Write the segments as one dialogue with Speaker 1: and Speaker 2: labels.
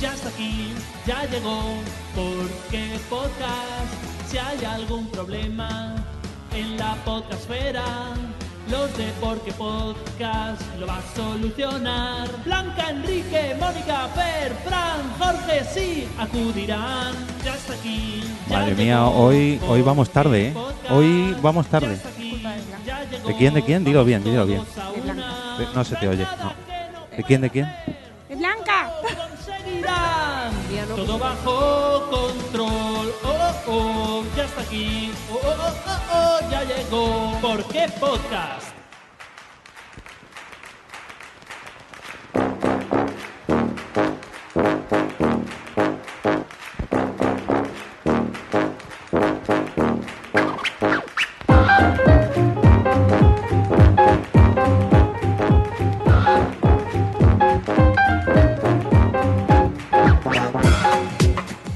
Speaker 1: ya está aquí, ya llegó, porque podcast, si hay algún problema en la podcastfera, los de Porque Podcast lo va a solucionar. Blanca, Enrique, Mónica, Fer, Fran, Jorge, sí, acudirán, ya está aquí. ya
Speaker 2: Madre
Speaker 1: llegó,
Speaker 2: mía, hoy- hoy vamos
Speaker 1: Porque
Speaker 2: tarde, ¿eh?
Speaker 1: Podcast,
Speaker 2: Hoy vamos
Speaker 1: ya
Speaker 2: tarde.
Speaker 1: está aquí,
Speaker 3: Culpa de Blanca.
Speaker 1: ya llegó,
Speaker 2: ¿De quién, de quién? Dilo bien,
Speaker 1: vamos
Speaker 2: dilo bien.
Speaker 1: todos a
Speaker 3: De Blanca.
Speaker 1: una.
Speaker 2: De- no se te oye, no. ¿De quién, de quién?
Speaker 3: ¡Es blanca!
Speaker 1: conseguirán
Speaker 3: Ya no.
Speaker 1: todo bajo control. Oh, oh, oh, ya está aquí. Oh, oh, oh, oh, oh, ya llegó. ¿Por qué podcast?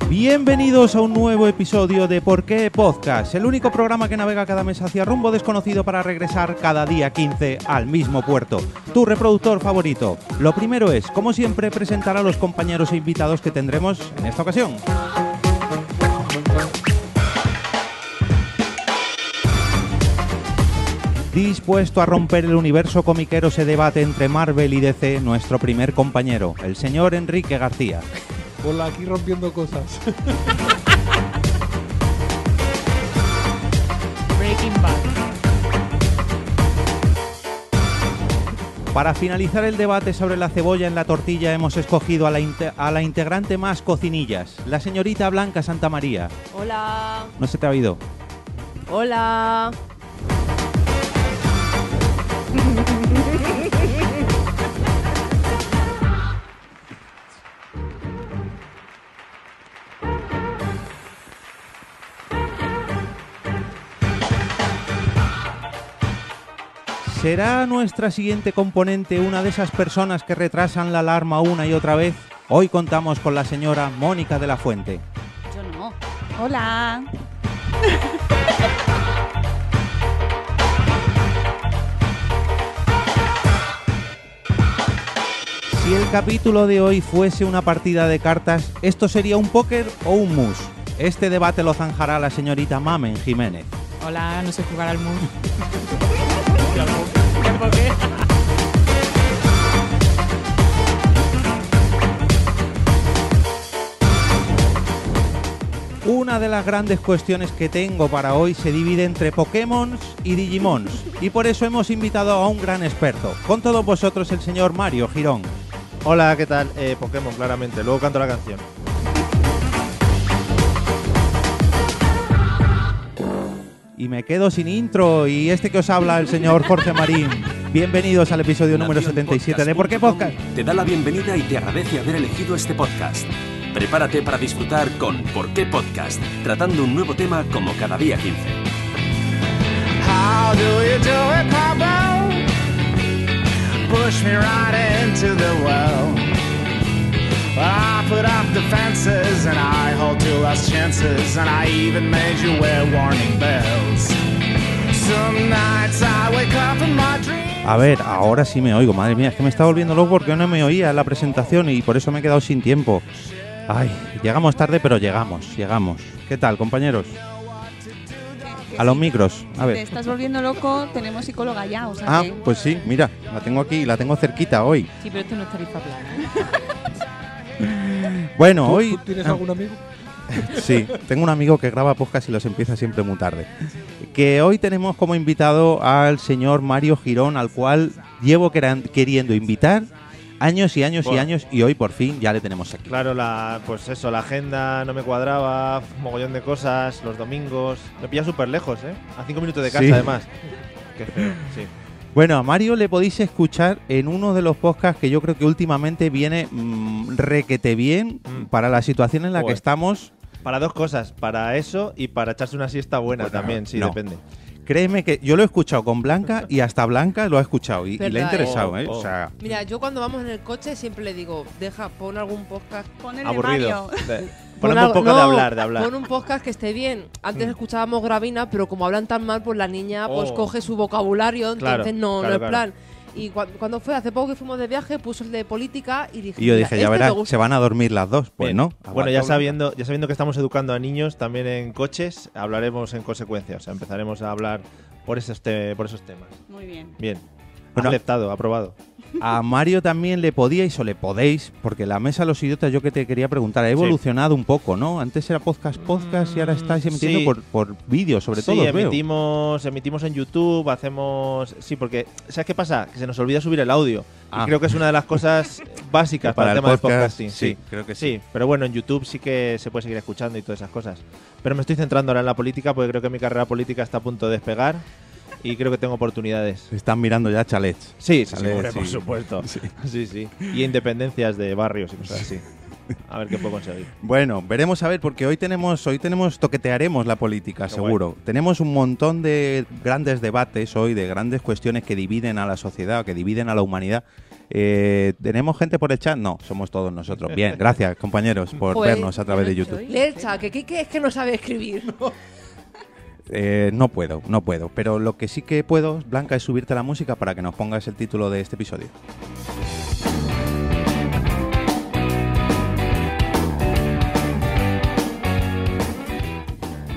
Speaker 2: Bienvenidos a un nuevo episodio de Por qué Podcast, el único programa que navega cada mes hacia rumbo desconocido para regresar cada día 15 al mismo puerto, tu reproductor favorito. Lo primero es, como siempre, presentar a los compañeros e invitados que tendremos en esta ocasión. Dispuesto a romper el universo comiquero se debate entre Marvel y DC nuestro primer compañero, el señor Enrique García.
Speaker 4: Hola, aquí rompiendo cosas.
Speaker 3: Breaking Bad.
Speaker 2: Para finalizar el debate sobre la cebolla en la tortilla hemos escogido a la, inte- a la integrante más cocinillas, la señorita Blanca Santa María.
Speaker 3: Hola.
Speaker 2: No se te ha oído.
Speaker 3: Hola.
Speaker 2: ¿Será nuestra siguiente componente una de esas personas que retrasan la alarma una y otra vez? Hoy contamos con la señora Mónica de la Fuente.
Speaker 3: Yo no. Hola.
Speaker 2: Si el capítulo de hoy fuese una partida de cartas, ¿esto sería un póker o un mus? Este debate lo zanjará la señorita Mamen Jiménez.
Speaker 5: Hola, no sé jugar al mus.
Speaker 2: Una de las grandes cuestiones que tengo para hoy se divide entre Pokémon y Digimons, y por eso hemos invitado a un gran experto. Con todos vosotros el señor Mario Girón.
Speaker 6: Hola, ¿qué tal? Eh, Pokémon, claramente. Luego canto la canción.
Speaker 2: Y me quedo sin intro, y este que os habla el señor Jorge Marín. Bienvenidos al episodio número 77 de ¿Por qué Podcast?
Speaker 7: Te da la bienvenida y te agradece haber elegido este podcast. Prepárate para disfrutar con ¿Por qué Podcast? Tratando un nuevo tema como cada día 15.
Speaker 8: How do you do it, Papa? Push me right into the well. I put up the fences and I hold to last chances, and I even made you wear warning bells. Some nights I wake up in my dreams.
Speaker 2: A ver, ahora sí me oigo. Madre mía, es que me estaba volviendo loco porque no me oía en la presentación y por eso me he quedado sin tiempo. Ay, llegamos tarde, pero llegamos, llegamos. ¿Qué tal, compañeros? A los micros, a
Speaker 3: Te
Speaker 2: ver.
Speaker 3: estás volviendo loco, tenemos psicóloga ya, o sea
Speaker 2: Ah,
Speaker 3: que...
Speaker 2: pues sí, mira, la tengo aquí, la tengo cerquita hoy.
Speaker 5: Sí, pero esto no es tarifa plana. ¿eh?
Speaker 2: Bueno,
Speaker 4: ¿Tú-
Speaker 2: hoy.
Speaker 4: ¿Tú tienes
Speaker 2: ah,
Speaker 4: algún amigo?
Speaker 2: Sí, tengo un amigo que graba podcast y los empieza siempre muy tarde. Que hoy tenemos como invitado al señor Mario Girón, al cual llevo queran- queriendo invitar años y años y
Speaker 6: Bueno.
Speaker 2: años, y hoy por fin ya le tenemos aquí.
Speaker 6: Claro, la, pues eso, la agenda no me cuadraba, mogollón de cosas, los domingos. Me pilla súper lejos, ¿eh? A cinco minutos de casa,
Speaker 2: Sí.
Speaker 6: además. Qué feo, sí.
Speaker 2: Bueno, a Mario le podéis escuchar en uno de los podcasts que yo creo que últimamente viene mm, requete bien
Speaker 6: Mm.
Speaker 2: para la situación en la que
Speaker 6: Joder.
Speaker 2: estamos.
Speaker 6: Para dos cosas, para eso y para echarse una siesta buena
Speaker 2: Bueno,
Speaker 6: también, sí,
Speaker 2: no.
Speaker 6: depende.
Speaker 2: Créeme que yo lo he escuchado con Blanca y hasta Blanca lo ha escuchado y, y le ha
Speaker 9: Verdad, ¿eh?
Speaker 2: interesado,
Speaker 6: Oh,
Speaker 2: ¿eh?
Speaker 6: oh.
Speaker 2: O sea,
Speaker 9: Mira, yo cuando vamos en el coche siempre le digo, deja, pon algún podcast.
Speaker 3: Pon el de
Speaker 6: Aburrido.
Speaker 3: Mario.
Speaker 6: De-
Speaker 9: Pon
Speaker 6: Ponemos un
Speaker 9: algo-
Speaker 6: poco
Speaker 9: no,
Speaker 6: de hablar, de hablar.
Speaker 9: Pon un podcast que esté bien. Antes escuchábamos Gravina, pero como hablan tan mal, pues la niña pues
Speaker 6: Oh.
Speaker 9: coge su vocabulario,
Speaker 6: Claro,
Speaker 9: entonces no,
Speaker 6: claro,
Speaker 9: no
Speaker 6: claro.
Speaker 9: es plan. Y cua- cuando fue, hace poco que fuimos de viaje, puso el de política y dije.
Speaker 2: Y yo
Speaker 9: "Mira,
Speaker 2: dije, ya
Speaker 9: este me
Speaker 2: verás,
Speaker 9: gusta".
Speaker 2: se van a dormir las dos. Pues
Speaker 6: Bien.
Speaker 2: no.
Speaker 6: Bueno, ya
Speaker 2: aguantó.
Speaker 6: sabiendo, ya sabiendo que estamos educando a niños también en coches, hablaremos en consecuencia. O sea, empezaremos a hablar por esos, te- por esos temas.
Speaker 3: Muy bien.
Speaker 6: Bien.
Speaker 2: Bueno.
Speaker 6: Aceptado, aprobado.
Speaker 2: A Mario también le podíais o le podéis, porque la mesa de los idiotas, yo que te quería preguntar, ha evolucionado un poco, ¿no? Antes era podcast, podcast y ahora estáis emitiendo
Speaker 6: sí.
Speaker 2: por, por vídeo, sobre
Speaker 6: sí,
Speaker 2: todo. os veo.
Speaker 6: emitimos, emitimos en YouTube, hacemos. Sí, porque. ¿Sabes qué pasa? Que se nos olvida subir el audio.
Speaker 2: Ah.
Speaker 6: Y creo que es una de las cosas básicas
Speaker 2: Que
Speaker 6: para,
Speaker 2: para
Speaker 6: el
Speaker 2: el
Speaker 6: tema
Speaker 2: podcast,
Speaker 6: del podcasting.
Speaker 2: sí, creo que sí.
Speaker 6: Pero bueno, en YouTube sí que se puede seguir escuchando y todas esas cosas. Pero me estoy centrando ahora en la política porque creo que mi carrera política está a punto de despegar y creo que tengo oportunidades.
Speaker 2: Se están mirando ya chalets.
Speaker 6: Sí, sí, sí,
Speaker 2: Vale,
Speaker 6: hombre,
Speaker 2: sí.
Speaker 6: por supuesto. Sí. sí, Y independencias de barrios y cosas así. A ver qué puedo conseguir.
Speaker 2: Bueno, veremos a ver, porque hoy tenemos, hoy tenemos, toquetearemos la política,
Speaker 6: Qué
Speaker 2: seguro. Tenemos un montón de grandes debates hoy, de grandes cuestiones que dividen a la sociedad, que dividen a la humanidad. Eh, ¿Tenemos gente por el chat? No, somos todos nosotros. Bien, gracias compañeros por
Speaker 9: Joder,
Speaker 2: vernos a través de YouTube.
Speaker 9: Lercha, que Kike es que no sabe escribir.
Speaker 2: Eh, no puedo, no puedo. Pero lo que sí que puedo, Blanca, es subirte la música para que nos pongas el título de este episodio.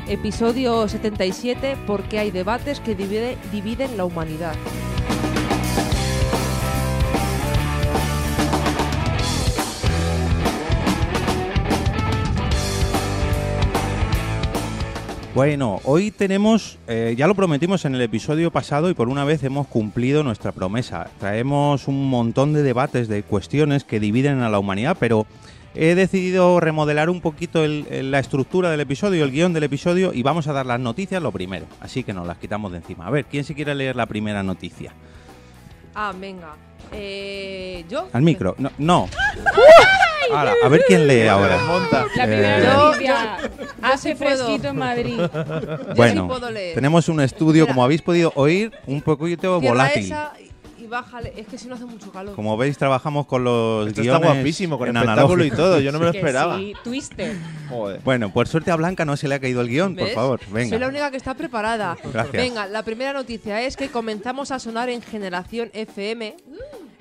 Speaker 9: Episodio 77, porque hay debates que divide- dividen la humanidad.
Speaker 2: Bueno, hoy tenemos, eh, ya lo prometimos en el episodio pasado y por una vez hemos cumplido nuestra promesa. Traemos un montón de debates, de cuestiones que dividen a la humanidad, pero he decidido remodelar un poquito el- el- la estructura del episodio, el guión del episodio y vamos a dar las noticias lo primero. Así que nos las quitamos de encima. A ver, ¿quién se quiere leer la primera noticia?
Speaker 9: Ah, venga. Eh, ¿Yo?
Speaker 2: Al micro. No. no. ¡Uh! Ahora, a ver quién lee ahora.
Speaker 6: Monta.
Speaker 5: La primera
Speaker 2: Eh,
Speaker 5: noticia.
Speaker 9: sí
Speaker 5: Hace
Speaker 9: puedo.
Speaker 5: fresquito en Madrid.
Speaker 9: Yo sí
Speaker 2: Bueno,
Speaker 9: puedo leer.
Speaker 2: tenemos un estudio,
Speaker 9: Espera.
Speaker 2: como habéis podido oír, un poquito
Speaker 9: Cierra
Speaker 2: volátil.
Speaker 9: esa y- y bájale. Es que si no hace mucho calor.
Speaker 2: Como veis, trabajamos con los
Speaker 6: Esto está
Speaker 2: guiones
Speaker 6: guapísimo, con
Speaker 2: en
Speaker 6: el espectáculo y
Speaker 2: analógico.
Speaker 6: todo. Yo no me lo
Speaker 5: Que
Speaker 6: esperaba.
Speaker 5: sí, Twister.
Speaker 6: Joder.
Speaker 2: Bueno, por suerte a Blanca no se le ha caído el guión, por
Speaker 9: ¿Ves?
Speaker 2: favor. Venga.
Speaker 9: Soy la única que está preparada.
Speaker 2: Gracias.
Speaker 9: Venga, la primera noticia es que comenzamos a sonar en Generación FM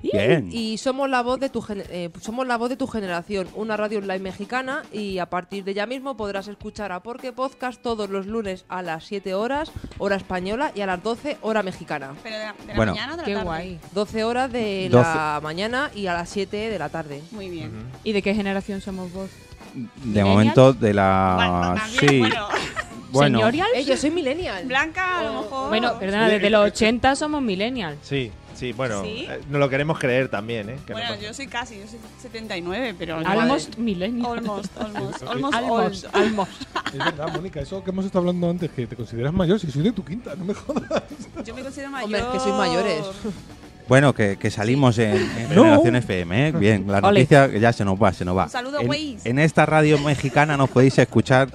Speaker 2: Bien.
Speaker 9: y somos la voz de tu gen- eh, somos la voz de tu generación, una radio online mexicana y a partir de ya mismo podrás escuchar a Porque Podcast todos los lunes a las 7 horas hora española y a las 12 hora mexicana.
Speaker 3: Pero de la, de la
Speaker 2: Bueno.
Speaker 3: mañana o de la
Speaker 5: Qué
Speaker 3: tarde.
Speaker 5: guay.
Speaker 9: 12 horas de
Speaker 2: 12.
Speaker 9: la mañana y a las 7 de la tarde.
Speaker 3: Muy bien.
Speaker 5: ¿Y de qué generación somos vos?
Speaker 2: de momento, de la.
Speaker 3: Bueno, también,
Speaker 2: sí.
Speaker 3: bueno.
Speaker 2: Bueno,
Speaker 5: ¿Señorial?
Speaker 9: Eh, yo soy millennial.
Speaker 3: Blanca, a lo mejor.
Speaker 5: Bueno, perdona, desde los 80 somos millennials.
Speaker 6: Sí, sí, bueno.
Speaker 3: ¿Sí?
Speaker 6: eh, no lo queremos creer también, ¿eh? Que no
Speaker 3: Bueno,
Speaker 6: pasa.
Speaker 3: yo soy casi, yo soy 79, pero.
Speaker 5: Almost millennials.
Speaker 3: Almost, almost, almost,
Speaker 5: Almost,
Speaker 3: old.
Speaker 5: almost.
Speaker 4: Es verdad, Mónica, eso que hemos estado hablando antes, que te consideras mayor, si soy de tu quinta, no me jodas.
Speaker 3: Yo me considero mayor.
Speaker 9: Hombre, es que sois mayores.
Speaker 2: bueno, que, que salimos en, en Generación FM, ¿eh? Bien, la
Speaker 5: Ole.
Speaker 2: noticia que ya se nos va, se nos va.
Speaker 3: Un saludo,
Speaker 2: en,
Speaker 3: güeyes.
Speaker 2: en esta radio mexicana nos podéis escuchar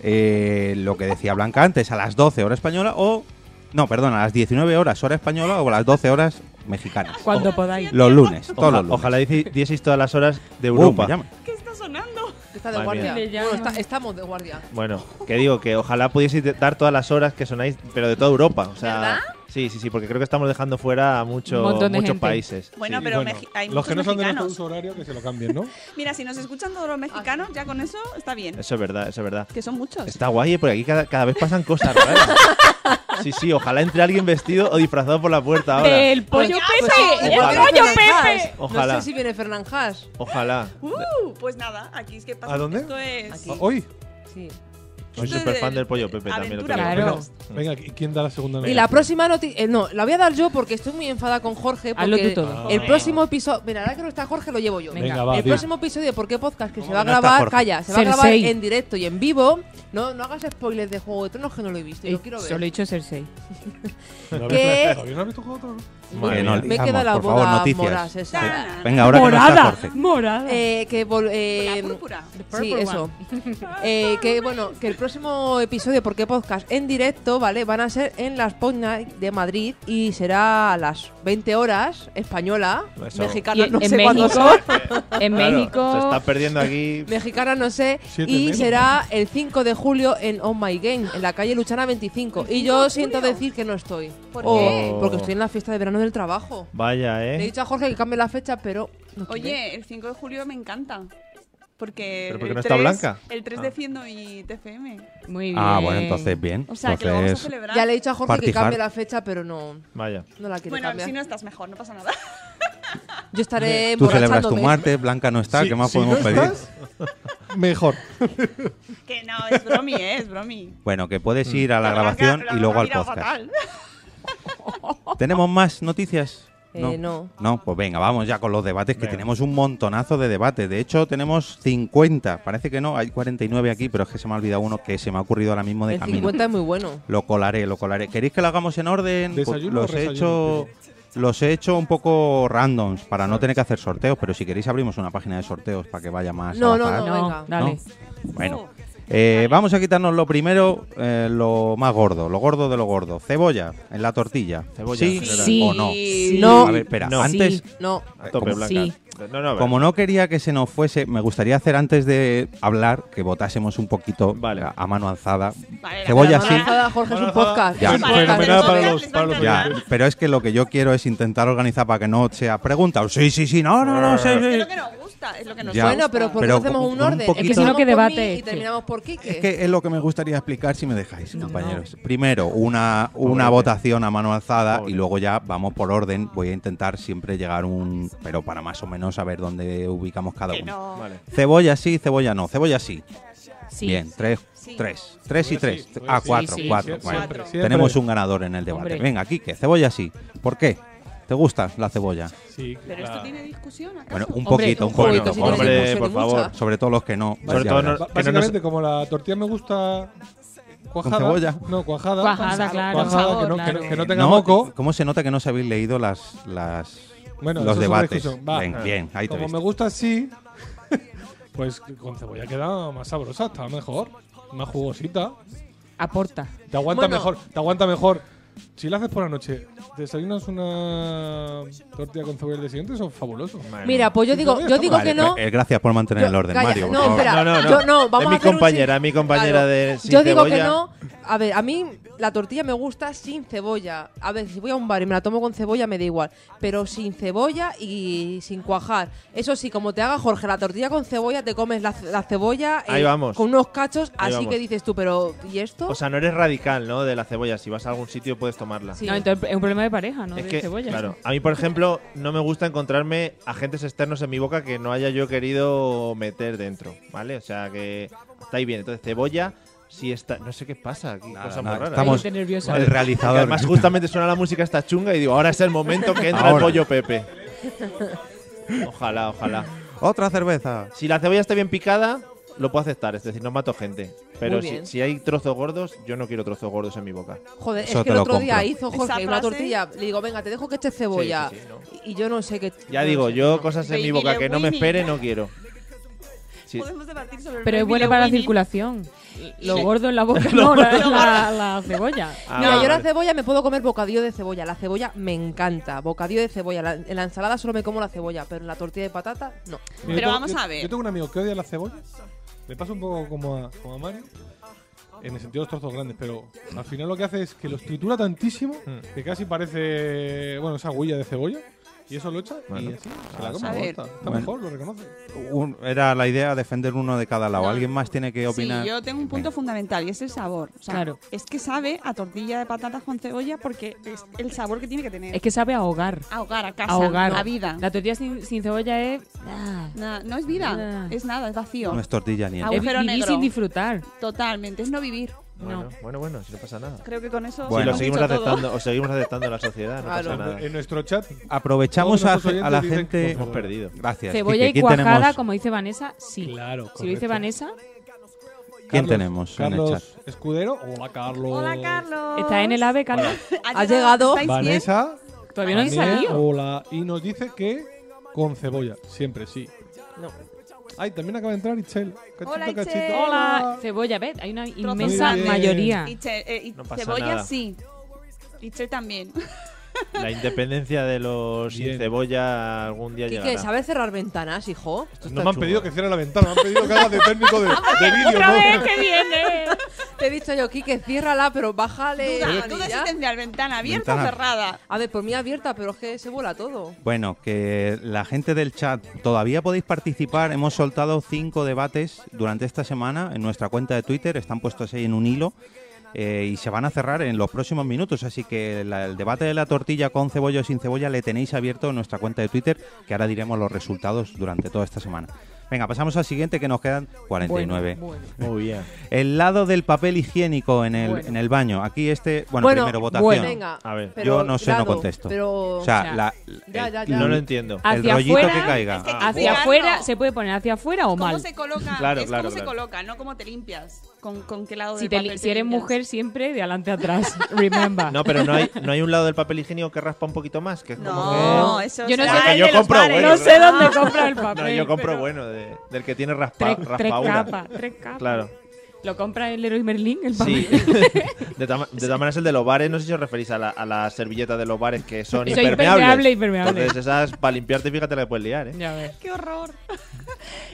Speaker 2: eh, lo que decía Blanca antes, a las 12 hora española o. No, perdón, a las 19 horas hora española o a las 12 horas mexicanas.
Speaker 5: Cuando podáis.
Speaker 2: Los lunes, todos
Speaker 6: Oja-
Speaker 2: los lunes.
Speaker 6: ojalá dieci- dieseis todas las horas de
Speaker 2: Uh, me
Speaker 6: Europa.
Speaker 2: llama.
Speaker 3: ¿Qué está sonando?
Speaker 9: Está de
Speaker 6: Madre
Speaker 5: mía.
Speaker 9: guardia.
Speaker 5: Le
Speaker 9: Bueno,
Speaker 5: llaman.
Speaker 9: está- estamos de guardia.
Speaker 6: Bueno, que digo que ojalá pudieseis de- dar todas las horas que sonáis, pero de toda Europa. O sea,
Speaker 3: ¿Verdad?
Speaker 6: Sí, sí, sí, porque creo que estamos dejando fuera a mucho-
Speaker 5: Un montón de
Speaker 6: muchos
Speaker 5: gente.
Speaker 6: países.
Speaker 3: Bueno,
Speaker 4: Y
Speaker 3: pero mexi- hay
Speaker 4: los que no
Speaker 3: muchos
Speaker 4: son de nuestro
Speaker 3: mexicanos.
Speaker 4: uso horario, que se lo cambien, ¿no?
Speaker 3: Mira, si nos escuchan todos los mexicanos, ya con eso está bien.
Speaker 6: Eso es verdad, eso es verdad.
Speaker 3: Que son muchos.
Speaker 6: Está guay, ¿eh? porque aquí cada, cada vez pasan cosas raras. Sí, sí, ojalá entre alguien vestido o disfrazado por la puerta ahora.
Speaker 5: ¡Del pollo
Speaker 3: Pues
Speaker 5: Pepe!
Speaker 3: sí,
Speaker 5: ¡El
Speaker 6: ojalá.
Speaker 5: pollo
Speaker 9: Fernan
Speaker 5: Pepe!
Speaker 9: Haas.
Speaker 6: Ojalá.
Speaker 9: No sé si viene Fernan Haas.
Speaker 6: Ojalá.
Speaker 3: Uh, pues nada, aquí es que pasa.
Speaker 4: ¿A dónde?
Speaker 3: Esto es.
Speaker 9: Aquí.
Speaker 4: Ah, Hoy.
Speaker 9: Sí.
Speaker 6: Soy
Speaker 3: esto es
Speaker 6: súper fan
Speaker 3: de-
Speaker 6: del pollo Pepe también. Lo
Speaker 3: aventura
Speaker 6: tengo que
Speaker 5: Claro.
Speaker 6: reconocer.
Speaker 4: Venga, ¿y ¿quién da la segunda
Speaker 9: Y
Speaker 4: noticia?
Speaker 9: la próxima noticia. no, la voy a dar yo porque estoy muy enfada con Jorge.
Speaker 5: Hazlo
Speaker 9: porque
Speaker 5: tú todo.
Speaker 9: El próximo episodio. Mira, ahora que no está Jorge, lo llevo yo.
Speaker 4: Venga, va,
Speaker 9: el
Speaker 4: di.
Speaker 9: próximo episodio de ¿Por qué Podcast? que se
Speaker 2: ¿Cómo
Speaker 9: va a
Speaker 2: que no está
Speaker 9: grabar.
Speaker 2: Jorge?
Speaker 9: Calla, se va a grabar
Speaker 5: Cersei.
Speaker 9: en directo y en vivo. No, no hagas spoilers de Juego de Tronos que no lo he visto. Yo quiero
Speaker 5: Eh, Solo he
Speaker 9: ver.
Speaker 5: dicho Cersei.
Speaker 4: ¿No habéis-
Speaker 9: ¿Qué?
Speaker 4: ¿Todavía no has visto juego de Tronos?
Speaker 6: Madre
Speaker 2: Que no
Speaker 6: mía.
Speaker 9: Me
Speaker 2: liamos,
Speaker 9: queda la
Speaker 2: por favor,
Speaker 9: boda
Speaker 2: noticias.
Speaker 9: moras esa.
Speaker 3: Tan.
Speaker 2: Venga, ahora que no está Jorge.
Speaker 5: Morada.
Speaker 9: Eh, que vol- eh,
Speaker 3: La púrpura.
Speaker 9: Sí,
Speaker 5: Purple
Speaker 9: eso. Eh, que bueno, que el próximo episodio, porque podcast en directo, ¿vale? Van a ser en las Pod Night de Madrid y será a las 20 horas, española,
Speaker 6: Eso.
Speaker 9: mexicana,
Speaker 5: Y
Speaker 9: no
Speaker 5: en
Speaker 9: sé cuándo
Speaker 5: México, en
Speaker 6: Claro, Se
Speaker 5: México,
Speaker 6: está perdiendo aquí.
Speaker 9: Mexicana, no sé.
Speaker 4: Siete
Speaker 9: y
Speaker 4: menos.
Speaker 9: será el 5 de julio en Oh My Game, en la calle Luchana 25. Y yo siento decir que no estoy.
Speaker 3: ¿Por
Speaker 9: Oh,
Speaker 6: qué?
Speaker 9: Porque estoy en la fiesta de verano verano del trabajo.
Speaker 6: Vaya,
Speaker 9: Le he
Speaker 6: ¿eh?
Speaker 9: dicho a Jorge que cambie la fecha, pero. no quiere.
Speaker 3: Oye, el 5 de julio me encanta. Porque.
Speaker 6: ¿Pero por qué
Speaker 3: el
Speaker 6: no está
Speaker 3: 3
Speaker 6: Blanca?
Speaker 3: El 3
Speaker 6: Ah.
Speaker 3: defiendo y TFM.
Speaker 5: Muy bien.
Speaker 2: Ah, bueno, entonces bien.
Speaker 3: O sea, que lo vamos a
Speaker 2: entonces,
Speaker 3: celebrar.
Speaker 9: ya le he dicho a Jorge que
Speaker 2: Partijar.
Speaker 9: cambie la fecha, pero no,
Speaker 6: Vaya.
Speaker 9: no la quiere
Speaker 3: Bueno,
Speaker 9: cambiar. Eh,
Speaker 3: si no estás mejor, no pasa nada.
Speaker 9: Yo estaré
Speaker 2: tú celebras tu
Speaker 9: emborrachándome.
Speaker 2: martes, Blanca no está,
Speaker 4: Si-
Speaker 2: ¿qué más
Speaker 4: si
Speaker 2: podemos
Speaker 4: no
Speaker 2: pedir?
Speaker 4: estás, mejor.
Speaker 3: que no, es bromi, ¿eh? Es bromi.
Speaker 2: Bueno, que
Speaker 5: Mm.
Speaker 2: puedes ir a la
Speaker 3: Blanca-
Speaker 2: grabación
Speaker 3: la
Speaker 2: y luego
Speaker 3: Blanca
Speaker 2: al
Speaker 3: mira
Speaker 2: podcast.
Speaker 3: fatal.
Speaker 2: ¿Tenemos más noticias?
Speaker 9: Eh, no.
Speaker 2: No, pues venga, vamos ya con los debates, que tenemos un montonazo de debates. De hecho, tenemos 50. Parece que no, hay 49 aquí, pero es que se me ha olvidado uno que se me ha ocurrido ahora mismo de
Speaker 9: El
Speaker 2: camino.
Speaker 9: 50 es muy bueno.
Speaker 2: Lo colaré, lo colaré. ¿Queréis que lo hagamos en orden? Pues
Speaker 4: ¿Desayuno o
Speaker 2: los he
Speaker 4: resayuno?
Speaker 2: hecho los he hecho un poco randoms para no tener que hacer sorteos, pero si queréis abrimos una página de sorteos para que vaya más
Speaker 9: No,
Speaker 2: al
Speaker 9: no,
Speaker 2: azar.
Speaker 9: no.
Speaker 5: No,
Speaker 9: Venga.
Speaker 5: dale.
Speaker 2: ¿No? Bueno. Eh, vamos a quitarnos lo primero, eh, lo más gordo, lo gordo de lo gordo. Cebolla en la tortilla.
Speaker 6: Cebolla,
Speaker 2: ¿Sí,
Speaker 6: es verdad.
Speaker 5: Sí.
Speaker 2: o no?
Speaker 9: Sí.
Speaker 5: No.
Speaker 2: A ver, espera,
Speaker 6: No.
Speaker 2: antes,
Speaker 5: Sí.
Speaker 9: No.
Speaker 6: A tope,
Speaker 2: Como-
Speaker 6: Blanca.
Speaker 5: Sí.
Speaker 6: No, no, a ver.
Speaker 2: como no quería que se nos fuese, me gustaría hacer antes de hablar que votásemos un poquito
Speaker 6: Vale.
Speaker 2: a, a mano alzada.
Speaker 3: Vale, la
Speaker 2: Cebolla
Speaker 9: La
Speaker 2: sí,
Speaker 9: embarazada, Jorge, es un podcast.
Speaker 2: Ya.
Speaker 9: Es un
Speaker 3: Para
Speaker 9: podcast.
Speaker 4: Fenomenal
Speaker 3: los
Speaker 4: para
Speaker 3: oyentes,
Speaker 4: los, para los
Speaker 3: Blanca.
Speaker 2: Ya,
Speaker 4: oyentes.
Speaker 2: pero es que lo que yo quiero es intentar organizar para que no sea pregunta. o Sí, sí, sí, no, no, no, sí,
Speaker 9: Eh.
Speaker 3: Es
Speaker 2: sí.
Speaker 3: lo que nos gusta, es lo que nos
Speaker 2: Ya.
Speaker 9: Bueno,
Speaker 3: gusta.
Speaker 9: pero ¿por qué
Speaker 2: Pero
Speaker 9: no hacemos
Speaker 2: con-
Speaker 9: un
Speaker 2: con un
Speaker 9: orden?
Speaker 2: poquito-
Speaker 9: Es que
Speaker 5: si no, ¿qué
Speaker 9: empezamos por
Speaker 5: debate?
Speaker 9: mí y terminamos por Quique.
Speaker 2: Es que es lo que me gustaría explicar si me dejáis, compañeros. Primero, una, una
Speaker 6: Pobre.
Speaker 2: votación a mano alzada
Speaker 6: Pobre.
Speaker 2: y luego ya vamos por orden. Voy a intentar siempre llegar un. Pero para más o menos saber dónde ubicamos cada
Speaker 3: Que
Speaker 2: uno.
Speaker 3: no.
Speaker 6: Vale.
Speaker 2: Cebolla sí, cebolla no. Cebolla sí.
Speaker 5: Sí.
Speaker 2: Bien, tres,
Speaker 3: Sí.
Speaker 2: tres. Tres y
Speaker 4: Cebolla sí,
Speaker 2: tres.
Speaker 4: cebolla
Speaker 2: Ah,
Speaker 4: sí.
Speaker 2: cuatro,
Speaker 5: Sí, sí,
Speaker 2: cuatro.
Speaker 4: Siempre,
Speaker 2: bueno.
Speaker 4: siempre, siempre.
Speaker 2: Tenemos un ganador en el debate.
Speaker 5: Hombre.
Speaker 2: Venga, Quique, cebolla sí. ¿Por qué? ¿Te gusta la cebolla?
Speaker 4: Sí,
Speaker 3: Pero
Speaker 4: la-
Speaker 3: esto tiene discusión, ¿acaso?
Speaker 2: Bueno, un
Speaker 5: Hombre,
Speaker 2: poquito,
Speaker 5: un
Speaker 2: un poquito.
Speaker 9: poquito, sí,
Speaker 2: hombre.
Speaker 4: Pues
Speaker 9: tiene
Speaker 6: Hombre,
Speaker 9: mucha,
Speaker 6: por
Speaker 9: de
Speaker 6: favor.
Speaker 9: mucha.
Speaker 2: Eh, Sobre todo los que no.
Speaker 6: Sobre
Speaker 2: ya
Speaker 6: todo
Speaker 2: verás.
Speaker 6: no-
Speaker 4: Ba-
Speaker 6: que
Speaker 4: Básicamente, como la tortilla me gusta cuajada.
Speaker 2: cebolla?
Speaker 4: No, cuajada.
Speaker 5: Cuajada, claro,
Speaker 4: cuajada,
Speaker 5: sabor,
Speaker 4: que, no, que no-
Speaker 5: claro.
Speaker 4: que no tenga
Speaker 2: No,
Speaker 4: moco.
Speaker 2: ¿Cómo se nota que no sabéis leído las, las
Speaker 4: Bueno,
Speaker 2: los
Speaker 4: eso es otra
Speaker 2: debates?
Speaker 4: discusión. Va.
Speaker 2: Bien, bien, ahí te
Speaker 4: Como
Speaker 2: ves.
Speaker 4: me gusta así, pues con cebolla queda más sabrosa, está mejor. Más jugosita.
Speaker 5: Aporta.
Speaker 4: Te aguanta
Speaker 9: Bueno.
Speaker 4: mejor, te aguanta mejor. Si la haces por la noche, ¿desayunas una tortilla con cebolla el día siguiente? Eso es fabuloso.
Speaker 9: Mira, pues yo digo, yo digo
Speaker 2: Vale,
Speaker 9: que no.
Speaker 2: eh, eh, gracias por mantener el
Speaker 9: Yo-
Speaker 2: orden,
Speaker 9: calla,
Speaker 2: Mario. por
Speaker 9: no,
Speaker 2: favor.
Speaker 9: espera.
Speaker 6: No, no, no.
Speaker 9: Yo- no, vamos
Speaker 6: es
Speaker 9: a
Speaker 6: mi
Speaker 9: hacer un
Speaker 6: compañera,
Speaker 9: sin-
Speaker 6: mi compañera
Speaker 9: Claro.
Speaker 6: de sin
Speaker 9: Yo digo
Speaker 6: cebolla.
Speaker 9: que no. A ver, a mí la tortilla me gusta sin cebolla. A ver, si voy a un bar y me la tomo con cebolla, me da igual. Pero sin cebolla y sin cuajar. Eso sí, como te haga Jorge la tortilla con cebolla, te comes la, la cebolla eh,
Speaker 6: Ahí vamos.
Speaker 9: con unos cachos,
Speaker 6: Ahí
Speaker 9: así
Speaker 6: vamos. Pues,
Speaker 9: que dices tú, pero ¿y esto?
Speaker 6: O sea, no eres radical, ¿no? De la cebolla. Si vas a algún sitio puedes tomarla.
Speaker 9: Sí.
Speaker 5: No, entonces es un problema de pareja, ¿no?
Speaker 6: Es
Speaker 5: de
Speaker 6: que,
Speaker 5: cebolla.
Speaker 6: claro, a mí, por ejemplo, no me gusta encontrarme agentes externos en mi boca que no haya yo querido meter dentro, ¿vale? O sea, que está ahí bien. Entonces, cebolla, si está... No sé qué pasa aquí,
Speaker 2: Nada,
Speaker 6: cosa
Speaker 2: nada,
Speaker 6: muy rara.
Speaker 2: estamos-
Speaker 5: Gente nerviosa.
Speaker 2: el
Speaker 6: Que
Speaker 2: realizador.
Speaker 6: además, justamente suena la música esta chunga y digo, ahora es el momento que entra el
Speaker 2: Ahora.
Speaker 6: pollo Pepe. Ojalá, ojalá.
Speaker 2: Otra cerveza.
Speaker 6: Si la cebolla está bien picada, lo puedo aceptar, es decir, no mato gente. Pero
Speaker 9: Muy
Speaker 6: si,
Speaker 9: bien.
Speaker 6: si hay trozos gordos, yo no quiero trozos gordos en mi boca.
Speaker 9: Joder, es
Speaker 2: Eso te
Speaker 9: que el
Speaker 2: lo
Speaker 9: otro día
Speaker 2: compro.
Speaker 9: hizo
Speaker 3: Esa
Speaker 9: Jorge una
Speaker 3: frase-
Speaker 9: tortilla. Le digo, venga, te dejo que eches cebolla.
Speaker 6: Sí, sí, sí, no.
Speaker 9: y, y yo no sé qué.
Speaker 6: Ya
Speaker 9: no
Speaker 6: digo,
Speaker 9: sé,
Speaker 6: yo
Speaker 9: no.
Speaker 6: cosas en
Speaker 3: Baby
Speaker 6: mi boca que no me
Speaker 3: Lewini.
Speaker 6: espere no quiero. Sí.
Speaker 3: Podemos debatir sobre el
Speaker 5: Pero es
Speaker 3: baby
Speaker 5: bueno para la
Speaker 3: Lewini.
Speaker 5: circulación. Lo
Speaker 6: Sí.
Speaker 5: gordo en la boca, no, la, la- la cebolla.
Speaker 6: Ah,
Speaker 9: Mira, yo la
Speaker 6: vale.
Speaker 9: cebolla me puedo comer bocadillo de cebolla. La cebolla me encanta. Bocadillo de cebolla. La- en la ensalada solo me como la cebolla, pero en la tortilla de patata, no.
Speaker 4: Mira, yo
Speaker 3: Pero
Speaker 4: tengo-
Speaker 3: vamos
Speaker 4: yo-
Speaker 3: a ver.
Speaker 4: Yo tengo un amigo que odia la cebolla. Le pasa un poco como a, como a Mario. En el sentido de los trozos grandes, pero al final lo que hace es que los tritura tantísimo
Speaker 2: Hmm.
Speaker 6: Mm.
Speaker 4: que casi parece, bueno, esa huella de cebolla. Y eso lo echa
Speaker 6: Bueno.
Speaker 4: y así se la
Speaker 6: Ah,
Speaker 4: come.
Speaker 3: sí.
Speaker 4: aguanta. Está
Speaker 2: Bueno.
Speaker 4: mejor, lo reconoce.
Speaker 2: Un- era la idea defender uno de cada lado.
Speaker 3: No.
Speaker 2: ¿Alguien más tiene que opinar?
Speaker 3: Sí, yo tengo un punto fundamental y es el sabor. O sea,
Speaker 5: Claro.
Speaker 3: Es que sabe a tortilla de patatas con cebolla porque es el sabor que tiene que tener.
Speaker 5: Es que sabe ahogar.
Speaker 3: A hogar, a casa,
Speaker 5: Ahogar.
Speaker 3: a vida.
Speaker 5: La tortilla sin, sin cebolla es. ah,
Speaker 3: Na- no es vida,
Speaker 5: Nah.
Speaker 3: es nada, es vacío.
Speaker 2: No es tortilla ni
Speaker 3: Ah,
Speaker 2: nada.
Speaker 5: es
Speaker 3: Agujero
Speaker 5: vivir
Speaker 3: negro.
Speaker 5: sin disfrutar.
Speaker 3: Totalmente, es no vivir.
Speaker 6: Bueno,
Speaker 5: No.
Speaker 6: bueno, bueno, si no pasa nada.
Speaker 3: Creo que con eso
Speaker 2: Bueno.
Speaker 3: hemos
Speaker 6: si lo seguimos
Speaker 3: dicho todo.
Speaker 6: aceptando, o seguimos aceptando en la sociedad, no
Speaker 9: Claro.
Speaker 6: pasa nada.
Speaker 4: En nuestro chat
Speaker 2: Aprovechamos
Speaker 4: Todos
Speaker 2: a,
Speaker 4: nuestros
Speaker 2: a la
Speaker 4: oyentes dicen que
Speaker 2: gente.
Speaker 6: Hemos perdido.
Speaker 2: Gracias.
Speaker 5: Cebolla
Speaker 2: Quique,
Speaker 5: y
Speaker 2: ¿quién
Speaker 5: cuajada,
Speaker 2: tenemos,
Speaker 5: como dice Vanessa, sí.
Speaker 4: Claro,
Speaker 5: Si lo dice
Speaker 4: correcto.
Speaker 5: Vanessa,
Speaker 2: ¿quién
Speaker 4: Carlos-
Speaker 2: tenemos en el
Speaker 4: Carlos
Speaker 2: chat?
Speaker 4: Escudero. Hola, Carlos.
Speaker 3: Hola, Carlos.
Speaker 5: pues, está en el ave, Carlos.
Speaker 9: Ha llegado.
Speaker 3: ¿Estáis bien?
Speaker 4: Vanessa.
Speaker 5: Todavía no he
Speaker 4: También,
Speaker 5: salido.
Speaker 2: Oh,
Speaker 4: Hola. Y nos dice que con cebolla. Siempre sí.
Speaker 9: No.
Speaker 4: Ay, también acaba de entrar Itzel.
Speaker 3: Hola,
Speaker 4: Cachito, cachito.
Speaker 3: Itzel.
Speaker 5: Hola, cebolla, ¿ves? Hay una inmensa
Speaker 4: Muy bien.
Speaker 5: mayoría.
Speaker 3: Y, che- eh, y
Speaker 6: No pasa
Speaker 3: cebolla
Speaker 6: nada.
Speaker 3: sí. Y che también.
Speaker 6: La independencia de los
Speaker 4: Bien.
Speaker 6: sin cebolla algún día
Speaker 9: Quique,
Speaker 6: llegará.
Speaker 9: ¿sabes cerrar ventanas, hijo?
Speaker 6: Esto
Speaker 4: No
Speaker 6: está
Speaker 4: me han
Speaker 6: chulo,
Speaker 4: pedido
Speaker 6: ¿eh?
Speaker 4: que cierre la ventana, me han pedido que haga de técnico de, de vídeo,
Speaker 5: ¡Otra vez
Speaker 4: ¿no?
Speaker 5: que viene!
Speaker 9: Te he dicho yo, Quique, ciérrala, pero bájale. la
Speaker 3: Duda, duda
Speaker 9: manilla.
Speaker 3: si tendría ventana abierta
Speaker 2: Ventana.
Speaker 3: o cerrada.
Speaker 9: A ver, por mí abierta, pero es que se vuela todo.
Speaker 2: Bueno, que la gente del chat todavía podéis participar. Hemos soltado cinco debates durante esta semana en nuestra cuenta de Twitter. Están puestos ahí en un hilo eh, y se van a cerrar en los próximos minutos. Así que la- el debate de la tortilla con cebolla o sin cebolla le tenéis abierto en nuestra cuenta de Twitter, que ahora diremos los resultados durante toda esta semana. Venga, pasamos al siguiente que nos quedan 49.
Speaker 9: Bueno, bueno.
Speaker 6: Muy bien.
Speaker 2: El lado del papel higiénico en el,
Speaker 5: Bueno.
Speaker 2: en el baño. Aquí este, bueno,
Speaker 9: Bueno,
Speaker 2: primero votación.
Speaker 5: bueno.
Speaker 9: Venga,
Speaker 6: A ver,
Speaker 9: pero
Speaker 2: Yo no sé, no
Speaker 9: grado,
Speaker 2: contesto.
Speaker 9: Pero,
Speaker 2: O sea,
Speaker 5: Ya.
Speaker 2: la-
Speaker 9: Ya,
Speaker 2: el-
Speaker 9: ya, ya.
Speaker 6: No lo entiendo.
Speaker 5: Hacia
Speaker 2: el rollito
Speaker 5: afuera,
Speaker 2: que caiga.
Speaker 3: que-
Speaker 2: Ah,
Speaker 5: Hacia
Speaker 3: Claro.
Speaker 5: afuera, se puede poner hacia afuera o
Speaker 3: ¿Cómo
Speaker 5: mal.
Speaker 3: se coloca?
Speaker 6: Claro,
Speaker 3: es
Speaker 6: claro,
Speaker 3: cómo se
Speaker 6: claro.
Speaker 3: coloca, no cómo te limpias. ¿Con, con qué lado
Speaker 5: Si,
Speaker 3: del
Speaker 5: te li-
Speaker 3: papel
Speaker 5: si eres
Speaker 3: limpias.
Speaker 5: mujer, siempre de adelante a atrás. Remember.
Speaker 6: No, pero no hay, no hay un lado del papel higiénico que raspa un poquito más. Que es como
Speaker 3: No, eso
Speaker 5: Yo no
Speaker 3: es
Speaker 5: sé-
Speaker 3: el
Speaker 6: Yo
Speaker 3: de los
Speaker 6: compro,
Speaker 3: bares.
Speaker 6: bueno.
Speaker 5: No sé dónde compra el
Speaker 6: que-
Speaker 5: papel.
Speaker 6: No, yo compro
Speaker 5: pero-
Speaker 6: bueno, de- del que tiene raspa,
Speaker 5: Tres, tres
Speaker 6: raspaura.
Speaker 5: capas, tres capas.
Speaker 6: Claro.
Speaker 5: Lo compra el Leroy Merlin, el papel.
Speaker 6: Sí. De todas de todas maneras, el de los bares, no sé si os referís a la, a la servilleta de los bares que son
Speaker 5: Eso,
Speaker 6: impermeables.
Speaker 5: impermeable, impermeable.
Speaker 6: Entonces, esas para limpiarte, fíjate la que puedes liar, ¿eh?
Speaker 5: Ya ves.
Speaker 3: ¡Qué horror!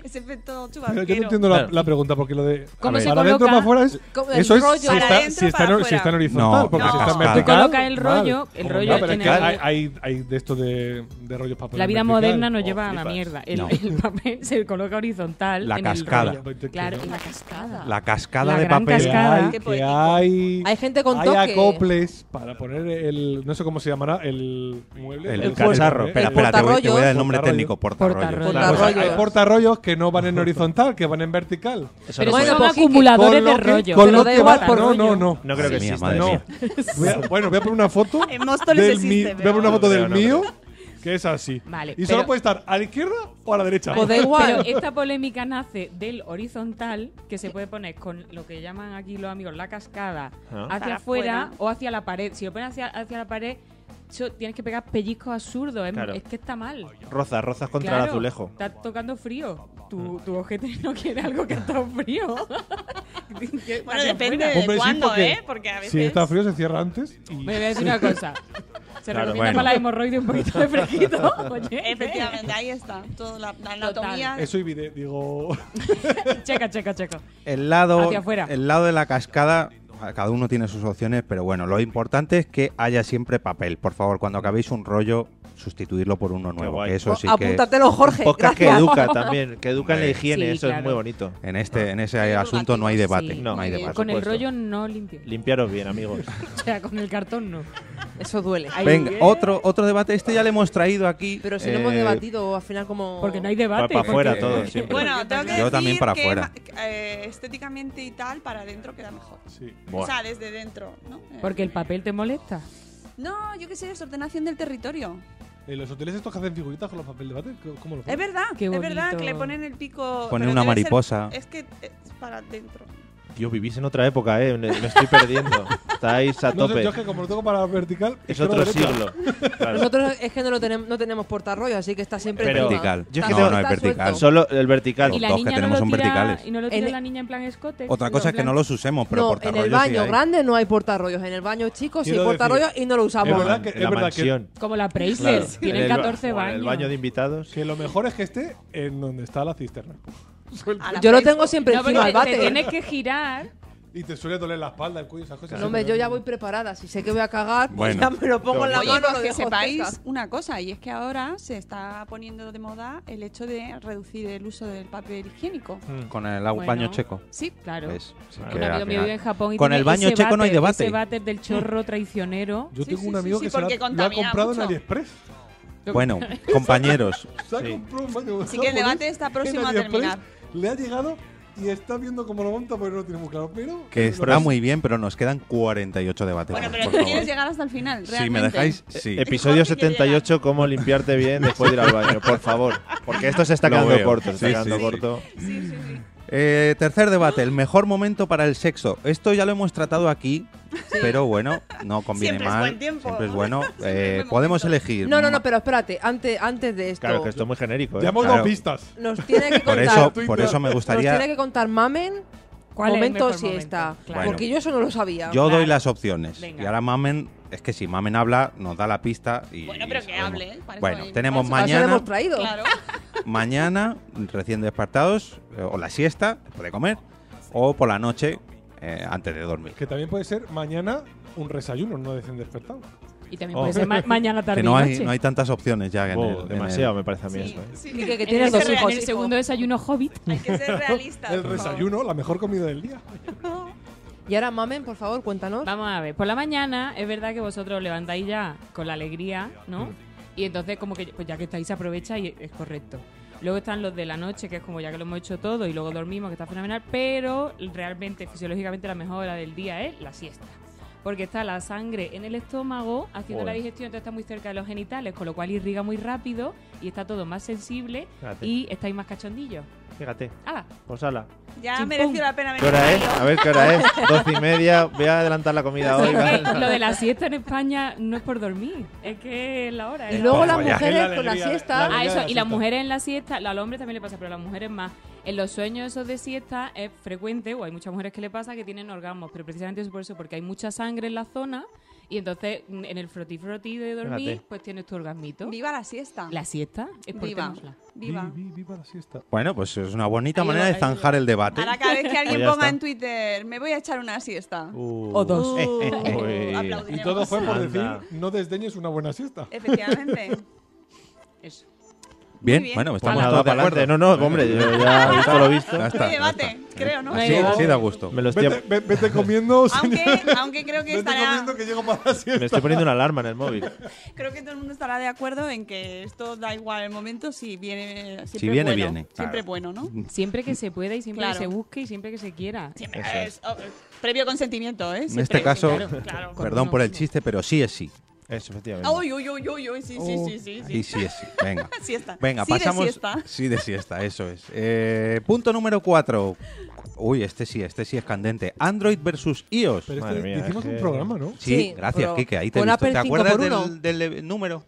Speaker 3: Ese efecto
Speaker 4: Pero yo no
Speaker 3: chubasquero.
Speaker 4: entiendo la,
Speaker 6: Claro.
Speaker 4: la pregunta, porque lo de
Speaker 5: ¿Cómo
Speaker 4: a
Speaker 5: se
Speaker 4: para adentro
Speaker 5: coloca?
Speaker 4: para afuera es.
Speaker 9: Como el
Speaker 4: Eso es
Speaker 9: rollo.
Speaker 4: si
Speaker 3: Para
Speaker 4: está,
Speaker 3: adentro,
Speaker 4: si, está
Speaker 3: para
Speaker 4: en, si está en
Speaker 3: afuera.
Speaker 4: horizontal,
Speaker 2: No,
Speaker 4: porque si
Speaker 3: no,
Speaker 4: está en
Speaker 2: claro.
Speaker 4: vertical.
Speaker 5: Coloca el rollo,
Speaker 4: mal.
Speaker 5: el
Speaker 4: No,
Speaker 5: rollo
Speaker 4: pero es
Speaker 5: en
Speaker 4: que
Speaker 5: el-
Speaker 4: hay, hay, hay de esto de, de rollos papel.
Speaker 5: La vida
Speaker 4: vertical.
Speaker 5: moderna
Speaker 6: Oh,
Speaker 5: nos lleva a la
Speaker 6: flipas.
Speaker 5: mierda. El,
Speaker 2: No.
Speaker 5: el papel se coloca horizontal.
Speaker 2: La
Speaker 5: en
Speaker 2: cascada.
Speaker 5: El rollo. Claro, la cascada.
Speaker 2: La cascada
Speaker 5: La
Speaker 2: de
Speaker 5: gran
Speaker 2: papel.
Speaker 5: cascada. Cascada.
Speaker 3: Qué
Speaker 4: Que hay, que
Speaker 3: poético.
Speaker 4: hay,
Speaker 9: Hay gente con
Speaker 4: hay
Speaker 9: toque.
Speaker 4: acoples para poner el. No sé cómo se llamará, el mueble.
Speaker 2: El,
Speaker 4: cacharro.
Speaker 2: cacharro. Espera, espera, te voy, te voy a dar el nombre
Speaker 4: Portarrollo.
Speaker 2: técnico. Portarrollo.
Speaker 5: Portarrollo.
Speaker 6: Claro,
Speaker 9: Portarrollo.
Speaker 4: Hay portarrollos que no van en horizontal, que van en vertical.
Speaker 6: Eso
Speaker 5: Pero
Speaker 6: no
Speaker 5: esos
Speaker 9: Bueno,
Speaker 6: puede.
Speaker 5: son
Speaker 9: pues, Kiki,
Speaker 5: acumuladores
Speaker 4: Con lo
Speaker 5: de
Speaker 4: que-
Speaker 5: rollo.
Speaker 4: Con
Speaker 9: Pero
Speaker 4: lo
Speaker 9: da
Speaker 4: que
Speaker 9: igual,
Speaker 4: va-
Speaker 9: por
Speaker 4: No, no,
Speaker 9: rollo.
Speaker 4: no.
Speaker 6: No creo
Speaker 2: Madre
Speaker 6: que
Speaker 2: mía,
Speaker 6: exista.
Speaker 2: madre
Speaker 4: no.
Speaker 2: mía.
Speaker 4: Voy a- bueno, voy a poner una foto
Speaker 3: En Móstoles
Speaker 4: del mi-
Speaker 3: existe.
Speaker 4: voy a poner una foto
Speaker 6: No,
Speaker 4: del
Speaker 6: no,
Speaker 4: mío,
Speaker 6: no.
Speaker 4: que es así.
Speaker 5: Vale,
Speaker 4: y solo
Speaker 5: pero-
Speaker 4: puede estar a la izquierda o a la derecha.
Speaker 9: Pues da igual.
Speaker 5: Pero esta polémica nace del horizontal, que se puede poner con lo que llaman aquí los amigos la cascada,
Speaker 6: Ah.
Speaker 5: hacia
Speaker 3: Para
Speaker 5: afuera
Speaker 3: afuera.
Speaker 5: o hacia la pared. Si lo pones hacia, hacia la pared, eso tienes que pegar pellizcos absurdos. Es,
Speaker 6: Claro.
Speaker 5: es que está mal.
Speaker 6: Rozas, rozas contra
Speaker 5: Claro,
Speaker 6: el azulejo.
Speaker 5: Está tocando frío. Tu, tu ojete no quiere algo que está frío. Que-
Speaker 3: Bueno,
Speaker 5: hacia
Speaker 3: depende
Speaker 5: afuera.
Speaker 3: de
Speaker 4: Hombre, sí,
Speaker 3: cuándo,
Speaker 4: porque
Speaker 3: ¿eh? Porque a veces...
Speaker 4: Si está frío, se cierra antes. Y...
Speaker 5: Me voy a decir una cosa. Se
Speaker 6: Claro,
Speaker 5: recomienda
Speaker 6: bueno.
Speaker 5: para la hemorroide un poquito de fresquito. Oye, ¿qué?
Speaker 3: Efectivamente, ahí está. Toda la, la anatomía.
Speaker 4: Eso y vide- digo.
Speaker 5: Checa, checa, checa.
Speaker 2: Ah, El lado,
Speaker 5: Hacia afuera.
Speaker 2: el lado de la cascada, cada uno tiene sus opciones, pero bueno, lo importante es que haya siempre papel. Por favor, cuando acabéis un rollo, sustituirlo por uno nuevo.
Speaker 6: guay.
Speaker 2: que eso sí que
Speaker 9: Pues Apúntatelo, Jorge.
Speaker 6: Podcast que
Speaker 9: gracias.
Speaker 6: educa también, que educa en la
Speaker 2: Sí,
Speaker 6: higiene, eso es
Speaker 5: claro.
Speaker 6: muy bonito.
Speaker 2: en este, en ese asunto no hay debate.
Speaker 5: Sí,
Speaker 2: no hay
Speaker 5: eh,
Speaker 2: debate.
Speaker 5: Con el
Speaker 6: supuesto.
Speaker 5: rollo no limpio.
Speaker 6: Limpiaros bien, amigos.
Speaker 5: O sea, con el cartón no.
Speaker 9: Eso duele.
Speaker 5: Ahí-
Speaker 2: Venga, otro, otro debate. Este ya le hemos traído aquí.
Speaker 9: Pero si no hemos
Speaker 2: eh,
Speaker 9: debatido al final como...
Speaker 5: Porque no hay
Speaker 6: Para
Speaker 5: debate.
Speaker 6: afuera
Speaker 5: porque-
Speaker 6: todo, siempre.
Speaker 3: Bueno, tengo que
Speaker 2: Yo
Speaker 3: decir
Speaker 2: también para
Speaker 3: que
Speaker 2: afuera.
Speaker 3: ma- que, eh, estéticamente y tal, para adentro queda mejor.
Speaker 4: Sí.
Speaker 6: Buah.
Speaker 3: O sea, desde dentro, ¿no? Eh,
Speaker 5: Porque el papel te molesta.
Speaker 3: No, yo qué sé, desordenación del territorio.
Speaker 4: En los hoteles estos que hacen figuritas con los papel de bate, ¿cómo lo
Speaker 3: Es
Speaker 4: ponen?
Speaker 3: verdad,
Speaker 5: Qué
Speaker 3: es verdad
Speaker 5: bonito.
Speaker 3: que le ponen el pico...
Speaker 2: Ponen
Speaker 3: pero
Speaker 2: una
Speaker 3: debe ser-
Speaker 2: mariposa.
Speaker 3: es que es para adentro.
Speaker 6: Dios, vivís en otra época, eh. Me me estoy perdiendo. Estáis a
Speaker 4: No sé,
Speaker 6: tope.
Speaker 4: yo es que como lo tengo para vertical.
Speaker 6: Es
Speaker 4: izquierda,
Speaker 6: otro
Speaker 4: derecha.
Speaker 6: siglo. Claro.
Speaker 9: Nosotros es que no, lo tenemos, no tenemos portarrollo, así que está siempre
Speaker 6: Pero-
Speaker 2: Vertical.
Speaker 6: Yo es que
Speaker 2: No,
Speaker 6: tengo-
Speaker 2: no es
Speaker 9: está
Speaker 2: vertical.
Speaker 9: suelto.
Speaker 6: Solo el vertical.
Speaker 2: Los
Speaker 5: Y la
Speaker 2: dos que
Speaker 5: niña no
Speaker 2: tenemos
Speaker 5: lo
Speaker 2: son
Speaker 5: tira-
Speaker 2: verticales.
Speaker 5: Y no lo tira
Speaker 9: En-
Speaker 5: la niña en plan escote.
Speaker 2: Otra cosa es que no los usemos, pero
Speaker 9: ¿eh? No, en
Speaker 2: portarrollos
Speaker 9: el
Speaker 2: sí
Speaker 9: baño
Speaker 2: hay.
Speaker 9: grande no hay portarrollos. En el baño chico sí hay
Speaker 4: Quiero decir,
Speaker 9: portarrollos y no lo
Speaker 4: es
Speaker 9: usamos.
Speaker 4: verdad que-
Speaker 6: En
Speaker 4: es
Speaker 6: la
Speaker 4: verdad que-
Speaker 6: mansión.
Speaker 5: Como la Praiser.
Speaker 6: Claro.
Speaker 5: Tienen
Speaker 6: En el ba-
Speaker 5: 14
Speaker 6: o en
Speaker 5: baños.
Speaker 6: El baño de invitados.
Speaker 4: Que lo mejor es que esté en donde está la cisterna.
Speaker 3: A la
Speaker 9: Yo lo
Speaker 3: Facebook.
Speaker 9: tengo siempre
Speaker 5: No, porque
Speaker 9: encima al
Speaker 5: te- te
Speaker 9: bate.
Speaker 5: tienes que girar.
Speaker 4: Y te suele doler la espalda, el cuello, esas cosas.
Speaker 9: No, hombre, yo ya voy preparada. Si sé que voy a cagar, pues
Speaker 2: Bueno.
Speaker 9: ya me lo pongo en la
Speaker 6: Oye,
Speaker 9: mano.
Speaker 3: Oye,
Speaker 9: lo
Speaker 3: que
Speaker 9: dejo cerca.
Speaker 3: sepáis una cosa, y es que ahora se está poniendo de moda el hecho de reducir el uso del papel higiénico.
Speaker 2: Mm. Con el agua- baño
Speaker 5: Bueno.
Speaker 2: checo.
Speaker 5: Sí, claro.
Speaker 2: Pues, sí
Speaker 5: Un
Speaker 2: que al
Speaker 5: amigo mío
Speaker 2: final-
Speaker 5: vive en Japón y
Speaker 2: Con
Speaker 5: tiene
Speaker 2: el baño
Speaker 5: ese
Speaker 2: checo no hay
Speaker 5: váter,
Speaker 2: debate.
Speaker 5: Ese váter del chorro traicionero.
Speaker 4: Yo
Speaker 3: Sí,
Speaker 4: tengo
Speaker 3: sí,
Speaker 4: un
Speaker 3: sí,
Speaker 4: amigo
Speaker 3: sí,
Speaker 4: que se lo ha-
Speaker 3: porque
Speaker 4: lo ha
Speaker 3: contamina
Speaker 4: comprado en
Speaker 3: mucho.
Speaker 4: AliExpress.
Speaker 2: Bueno, compañeros,
Speaker 4: Se ha
Speaker 6: Sí.
Speaker 4: comprado un baño
Speaker 3: Así que el
Speaker 4: japonés
Speaker 3: debate está
Speaker 4: en
Speaker 3: próximo a
Speaker 4: AliExpress,
Speaker 3: terminar.
Speaker 4: Le ha llegado y está viendo cómo lo monta, pero no lo tiene muy claro. Pero
Speaker 2: que
Speaker 4: pero
Speaker 2: está muy bien, pero nos quedan 48 debates.
Speaker 3: Bueno,
Speaker 2: más,
Speaker 3: pero
Speaker 2: por
Speaker 3: si
Speaker 2: favor.
Speaker 3: quieres llegar hasta el final, realmente.
Speaker 2: Si me dejáis, sí.
Speaker 6: Episodio
Speaker 3: Jorge quiere
Speaker 6: 78, cómo limpiarte bien después de ir al baño, por favor. Porque esto se está
Speaker 2: Lo
Speaker 6: quedando
Speaker 2: veo.
Speaker 6: corto, se está
Speaker 2: Sí,
Speaker 6: quedando
Speaker 2: sí, sí.
Speaker 6: corto.
Speaker 3: Sí, sí, sí.
Speaker 2: Eh, tercer debate, el mejor momento para el sexo. Esto ya lo hemos tratado aquí, pero bueno, no conviene
Speaker 3: Siempre es
Speaker 2: mal.
Speaker 3: buen tiempo.
Speaker 2: Siempre es bueno.
Speaker 3: Siempre
Speaker 2: Eh,
Speaker 3: es buen momento.
Speaker 2: podemos elegir.
Speaker 9: No, no, no, pero espérate. Antes, antes de esto,
Speaker 6: Claro, que esto es muy genérico,
Speaker 4: Ya
Speaker 6: ¿eh?
Speaker 4: hemos
Speaker 2: Claro.
Speaker 4: dado pistas.
Speaker 9: nos tiene que
Speaker 2: Por
Speaker 9: contar...
Speaker 2: eso, por eso me
Speaker 9: Nos
Speaker 2: gustaría.
Speaker 9: tiene que contar Mamen
Speaker 5: ¿Cuál es el
Speaker 9: momento
Speaker 5: mejor
Speaker 9: siesta.
Speaker 5: momento? Claro.
Speaker 9: Porque yo eso no lo sabía.
Speaker 2: Yo doy
Speaker 5: Claro.
Speaker 2: las opciones.
Speaker 5: Venga.
Speaker 2: Y ahora Mamen es que si Mamen habla, nos da la pista y.
Speaker 3: Bueno, pero que
Speaker 2: sabemos.
Speaker 3: hable, para eso
Speaker 2: Bueno,
Speaker 3: hay-
Speaker 2: tenemos
Speaker 9: Para eso lo
Speaker 2: mañana,
Speaker 9: hemos traído.
Speaker 3: Claro.
Speaker 2: mañana, recién despertados, eh, o la siesta, después de comer, o por la noche, eh, antes de dormir.
Speaker 4: Que también puede ser mañana un desayuno, no decen despertado.
Speaker 5: Y también
Speaker 2: Oh.
Speaker 5: puede ser ma- mañana tarde.
Speaker 2: Que no
Speaker 5: y
Speaker 2: hay,
Speaker 5: noche.
Speaker 2: no hay tantas opciones ya. en
Speaker 6: Wow,
Speaker 2: el- en el-
Speaker 6: demasiado me parece a mí eso. ¿eh?
Speaker 9: Que- que
Speaker 5: En
Speaker 9: tienes
Speaker 5: el
Speaker 9: dos
Speaker 5: segundo-
Speaker 9: hijos.
Speaker 5: En el segundo desayuno hobbit.
Speaker 3: Hay que ser realistas.
Speaker 4: El
Speaker 3: por favor.
Speaker 4: desayuno, la mejor comida del día.
Speaker 9: Y ahora, mamen, por favor, cuéntanos.
Speaker 5: Vamos a ver, por la mañana es verdad que vosotros os levantáis ya con la alegría, ¿no?
Speaker 6: Mm.
Speaker 5: Y entonces como que pues ya que estáis aprovecha y es correcto. Luego están los de la noche, que es como ya que lo hemos hecho todo y luego dormimos, que está fenomenal, pero realmente fisiológicamente la mejor hora del día es la siesta. Porque está la sangre en el estómago haciendo la
Speaker 6: Joder.
Speaker 5: digestión, entonces está muy cerca de los genitales, con lo cual irriga muy rápido y está todo más sensible
Speaker 6: Fíjate,
Speaker 5: y estáis más cachondillos.
Speaker 6: fíjate.
Speaker 5: ¡Hala!
Speaker 6: Pues ala.
Speaker 3: Ya
Speaker 5: Chimpún.
Speaker 3: mereció la pena
Speaker 6: ¿Qué
Speaker 3: venir.
Speaker 6: hora es?
Speaker 3: Mario.
Speaker 6: A ver qué hora es. Doce y media. Voy a adelantar la comida hoy.
Speaker 5: Es que
Speaker 6: ¿vale?
Speaker 5: lo de la siesta en España no es por dormir, es que es la hora. es
Speaker 9: Y
Speaker 5: la
Speaker 9: luego
Speaker 5: hora.
Speaker 9: las
Speaker 2: Vaya.
Speaker 9: mujeres con la
Speaker 4: alegría,
Speaker 9: siesta.
Speaker 4: la
Speaker 5: Ah, eso.
Speaker 4: de la
Speaker 5: Y las
Speaker 4: siesta.
Speaker 5: mujeres en la siesta, al hombre también le pasa, pero a las mujeres más. En los sueños esos de siesta es frecuente, o hay muchas mujeres que le pasa, que tienen orgasmos, pero precisamente es por eso, porque hay mucha sangre en la zona y entonces mm, en el frotí frotí de dormir,
Speaker 6: Fíjate.
Speaker 5: pues tienes tu orgasmito.
Speaker 3: Viva la siesta.
Speaker 5: La siesta es por
Speaker 3: Viva.
Speaker 5: tenosla.
Speaker 3: Viva.
Speaker 4: Vi- vi- viva la siesta.
Speaker 2: Bueno, pues es una bonita
Speaker 5: Ahí
Speaker 2: manera
Speaker 5: lo-
Speaker 2: de
Speaker 5: ahí
Speaker 2: zanjar el debate.
Speaker 3: Ahora cada vez que alguien
Speaker 6: Pues ya
Speaker 3: ponga
Speaker 6: está.
Speaker 3: en Twitter, me voy a echar una siesta.
Speaker 6: Uh,
Speaker 5: O dos.
Speaker 3: Uh,
Speaker 6: Uy.
Speaker 4: Y todo fue por
Speaker 6: Anda.
Speaker 4: decir, no desdeñes una buena siesta.
Speaker 3: Efectivamente.
Speaker 5: Eso.
Speaker 2: Bien,
Speaker 3: bien.
Speaker 2: bueno,
Speaker 6: Pues
Speaker 2: estamos
Speaker 6: nada,
Speaker 2: todos de
Speaker 6: para
Speaker 2: acuerdo.
Speaker 6: adelante. No, no, hombre, yo ya he visto lo visto.
Speaker 2: Ya está,
Speaker 3: No
Speaker 2: ya
Speaker 3: hay debate,
Speaker 2: está.
Speaker 3: creo,
Speaker 6: Ah,
Speaker 3: ¿no?
Speaker 5: No hay
Speaker 2: Así,
Speaker 5: debate.
Speaker 2: así da gusto.
Speaker 6: Me lo estoy,
Speaker 4: Vete, ve- vete comiendo,
Speaker 3: Aunque,
Speaker 4: señor.
Speaker 3: aunque creo que
Speaker 4: Vete
Speaker 3: estará,
Speaker 4: comiendo que llego para la siesta.
Speaker 6: me estoy poniendo una alarma en el móvil.
Speaker 3: creo que todo el mundo estará de acuerdo en que esto da igual el momento si viene siempre
Speaker 2: Si viene,
Speaker 3: bueno,
Speaker 2: viene,
Speaker 3: siempre
Speaker 2: claro.
Speaker 3: bueno, ¿no?
Speaker 5: Siempre que se pueda y siempre
Speaker 3: Claro.
Speaker 5: que se busque y siempre que se quiera.
Speaker 3: Siempre
Speaker 6: Eso
Speaker 3: es, oh, previo consentimiento, ¿eh?
Speaker 2: En
Speaker 3: Siempre.
Speaker 2: este caso,
Speaker 3: claro, claro.
Speaker 2: perdón por el chiste, pero sí es sí.
Speaker 6: Eso, efectivamente.
Speaker 3: Ay, uy, uy, uy, uy, sí, sí, sí, sí,
Speaker 2: Aquí
Speaker 3: sí.
Speaker 2: Uh, sí es sí. Venga.
Speaker 3: Siesta.
Speaker 2: Venga,
Speaker 3: Sí de
Speaker 2: pasamos.
Speaker 3: siesta.
Speaker 2: Sí, de siesta, eso es. Eh, punto número 4. Uy, este sí, este sí es candente. Android versus iOS.
Speaker 4: Pero
Speaker 6: Madre
Speaker 4: este,
Speaker 6: mía,
Speaker 4: hicimos
Speaker 6: es
Speaker 4: un
Speaker 6: que-
Speaker 4: programa, ¿no?
Speaker 2: Sí,
Speaker 9: Sí,
Speaker 2: gracias,
Speaker 9: pero
Speaker 2: Kike. Ahí te he
Speaker 9: con
Speaker 2: visto.
Speaker 9: Apple
Speaker 2: ¿Te
Speaker 9: 5
Speaker 2: acuerdas
Speaker 9: por uno?
Speaker 2: del, del, eh, número?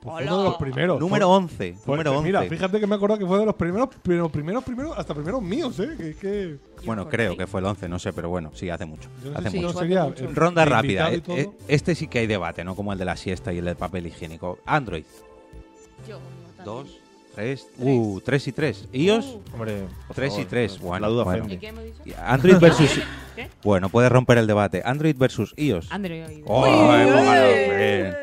Speaker 4: Pues fue uno de los primeros.
Speaker 2: número
Speaker 4: Fue-
Speaker 2: 11.
Speaker 4: fue-
Speaker 2: número 11.
Speaker 4: Mira, fíjate que me acuerdo que fue de los primeros, pero primeros, primeros, hasta primeros míos, ¿eh? Que, que
Speaker 2: Bueno, creo que fue el 11, no sé, pero bueno, sí, hace mucho.
Speaker 4: yo no
Speaker 2: Hace
Speaker 4: sé si
Speaker 2: mucho.
Speaker 4: no
Speaker 9: mucho.
Speaker 4: sería.
Speaker 9: Hace mucho.
Speaker 4: eh,
Speaker 2: Ronda
Speaker 4: invitado
Speaker 2: rápida.
Speaker 4: y
Speaker 2: Eh,
Speaker 4: todo.
Speaker 2: eh, Este sí que hay debate, ¿no? Como el de la siesta y el del papel higiénico. Android.
Speaker 3: Yo,
Speaker 2: Dos, tres. Uh, tres y tres. IOS.
Speaker 6: Hombre, por
Speaker 2: Tres y
Speaker 6: favor,
Speaker 2: tres,
Speaker 6: no,
Speaker 2: bueno,
Speaker 6: la duda
Speaker 2: bueno.
Speaker 5: ¿Y
Speaker 6: ofende.
Speaker 5: qué hemos dicho?
Speaker 2: y Android versus.
Speaker 5: ¿Qué?
Speaker 2: Bueno, puede romper el debate. Android versus IOS.
Speaker 5: Android. oído.
Speaker 2: Oh, hemos ganado, bien.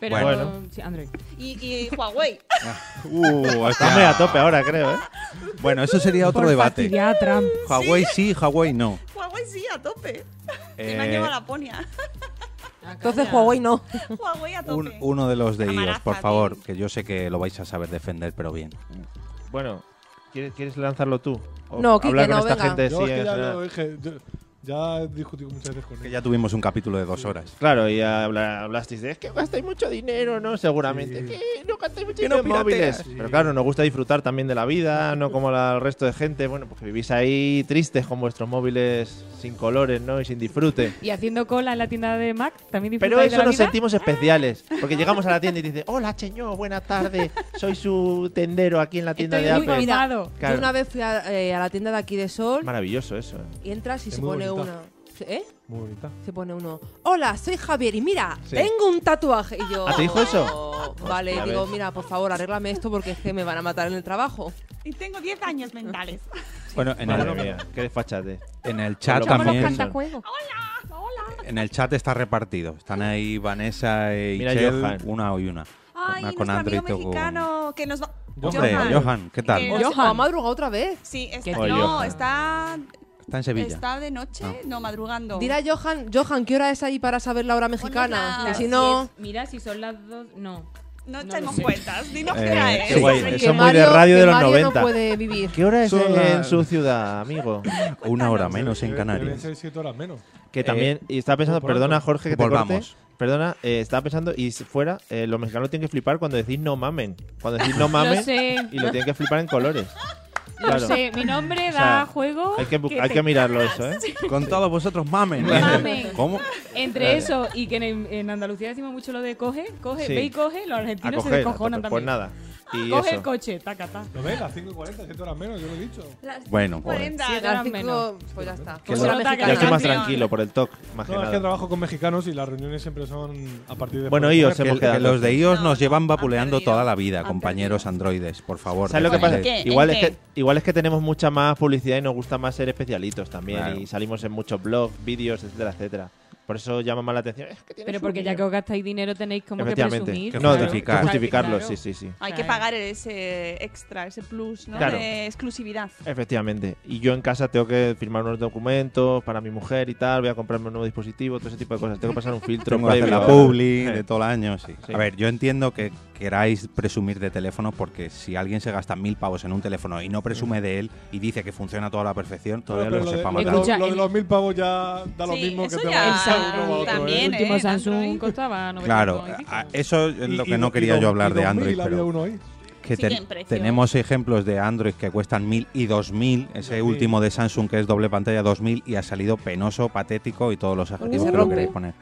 Speaker 5: pero
Speaker 6: bueno.
Speaker 5: sí, Android.
Speaker 3: Y, y Huawei.
Speaker 6: Ah.
Speaker 2: Uh,
Speaker 6: Está muy a tope ahora, creo, ¿eh?
Speaker 2: Bueno, eso sería otro
Speaker 5: Por
Speaker 2: debate.
Speaker 5: fastidiar a Trump.
Speaker 2: Huawei sí, Huawei no.
Speaker 3: Huawei sí, a tope. Y me han
Speaker 2: Eh,
Speaker 3: llevado a Laponia.
Speaker 9: Entonces, Huawei no.
Speaker 3: Huawei a
Speaker 2: un-
Speaker 3: tope.
Speaker 2: uno de los de iOS,
Speaker 3: Camarázate.
Speaker 2: por favor, que yo sé que lo vais a saber defender, pero bien.
Speaker 6: Bueno, ¿quieres, quieres lanzarlo tú? O
Speaker 9: No, Quique,
Speaker 6: hablar con
Speaker 9: no,
Speaker 6: esta
Speaker 9: venga.
Speaker 6: gente,
Speaker 4: Yo
Speaker 6: sí,
Speaker 4: es que
Speaker 6: o
Speaker 4: ya
Speaker 6: sea,
Speaker 4: lo dije. yo- ya he discutido muchas veces con
Speaker 2: Que
Speaker 4: él.
Speaker 2: ya tuvimos un capítulo de dos horas.
Speaker 6: Claro, y habla- hablasteis de es que gastáis mucho dinero, ¿no? Seguramente.
Speaker 4: Sí.
Speaker 6: Que no gastáis mucho
Speaker 2: Que no
Speaker 6: dinero en móviles.
Speaker 2: pirateas.
Speaker 6: Pero claro, nos gusta disfrutar también de la vida, no como la- el resto de gente. Bueno, pues que vivís ahí tristes con vuestros móviles sin colores, ¿no? Y sin disfrute.
Speaker 5: Y haciendo cola en la tienda de Mac también
Speaker 6: Pero
Speaker 5: disfrutáis de
Speaker 6: eso
Speaker 5: la
Speaker 6: nos
Speaker 5: vida?
Speaker 6: sentimos especiales. Porque llegamos a la tienda y dice, hola, señor, buena tarde. Soy su tendero aquí en la tienda
Speaker 5: Estoy
Speaker 6: de
Speaker 5: muy
Speaker 6: Apple.
Speaker 5: mamado.
Speaker 6: Claro.
Speaker 9: Yo una vez fui a, eh, a la tienda de aquí de Sol
Speaker 6: Maravilloso eso. ¿eh?
Speaker 9: y entras y
Speaker 4: Es
Speaker 9: se
Speaker 4: muy
Speaker 9: pone
Speaker 4: bonita.
Speaker 9: una. ¿Eh?
Speaker 4: Muy bonita.
Speaker 9: Se pone uno. Hola, soy Javier y mira,
Speaker 6: Sí.
Speaker 9: tengo un tatuaje. Y yo.
Speaker 6: ¿Ah, te dijo eso?
Speaker 9: "Oh, Vale,
Speaker 6: Hostia,
Speaker 9: digo,
Speaker 6: ves.
Speaker 9: mira, por favor, arréglame esto porque es que me van a matar en el trabajo.
Speaker 3: Y tengo 10 años mentales.
Speaker 2: Bueno, en
Speaker 6: Madre
Speaker 2: el,
Speaker 6: mía, qué desfachate.
Speaker 2: en el chat
Speaker 6: Somos los
Speaker 2: también.
Speaker 5: cantajuegos.
Speaker 2: En el chat está repartido. Están ahí Vanessa y
Speaker 6: Mira,
Speaker 2: Chel,
Speaker 6: Johan.
Speaker 2: una y una.
Speaker 3: Ay,
Speaker 2: una
Speaker 3: nuestro amigo mexicano que nos va...
Speaker 2: Hombre,
Speaker 3: Johan.
Speaker 2: Johan, ¿qué tal?
Speaker 3: Que
Speaker 9: O
Speaker 3: nos-
Speaker 9: sea, ha madrugado otra vez.
Speaker 3: Sí, está,
Speaker 6: Oh,
Speaker 3: no,
Speaker 6: Johan. Ah.
Speaker 3: está,
Speaker 2: Está en Sevilla.
Speaker 3: está de noche, no, madrugando.
Speaker 9: Dirá Johan, Johan, ¿qué hora es ahí para saber la hora mexicana?
Speaker 3: Hola.
Speaker 9: Que si
Speaker 5: Las
Speaker 9: no.
Speaker 5: diez. Mira, si son las dos. No.
Speaker 3: no
Speaker 5: no lo
Speaker 3: echemos
Speaker 5: sé.
Speaker 3: cuentas, dinos
Speaker 2: Eh,
Speaker 3: qué hora
Speaker 2: qué
Speaker 3: es.
Speaker 6: Qué guay,
Speaker 9: que
Speaker 6: eso es muy de
Speaker 9: Mario-
Speaker 6: radio
Speaker 9: que
Speaker 6: de los
Speaker 9: Mario
Speaker 6: 90.
Speaker 9: no puede vivir.
Speaker 6: ¿Qué hora es
Speaker 2: Son
Speaker 6: en
Speaker 2: las-
Speaker 6: su ciudad, amigo?
Speaker 2: Una hora
Speaker 3: Cuéntanos.
Speaker 2: menos en
Speaker 4: Debe- eh, Deben
Speaker 2: Canarias.
Speaker 4: ser siete horas menos. Eh,
Speaker 6: Que también,
Speaker 5: Eh,
Speaker 6: y estaba pensando,
Speaker 4: pronto.
Speaker 6: perdona Jorge que te
Speaker 2: Volvamos.
Speaker 6: corte. Perdona, eh, estaba pensando, y si fuera, eh, los mexicanos tienen que flipar cuando decís no mamen. Cuando decís no
Speaker 5: Lo
Speaker 6: mamen,
Speaker 5: sé.
Speaker 6: y lo tienen que flipar en colores.
Speaker 5: Lo
Speaker 6: Claro.
Speaker 5: sé. Mi nombre
Speaker 6: O
Speaker 5: da
Speaker 6: sea,
Speaker 5: juego.
Speaker 6: Hay que, bu- hay
Speaker 5: te-
Speaker 6: que mirarlo eso, ¿eh?
Speaker 2: Con todos vosotros, mamen.
Speaker 5: Mamen.
Speaker 2: ¿Cómo?
Speaker 5: Entre eso y que en, en Andalucía decimos mucho lo de coge, coge,
Speaker 6: Sí.
Speaker 5: ve y coge, los
Speaker 6: A
Speaker 5: argentinos se
Speaker 6: coger, a
Speaker 5: descojonan
Speaker 6: tope.
Speaker 5: también. Ah,
Speaker 6: pues nada. Y
Speaker 5: Coge
Speaker 6: eso.
Speaker 5: el coche, taca, taca.
Speaker 4: ¿Lo ves? Las 5.40, 7 horas menos, yo lo he dicho.
Speaker 6: Bueno, joder.
Speaker 3: 40,
Speaker 5: Sí,
Speaker 9: Las
Speaker 5: horas
Speaker 9: cinco-
Speaker 5: menos.
Speaker 9: Pues ya está.
Speaker 6: Que
Speaker 5: Pues
Speaker 6: lo-
Speaker 5: se nota que
Speaker 6: yo
Speaker 5: la
Speaker 6: estoy más
Speaker 3: canción-
Speaker 6: tranquilo por el TOC, más que
Speaker 4: No, es que
Speaker 6: nada.
Speaker 4: trabajo con mexicanos y las reuniones siempre son a partir de.
Speaker 6: Bueno, ellos
Speaker 2: Que,
Speaker 6: hemos
Speaker 2: que
Speaker 6: quedado.
Speaker 2: los de iOS nos llevan
Speaker 3: han
Speaker 2: vapuleando
Speaker 3: perdido,
Speaker 2: toda la vida,
Speaker 3: han
Speaker 2: compañeros androides, por favor.
Speaker 6: ¿Sabes lo que pasa?
Speaker 3: ¿En qué? ¿En
Speaker 6: Igual es
Speaker 3: qué?
Speaker 6: que, igual es que tenemos mucha más publicidad y nos gusta más ser especialitos también.
Speaker 2: Claro.
Speaker 6: Y salimos en muchos blogs, vídeos, etcétera, etcétera. Por eso llama más la atención. Es que tienes
Speaker 5: Pero porque
Speaker 6: un
Speaker 5: ya que
Speaker 6: niño.
Speaker 5: os gastáis dinero tenéis como que
Speaker 6: Efectivamente.
Speaker 5: presumir.
Speaker 2: que
Speaker 6: no,
Speaker 5: claro.
Speaker 2: justificar.
Speaker 5: Claro,
Speaker 6: justificarlo,
Speaker 5: claro.
Speaker 6: sí, sí, sí.
Speaker 3: Hay que
Speaker 5: Claro.
Speaker 3: pagar ese extra, ese plus, ¿no?
Speaker 6: Claro.
Speaker 3: De exclusividad.
Speaker 6: Efectivamente. Y yo en casa tengo que firmar unos documentos para mi mujer y tal. Voy a comprarme un nuevo dispositivo, todo ese tipo de cosas. Tengo que pasar un filtro
Speaker 2: Tengo que hacer
Speaker 6: previo.
Speaker 2: la publi
Speaker 6: Eh,
Speaker 2: de todo el año, sí.
Speaker 6: Sí.
Speaker 2: A ver, yo entiendo que queráis presumir de teléfono porque si alguien se gasta mil pavos en un teléfono y no presume de él y dice que funciona a toda la perfección, todavía
Speaker 4: Pero
Speaker 2: lo
Speaker 4: de-
Speaker 2: sepa
Speaker 4: lo, de,
Speaker 2: matar.
Speaker 5: Escucha,
Speaker 4: lo de
Speaker 5: el-
Speaker 4: los mil pavos ya da lo
Speaker 3: Sí,
Speaker 4: mismo que
Speaker 3: eso
Speaker 4: te
Speaker 3: ya-
Speaker 5: El
Speaker 4: va
Speaker 5: Sam-
Speaker 4: de uno para otro,
Speaker 5: el
Speaker 3: también,
Speaker 4: ¿eh?
Speaker 3: ¿eh?
Speaker 5: último
Speaker 3: en
Speaker 5: Samsung
Speaker 3: Android.
Speaker 5: costaba 900
Speaker 2: Claro,
Speaker 5: y pico.
Speaker 2: a- eso es lo
Speaker 4: Y-
Speaker 2: que
Speaker 4: y-
Speaker 2: no
Speaker 4: y
Speaker 2: quería
Speaker 4: dos-
Speaker 2: yo
Speaker 4: y
Speaker 2: hablar de
Speaker 4: dos mil
Speaker 2: Android,
Speaker 4: había
Speaker 2: pero
Speaker 4: uno ahí.
Speaker 2: que
Speaker 3: Sí,
Speaker 2: te-
Speaker 3: que en precio.
Speaker 2: tenemos ejemplos de Android que cuestan mil y dos mil, ese
Speaker 4: mil.
Speaker 2: último de Samsung que es doble pantalla dos mil y ha salido penoso, patético y todos los adjetivos
Speaker 9: se
Speaker 2: que lo
Speaker 9: rompe.
Speaker 2: queréis poner.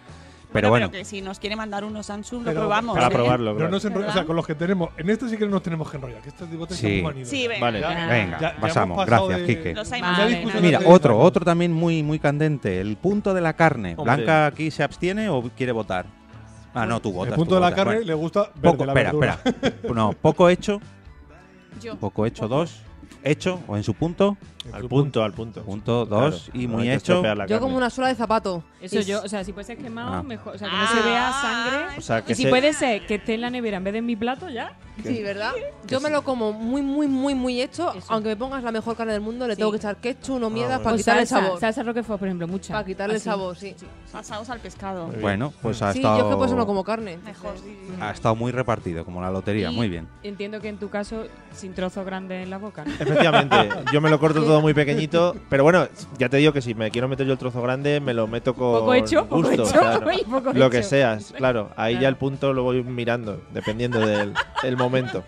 Speaker 2: Pero bueno,
Speaker 3: que si nos quiere mandar uno Samsung,
Speaker 4: Pero-
Speaker 3: lo probamos.
Speaker 6: Para
Speaker 3: ¿eh?
Speaker 6: probarlo,
Speaker 4: Pero
Speaker 6: claro.
Speaker 4: no nos enro- o sea, con los que tenemos. En este sí que no nos tenemos que enrollar, que este estos dibotes
Speaker 2: Sí.
Speaker 4: son manidos.
Speaker 3: Sí, venga.
Speaker 6: Vale.
Speaker 4: Ya-
Speaker 2: venga,
Speaker 4: ya- ya
Speaker 2: pasamos.
Speaker 4: hemos pasado
Speaker 2: Gracias,
Speaker 4: de-
Speaker 2: Quique.
Speaker 3: Los hay
Speaker 5: Vale,
Speaker 3: más.
Speaker 5: Ya
Speaker 3: ¿no?
Speaker 5: discuso
Speaker 4: Vale.
Speaker 2: Mira,
Speaker 4: Vale.
Speaker 2: otro, otro también muy, muy candente, el punto de la carne.
Speaker 6: Hombre.
Speaker 2: Blanca aquí se abstiene o quiere votar. Ah, no, tú votas.
Speaker 4: El
Speaker 2: tú
Speaker 4: punto de la
Speaker 2: votas.
Speaker 4: carne
Speaker 2: Bueno,
Speaker 4: le gusta verde,
Speaker 2: poco,
Speaker 4: la
Speaker 2: espera,
Speaker 4: verdura.
Speaker 2: espera. No, poco hecho,
Speaker 3: Yo.
Speaker 2: poco hecho dos, hecho o en su punto,
Speaker 6: Al punto, al punto.
Speaker 2: punto dos
Speaker 6: Claro,
Speaker 2: y
Speaker 6: no
Speaker 2: muy
Speaker 6: hay que
Speaker 2: hecho.
Speaker 6: estropear la
Speaker 9: Yo
Speaker 6: carne.
Speaker 9: como una sola de zapato.
Speaker 5: Eso
Speaker 9: Y-
Speaker 5: yo, o sea, si puede ser quemado,
Speaker 2: Ah.
Speaker 5: mejor. O sea, que no se vea sangre.
Speaker 6: O sea, que
Speaker 5: Y si
Speaker 6: se-
Speaker 5: puede ser que esté en la nevera en vez de en mi plato, ya.
Speaker 9: Sí, ¿verdad? Yo me lo como muy, muy, muy, muy hecho.
Speaker 5: Eso.
Speaker 9: Aunque me pongas la mejor carne del mundo, le
Speaker 5: Sí.
Speaker 9: tengo que echar
Speaker 2: Ah,
Speaker 9: ketchup o mierda para
Speaker 5: O
Speaker 9: quitarle Pues el
Speaker 5: salsa,
Speaker 9: sabor.
Speaker 5: Salsa Roquefort, por ejemplo, mucha.
Speaker 9: Para quitarle el
Speaker 5: Así.
Speaker 9: sabor, sí. Sí,
Speaker 3: Pasados al pescado.
Speaker 2: Bueno, pues ha
Speaker 9: yo
Speaker 2: estado,
Speaker 9: es que por eso no como carne.
Speaker 3: Mejor. sí, sí.
Speaker 2: ha estado muy repartido, como la lotería,
Speaker 5: Y
Speaker 2: muy bien.
Speaker 5: Entiendo que en tu caso, sin trozos grandes en la boca. ¿no?
Speaker 6: Efectivamente, yo me lo corto todo muy pequeñito, pero bueno, ya te digo que si me quiero meter yo el trozo grande, me lo meto con
Speaker 5: Poco hecho, poco
Speaker 6: gusto,
Speaker 5: hecho,
Speaker 6: claro.
Speaker 5: y poco
Speaker 6: lo que
Speaker 5: hecho.
Speaker 6: seas, claro, ahí
Speaker 5: Claro.
Speaker 6: ya el punto lo voy mirando, dependiendo del, del momento.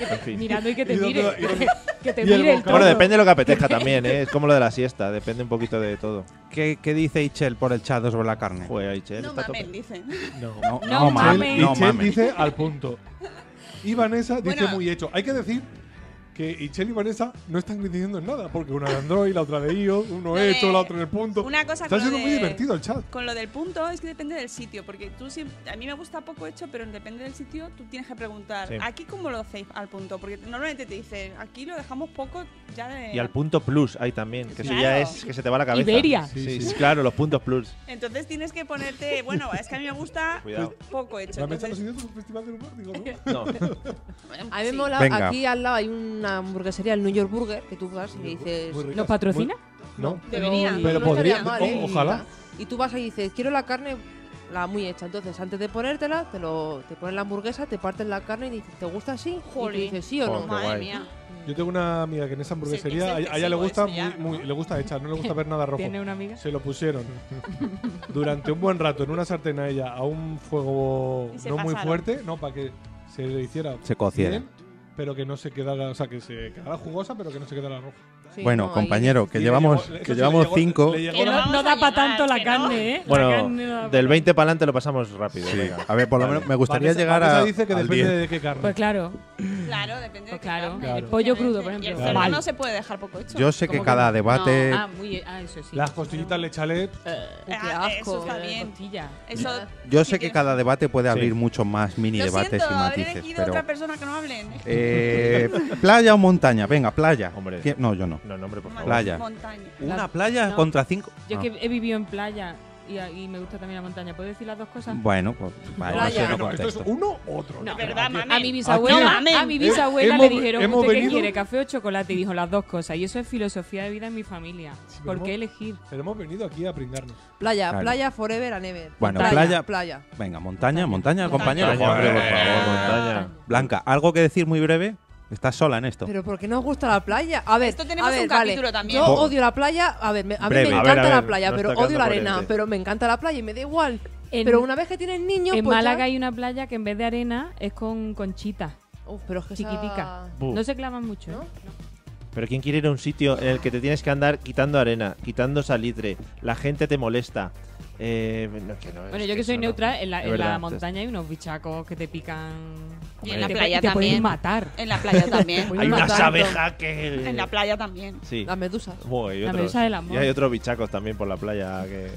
Speaker 6: En fin.
Speaker 5: Mirando y que te
Speaker 4: Y dónde
Speaker 5: mire.
Speaker 4: va- y dónde-
Speaker 5: que te
Speaker 4: y el
Speaker 5: mire el
Speaker 4: bocado.
Speaker 5: todo.
Speaker 6: Bueno, depende de lo que apetezca también, ¿eh? es como lo de la siesta, depende un poquito de todo.
Speaker 2: ¿Qué, qué dice Ichel por el chat sobre la carne?
Speaker 6: Joder, ahí, che,
Speaker 3: No
Speaker 6: está a tope.
Speaker 3: mames, dicen.
Speaker 4: No.
Speaker 2: No, no
Speaker 5: No
Speaker 4: Chel-
Speaker 2: mames,
Speaker 5: mames.
Speaker 4: y
Speaker 2: no
Speaker 4: Chel
Speaker 2: mames.
Speaker 4: dice al punto. Y Vanessa dice
Speaker 3: Bueno.
Speaker 4: muy hecho. Hay que decir que Ichel y Vanessa no están coincidiendo en nada, porque una de Android, la otra de iOS, uno
Speaker 3: de-
Speaker 4: hecho, la otra en el punto.
Speaker 3: Eh, Una cosa
Speaker 4: Está
Speaker 3: con lo
Speaker 4: siendo muy
Speaker 3: de-
Speaker 4: divertido el chat.
Speaker 3: Con lo del punto es que depende del sitio, porque tú siempre, a mí me gusta poco hecho, pero depende del sitio, tú tienes que preguntar,
Speaker 6: Sí.
Speaker 3: ¿aquí cómo lo hacéis al punto? Porque normalmente te dicen, aquí lo dejamos poco ya de...
Speaker 6: Y al punto plus hay también, que eso
Speaker 3: Claro.
Speaker 6: ya es que se te va la cabeza.
Speaker 5: Iberia.
Speaker 6: Sí, sí, claro, los puntos plus.
Speaker 3: Entonces tienes que ponerte, bueno, es que a mí me gusta
Speaker 6: Cuidado.
Speaker 3: poco hecho.
Speaker 4: La mesa lo
Speaker 3: Entonces,
Speaker 4: siguiente es un festival del humor, digo, ¿no?
Speaker 6: No,
Speaker 9: A mí
Speaker 3: sí.
Speaker 9: me mola,
Speaker 2: Venga.
Speaker 9: aquí al lado hay una hamburguesería, el New York Burger, que tú vas y le dices...
Speaker 4: Muy ricas.
Speaker 5: ¿Nos patrocina?
Speaker 4: Muy- No.
Speaker 3: Debería.
Speaker 9: "Oye,
Speaker 4: Pero
Speaker 9: no
Speaker 4: podría-
Speaker 9: estaría mal, ¿eh?".
Speaker 4: o- ojalá.
Speaker 9: Y tú vas ahí y dices, quiero la carne la muy hecha. Entonces, antes de ponértela, te, lo, te ponen la hamburguesa, te parten la carne y dices, ¿te gusta así? Y
Speaker 3: Jolín.
Speaker 9: tú dices, ¿sí o
Speaker 2: Oh,
Speaker 9: no?
Speaker 6: Joder.
Speaker 3: Madre
Speaker 6: guay.
Speaker 3: mía.
Speaker 4: Yo tengo una amiga que en esa hamburguesería,
Speaker 3: Sí, que es
Speaker 4: a, a ella le
Speaker 3: excesivo
Speaker 4: gusta
Speaker 3: esto ya,
Speaker 4: muy, muy- le gusta echar, no le gusta ver nada rojo.
Speaker 5: Tiene una amiga.
Speaker 4: Se lo pusieron durante un buen rato en una sartén a ella a un fuego
Speaker 3: Y se
Speaker 4: no muy
Speaker 3: pasaron.
Speaker 4: fuerte, no para que se le hiciera
Speaker 2: Se cociera.
Speaker 4: bien, pero que no se quedara, o sea, que se quedara jugosa, pero que no se quedara roja.
Speaker 9: Sí,
Speaker 2: Bueno,
Speaker 9: no, ahí-
Speaker 2: compañero, que
Speaker 4: Y le
Speaker 2: llevamos,
Speaker 4: llegó- eso
Speaker 2: que
Speaker 4: sí, le
Speaker 2: llevamos
Speaker 4: llegó-
Speaker 2: cinco.
Speaker 4: le llegó
Speaker 5: Que
Speaker 3: Lo
Speaker 5: no,
Speaker 3: vamos
Speaker 5: no
Speaker 3: a
Speaker 5: da para
Speaker 3: llevar,
Speaker 5: tanto la
Speaker 3: que no.
Speaker 5: carne, ¿eh? La carne no da
Speaker 6: Bueno,
Speaker 5: pa'
Speaker 6: del
Speaker 5: tanto.
Speaker 6: 20 para adelante lo pasamos rápido. venga.
Speaker 2: A ver, por lo
Speaker 6: Vale.
Speaker 2: menos me gustaría
Speaker 4: Vanessa-
Speaker 2: llegar
Speaker 4: Vanessa
Speaker 2: a.
Speaker 4: dice que
Speaker 2: al
Speaker 4: depende
Speaker 2: 10.
Speaker 4: de qué carne.
Speaker 5: Pues claro,
Speaker 3: Claro, depende
Speaker 5: pues
Speaker 3: de qué
Speaker 5: claro.
Speaker 3: carne.
Speaker 5: El pollo crudo, por
Speaker 3: Y el
Speaker 5: ejemplo.
Speaker 3: cerdo
Speaker 4: Vale.
Speaker 3: no se puede dejar poco hecho.
Speaker 2: Yo sé que
Speaker 5: ¿Cómo
Speaker 2: cada
Speaker 5: no?
Speaker 2: debate.
Speaker 5: No, Ah, muy, ah, eso sí.
Speaker 4: Las costillitas le echaré
Speaker 9: Qué
Speaker 3: Ah,
Speaker 9: asco.
Speaker 3: Eh,
Speaker 9: eh.
Speaker 3: Eso está bien.
Speaker 5: Costilla.
Speaker 3: Eso,
Speaker 2: Yo
Speaker 3: sí
Speaker 2: sé que cada debate puede abrir mucho más mini
Speaker 3: Lo
Speaker 2: debates
Speaker 3: siento,
Speaker 2: y
Speaker 3: haber
Speaker 2: matices,
Speaker 3: elegido
Speaker 2: pero.
Speaker 3: otra persona que no hablen.
Speaker 2: Eh, ¿Playa o montaña? Venga, playa.
Speaker 6: Hombre.
Speaker 2: ¿Quién- No, yo no.
Speaker 6: No, no, hombre, por favor.
Speaker 2: Playa.
Speaker 3: Montaña.
Speaker 2: ¿Una
Speaker 5: La-
Speaker 2: playa
Speaker 5: no.
Speaker 2: contra cinco?
Speaker 5: Yo
Speaker 2: Ah,
Speaker 5: es que he vivido en playa y, y me gusta también la montaña. ¿Puedo decir las dos cosas?
Speaker 2: Bueno, pues. vale, no
Speaker 9: Playa.
Speaker 2: sé, no
Speaker 4: Bueno, esto es
Speaker 2: contesto.
Speaker 4: uno otro.
Speaker 5: No.
Speaker 3: ¿Verdad, mami?
Speaker 5: A mi bisabuela,
Speaker 3: Aquí-
Speaker 5: a mi bisabuela
Speaker 4: Hemos-
Speaker 5: le dijeron,
Speaker 4: hemos
Speaker 5: ¿usted qué
Speaker 4: venido-
Speaker 5: quiere, café o chocolate? Y dijo las dos cosas. Y eso es filosofía de vida en mi familia.
Speaker 4: Sí, pero
Speaker 5: ¿Por qué
Speaker 4: hemos-
Speaker 5: elegir?
Speaker 4: Pero hemos venido aquí a pringarnos.
Speaker 9: Playa,
Speaker 2: Claro.
Speaker 9: playa forever and ever.
Speaker 2: Bueno, playa-
Speaker 9: playa. Playa.
Speaker 2: Venga, montaña, montaña,
Speaker 5: Montaña.
Speaker 2: compañero.
Speaker 6: Montaña, hombre, por
Speaker 2: Joder.
Speaker 6: favor, montaña.
Speaker 2: Blanca, ¿algo que decir muy breve? Estás sola en esto.
Speaker 9: Pero ¿por qué no os gusta la playa? A ver,
Speaker 3: Esto tenemos
Speaker 9: a ver,
Speaker 3: un
Speaker 9: vale.
Speaker 3: capítulo también.
Speaker 9: Yo
Speaker 2: Por-
Speaker 9: odio la playa, a ver, me- a mí
Speaker 2: Breve.
Speaker 9: me
Speaker 2: A
Speaker 9: encanta
Speaker 6: ver, a
Speaker 9: la
Speaker 6: ver,
Speaker 9: playa,
Speaker 6: no
Speaker 9: pero
Speaker 6: está
Speaker 9: odio la
Speaker 6: quedando
Speaker 9: arena,
Speaker 6: coherente.
Speaker 9: pero me encanta la playa y me da igual.
Speaker 5: En-
Speaker 9: pero una vez que tienes niños,
Speaker 5: En
Speaker 9: pues ya-
Speaker 5: Málaga hay una playa que en vez de arena es con conchitas.
Speaker 9: Uf, pero es que esa-
Speaker 5: chiquitica.
Speaker 6: Bu.
Speaker 5: No se clavan mucho.
Speaker 9: ¿No?
Speaker 5: ¿eh?
Speaker 6: Pero ¿quién quiere ir a un sitio en el que te tienes que andar quitando arena, quitando salitre, la gente te molesta? Eh, no, que no, es
Speaker 5: Bueno, yo que
Speaker 6: eso
Speaker 5: soy
Speaker 6: no.
Speaker 5: neutra, en la,
Speaker 6: Es
Speaker 5: en la
Speaker 6: verdad.
Speaker 5: montaña hay unos bichacos que te pican
Speaker 3: Y en la
Speaker 5: Te-
Speaker 3: playa
Speaker 5: te pueden
Speaker 3: también.
Speaker 5: matar.
Speaker 3: En la playa también.
Speaker 5: Pueden
Speaker 6: Hay unas
Speaker 5: matar.
Speaker 6: abejas Ah, que.
Speaker 3: En la playa también.
Speaker 6: Sí.
Speaker 9: Las medusas.
Speaker 6: Buah, y,
Speaker 5: La
Speaker 6: otros,
Speaker 5: medusa del amor.
Speaker 6: y hay otros bichacos también por la playa que.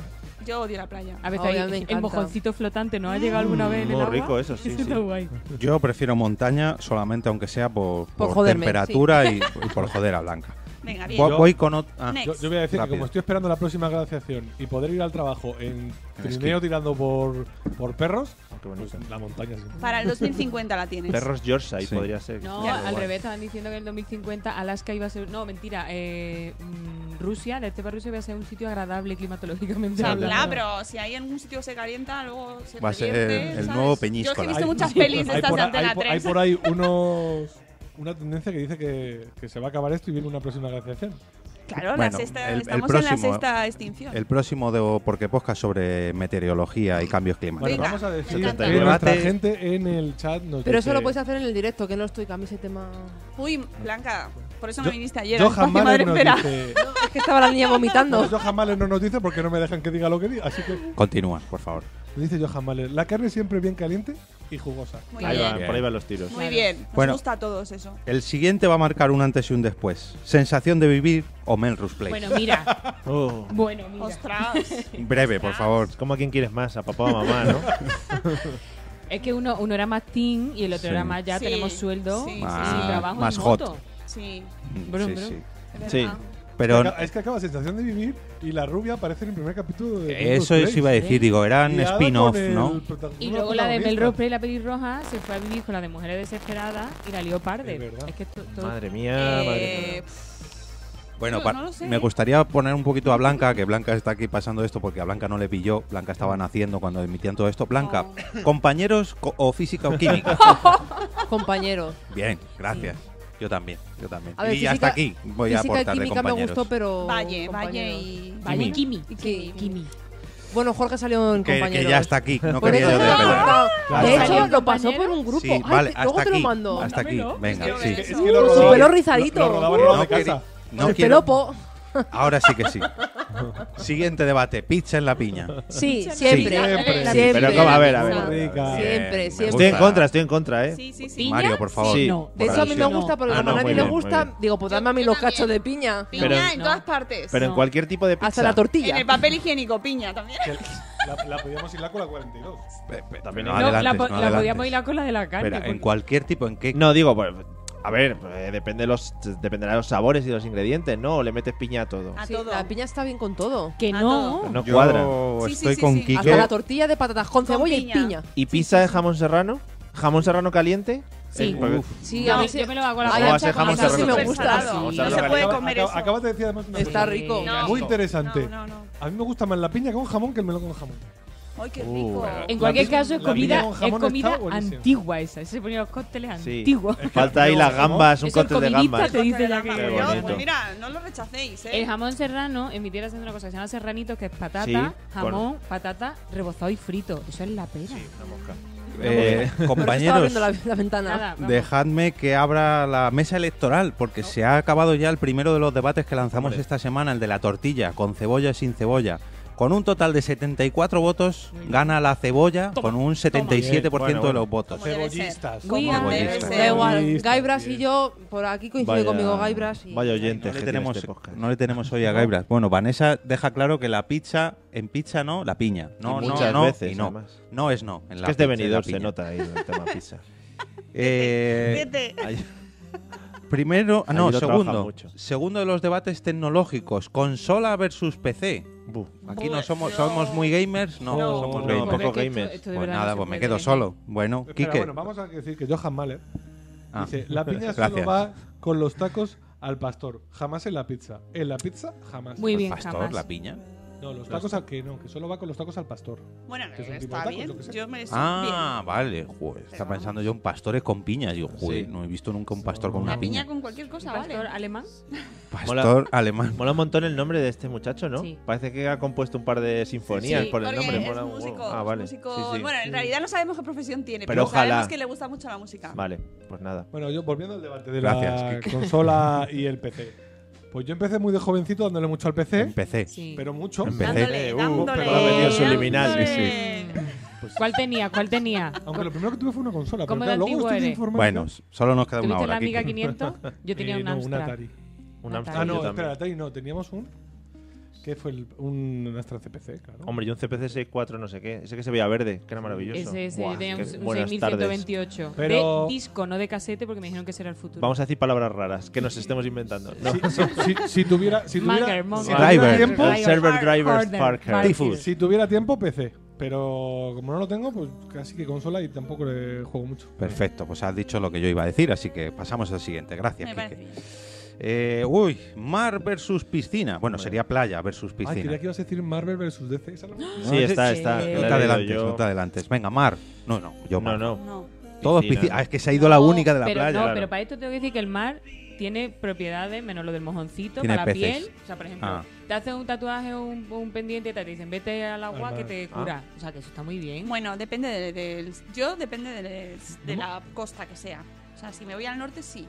Speaker 3: Yo odio la playa. Mm.
Speaker 5: A veces
Speaker 9: Ay, a mí me
Speaker 5: hay el
Speaker 9: encanta.
Speaker 5: mojoncito flotante, ¿no ha llegado alguna vez en el
Speaker 6: muy
Speaker 5: agua?
Speaker 6: rico eso, sí, sí.
Speaker 5: está guay.
Speaker 2: Yo prefiero montaña solamente aunque sea por,
Speaker 9: Por
Speaker 2: por
Speaker 9: joderme,
Speaker 2: temperatura y, y por joder a Blanca.
Speaker 3: Venga, bien.
Speaker 2: Voy, voy con ot- ah,
Speaker 3: Next.
Speaker 4: Yo, yo voy a decir
Speaker 2: Rápido.
Speaker 4: que como estoy esperando la próxima graduación y poder ir al trabajo en
Speaker 2: En Ah,
Speaker 4: trineo tirando por, por perros,
Speaker 6: Qué
Speaker 4: pues
Speaker 6: bonito.
Speaker 4: la montaña sí.
Speaker 3: Para el 2050 la tienes.
Speaker 6: Perros Yorkshire
Speaker 2: Sí.
Speaker 6: podría ser.
Speaker 5: No,
Speaker 6: Estaría
Speaker 5: al
Speaker 6: guay.
Speaker 5: revés, estaban diciendo que en el 2050 Alaska iba a ser. No, mentira. Eh, mm, Rusia, la estepa rusa iba a ser un sitio agradable climatológicamente.
Speaker 3: Habla,
Speaker 5: hablando.
Speaker 3: pero si hay en un sitio se calienta, luego se
Speaker 2: Va a ser
Speaker 3: revierte,
Speaker 2: el
Speaker 3: ¿sabes?
Speaker 2: nuevo
Speaker 3: Yo es que
Speaker 2: Peñíscola.
Speaker 3: he
Speaker 4: Hay-
Speaker 3: visto muchas pelis de
Speaker 4: hay
Speaker 3: estas
Speaker 4: por
Speaker 3: de
Speaker 4: ahí- hay
Speaker 3: Antena
Speaker 4: por-
Speaker 3: 3.
Speaker 4: Hay por ahí unos, una tendencia que dice que, que se va a acabar esto y viene una próxima glaciación.
Speaker 3: Claro, la
Speaker 2: Bueno,
Speaker 3: sexta-
Speaker 2: el- el
Speaker 3: estamos en la
Speaker 2: próximo-
Speaker 3: sexta extinción.
Speaker 2: el próximo de Porque Posca sobre meteorología y cambios
Speaker 4: Bueno,
Speaker 2: climáticos.
Speaker 3: Venga,
Speaker 4: vamos a decir
Speaker 3: me encanta.
Speaker 4: que nuestra
Speaker 2: Debate.
Speaker 4: gente en el chat nos
Speaker 9: Pero
Speaker 4: dice,
Speaker 9: eso lo podéis hacer en el directo, que no estoy que a mí ese tema.
Speaker 3: Uy, Blanca, por eso no
Speaker 4: Yo-
Speaker 3: viniste ayer. ¿eh?
Speaker 4: Johan
Speaker 3: Ay, madre,
Speaker 4: Mahler nos
Speaker 3: espera.
Speaker 4: dice...
Speaker 9: Es que estaba la niña
Speaker 4: No,
Speaker 9: vomitando.
Speaker 4: Johan Mahler no nos dice porque no me dejan que diga lo que diga. Así que
Speaker 2: Continúa, por favor.
Speaker 4: dice Johan Mahler, la carne siempre bien caliente y jugosa.
Speaker 3: Muy
Speaker 6: Ahí
Speaker 3: bien,
Speaker 6: van, por ahí van los tiros.
Speaker 3: muy bien. Nos
Speaker 2: Bueno.
Speaker 3: gusta a todos eso.
Speaker 2: El siguiente va a marcar un antes y un después. Sensación de vivir o Melrose Place.
Speaker 5: Bueno, mira.
Speaker 6: Oh,
Speaker 5: bueno, mira.
Speaker 3: Ostras.
Speaker 2: Breve, por favor.
Speaker 6: es como a quien quieres más, a papá o a mamá, ¿no?
Speaker 5: Es que uno, uno era más teen y el
Speaker 2: Sí.
Speaker 5: otro era más ya
Speaker 3: Sí,
Speaker 5: tenemos sueldo
Speaker 3: sí,
Speaker 5: y
Speaker 3: sí,
Speaker 2: Ah,
Speaker 5: trabajo
Speaker 2: más
Speaker 5: y
Speaker 2: hot.
Speaker 5: moto.
Speaker 3: Sí,
Speaker 5: Brum,
Speaker 2: Sí,
Speaker 5: brum.
Speaker 2: sí.
Speaker 3: es
Speaker 6: Mm, Sí.
Speaker 3: verdad.
Speaker 2: Pero
Speaker 4: Acá- Es que acaba sensación de vivir y la rubia aparece en el primer capítulo de
Speaker 2: eso
Speaker 4: Melrose
Speaker 2: os iba a
Speaker 5: Sí.
Speaker 2: decir, digo, eran
Speaker 4: Liada
Speaker 2: spin-off,
Speaker 4: con el
Speaker 2: ¿no?
Speaker 4: protagon-
Speaker 5: Y
Speaker 4: una
Speaker 5: luego la de
Speaker 4: protagonista.
Speaker 5: Melrose Place, la pelirroja, se fue a vivir con la de Mujeres Desesperadas y la lió
Speaker 4: Es
Speaker 5: parde.
Speaker 4: verdad.
Speaker 5: Es que to- todo...
Speaker 6: Madre mía, madre mía.
Speaker 3: Eh,
Speaker 2: Bueno,
Speaker 3: Yo
Speaker 2: pa-
Speaker 3: no lo sé.
Speaker 2: me gustaría poner un poquito a Blanca, que Blanca está aquí pasando esto porque a Blanca no le pilló, Blanca estaba naciendo cuando emitían todo esto. Blanca,
Speaker 3: Oh.
Speaker 2: compañeros co- o física o química.
Speaker 9: Compañero.
Speaker 2: Bien, gracias. Yo también, yo también.
Speaker 9: A ver,
Speaker 2: y
Speaker 9: física-
Speaker 2: hasta aquí voy a
Speaker 9: Física y
Speaker 2: aportar de
Speaker 9: química me
Speaker 2: compañeros.
Speaker 9: gustó, pero.
Speaker 3: Valle, Valle
Speaker 9: compañeros.
Speaker 3: y...
Speaker 5: Vaya Kimi.
Speaker 3: y
Speaker 9: Sí.
Speaker 5: Kimi.
Speaker 9: Bueno, Jorge salió en
Speaker 2: Que- que,
Speaker 9: compañeros.
Speaker 2: ya está aquí, no
Speaker 9: Por
Speaker 2: quería
Speaker 9: eso
Speaker 2: yo
Speaker 9: se lo he
Speaker 2: desvelar.
Speaker 9: contado.
Speaker 4: Claro.
Speaker 9: De
Speaker 5: ¿Salió
Speaker 9: hecho,
Speaker 5: en
Speaker 9: lo pasó por
Speaker 5: compañeros?
Speaker 9: un grupo.
Speaker 2: Sí,
Speaker 9: Ay,
Speaker 2: vale,
Speaker 9: te-
Speaker 2: hasta
Speaker 9: luego te lo
Speaker 2: aquí,
Speaker 9: mando.
Speaker 2: hasta aquí,
Speaker 5: Mándamelo.
Speaker 2: venga,
Speaker 3: Quiero
Speaker 2: sí.
Speaker 3: ver eso.
Speaker 4: Es que lo
Speaker 9: Con su
Speaker 4: rodaba-
Speaker 9: pelo
Speaker 4: lo-
Speaker 9: rizadito.
Speaker 4: Lo, rodaban
Speaker 2: No
Speaker 4: de
Speaker 2: quería-
Speaker 4: casa.
Speaker 2: No
Speaker 9: el
Speaker 2: quiero-
Speaker 9: pelo po-
Speaker 2: Ahora sí que sí. Siguiente debate, pizza en la piña.
Speaker 9: Sí,
Speaker 2: siempre.
Speaker 9: siempre.
Speaker 4: Siempre.
Speaker 9: Sí, Siempre.
Speaker 6: Pero, ¿cómo? A ver, a ver.
Speaker 4: Muy rica.
Speaker 2: me
Speaker 9: Siempre, siempre.
Speaker 6: Estoy en
Speaker 2: gusta.
Speaker 6: contra, estoy en contra, ¿eh?
Speaker 3: Sí, sí, sí.
Speaker 5: ¿Piña?
Speaker 2: Mario, por favor.
Speaker 6: Sí.
Speaker 5: No.
Speaker 9: De hecho, a mí me
Speaker 6: Tradición.
Speaker 9: gusta porque
Speaker 6: Ah,
Speaker 9: como
Speaker 6: no,
Speaker 9: a nadie
Speaker 6: muy
Speaker 9: le
Speaker 6: bien, muy
Speaker 9: gusta,
Speaker 6: bien.
Speaker 9: digo, pues dame a mí
Speaker 3: Yo
Speaker 9: los
Speaker 3: también.
Speaker 9: cachos de piña.
Speaker 3: Piña
Speaker 6: Pero-
Speaker 3: en
Speaker 5: No.
Speaker 3: todas partes.
Speaker 6: Pero en
Speaker 5: No.
Speaker 6: cualquier tipo de pizza.
Speaker 9: Hasta la
Speaker 3: En
Speaker 9: tortilla.
Speaker 3: el papel higiénico, piña también.
Speaker 4: La, la podíamos hilar con la 42.
Speaker 6: También
Speaker 2: No,
Speaker 6: hay-
Speaker 5: No, la,
Speaker 2: adelantes,
Speaker 5: po-
Speaker 2: no
Speaker 5: la
Speaker 2: adelantes.
Speaker 5: podíamos hilar con la de la carne.
Speaker 2: Espera, en
Speaker 5: porque-
Speaker 2: cualquier tipo, en qué
Speaker 6: No, digo, pues, a ver, eh, depende de los, dependerá de los sabores y de los ingredientes, ¿no? O le metes piña a todo.
Speaker 3: A
Speaker 9: Sí,
Speaker 3: todo.
Speaker 9: la piña está bien con todo.
Speaker 5: Que
Speaker 3: A
Speaker 5: no.
Speaker 3: todo.
Speaker 6: No
Speaker 2: Yo
Speaker 6: cuadra.
Speaker 3: Sí, sí,
Speaker 2: estoy
Speaker 3: sí,
Speaker 2: con
Speaker 3: sí.
Speaker 2: Quique.
Speaker 9: Hasta la tortilla de patatas con
Speaker 3: Con
Speaker 9: cebolla y
Speaker 3: piña.
Speaker 9: piña.
Speaker 6: ¿Y pizza de jamón serrano? ¿Jamón serrano caliente?
Speaker 5: Sí.
Speaker 6: Eh, porque-
Speaker 2: Uf.
Speaker 9: Sí,
Speaker 5: No,
Speaker 9: a mí sí-
Speaker 5: yo me lo hago a la
Speaker 9: Ay,
Speaker 5: plancha
Speaker 6: a ser
Speaker 5: con
Speaker 6: jamón
Speaker 5: la
Speaker 6: serrano.
Speaker 5: salsa.
Speaker 9: Sí, me gusta.
Speaker 5: Sí.
Speaker 3: No
Speaker 6: se
Speaker 3: se puede comer eso.
Speaker 4: Acabas de decir además una
Speaker 9: Está
Speaker 4: cosa
Speaker 9: rico.
Speaker 3: No.
Speaker 4: Muy interesante.
Speaker 3: No, no, no.
Speaker 4: A mí me gusta más la piña con jamón que el melón con jamón.
Speaker 3: Ay, qué
Speaker 8: Uh,
Speaker 6: Uh,
Speaker 3: rico.
Speaker 5: En cualquier
Speaker 4: piña-
Speaker 5: caso, es
Speaker 4: la piña
Speaker 5: comida,
Speaker 4: con
Speaker 5: es
Speaker 4: jamón
Speaker 5: comida
Speaker 4: está buenísima.
Speaker 5: antigua esa. Se ponía los cócteles
Speaker 6: Sí.
Speaker 5: antiguos.
Speaker 6: Falta ahí las gambas, un
Speaker 5: Eso el
Speaker 6: corte de
Speaker 5: comidista
Speaker 6: gambas.
Speaker 5: te dice ya
Speaker 3: Qué
Speaker 5: que-
Speaker 6: Qué bonito.
Speaker 3: Pues mira, no lo rechacéis, ¿eh?
Speaker 5: El jamón serrano, en mi tierra se hace una cosa que se llama serranito, que es patata,
Speaker 6: Sí,
Speaker 5: jamón,
Speaker 6: bueno.
Speaker 5: patata, rebozado y frito. Eso es la pera.
Speaker 6: Sí, una mosca.
Speaker 2: Eh,
Speaker 9: Pero yo estaba
Speaker 2: compañeros,
Speaker 9: abriendo la, la ventana.
Speaker 5: Nada, vamos.
Speaker 2: dejadme que abra la mesa electoral porque se ha acabado ya el primero de los debates que lanzamos
Speaker 6: Hombre.
Speaker 2: esta semana, el de la tortilla, con cebolla y sin cebolla. Con un total de 74 votos, gana la cebolla
Speaker 5: Toma,
Speaker 2: con un 77%
Speaker 6: Bien, bueno,
Speaker 2: de los votos.
Speaker 3: Como debe ser.
Speaker 4: Cebollistas.
Speaker 3: Como
Speaker 5: Guía,
Speaker 3: debe
Speaker 2: Cebollistas.
Speaker 3: ser.
Speaker 9: Da igual,
Speaker 4: Listo,
Speaker 9: Gaibras y
Speaker 4: bien.
Speaker 9: yo, por aquí coincide
Speaker 6: Vaya-
Speaker 9: conmigo Gaibras. Y...
Speaker 6: Vaya
Speaker 2: Ay,
Speaker 6: oyente, este
Speaker 2: no, le tenemos,
Speaker 6: podcast.
Speaker 2: no le tenemos hoy a Gaibras. Bueno, Vanessa deja claro que la pizza, en pizza no, la piña. No,
Speaker 6: Y
Speaker 2: no,
Speaker 6: muchas
Speaker 2: no,
Speaker 6: veces,
Speaker 2: y no.
Speaker 6: además.
Speaker 2: No es no. en
Speaker 6: Es
Speaker 2: la
Speaker 6: que es de
Speaker 2: pizza, en la
Speaker 6: venidor, se
Speaker 2: piña.
Speaker 6: nota ahí el tema pizza.
Speaker 2: Eh,
Speaker 3: Vete.
Speaker 6: Ay,
Speaker 2: Primero, ah, no,
Speaker 6: Allí lo trabajan
Speaker 2: segundo.
Speaker 6: mucho.
Speaker 2: Segundo de los debates tecnológicos, consola versus PC.
Speaker 6: bu.
Speaker 2: Aquí
Speaker 5: Pues
Speaker 2: no somos somos muy gamers, no,
Speaker 4: No.
Speaker 2: somos
Speaker 6: No,
Speaker 2: gamers.
Speaker 6: poco
Speaker 5: Porque es que esto-
Speaker 6: gamers.
Speaker 5: esto de
Speaker 2: Pues
Speaker 5: verdad
Speaker 2: nada,
Speaker 5: no se
Speaker 2: pues me
Speaker 5: puede.
Speaker 2: quedo solo. Bueno,
Speaker 4: Espera,
Speaker 2: Quique.
Speaker 4: bueno, vamos a decir que Johan Mahler
Speaker 2: Ah,
Speaker 4: dice: La piña solo
Speaker 2: gracias.
Speaker 4: va con los tacos al pastor, jamás en la pizza. En la pizza, jamás.
Speaker 5: Muy bien,
Speaker 2: pastor,
Speaker 5: jamás.
Speaker 2: la piña.
Speaker 4: No, los tacos al que no, que solo va con los tacos al pastor.
Speaker 3: Bueno,
Speaker 4: Que es un tipo de
Speaker 3: está
Speaker 4: tacos, yo
Speaker 3: bien.
Speaker 4: qué sé.
Speaker 3: Yo me
Speaker 2: Ah, vale. Joder, está
Speaker 3: Pero
Speaker 2: pensando yo en pastores con piña. Yo, joder,
Speaker 6: Sí.
Speaker 2: no he visto nunca un pastor con
Speaker 3: bien.
Speaker 2: una
Speaker 3: La
Speaker 2: piña.
Speaker 3: piña con cualquier cosa, vale.
Speaker 5: Pastor alemán.
Speaker 2: Pastor alemán.
Speaker 6: Mola un montón el nombre de este muchacho, ¿no?
Speaker 5: Sí.
Speaker 6: Parece que ha compuesto un par de sinfonías
Speaker 5: Sí,
Speaker 6: por el
Speaker 3: Porque
Speaker 6: nombre. mola
Speaker 3: es
Speaker 6: un huevo.
Speaker 3: músico,
Speaker 6: ah, vale.
Speaker 3: es músico-
Speaker 6: Sí, sí.
Speaker 3: Bueno, en realidad no sabemos qué profesión tiene,
Speaker 6: Pero
Speaker 3: pero,
Speaker 6: ojalá.
Speaker 3: sabemos que le gusta mucho la música.
Speaker 6: Vale, pues nada.
Speaker 4: Bueno, yo volviendo al debate de
Speaker 2: Gracias,
Speaker 4: la
Speaker 2: Quique.
Speaker 4: consola y el PC. Pues yo empecé muy de jovencito dándole mucho al PC,
Speaker 2: Empecé.
Speaker 5: Sí.
Speaker 4: Pero mucho.
Speaker 2: Empecé.
Speaker 3: Dándole,
Speaker 6: Eh, uh,
Speaker 3: dándole,
Speaker 6: perdón, ha venido
Speaker 3: dándole.
Speaker 6: subliminal.
Speaker 2: Sí, sí.
Speaker 4: Pues pues.
Speaker 5: ¿Cuál tenía? ¿Cuál tenía?
Speaker 4: Aunque lo primero que tuve fue una consola.
Speaker 5: ¿Cómo
Speaker 4: pero
Speaker 5: de
Speaker 4: claro, luego
Speaker 5: antiguo
Speaker 4: estoy
Speaker 5: eres?
Speaker 4: informando.
Speaker 2: Bueno, solo nos queda una
Speaker 5: ¿Tuviste la
Speaker 2: hora.
Speaker 5: Amiga
Speaker 2: Kiko.
Speaker 5: 500? Yo tenía
Speaker 4: Eh,
Speaker 5: un
Speaker 4: no, un
Speaker 5: Amstrad.
Speaker 4: Atari.
Speaker 6: Un
Speaker 5: Ah,
Speaker 6: Amstrad
Speaker 4: Ah, no,
Speaker 2: eh.
Speaker 6: yo
Speaker 4: espera,
Speaker 6: también.
Speaker 4: Atari no. Teníamos un. Que fue el- un Astra CPC, claro.
Speaker 6: Hombre, yo un CPC 64 no sé qué. Ese que se veía verde, que era maravilloso.
Speaker 5: Ese, ese,
Speaker 6: Buah,
Speaker 5: yo tenía un,
Speaker 6: qué
Speaker 5: un
Speaker 6: buenas tardes.
Speaker 5: 6128.
Speaker 4: Pero-
Speaker 5: De disco, no de casete, porque me dijeron que ese era el futuro.
Speaker 6: Vamos a decir palabras raras que nos estemos inventando. No.
Speaker 4: Si, si- si- si tuviera, si tuviera,
Speaker 5: Manger,
Speaker 4: si
Speaker 5: Monger.
Speaker 4: tuviera
Speaker 2: Driver.
Speaker 4: tiempo,
Speaker 6: El server drivers
Speaker 5: Harden,
Speaker 6: Parker.
Speaker 5: Parker.
Speaker 2: Tifus.
Speaker 4: si tuviera tiempo, PC. Pero como no lo tengo, pues casi que consola y tampoco le juego mucho.
Speaker 2: Perfecto, pues has dicho lo que yo iba a decir, así que pasamos al siguiente. Gracias,
Speaker 3: Me
Speaker 2: Quique.
Speaker 3: parece bien.
Speaker 2: Eh, uy, mar versus piscina. Bueno, sería playa versus
Speaker 4: Ah,
Speaker 2: piscina. Ah,
Speaker 4: quería que ibas a decir Marvel vs. DC. ¿esa la-
Speaker 6: Sí, está,
Speaker 5: Sí.
Speaker 6: está. que la he
Speaker 2: No te
Speaker 6: leído
Speaker 2: adelantes,
Speaker 6: yo.
Speaker 2: no te adelantes. Venga, mar. No, no, yo
Speaker 6: No,
Speaker 2: mar.
Speaker 6: no.
Speaker 3: No.
Speaker 2: Todos
Speaker 6: Piscina.
Speaker 2: piscina. Ah, es que se ha ido la única de la
Speaker 5: pero
Speaker 6: playa,
Speaker 5: No,
Speaker 6: claro.
Speaker 5: pero para esto tengo que decir que el mar tiene propiedades, menos lo del mojoncito,
Speaker 2: Tiene
Speaker 5: para la
Speaker 2: peces.
Speaker 5: piel. O sea, por ejemplo,
Speaker 2: Ah.
Speaker 5: te hacen un tatuaje o un, un pendiente y te dicen, vete al agua
Speaker 4: Al
Speaker 5: que
Speaker 4: mar.
Speaker 5: te
Speaker 2: Ah.
Speaker 5: cura. O sea, que eso está muy bien.
Speaker 3: Bueno, depende de- del. yo depende del- de, la costa que sea. O sea, si me voy al norte, sí.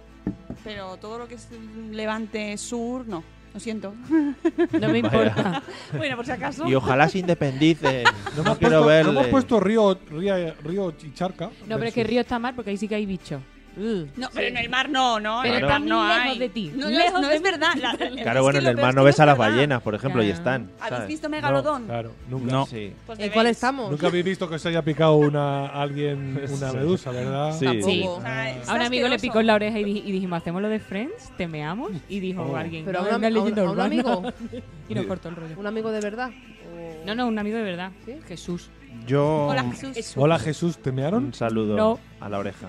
Speaker 3: Pero todo lo que es mm, levante sur, no. Lo siento.
Speaker 5: No me importa.
Speaker 3: bueno, por si acaso.
Speaker 6: Y ojalá se independicen. No,
Speaker 4: hemos
Speaker 6: quiero
Speaker 4: puesto-
Speaker 6: verle.
Speaker 4: hemos puesto Río, río, río y Charca.
Speaker 5: No, pero es que
Speaker 4: versus-
Speaker 5: el río está mal porque ahí sí que hay bichos. Ugh.
Speaker 3: No, pero en el mar no, no.
Speaker 5: Pero
Speaker 3: en el
Speaker 5: está
Speaker 3: mar no
Speaker 5: muy lejos
Speaker 3: hay.
Speaker 5: de ti.
Speaker 3: No, no
Speaker 5: Lejos
Speaker 3: es, no
Speaker 5: de
Speaker 3: es verdad. La- es que
Speaker 6: Claro, bueno, en
Speaker 3: lo
Speaker 6: el
Speaker 3: peor
Speaker 6: mar
Speaker 3: es
Speaker 6: no
Speaker 3: que
Speaker 6: ves a
Speaker 3: es
Speaker 6: las
Speaker 3: verdad.
Speaker 6: ballenas, por ejemplo, y
Speaker 5: Claro.
Speaker 6: están.
Speaker 3: ¿Habéis
Speaker 6: ¿sabes?
Speaker 3: visto Megalodón?
Speaker 4: Claro, nunca.
Speaker 2: No.
Speaker 6: Sí.
Speaker 3: Pues
Speaker 9: ¿En
Speaker 3: debéis.
Speaker 9: cuál estamos?
Speaker 4: Nunca habéis visto que se haya picado una, alguien una
Speaker 6: Sí.
Speaker 4: medusa, ¿verdad?
Speaker 6: Sí.
Speaker 5: Sí. Ah,
Speaker 9: Tampoco.
Speaker 3: O sea, es
Speaker 5: A un amigo le
Speaker 3: asqueroso.
Speaker 5: picó en la oreja y, di- y dijimos, ¿hacemos lo de Friends? ¿Te meamos? Y dijo
Speaker 4: Oh.
Speaker 5: alguien,
Speaker 9: Pero
Speaker 5: "No,
Speaker 9: a
Speaker 5: es
Speaker 9: un,
Speaker 5: una
Speaker 9: am- a un-
Speaker 5: leyenda
Speaker 9: a un
Speaker 5: urbana".
Speaker 9: amigo,
Speaker 5: Y nos cortó el rollo.
Speaker 9: un amigo de verdad. O-
Speaker 5: No, no, un amigo de verdad.
Speaker 9: ¿Sí?
Speaker 5: Jesús.
Speaker 6: Yo.
Speaker 3: Hola, Jesús.
Speaker 4: Hola Jesús, ¿te mearon?
Speaker 6: Un saludo
Speaker 5: No.
Speaker 6: a la oreja.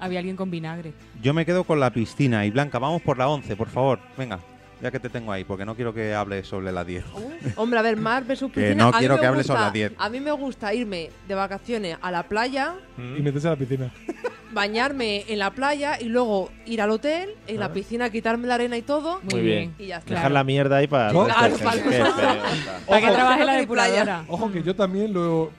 Speaker 5: Había alguien con vinagre.
Speaker 2: Yo me quedo con la piscina. Y Blanca, vamos por la 11, por favor. Venga, ya que te tengo ahí, porque no quiero que hables sobre la 10.
Speaker 9: Hombre, a ver, mar versus
Speaker 2: Que
Speaker 9: piscina.
Speaker 2: no
Speaker 9: a mí
Speaker 2: quiero
Speaker 9: me
Speaker 2: que hables
Speaker 9: gusta-
Speaker 2: a las 10.
Speaker 9: A mí me gusta irme de vacaciones a la playa,
Speaker 4: Y metes a la piscina.
Speaker 9: bañarme en la playa y luego ir al hotel, en la piscina quitarme la arena y todo
Speaker 5: Muy,
Speaker 6: Muy
Speaker 5: bien.
Speaker 9: y
Speaker 6: bien.
Speaker 9: ya está. ah,
Speaker 6: Dejar la mierda ahí para. el
Speaker 4: Claro,
Speaker 6: resto de
Speaker 9: para el
Speaker 6: gente.
Speaker 9: resto.
Speaker 6: Qué feo está.
Speaker 5: Para que
Speaker 9: Ojo,
Speaker 5: trabaje
Speaker 9: ojo
Speaker 5: la
Speaker 9: que playa.
Speaker 5: depuradora.
Speaker 4: Ojo que yo también lo...
Speaker 3: Lo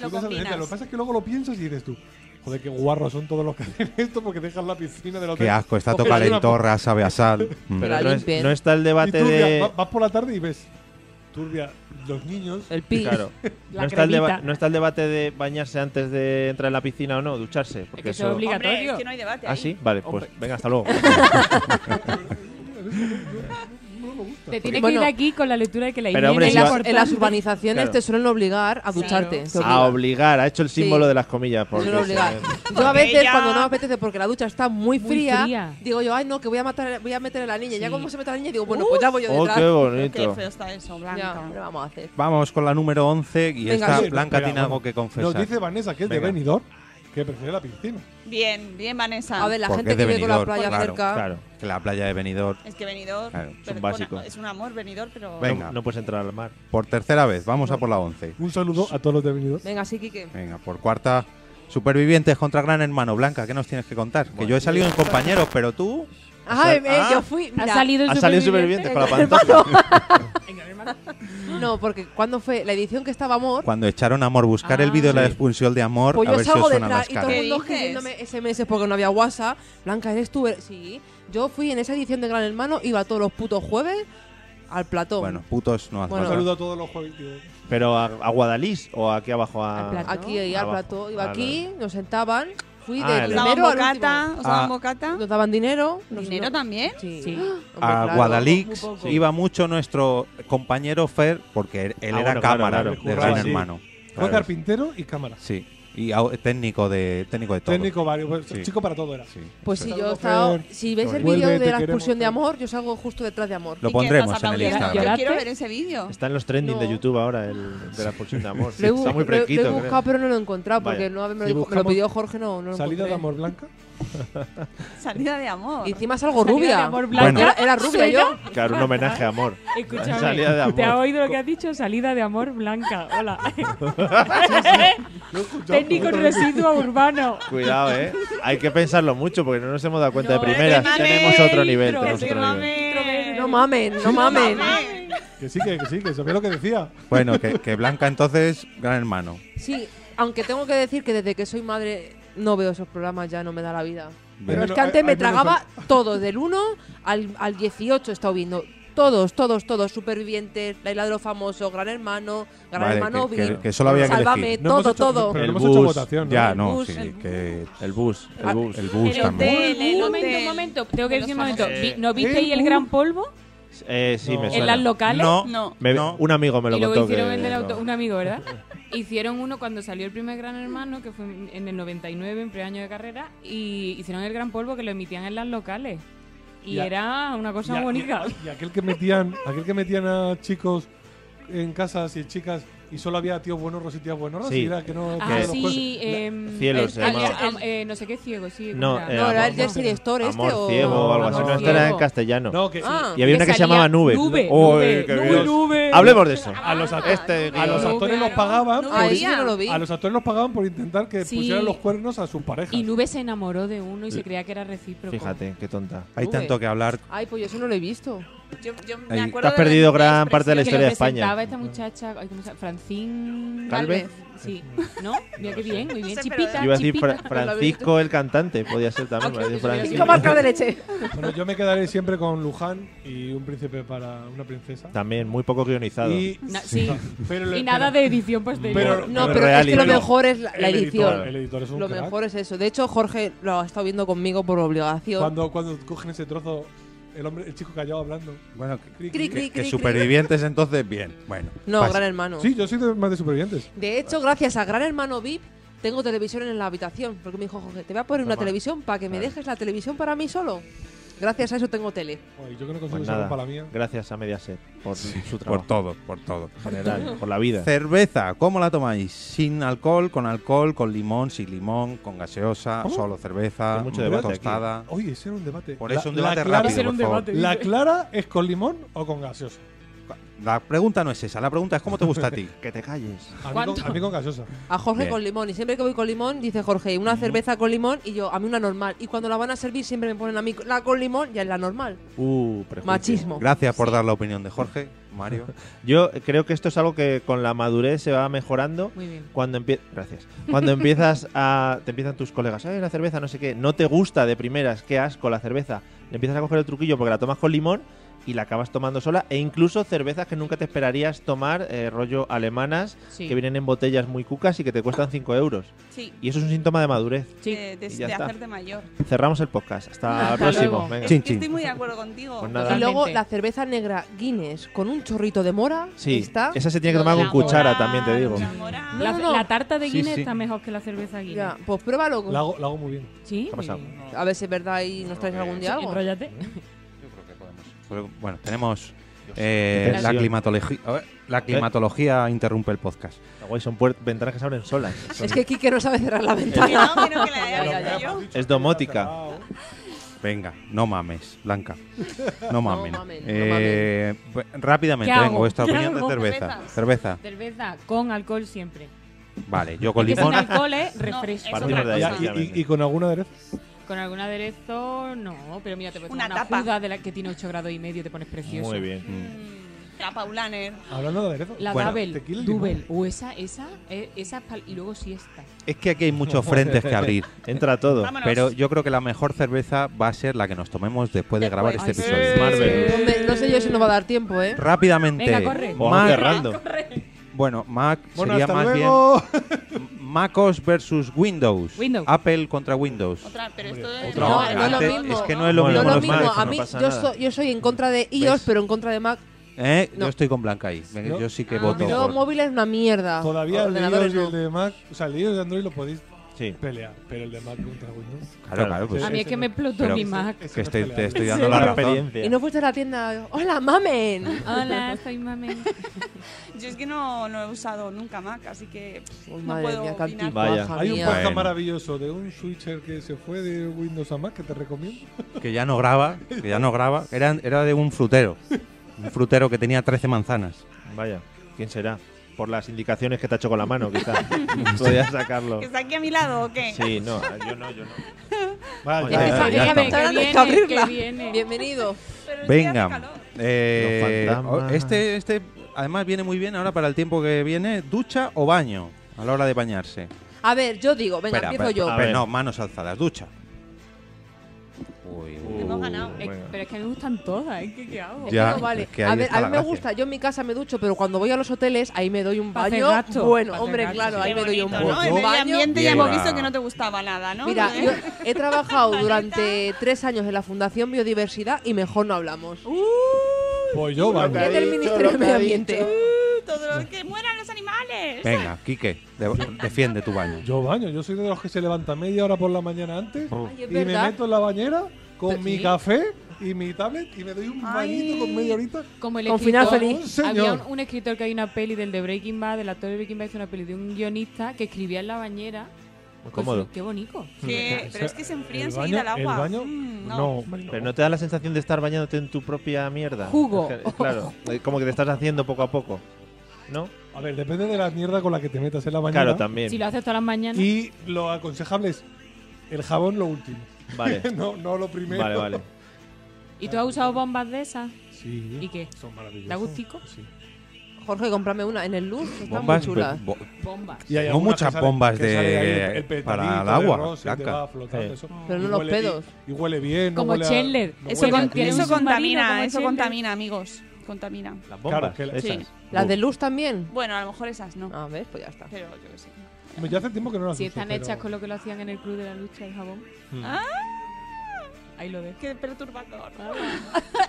Speaker 4: soy cosa de gente.
Speaker 3: combinas.
Speaker 4: Lo que pasa es que luego lo piensas y dices tú, joder, qué guarros son todos los que hacen esto porque dejan la piscina del hotel.
Speaker 2: Qué asco, está
Speaker 4: Coges
Speaker 2: toca
Speaker 4: una-
Speaker 2: lentorra, sabe a sal. Mm.
Speaker 9: la
Speaker 6: Pero no, es-
Speaker 9: limpien.
Speaker 6: no está el
Speaker 4: Y
Speaker 6: debate
Speaker 4: turbia, va-
Speaker 6: de.
Speaker 4: vas por la tarde y ves, turbia, los niños...
Speaker 9: El pis.
Speaker 6: Claro.
Speaker 5: La
Speaker 6: No está, el deba-
Speaker 5: cremita.
Speaker 6: no está el debate de bañarse antes de entrar en la piscina o no, ducharse. Porque
Speaker 5: que eso
Speaker 6: eso.
Speaker 5: obliga-
Speaker 3: Hombre,
Speaker 5: Obligatorio.
Speaker 3: es que no hay debate.
Speaker 6: Ah,
Speaker 3: ahí.
Speaker 6: sí, vale, pues venga, hasta luego.
Speaker 4: No me gusta.
Speaker 5: Te tiene
Speaker 9: Bueno.
Speaker 5: que ir aquí con la lectura de que la
Speaker 6: Pero,
Speaker 5: higiene
Speaker 6: hombre,
Speaker 5: es
Speaker 9: En
Speaker 6: si
Speaker 9: las,
Speaker 6: va-
Speaker 5: importante.
Speaker 9: en las urbanizaciones
Speaker 6: Claro.
Speaker 9: te suelen obligar a ducharte.
Speaker 5: Claro.
Speaker 9: te
Speaker 6: A
Speaker 9: obligan.
Speaker 6: obligar, ha hecho el símbolo
Speaker 9: Sí.
Speaker 6: de las comillas.
Speaker 9: Te
Speaker 6: Porque
Speaker 9: suelen obligar.
Speaker 6: se-
Speaker 9: Yo a
Speaker 3: Porque
Speaker 9: veces,
Speaker 3: ya-
Speaker 9: cuando no me apetece porque la ducha está
Speaker 5: Muy
Speaker 9: muy fría,
Speaker 5: fría.
Speaker 9: digo yo, ay no, que voy a matar, voy a meter a la niña. Ya
Speaker 5: Sí.
Speaker 9: como se mete la niña, digo, bueno, pues ya voy yo
Speaker 6: Oh, qué
Speaker 9: detrás.
Speaker 3: Qué
Speaker 6: bonito.
Speaker 3: feo está eso, Blanca.
Speaker 9: Ya, ¿qué vamos a hacer?
Speaker 2: Vamos con la número 11 y
Speaker 9: Venga,
Speaker 2: esta
Speaker 9: sí.
Speaker 2: Blanca
Speaker 4: Espera,
Speaker 2: tiene algo
Speaker 4: vamos.
Speaker 2: que confesar.
Speaker 4: Nos dice Vanessa, que es
Speaker 2: Venga.
Speaker 4: de Benidorm, que prefiere la piscina.
Speaker 3: Bien, bien, Vanessa.
Speaker 9: A ver, Pues la
Speaker 2: Porque
Speaker 9: gente
Speaker 2: es de
Speaker 9: que vive con la
Speaker 2: Benidorm,
Speaker 9: playa
Speaker 2: claro,
Speaker 9: cerca.
Speaker 6: Claro,
Speaker 2: Que la playa de Benidorm.
Speaker 3: Es que venidor.
Speaker 2: Claro, es
Speaker 6: un básico.
Speaker 3: Es un amor venidor, pero.
Speaker 2: Venga.
Speaker 6: No, no puedes entrar al mar.
Speaker 2: Por tercera vez, vamos a por la 11.
Speaker 4: Un saludo a todos los de Benidorm.
Speaker 9: Venga, sí, Quique.
Speaker 2: Venga, por cuarta. Supervivientes contra Gran Hermano. Blanca, ¿qué nos tienes que contar? Que yo he salido en compañeros, pero tú...
Speaker 9: Ajá, eh,
Speaker 6: ah.
Speaker 9: yo fui.
Speaker 5: Ha
Speaker 9: mira,
Speaker 5: salido el
Speaker 6: Ha salido
Speaker 5: superviviente.
Speaker 6: supervivientes con la pantalla.
Speaker 9: No, porque cuando fue la edición que estaba Amor,
Speaker 2: Cuando echaron a Amor, buscar el
Speaker 5: Ah.
Speaker 2: vídeo de la
Speaker 6: Sí.
Speaker 2: expulsión de Amor,
Speaker 9: pues
Speaker 2: a
Speaker 9: yo
Speaker 2: ver si os
Speaker 9: salgo
Speaker 2: suenan las
Speaker 9: detrás y todo
Speaker 2: caras.
Speaker 9: el mundo
Speaker 3: ¿Qué dices?
Speaker 9: escribiéndome SMS porque no había WhatsApp. Blanca, ¿eres tú? ¿Eres- Sí. Yo fui en esa edición de Gran Hermano, iba todos los putos jueves al platón.
Speaker 2: Bueno, putos no hace
Speaker 9: Bueno.
Speaker 4: Un
Speaker 2: falta.
Speaker 4: saludo a todos los juegos.
Speaker 6: Pero a, a Guadalís o aquí abajo a.
Speaker 5: Al plató.
Speaker 9: aquí ahí al
Speaker 6: Abajo.
Speaker 9: plató, iba
Speaker 6: Ah,
Speaker 9: aquí, nos sentaban, fui
Speaker 6: Ah,
Speaker 9: de
Speaker 6: el-
Speaker 3: Os daban
Speaker 9: primero al
Speaker 3: bocata.
Speaker 9: último.
Speaker 3: Os
Speaker 2: Ah.
Speaker 3: daban bocata.
Speaker 9: Nos daban dinero. nos-
Speaker 3: ¿Dinero
Speaker 9: no-
Speaker 3: también?
Speaker 9: Sí.
Speaker 5: Sí.
Speaker 9: Hombre,
Speaker 2: a
Speaker 9: claro.
Speaker 2: Guadalix
Speaker 5: muy poco.
Speaker 2: iba mucho nuestro compañero Fer, porque él, él era
Speaker 6: Ah, bueno, claro,
Speaker 2: cámara
Speaker 6: claro.
Speaker 2: de
Speaker 4: Curraba,
Speaker 2: Gran
Speaker 4: sí.
Speaker 2: Hermano.
Speaker 4: Fue
Speaker 6: Claro.
Speaker 4: carpintero y cámara.
Speaker 2: Sí. Y au- técnico de técnico de todo.
Speaker 4: Técnico varios. pues,
Speaker 2: Sí.
Speaker 4: Chico para todo era.
Speaker 2: Sí.
Speaker 9: Pues si
Speaker 4: Saludo,
Speaker 9: yo estaba,
Speaker 4: Fer.
Speaker 9: si veis el
Speaker 4: Vuelve,
Speaker 9: vídeo de
Speaker 4: te
Speaker 9: la
Speaker 4: queremos,
Speaker 9: expulsión de
Speaker 4: Fer.
Speaker 9: amor, yo salgo justo detrás de amor.
Speaker 2: Lo
Speaker 3: ¿Y qué
Speaker 2: pondremos
Speaker 3: pasa,
Speaker 2: en el
Speaker 3: Paulina?
Speaker 2: Instagram.
Speaker 3: Yo quiero ver ese vídeo.
Speaker 6: Está en los trending de
Speaker 9: No.
Speaker 6: YouTube ahora el de la expulsión de amor. Sí,
Speaker 9: Lo he, bu-
Speaker 6: está muy
Speaker 9: lo he- lo he
Speaker 6: fresquito. creo.
Speaker 9: buscado, pero no lo he encontrado porque
Speaker 6: Vaya.
Speaker 9: no me lo,
Speaker 4: Si
Speaker 9: dijo- me lo
Speaker 4: buscamos
Speaker 9: pidió Jorge, no, no lo
Speaker 4: Salida de
Speaker 9: encontré.
Speaker 4: amor blanca.
Speaker 3: Salida de amor.
Speaker 9: Y encima salgo
Speaker 5: Salida de
Speaker 9: rubia.
Speaker 5: amor blanca.
Speaker 9: Era, era rubia yo.
Speaker 5: ¿Suena?
Speaker 6: Claro, un homenaje a amor.
Speaker 5: Escúchame,
Speaker 6: Salida de
Speaker 5: ¿te ha
Speaker 6: amor.
Speaker 5: oído lo que has dicho? Salida de amor blanca. Hola.
Speaker 4: Lo he escuchado.
Speaker 5: Técnico en residuo urbano.
Speaker 6: Cuidado, eh. Hay que pensarlo mucho porque no nos hemos dado cuenta
Speaker 5: No,
Speaker 6: de primeras.
Speaker 5: que mamen,
Speaker 6: Tenemos otro nivel.
Speaker 5: que
Speaker 6: tenemos
Speaker 5: se
Speaker 6: otro nivel.
Speaker 9: No mamen, no mamen.
Speaker 4: Que sí, que, que sí, que sabía lo que decía.
Speaker 2: Bueno, que, que Blanca entonces, gran hermano.
Speaker 9: Sí, aunque tengo que decir que desde que soy madre no veo esos programas, ya no me da la vida.
Speaker 2: Bien.
Speaker 9: Pero es
Speaker 4: Bueno,
Speaker 9: que antes
Speaker 4: hay-
Speaker 9: me
Speaker 4: hay menos
Speaker 9: tragaba todo, del 1 al, al 18 he estado viendo Todos, todos, todos. Supervivientes, La Isla de los Famosos, Gran Hermano, Gran
Speaker 2: Vale,
Speaker 9: Hermano
Speaker 2: que-
Speaker 9: Bill,
Speaker 2: que- que solo había que
Speaker 9: Sálvame,
Speaker 2: elegir.
Speaker 4: No hemos
Speaker 9: todo,
Speaker 4: hecho-
Speaker 9: todo.
Speaker 4: Pero
Speaker 2: el
Speaker 4: no hemos
Speaker 2: bus,
Speaker 4: hecho votación, ¿no?
Speaker 2: Ya,
Speaker 9: El
Speaker 2: no,
Speaker 9: bus,
Speaker 2: sí,
Speaker 9: el bus.
Speaker 2: que
Speaker 6: El bus, el
Speaker 9: Ah,
Speaker 6: bus.
Speaker 2: el bus
Speaker 3: el
Speaker 2: también.
Speaker 3: hotel.
Speaker 5: Eh, Un un momento,
Speaker 3: hotel.
Speaker 5: un momento. Tengo que
Speaker 3: De
Speaker 5: decir un
Speaker 3: los
Speaker 5: momento.
Speaker 6: famosos.
Speaker 5: Vi- ¿No visteis
Speaker 9: Uh.
Speaker 5: el
Speaker 4: Eh,
Speaker 5: gran polvo
Speaker 6: Eh, sí,
Speaker 4: No. En
Speaker 6: me
Speaker 5: en
Speaker 6: suena.
Speaker 5: las locales?
Speaker 2: No,
Speaker 3: No.
Speaker 6: Me-
Speaker 2: No.
Speaker 6: Un amigo me lo
Speaker 5: y luego
Speaker 6: contó.
Speaker 5: hicieron
Speaker 6: que-
Speaker 5: el del auto,
Speaker 6: no.
Speaker 5: un amigo, ¿verdad? hicieron uno cuando salió el primer Gran Hermano, que fue en en el 99, en primer año de carrera, y hicieron el Gran Polvo que lo emitían en las locales. Y
Speaker 4: Ya.
Speaker 5: era una cosa
Speaker 4: Y a-
Speaker 5: bonita.
Speaker 4: Y, y aquel que metían, aquel que metían a chicos en casas y chicas y solo había tíos buenos, rosas y tías buenas,
Speaker 6: Sí.
Speaker 4: era que no. que
Speaker 5: Ah,
Speaker 4: no los jueces.
Speaker 5: sí, em,
Speaker 6: Cielos,
Speaker 5: el-
Speaker 6: se llamaba.
Speaker 5: el- eh, no sé qué ciego, sí.
Speaker 6: No,
Speaker 5: ¿cómo
Speaker 6: eh,
Speaker 9: No, era el
Speaker 6: Amor,
Speaker 9: Jesse Director este
Speaker 6: Amor
Speaker 9: o...
Speaker 6: ciego o algo así.
Speaker 5: Amor
Speaker 6: No, esta era en
Speaker 5: ciego.
Speaker 6: castellano.
Speaker 4: No, que
Speaker 9: Ah.
Speaker 6: Y había una que se
Speaker 5: salía
Speaker 6: llamaba Nube.
Speaker 5: Nube,
Speaker 6: Uy,
Speaker 5: Nube,
Speaker 6: qué
Speaker 5: Nube,
Speaker 6: bien.
Speaker 5: Nube.
Speaker 6: Hablemos de eso.
Speaker 4: a los, act-
Speaker 6: Este,
Speaker 4: a los
Speaker 5: no,
Speaker 4: actores los
Speaker 5: Ah, claro.
Speaker 4: pagaban.
Speaker 9: No,
Speaker 4: por-
Speaker 9: ahí sí no lo vi.
Speaker 4: a los actores los pagaban por intentar que
Speaker 5: Sí.
Speaker 4: pusieran los cuernos a sus parejas.
Speaker 5: Y Nube se enamoró de uno y se creía que era recíproco.
Speaker 6: Fíjate, qué tonta.
Speaker 2: Hay
Speaker 9: Uy.
Speaker 2: tanto que hablar.
Speaker 9: Ay, pues yo eso no lo he visto.
Speaker 3: Yo, yo me
Speaker 2: Ahí,
Speaker 3: acuerdo
Speaker 6: te has
Speaker 3: de la-
Speaker 6: perdido
Speaker 3: de
Speaker 6: gran parte de la
Speaker 5: que
Speaker 6: historia
Speaker 5: lo
Speaker 6: de España.
Speaker 5: presentaba esta muchacha, ay, ¿cómo se llama? Francín
Speaker 6: Galvez.
Speaker 5: Sí, ¿no? Mira qué bien, muy bien.
Speaker 3: No sé, pero
Speaker 5: chipita,
Speaker 6: Yo iba a decir
Speaker 5: chipita.
Speaker 6: Fra- Francisco el cantante, podía ser también.
Speaker 5: Ah,
Speaker 6: podía ser
Speaker 5: claro que sí.
Speaker 6: Francisco. Pues
Speaker 5: Cinco marcas
Speaker 9: de leche.
Speaker 4: Bueno, yo me quedaré siempre con Luján y un príncipe para una princesa.
Speaker 6: También, muy poco guionizado.
Speaker 4: Y,
Speaker 5: Na- sí.
Speaker 4: pero lo-
Speaker 5: Y nada
Speaker 4: pero-
Speaker 5: de edición posterior.
Speaker 4: Pero-
Speaker 9: No,
Speaker 6: Pero
Speaker 9: pero es
Speaker 6: reality,
Speaker 9: que lo
Speaker 6: no.
Speaker 9: mejor es la, la
Speaker 4: el editor,
Speaker 9: edición.
Speaker 4: el editor es un
Speaker 9: Lo
Speaker 4: crack.
Speaker 9: mejor es eso. De hecho, Jorge lo ha estado viendo conmigo por obligación.
Speaker 4: Cuando, cuando cogen ese trozo, el hombre, el chico callado hablando.
Speaker 2: Bueno,
Speaker 9: Cri,
Speaker 4: Cri, cri.
Speaker 9: cri.
Speaker 2: que, que supervivientes entonces, bien. Bueno.
Speaker 9: No,
Speaker 2: pasa.
Speaker 9: Gran Hermano.
Speaker 4: Sí, yo soy de, más de supervivientes.
Speaker 9: De hecho, gracias a Gran Hermano VIP, tengo televisión en la habitación. Porque me dijo Jorge, te voy a poner una
Speaker 6: Toma.
Speaker 9: televisión para que me
Speaker 6: Claro.
Speaker 9: dejes la televisión para mí solo. Gracias a eso tengo tele.
Speaker 4: Ay, yo que no consigo
Speaker 6: Pues
Speaker 4: esa
Speaker 6: nada,
Speaker 4: ropa la mía.
Speaker 6: gracias a Mediaset por su trabajo
Speaker 2: Por todo, por todo.
Speaker 6: en general, por la vida.
Speaker 2: Cerveza, ¿cómo la tomáis? ¿Sin alcohol, con alcohol, con limón, sin limón, con gaseosa,
Speaker 4: ¿Cómo?
Speaker 2: solo cerveza,
Speaker 6: Hay mucho debate aquí.
Speaker 2: tostada?
Speaker 4: Oye, ese era un debate.
Speaker 2: Por
Speaker 4: La-
Speaker 2: eso un
Speaker 4: la
Speaker 2: debate
Speaker 4: clara-
Speaker 2: rápido,
Speaker 5: Ese era un
Speaker 2: por favor.
Speaker 5: debate.
Speaker 4: ¿La clara es con limón o con gaseosa?
Speaker 2: La pregunta no es esa, la pregunta es ¿cómo te gusta a ti?
Speaker 6: Que te calles.
Speaker 4: A mí,
Speaker 5: ¿Cuánto?
Speaker 4: con, a mí con gaseosa.
Speaker 9: A Jorge
Speaker 6: Bien.
Speaker 9: con limón. Y siempre que voy con limón, dice Jorge, una cerveza con limón y yo, a mí una normal. Y cuando la van a servir, siempre me ponen a mí la con limón y es la normal.
Speaker 6: Uh, prejuicio.
Speaker 9: Machismo.
Speaker 2: Gracias por dar la opinión de Jorge, Mario.
Speaker 6: Yo creo que esto es algo que con la madurez se va mejorando.
Speaker 5: Muy bien.
Speaker 6: Cuando empie- Gracias. Cuando empiezas a. Te empiezan tus colegas. Ay, una cerveza, no sé qué. No te gusta de primeras. Qué asco la cerveza. Le empiezas a coger el truquillo porque la tomas con limón y la acabas tomando sola. E incluso cervezas que nunca te esperarías tomar, eh, rollo alemanas,
Speaker 5: Sí.
Speaker 6: que vienen en botellas muy cucas y que te cuestan 5 euros.
Speaker 3: Sí,
Speaker 6: Y eso es un síntoma de madurez.
Speaker 5: Sí.
Speaker 3: de, de-
Speaker 6: Y ya
Speaker 3: de
Speaker 6: está.
Speaker 3: hacerte mayor.
Speaker 6: Cerramos el podcast. Hasta el
Speaker 5: Hasta
Speaker 6: próximo.
Speaker 5: luego.
Speaker 6: Venga.
Speaker 2: Chin,
Speaker 3: Es que
Speaker 2: chin.
Speaker 3: estoy muy de acuerdo contigo.
Speaker 6: Pues nada.
Speaker 9: Y luego
Speaker 5: Totalmente.
Speaker 9: la cerveza negra Guinness con un chorrito de mora
Speaker 6: Sí,
Speaker 9: está.
Speaker 6: esa se tiene que tomar con
Speaker 5: La
Speaker 6: cuchara,
Speaker 5: moral,
Speaker 6: también te digo.
Speaker 3: La moral.
Speaker 5: La,
Speaker 9: No, no, no.
Speaker 5: la tarta de
Speaker 2: Sí,
Speaker 5: Guinness
Speaker 2: sí.
Speaker 5: está mejor que la cerveza Guinness.
Speaker 9: Ya, pues pruébalo.
Speaker 4: La hago, la hago muy bien.
Speaker 5: Sí.
Speaker 6: ¿Qué ha pasado?
Speaker 9: A ver si es verdad y nos traes algún día algo.
Speaker 5: Enróllate.
Speaker 2: Pero, Pues, Bueno, tenemos eh,
Speaker 6: Dios.
Speaker 2: la,
Speaker 6: Dios.
Speaker 2: climatologi- a ver, la climatología interrumpe el podcast.
Speaker 6: Guay, son puer- ventanas que se abren solas.
Speaker 9: Es que Kike no sabe cerrar la
Speaker 3: Que
Speaker 9: ventana.
Speaker 3: no, que no, que la he abierto yo.
Speaker 6: Es domótica.
Speaker 2: Venga, no mames, Blanca. No mamen.
Speaker 9: mamen, no
Speaker 2: Eh, pues, rápidamente,
Speaker 5: ¿Qué
Speaker 2: venga,
Speaker 5: hago?
Speaker 2: vuestra
Speaker 5: ¿Qué
Speaker 2: opinión de
Speaker 5: hago?
Speaker 2: cerveza.
Speaker 3: Cervezas.
Speaker 2: Cerveza.
Speaker 5: Cerveza con alcohol siempre.
Speaker 2: Vale, yo con
Speaker 5: que sin
Speaker 2: limón.
Speaker 5: alcohol es refresco.
Speaker 3: eso
Speaker 6: Partimos de ahí,
Speaker 4: Ya,
Speaker 6: sí,
Speaker 4: y,
Speaker 6: ya
Speaker 4: y-
Speaker 6: vende.
Speaker 4: y con algún aderezo.
Speaker 5: Con algún aderezo, no. Pero mira, te pones
Speaker 3: Una
Speaker 5: una,
Speaker 3: tapa.
Speaker 5: juda de la que tiene 8 grados y medio, te pones precioso.
Speaker 6: Muy bien.
Speaker 3: Mm, La Paulaner.
Speaker 4: Hablando de aderezo.
Speaker 5: La
Speaker 2: Bueno,
Speaker 5: double,
Speaker 4: tequila y
Speaker 5: double. O esa, esa, eh, esa pal- y luego siesta.
Speaker 2: Es que aquí hay muchos frentes que abrir.
Speaker 6: Entra todo.
Speaker 3: Vámonos.
Speaker 2: Pero yo creo que la mejor cerveza va a ser la que nos tomemos después de grabar este
Speaker 5: Después.
Speaker 2: episodio.
Speaker 6: Marvel.
Speaker 9: Hombre, no sé yo si nos va a dar tiempo, ¿eh?
Speaker 2: Rápidamente.
Speaker 5: Venga, corre.
Speaker 6: Vamos
Speaker 2: Mac-
Speaker 6: cerrando.
Speaker 2: bueno, Mac
Speaker 4: Bueno,
Speaker 2: sería
Speaker 4: hasta
Speaker 2: más
Speaker 4: luego.
Speaker 2: bien MacOS versus Windows.
Speaker 5: Windows.
Speaker 2: Apple contra Windows.
Speaker 3: Otra, pero esto es.
Speaker 6: Otra. No,
Speaker 9: no es lo
Speaker 2: antes-
Speaker 9: mismo.
Speaker 2: es que no es lo
Speaker 6: Bueno,
Speaker 2: mismo
Speaker 9: no lo
Speaker 2: los
Speaker 9: mismo.
Speaker 2: Mac.
Speaker 6: Macs,
Speaker 9: a
Speaker 6: no
Speaker 9: mí,
Speaker 6: pasa
Speaker 9: yo,
Speaker 6: nada.
Speaker 9: so- yo soy en contra de iOS,
Speaker 2: ¿Ves?
Speaker 9: pero en contra de Mac.
Speaker 2: ¿Eh?
Speaker 9: No.
Speaker 2: Yo estoy con Blanca ahí. Venga,
Speaker 4: No.
Speaker 2: Yo sí que
Speaker 9: Ah,
Speaker 2: voto.
Speaker 9: yo
Speaker 2: por-
Speaker 9: móvil es una
Speaker 3: Ah,
Speaker 9: mierda.
Speaker 4: Todavía el de
Speaker 9: Ordenadores
Speaker 4: iOS y el
Speaker 9: no.
Speaker 4: de Mac. O sea, el de iOS y de Android lo podéis
Speaker 6: Sí.
Speaker 4: pelear. Pero el de Mac contra Windows.
Speaker 2: Claro, claro, pues.
Speaker 5: A mí es
Speaker 4: ese
Speaker 5: que me
Speaker 4: no.
Speaker 5: explotó
Speaker 2: Pero-
Speaker 5: mi Mac.
Speaker 4: Ese
Speaker 2: Que
Speaker 4: no es
Speaker 2: estoy, te
Speaker 4: peleable.
Speaker 2: estoy dando la razón.
Speaker 6: experiencia.
Speaker 9: Y no fuiste a la tienda. ¡Hola, mamen!
Speaker 5: Hola, soy mami.
Speaker 3: Yo es que no, no he usado nunca Mac, así que pff, no
Speaker 9: Oh, Madre
Speaker 3: puedo
Speaker 9: mía, qué
Speaker 3: opinar.
Speaker 9: anticuaja
Speaker 6: Vaya.
Speaker 4: Hay un
Speaker 9: mía.
Speaker 4: podcast
Speaker 2: Bueno.
Speaker 4: maravilloso de un switcher que se fue de Windows a Mac que te recomiendo.
Speaker 2: Que ya no graba, que ya no graba. Era, era de un frutero. Un frutero que tenía 13 manzanas.
Speaker 6: Vaya. ¿Quién será? Por las indicaciones que te ha hecho con la mano, quizás. Podías sacarlo.
Speaker 3: ¿Que ¿Está aquí a mi lado o qué?
Speaker 6: Sí, no, yo no, yo no.
Speaker 4: Vale,
Speaker 2: Ya, ya,
Speaker 5: Esa-
Speaker 2: ya está.
Speaker 5: esa de que viene,
Speaker 9: Está abrirla.
Speaker 5: que viene.
Speaker 9: Bienvenido.
Speaker 3: Pero es que hace
Speaker 2: Venga.
Speaker 3: calor.
Speaker 2: eh,
Speaker 6: Los fantasmas.
Speaker 2: este, este además viene muy bien ahora para el tiempo que viene. ¿Ducha o baño? A la hora de bañarse.
Speaker 9: A ver, yo digo, venga,
Speaker 2: Espera,
Speaker 9: Pues
Speaker 2: pues,
Speaker 9: empiezo
Speaker 2: espera,
Speaker 9: yo.
Speaker 2: a ver, no, manos alzadas. Ducha. Uy,
Speaker 10: Hemos ganado.
Speaker 5: Es-
Speaker 2: venga.
Speaker 5: pero es que a mí me gustan todas. ¿eh? ¿Qué, qué hago?
Speaker 2: Ya,
Speaker 9: Es que no vale.
Speaker 2: es que ahí
Speaker 9: a ver,
Speaker 2: está
Speaker 9: a mí
Speaker 2: la
Speaker 9: me
Speaker 2: gracia.
Speaker 9: gusta, yo en mi casa me ducho, pero cuando voy a los hoteles, ahí me doy un
Speaker 5: Pa' hacer
Speaker 9: baño.
Speaker 5: gasto,
Speaker 9: Bueno,
Speaker 5: pa' hacer
Speaker 9: hombre,
Speaker 5: gasto,
Speaker 9: claro,
Speaker 5: sí.
Speaker 10: Qué
Speaker 9: ahí me doy un
Speaker 10: bonito, ¿no?
Speaker 9: buen
Speaker 10: El
Speaker 9: baño.
Speaker 10: medio
Speaker 3: ambiente ya hemos
Speaker 2: Llega.
Speaker 3: visto que no te gustaba nada, ¿no?
Speaker 9: Mira, yo he trabajado durante tres años en la Fundación Biodiversidad y mejor no hablamos.
Speaker 4: Pues yo,
Speaker 9: ¿Qué
Speaker 4: vale.
Speaker 9: es del Ministerio de este Medio Ambiente?
Speaker 3: Todo lo que mueran los animales.
Speaker 2: Venga, Quique, de- defiende tu baño.
Speaker 4: Yo baño, yo soy de los que se levanta media hora por la mañana antes
Speaker 2: Oh.
Speaker 9: Ay, es
Speaker 4: y me
Speaker 9: verdad.
Speaker 4: meto en la bañera con
Speaker 9: Pero
Speaker 4: mi
Speaker 9: sí.
Speaker 4: café y mi tablet y me doy un bañito con media horita.
Speaker 5: Como el
Speaker 9: Con final
Speaker 5: escritor-
Speaker 9: feliz.
Speaker 4: Un señor.
Speaker 5: Había un, un escritor que hay una peli del de Breaking Bad, del actor de Breaking Bad, hizo una peli de un guionista que escribía en la bañera. Con
Speaker 6: Muy cómodo.
Speaker 5: su- qué bonito.
Speaker 3: Que-
Speaker 4: Mm.
Speaker 3: pero es que se enfría enseguida el agua.
Speaker 4: baño-
Speaker 3: Mm, no.
Speaker 4: no, Mari, no.
Speaker 6: Pero no te da la sensación de estar bañándote en tu propia mierda.
Speaker 5: Jugo.
Speaker 6: Es que, Claro, eh, como que te estás haciendo poco a poco. ¿No?
Speaker 4: A ver, depende de la mierda con la que te metas en la bañera.
Speaker 6: Claro, también.
Speaker 5: Si lo haces todas las mañanas.
Speaker 4: Y lo aconsejable es el jabón lo último.
Speaker 6: Vale,
Speaker 4: no, no lo primero.
Speaker 6: vale, vale.
Speaker 5: ¿Y tú has usado bombas de esas?
Speaker 4: Sí.
Speaker 5: ¿Y qué?
Speaker 4: Son
Speaker 5: ¿Da
Speaker 4: maravillosas.
Speaker 5: gustico?
Speaker 4: Sí.
Speaker 9: Jorge, cómprame una en el Luz, están muy
Speaker 2: Bombas,
Speaker 9: chulas.
Speaker 2: bo-
Speaker 5: Bombas.
Speaker 4: Y hay
Speaker 2: No
Speaker 4: algunas
Speaker 2: muchas
Speaker 4: que sale-
Speaker 2: bombas
Speaker 4: que
Speaker 2: de-
Speaker 4: sale ahí el- el petalito
Speaker 2: para el
Speaker 4: de
Speaker 2: agua,
Speaker 4: arroz y te
Speaker 2: blanca.
Speaker 4: va flotando
Speaker 6: Sí.
Speaker 4: eso.
Speaker 9: Pero
Speaker 4: Y
Speaker 9: no los
Speaker 4: huele-
Speaker 9: pedos.
Speaker 4: Y, y huele bien.
Speaker 5: Como
Speaker 4: no huele a-
Speaker 5: Chandler.
Speaker 4: no
Speaker 3: Eso,
Speaker 4: huele a
Speaker 5: con-
Speaker 4: clín.
Speaker 5: tiene un
Speaker 3: eso
Speaker 5: submarino como
Speaker 3: contamina,
Speaker 5: el
Speaker 3: eso
Speaker 5: Schindler.
Speaker 3: contamina, amigos. Contamina.
Speaker 6: Las bombas,
Speaker 4: Claro, que la-
Speaker 6: esas.
Speaker 3: Sí.
Speaker 9: ¿Las de Luz también?
Speaker 3: Bueno, a lo mejor esas no.
Speaker 9: A ver, pues ya está.
Speaker 3: Pero yo qué sé.
Speaker 4: Yo hace tiempo que no las
Speaker 5: Si
Speaker 4: uso,
Speaker 5: están
Speaker 4: pero-
Speaker 5: hechas con lo que lo hacían en el Club de la Lucha del Jabón.
Speaker 4: Mm.
Speaker 5: Ahí lo Ah, dejo.
Speaker 3: Ah. Qué perturbador.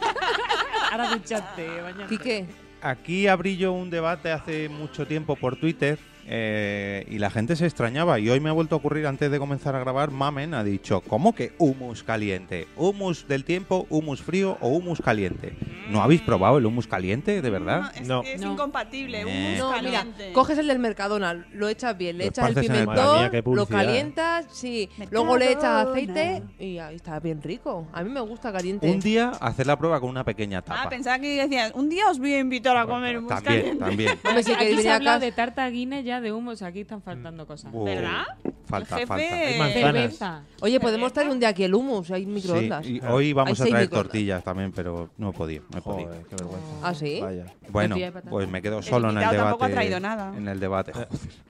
Speaker 5: Ahora duchate, mañana.
Speaker 9: Quique,
Speaker 2: Aquí abrí yo un debate hace mucho tiempo por Twitter eh, y la gente se extrañaba. Y hoy me ha vuelto a ocurrir antes de comenzar a grabar. Mamen ha dicho: ¿Cómo que humus caliente? ¿Humus del tiempo, humus frío o humus caliente? ¿No habéis probado el humus caliente, de verdad?
Speaker 3: es,
Speaker 6: No.
Speaker 3: es
Speaker 5: No.
Speaker 3: incompatible.
Speaker 2: Eh.
Speaker 3: Un
Speaker 9: no, mira,
Speaker 3: caliente.
Speaker 9: coges el del Mercadona, lo echas bien, le
Speaker 2: Lo
Speaker 9: echas el
Speaker 2: esparces en el-
Speaker 6: Madre
Speaker 9: pimentón,
Speaker 6: mía, qué
Speaker 9: lo
Speaker 2: ¿eh?
Speaker 6: publicidad.
Speaker 9: calientas, sí, luego le echas aceite y ahí está bien rico. A mí me gusta caliente.
Speaker 2: Un día hacer la prueba con una pequeña tapa.
Speaker 3: Ah, pensaba que decías, un día os voy a invitar a comer un
Speaker 2: también,
Speaker 3: caliente.
Speaker 2: también.
Speaker 9: Hombre, sí que
Speaker 5: aquí se
Speaker 9: venía
Speaker 5: ha
Speaker 9: a
Speaker 5: hablado
Speaker 9: casa-
Speaker 5: de tarta guinness ya de humos. Aquí están faltando cosas.
Speaker 2: Uh,
Speaker 3: ¿Verdad?
Speaker 2: Falta,
Speaker 3: El jefe-
Speaker 2: falta.
Speaker 6: Hay manzanas.
Speaker 5: Cerveza.
Speaker 9: Oye, podemos traer un día aquí el humus, hay
Speaker 2: Sí,
Speaker 9: microondas.
Speaker 2: y hoy vamos
Speaker 9: Hay
Speaker 2: a
Speaker 9: seis
Speaker 2: traer
Speaker 9: microondas.
Speaker 2: tortillas también, pero no he podido. No he podido.
Speaker 6: Joder, qué vergüenza.
Speaker 9: ¿Ah, sí?
Speaker 6: Vaya.
Speaker 2: Bueno,
Speaker 5: Tortilla de patata.
Speaker 2: pues me quedo solo en el
Speaker 3: invitado
Speaker 2: debate.
Speaker 3: tampoco ha traído nada.
Speaker 2: En el debate.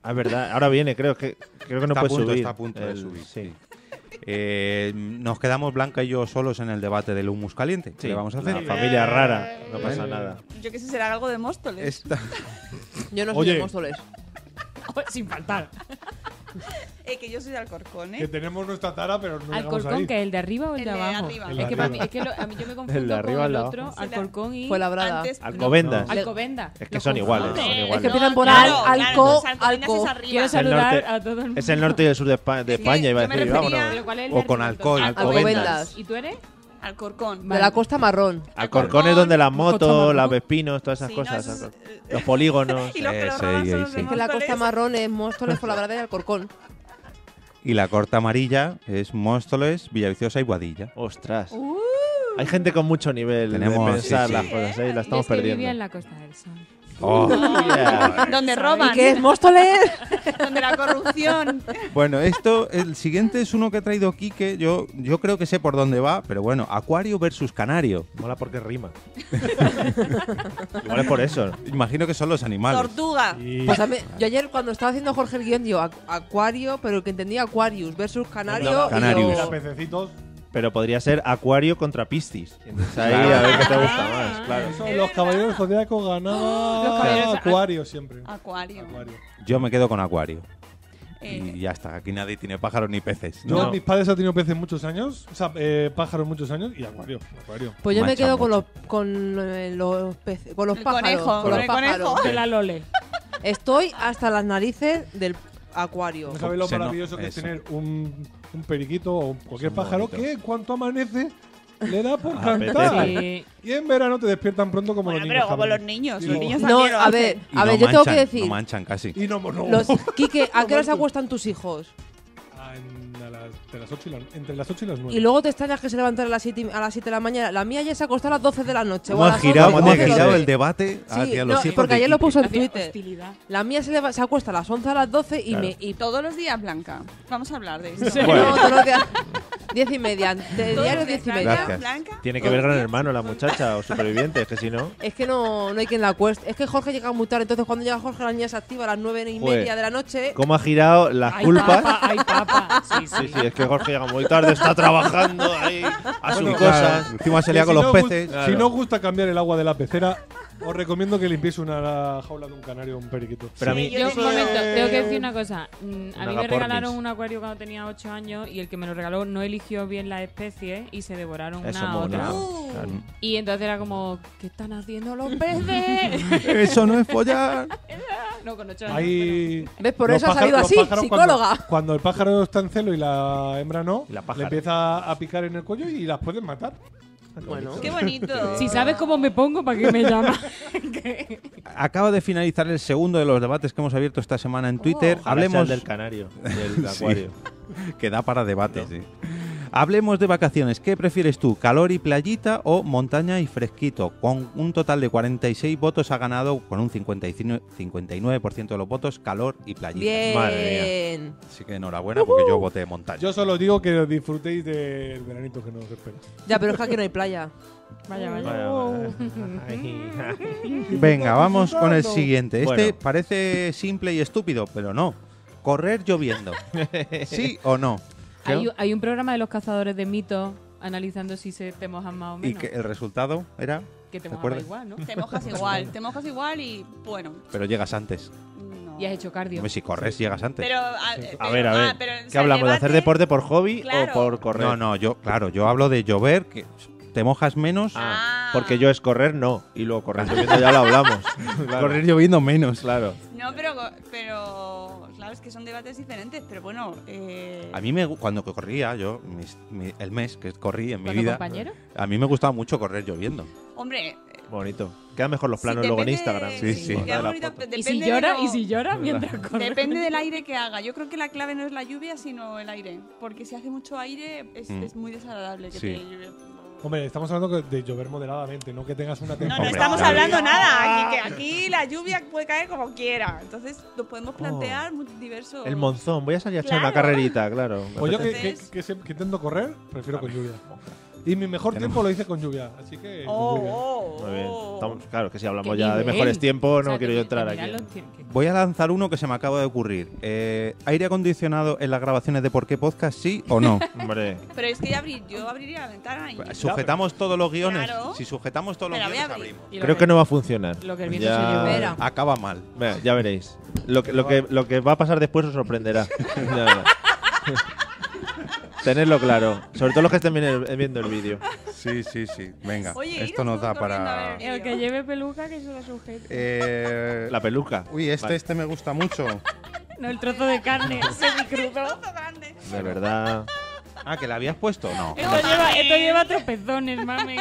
Speaker 6: Ah, es verdad. Ahora viene, creo que, creo que no
Speaker 2: Está a
Speaker 6: puede
Speaker 2: punto,
Speaker 6: subir.
Speaker 2: está a punto de
Speaker 6: El-
Speaker 2: subir,
Speaker 6: Sí.
Speaker 2: Eh, nos quedamos Blanca y yo solos en el debate del humus caliente. ¿Qué
Speaker 6: Sí,
Speaker 2: le vamos a
Speaker 6: La
Speaker 2: hacer?
Speaker 6: familia rara. No pasa nada.
Speaker 3: Yo qué sé, será algo de Móstoles.
Speaker 2: Esta-
Speaker 9: Yo no soy
Speaker 4: Oye.
Speaker 9: de Móstoles.
Speaker 5: Sin faltar.
Speaker 3: Eh, que yo soy de Alcorcón,
Speaker 4: Que
Speaker 3: ¿eh?
Speaker 4: tenemos nuestra tara, pero no llegamos ahí.
Speaker 5: Alcorcón, que es el de arriba o el,
Speaker 3: El
Speaker 5: de
Speaker 3: de
Speaker 5: abajo.
Speaker 3: arriba.
Speaker 4: El de
Speaker 5: Es que, para mí,
Speaker 4: arriba.
Speaker 5: es que lo- a mí yo me confundo
Speaker 6: El de arriba
Speaker 5: con
Speaker 6: al
Speaker 5: el
Speaker 6: lado.
Speaker 5: otro,
Speaker 3: Sí, la-
Speaker 5: Alcorcón y
Speaker 9: Fue labrada.
Speaker 3: Antes-
Speaker 6: Alcobendas.
Speaker 4: No.
Speaker 5: Alcobenda.
Speaker 6: Es que
Speaker 5: Los
Speaker 6: son iguales,
Speaker 5: confundo.
Speaker 6: son
Speaker 3: Eh,
Speaker 6: iguales.
Speaker 9: que empiezan
Speaker 3: no,
Speaker 9: por
Speaker 3: claro,
Speaker 9: al-
Speaker 3: claro,
Speaker 9: alco,
Speaker 3: las alcobendas
Speaker 9: alco.
Speaker 3: es arriba.
Speaker 5: Quiero
Speaker 6: el
Speaker 5: saludar
Speaker 6: norte-
Speaker 5: a todo el mundo.
Speaker 6: Es el norte y el sur de España, de
Speaker 3: Sí,
Speaker 6: España iba a
Speaker 3: yo me
Speaker 6: decir.
Speaker 3: refería-
Speaker 6: Vámonos.
Speaker 5: Pero ¿cuál es el
Speaker 2: O
Speaker 5: de arriba,
Speaker 2: con
Speaker 5: entonces?
Speaker 2: alcohol,
Speaker 9: alcobendas.
Speaker 5: ¿Y tú eres?
Speaker 3: Alcorcón.
Speaker 9: De la costa marrón.
Speaker 6: Alcorcón es donde las motos,
Speaker 5: Costamarrón.
Speaker 6: las vespinos, todas esas
Speaker 3: Sí, no,
Speaker 6: cosas.
Speaker 3: eso es-
Speaker 6: Alcorcón. Los polígonos.
Speaker 3: Y los que lo
Speaker 2: Sí,
Speaker 3: roban
Speaker 2: sí,
Speaker 3: son los
Speaker 2: sí.
Speaker 3: de
Speaker 2: Es
Speaker 9: Que la
Speaker 3: Móstoles.
Speaker 9: costa marrón es Móstoles por la verdad y Alcorcón.
Speaker 2: Y la corta amarilla es Móstoles, Villaviciosa y Guadilla.
Speaker 6: Ostras.
Speaker 3: Uh.
Speaker 6: Hay gente con mucho nivel
Speaker 2: Tenemos-
Speaker 6: de
Speaker 2: sí,
Speaker 6: pensar
Speaker 2: sí.
Speaker 6: las cosas, ¿eh? Y las estamos
Speaker 5: Yo es que vivía en
Speaker 6: perdiendo.
Speaker 5: la Costa del Sol.
Speaker 3: Donde
Speaker 9: ¿Y
Speaker 3: roban,
Speaker 9: qué es Móstoles?
Speaker 3: donde la corrupción.
Speaker 2: Bueno, esto, el siguiente es uno que ha traído Quique. Yo, yo creo que sé por dónde va, pero bueno, Acuario versus Canario.
Speaker 6: Mola porque rima. Igual es por eso.
Speaker 2: Imagino que son los animales.
Speaker 3: Tortuga.
Speaker 4: Y-
Speaker 9: Pues a mí- yo ayer cuando estaba haciendo Jorge el guión, digo "Acu- Acuario, pero el que entendía Aquarius versus Canario.
Speaker 2: No,
Speaker 9: y
Speaker 2: Canarius.
Speaker 4: y
Speaker 9: yo-
Speaker 4: los pececitos.
Speaker 6: Pero podría ser Acuario contra Piscis. Entonces ahí a ver qué te gusta
Speaker 4: Ah,
Speaker 6: más, claro.
Speaker 4: Eso, los caballeros zodiacos ganaban Acuario siempre.
Speaker 3: Acuario.
Speaker 4: Acuario.
Speaker 2: Yo me quedo con Acuario.
Speaker 3: Eh,
Speaker 2: Y ya está, aquí nadie tiene pájaros ni peces.
Speaker 4: Yo,
Speaker 6: No.
Speaker 4: mis padres han tenido peces muchos años, o sea, eh, pájaros muchos años y acuario. acuario.
Speaker 9: Pues yo me
Speaker 2: Manchan
Speaker 9: quedo con los, con, eh, los, pece- con los
Speaker 3: El
Speaker 9: pájaros.
Speaker 3: conejo,
Speaker 9: con los
Speaker 3: el conejo.
Speaker 9: pájaros.
Speaker 5: De la Lole.
Speaker 9: Estoy hasta las narices del Acuario.
Speaker 4: No sabéis lo
Speaker 2: Se no-
Speaker 4: maravilloso que es
Speaker 2: eso.
Speaker 4: tener un, un periquito o cualquier
Speaker 6: Son
Speaker 4: pájaro
Speaker 6: bonitos.
Speaker 4: que, en cuanto amanece, le da
Speaker 1: Ah,
Speaker 4: por
Speaker 6: Apetece.
Speaker 4: cantar.
Speaker 5: Sí.
Speaker 4: Y en verano te despiertan pronto como
Speaker 3: bueno,
Speaker 4: los niños.
Speaker 3: pero como los
Speaker 4: japoneses.
Speaker 3: niños.
Speaker 4: Sí,
Speaker 3: Los
Speaker 4: no.
Speaker 3: niños
Speaker 9: No,
Speaker 3: también lo
Speaker 9: a
Speaker 3: hacen.
Speaker 9: ver,
Speaker 2: Y
Speaker 9: a ver,
Speaker 2: no
Speaker 9: yo tengo
Speaker 2: manchan,
Speaker 9: que decir.
Speaker 2: No manchan casi.
Speaker 4: Y no, no.
Speaker 9: Los, Quique, ¿a qué hora se
Speaker 4: Roberto.
Speaker 9: acuestan tus hijos?
Speaker 4: Ah, en- a las- de las ocho y la- entre las 8 y las 9.
Speaker 9: Y luego te extrañas que se levantan a las 7 a las siete de la mañana. La mía ya se acostó a las 12 de la noche. o
Speaker 2: Hemos
Speaker 9: a las
Speaker 2: girado,
Speaker 9: once,
Speaker 2: hemos
Speaker 9: once de la
Speaker 2: girado
Speaker 9: noche.
Speaker 2: el debate Ah,
Speaker 9: Sí,
Speaker 2: hacia
Speaker 9: no,
Speaker 2: los hijos
Speaker 9: porque
Speaker 2: de
Speaker 9: ayer lo
Speaker 2: Quique.
Speaker 9: puso en
Speaker 5: Hacía
Speaker 9: Twitter.
Speaker 5: hostilidad.
Speaker 9: La mía se, leva- se acuesta a las 11 a las 12 y,
Speaker 6: Claro.
Speaker 9: me, y
Speaker 3: Todos los días, Blanca. Vamos a hablar de esto.
Speaker 6: Bueno.
Speaker 9: No, todos los días. Diez y media. de
Speaker 3: Todo
Speaker 9: diario
Speaker 3: de
Speaker 9: diez y
Speaker 3: blanca,
Speaker 9: media.
Speaker 6: Gracias.
Speaker 3: blanca,
Speaker 6: Tiene que
Speaker 3: todo
Speaker 6: ver Gran
Speaker 3: bien.
Speaker 6: Hermano, la muchacha, o supervivientes, que si no.
Speaker 9: Es que no, no hay quien la cueste. Es que Jorge llega muy tarde. Entonces, cuando llega Jorge, la niña se activa a las nueve y
Speaker 6: Joder.
Speaker 9: media de la noche.
Speaker 6: ¿Cómo ha girado las
Speaker 5: Ay,
Speaker 6: culpas?
Speaker 5: papa, ay, papa. Sí, sí.
Speaker 6: Sí, sí, es que Jorge llega muy tarde, está trabajando ahí, a sus
Speaker 4: Bueno,
Speaker 6: cosas.
Speaker 2: Encima se lía
Speaker 4: Que
Speaker 2: con los
Speaker 4: si no os gust-
Speaker 2: peces.
Speaker 6: Claro.
Speaker 4: Si no os gusta cambiar el agua de la pecera, os recomiendo que limpiéis una jaula de un canario o un periquito.
Speaker 6: Pero a mí,
Speaker 5: Yo, un momento, tengo que decir una cosa. Mm, A mí me
Speaker 6: agapornis.
Speaker 5: regalaron un acuario cuando tenía 8 años y el que me lo regaló no eligió bien las especies y se devoraron
Speaker 6: eso
Speaker 5: una a
Speaker 6: mola.
Speaker 5: otra.
Speaker 3: Uh.
Speaker 6: claro.
Speaker 5: Y entonces era como, ¿qué están haciendo los peces?
Speaker 2: Eso no es follar.
Speaker 5: no, con 8 años.
Speaker 4: Ahí.
Speaker 9: ¿Ves? Por
Speaker 4: los
Speaker 9: eso ha
Speaker 4: pájaros-
Speaker 9: salido
Speaker 4: los
Speaker 9: así,
Speaker 4: pájaros cuando-
Speaker 9: psicóloga.
Speaker 4: Cuando, el pájaro está en celo y la hembra no,
Speaker 6: Y la pájara.
Speaker 4: le empieza a picar en el cuello y las pueden matar.
Speaker 9: Bueno,
Speaker 3: Qué bonito.
Speaker 5: Si sabes cómo me pongo, ¿para qué me llamas? Que-
Speaker 2: Acaba de finalizar el segundo de los debates que hemos abierto esta semana en Twitter.
Speaker 6: Ojalá sea el
Speaker 2: Hablemos
Speaker 6: del canario, del
Speaker 2: Sí.
Speaker 6: acuario.
Speaker 2: que da para debate, sí. Hablemos de vacaciones. ¿Qué prefieres tú, calor y playita o montaña y fresquito? Con un total de 46 votos ha ganado con un 55 59% de los votos calor y playita.
Speaker 9: Bien.
Speaker 6: Madre
Speaker 2: Así que enhorabuena porque yo voté montaña.
Speaker 4: Yo solo digo que disfrutéis del veranito que nos espera.
Speaker 9: Ya, pero es que aquí no hay playa. Uh.
Speaker 5: Vaya, vaya.
Speaker 6: Vaya, vaya. Ay, ay.
Speaker 2: Venga, vamos con el siguiente. Este
Speaker 6: Bueno.
Speaker 2: parece simple y estúpido, pero no. Correr lloviendo. ¿Sí o no?
Speaker 5: Hay, hay un programa de los cazadores de mitos analizando si se te mojan más o
Speaker 2: Y
Speaker 5: menos.
Speaker 2: que el resultado era,
Speaker 5: que te
Speaker 2: ¿te
Speaker 5: mojaba
Speaker 2: acuerdas?
Speaker 5: igual, ¿no?
Speaker 3: Te mojas igual, te mojas igual y bueno.
Speaker 2: pero llegas antes.
Speaker 3: no.
Speaker 5: Y has hecho cardio.
Speaker 2: Hombre, si corres, llegas antes.
Speaker 3: Pero, a,
Speaker 6: A
Speaker 3: pero-
Speaker 6: ver, a
Speaker 3: ah,
Speaker 6: ver.
Speaker 3: pero, o
Speaker 6: ¿Qué
Speaker 3: sea, el
Speaker 6: hablamos? ¿De hacer deporte por hobby
Speaker 3: Claro.
Speaker 6: o por correr?
Speaker 2: No, no, yo, claro, yo hablo de llover, que te mojas menos.
Speaker 6: Ah,
Speaker 3: Ah.
Speaker 6: porque yo es correr, no. Y luego correr lloviendo ya lo hablamos. Claro.
Speaker 2: Correr lloviendo menos.
Speaker 6: Claro.
Speaker 3: No, pero, pero claro, es que son debates diferentes, pero bueno. Eh,
Speaker 2: A mí me, gu- cuando que corría, yo, mis- mi- el mes que corrí en mi
Speaker 5: ¿Con
Speaker 2: vida,
Speaker 5: compañero?
Speaker 2: a mí me gustaba mucho correr lloviendo.
Speaker 3: Hombre,
Speaker 6: Bonito. Quedan mejor los planos
Speaker 3: si
Speaker 6: luego en
Speaker 3: depende-
Speaker 6: Instagram.
Speaker 2: Sí, sí.
Speaker 3: queda
Speaker 6: Joder, la
Speaker 3: bonito,
Speaker 6: foto.
Speaker 5: ¿Y
Speaker 3: depende
Speaker 5: si
Speaker 3: de
Speaker 5: llora?
Speaker 3: lo-
Speaker 5: ¿Y si llora mientras corre?
Speaker 3: Depende del aire que haga. Yo creo que la clave no es la lluvia, sino el aire. Porque si hace mucho aire, es,
Speaker 2: Mm.
Speaker 3: es muy desagradable que
Speaker 2: Sí.
Speaker 3: te lluvia.
Speaker 4: Hombre, estamos hablando de llover moderadamente, no que tengas una
Speaker 3: No,
Speaker 4: temporada.
Speaker 3: no
Speaker 2: Hombre,
Speaker 3: estamos
Speaker 2: claro.
Speaker 3: hablando nada. Aquí, que aquí la lluvia puede caer como quiera. Entonces, lo podemos
Speaker 2: Oh.
Speaker 3: plantear muy diverso.
Speaker 6: El monzón. Voy a salir a echar una
Speaker 3: Claro.
Speaker 6: carrerita, claro.
Speaker 4: O Pues yo que, que,
Speaker 3: Entonces-
Speaker 4: que se- que intento correr, prefiero con lluvia. Y mi mejor tiempo lo hice con lluvia, así que. con
Speaker 3: Oh,
Speaker 4: lluvia.
Speaker 3: oh, oh.
Speaker 6: Muy bien. Estamos- claro, que si hablamos
Speaker 5: Qué
Speaker 6: ya de
Speaker 5: nivel.
Speaker 6: mejores tiempos,
Speaker 5: O sea,
Speaker 6: no
Speaker 5: que
Speaker 6: quiero yo
Speaker 5: te-
Speaker 6: entrar
Speaker 5: te
Speaker 6: aquí.
Speaker 5: miran los tie- que-
Speaker 2: Voy a lanzar uno que se me acaba de ocurrir. Eh, ¿Aire acondicionado en las grabaciones de Por qué Podcast, sí o no?
Speaker 6: Hombre.
Speaker 3: Pero es que ya abrir, yo abriría la ventana y.
Speaker 2: Pues, ¿Sujetamos todos los guiones?
Speaker 3: Claro.
Speaker 2: Si sujetamos todos los
Speaker 3: Pero voy a
Speaker 2: guiones,
Speaker 3: abrir.
Speaker 2: abrimos.
Speaker 5: y lo
Speaker 6: Creo que no va a funcionar.
Speaker 5: Lo que el viento
Speaker 6: Ya-
Speaker 5: se llevó.
Speaker 9: Espera.
Speaker 2: Acaba mal.
Speaker 6: Venga, ya veréis. Lo que, lo, que, lo que va a pasar después os sorprenderá. Ya, ya. Tenedlo claro. Sobre todo los que estén viendo el- viendo el vídeo.
Speaker 2: Sí, sí, sí. Venga, esto
Speaker 3: Oye, iros
Speaker 2: nos
Speaker 3: todos
Speaker 2: da
Speaker 3: corriendo a
Speaker 2: para...
Speaker 3: ver.
Speaker 5: El que lleve peluca que se la sujete.
Speaker 2: Eh,
Speaker 6: La peluca.
Speaker 2: Uy, este,
Speaker 6: Vale.
Speaker 2: este me gusta mucho.
Speaker 5: No, el trozo de carne semicrudo.
Speaker 3: Todo grande.
Speaker 6: De verdad.
Speaker 2: Ah, ¿que la habías puesto? No.
Speaker 5: Esto lleva, esto lleva tropezones, mami.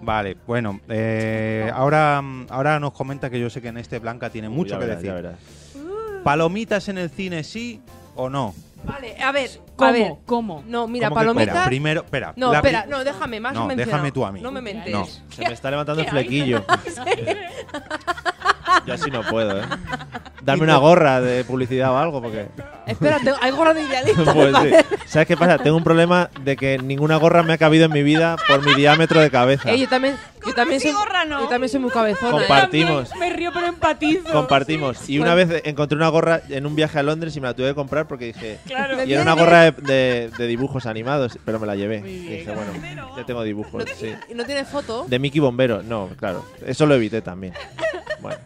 Speaker 2: Vale, bueno, eh, ahora, mm, ahora nos comenta que yo sé que en este Blanca tiene mucho
Speaker 6: Ya
Speaker 2: que
Speaker 6: verás,
Speaker 2: decir.
Speaker 6: ya verás.
Speaker 5: Uh.
Speaker 2: ¿Palomitas en el cine sí o no?
Speaker 9: Vale, a ver.
Speaker 5: ¿Cómo?
Speaker 9: A ver.
Speaker 5: ¿Cómo?
Speaker 9: No, mira,
Speaker 4: ¿Cómo que cómo?
Speaker 2: Espera,
Speaker 9: palomitas.
Speaker 2: primero, espera.
Speaker 9: No,
Speaker 2: la pri-
Speaker 9: espera, no, déjame, más
Speaker 2: No, déjame tú a mí.
Speaker 9: No me mentes.
Speaker 2: No.
Speaker 6: Se me está levantando el
Speaker 5: ¿Qué hay?
Speaker 6: flequillo. Yo así no puedo, ¿eh? Darme una gorra de publicidad o algo, porque.
Speaker 9: Espera, tengo- hay gorra de idealista.
Speaker 6: Pues sí.
Speaker 9: ¿vale?
Speaker 6: ¿Sabes qué pasa? Tengo un problema de que ninguna gorra me ha cabido en mi vida por mi diámetro de cabeza.
Speaker 9: Eh, yo también, yo también
Speaker 3: sí,
Speaker 9: soy,
Speaker 3: gorra no.
Speaker 9: yo también soy muy cabezona.
Speaker 6: Compa-
Speaker 9: eh.
Speaker 6: Compartimos.
Speaker 5: También Me río, pero empatizo.
Speaker 6: Compartimos. Y una vez encontré una gorra en un viaje a Londres y me la tuve que comprar porque dije.
Speaker 5: Claro.
Speaker 6: Y era una gorra de, de- de dibujos animados, pero me la llevé.
Speaker 5: Muy bien.
Speaker 6: Y dije, bueno, ya tengo dibujos. sí.
Speaker 9: ¿Y no tiene foto?
Speaker 6: De Mickey Bombero, no, claro. Eso lo evité también. Bueno.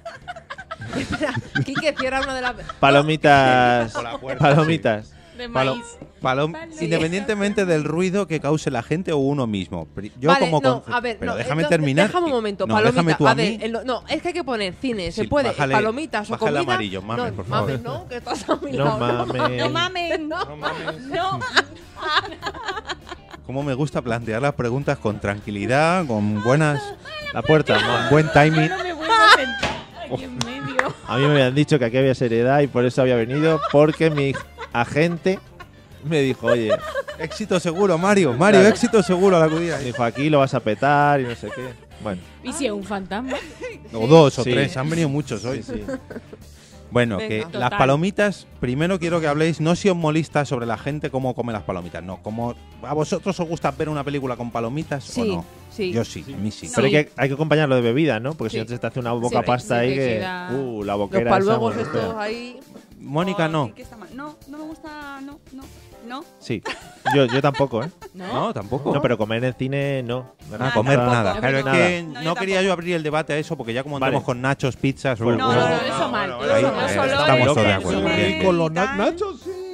Speaker 9: Espera, Quique, cierra una de las...
Speaker 6: Palomitas.
Speaker 2: Por la puerta,
Speaker 6: Palomitas.
Speaker 5: De
Speaker 2: Palo-
Speaker 5: maíz.
Speaker 2: palom-
Speaker 5: Palomitas.
Speaker 2: Independientemente del ruido que cause la gente o uno mismo. Pri- Yo
Speaker 9: Vale,
Speaker 2: como
Speaker 9: no,
Speaker 2: conce-
Speaker 9: a ver,
Speaker 2: pero
Speaker 9: no,
Speaker 2: déjame
Speaker 9: entonces,
Speaker 2: terminar.
Speaker 9: Déjame un
Speaker 2: y-
Speaker 9: momento,
Speaker 2: no,
Speaker 9: palomita.
Speaker 2: déjame tú a,
Speaker 9: a ver,
Speaker 2: mí.
Speaker 9: el- no, es que hay que poner cine, se
Speaker 2: Sí,
Speaker 9: puede,
Speaker 2: bájale-
Speaker 9: palomitas o
Speaker 2: bájale
Speaker 9: comida.
Speaker 2: amarillo, mames,
Speaker 9: no,
Speaker 2: por
Speaker 9: mames,
Speaker 2: favor.
Speaker 9: no, que estás a mi
Speaker 6: No
Speaker 9: lado,
Speaker 6: mames.
Speaker 3: No mames. No.
Speaker 4: No mames.
Speaker 3: No.
Speaker 2: Cómo me gusta plantear las preguntas con tranquilidad, con buenas,
Speaker 6: La puerta.
Speaker 2: con
Speaker 6: ma.
Speaker 2: buen timing.
Speaker 5: Yo no me vuelvo a sentar aquí en medio.
Speaker 6: A mí me habían dicho que aquí había seriedad y por eso había venido, porque mi agente me dijo, oye,
Speaker 2: Éxito seguro, Mario. Mario,
Speaker 6: Claro.
Speaker 2: éxito seguro al acudir ahí.
Speaker 6: dijo aquí lo vas a petar y no sé qué. Bueno,
Speaker 5: ¿Y si es un fantasma?
Speaker 2: O dos o
Speaker 6: Sí.
Speaker 2: tres, han venido muchos hoy.
Speaker 6: sí, sí.
Speaker 2: Bueno,
Speaker 9: Venga.
Speaker 2: que
Speaker 9: Total.
Speaker 2: las palomitas, primero quiero que habléis, no si os molesta sobre la gente cómo come las palomitas, no, como a vosotros os gusta ver una película con palomitas o
Speaker 9: Sí,
Speaker 2: no.
Speaker 9: sí.
Speaker 2: Yo sí, a mí sí.
Speaker 6: Pero hay que, hay que acompañarlo de bebida, ¿no? Porque
Speaker 9: Sí.
Speaker 6: si no se te hace una boca
Speaker 9: Sí,
Speaker 6: pasta
Speaker 5: sí,
Speaker 6: ahí
Speaker 5: te
Speaker 6: que.
Speaker 5: queda-
Speaker 6: Uh, la
Speaker 9: Los
Speaker 6: boquera. esa,
Speaker 9: paluegos
Speaker 6: bueno,
Speaker 9: estos
Speaker 6: espera.
Speaker 9: ahí.
Speaker 2: Mónica
Speaker 3: Ay,
Speaker 2: no.
Speaker 3: que está mal. No, no me gusta, no, no, no.
Speaker 6: Sí, yo, yo tampoco, ¿eh?
Speaker 2: No, tampoco.
Speaker 6: No, pero comer en cine no. Me
Speaker 2: Nada,
Speaker 6: gusta.
Speaker 2: comer
Speaker 3: tampoco.
Speaker 2: nada.
Speaker 3: No,
Speaker 2: Claro, es
Speaker 3: no,
Speaker 2: que
Speaker 3: no,
Speaker 2: no,
Speaker 3: yo tampoco.
Speaker 2: quería yo abrir el debate a eso porque ya como andamos
Speaker 6: Vale.
Speaker 2: con nachos, pizzas,
Speaker 6: Pues
Speaker 2: bueno,
Speaker 3: No, no, no,
Speaker 2: bueno,
Speaker 5: eso mal.
Speaker 2: bueno, ahí,
Speaker 5: eso mal.
Speaker 2: eh,
Speaker 5: Solo
Speaker 2: estamos todos de
Speaker 3: el
Speaker 2: acuerdo.
Speaker 3: cine.
Speaker 2: bien,
Speaker 4: Y
Speaker 2: bien.
Speaker 4: con los na-
Speaker 3: Tan-
Speaker 4: nachos, sí.
Speaker 3: No,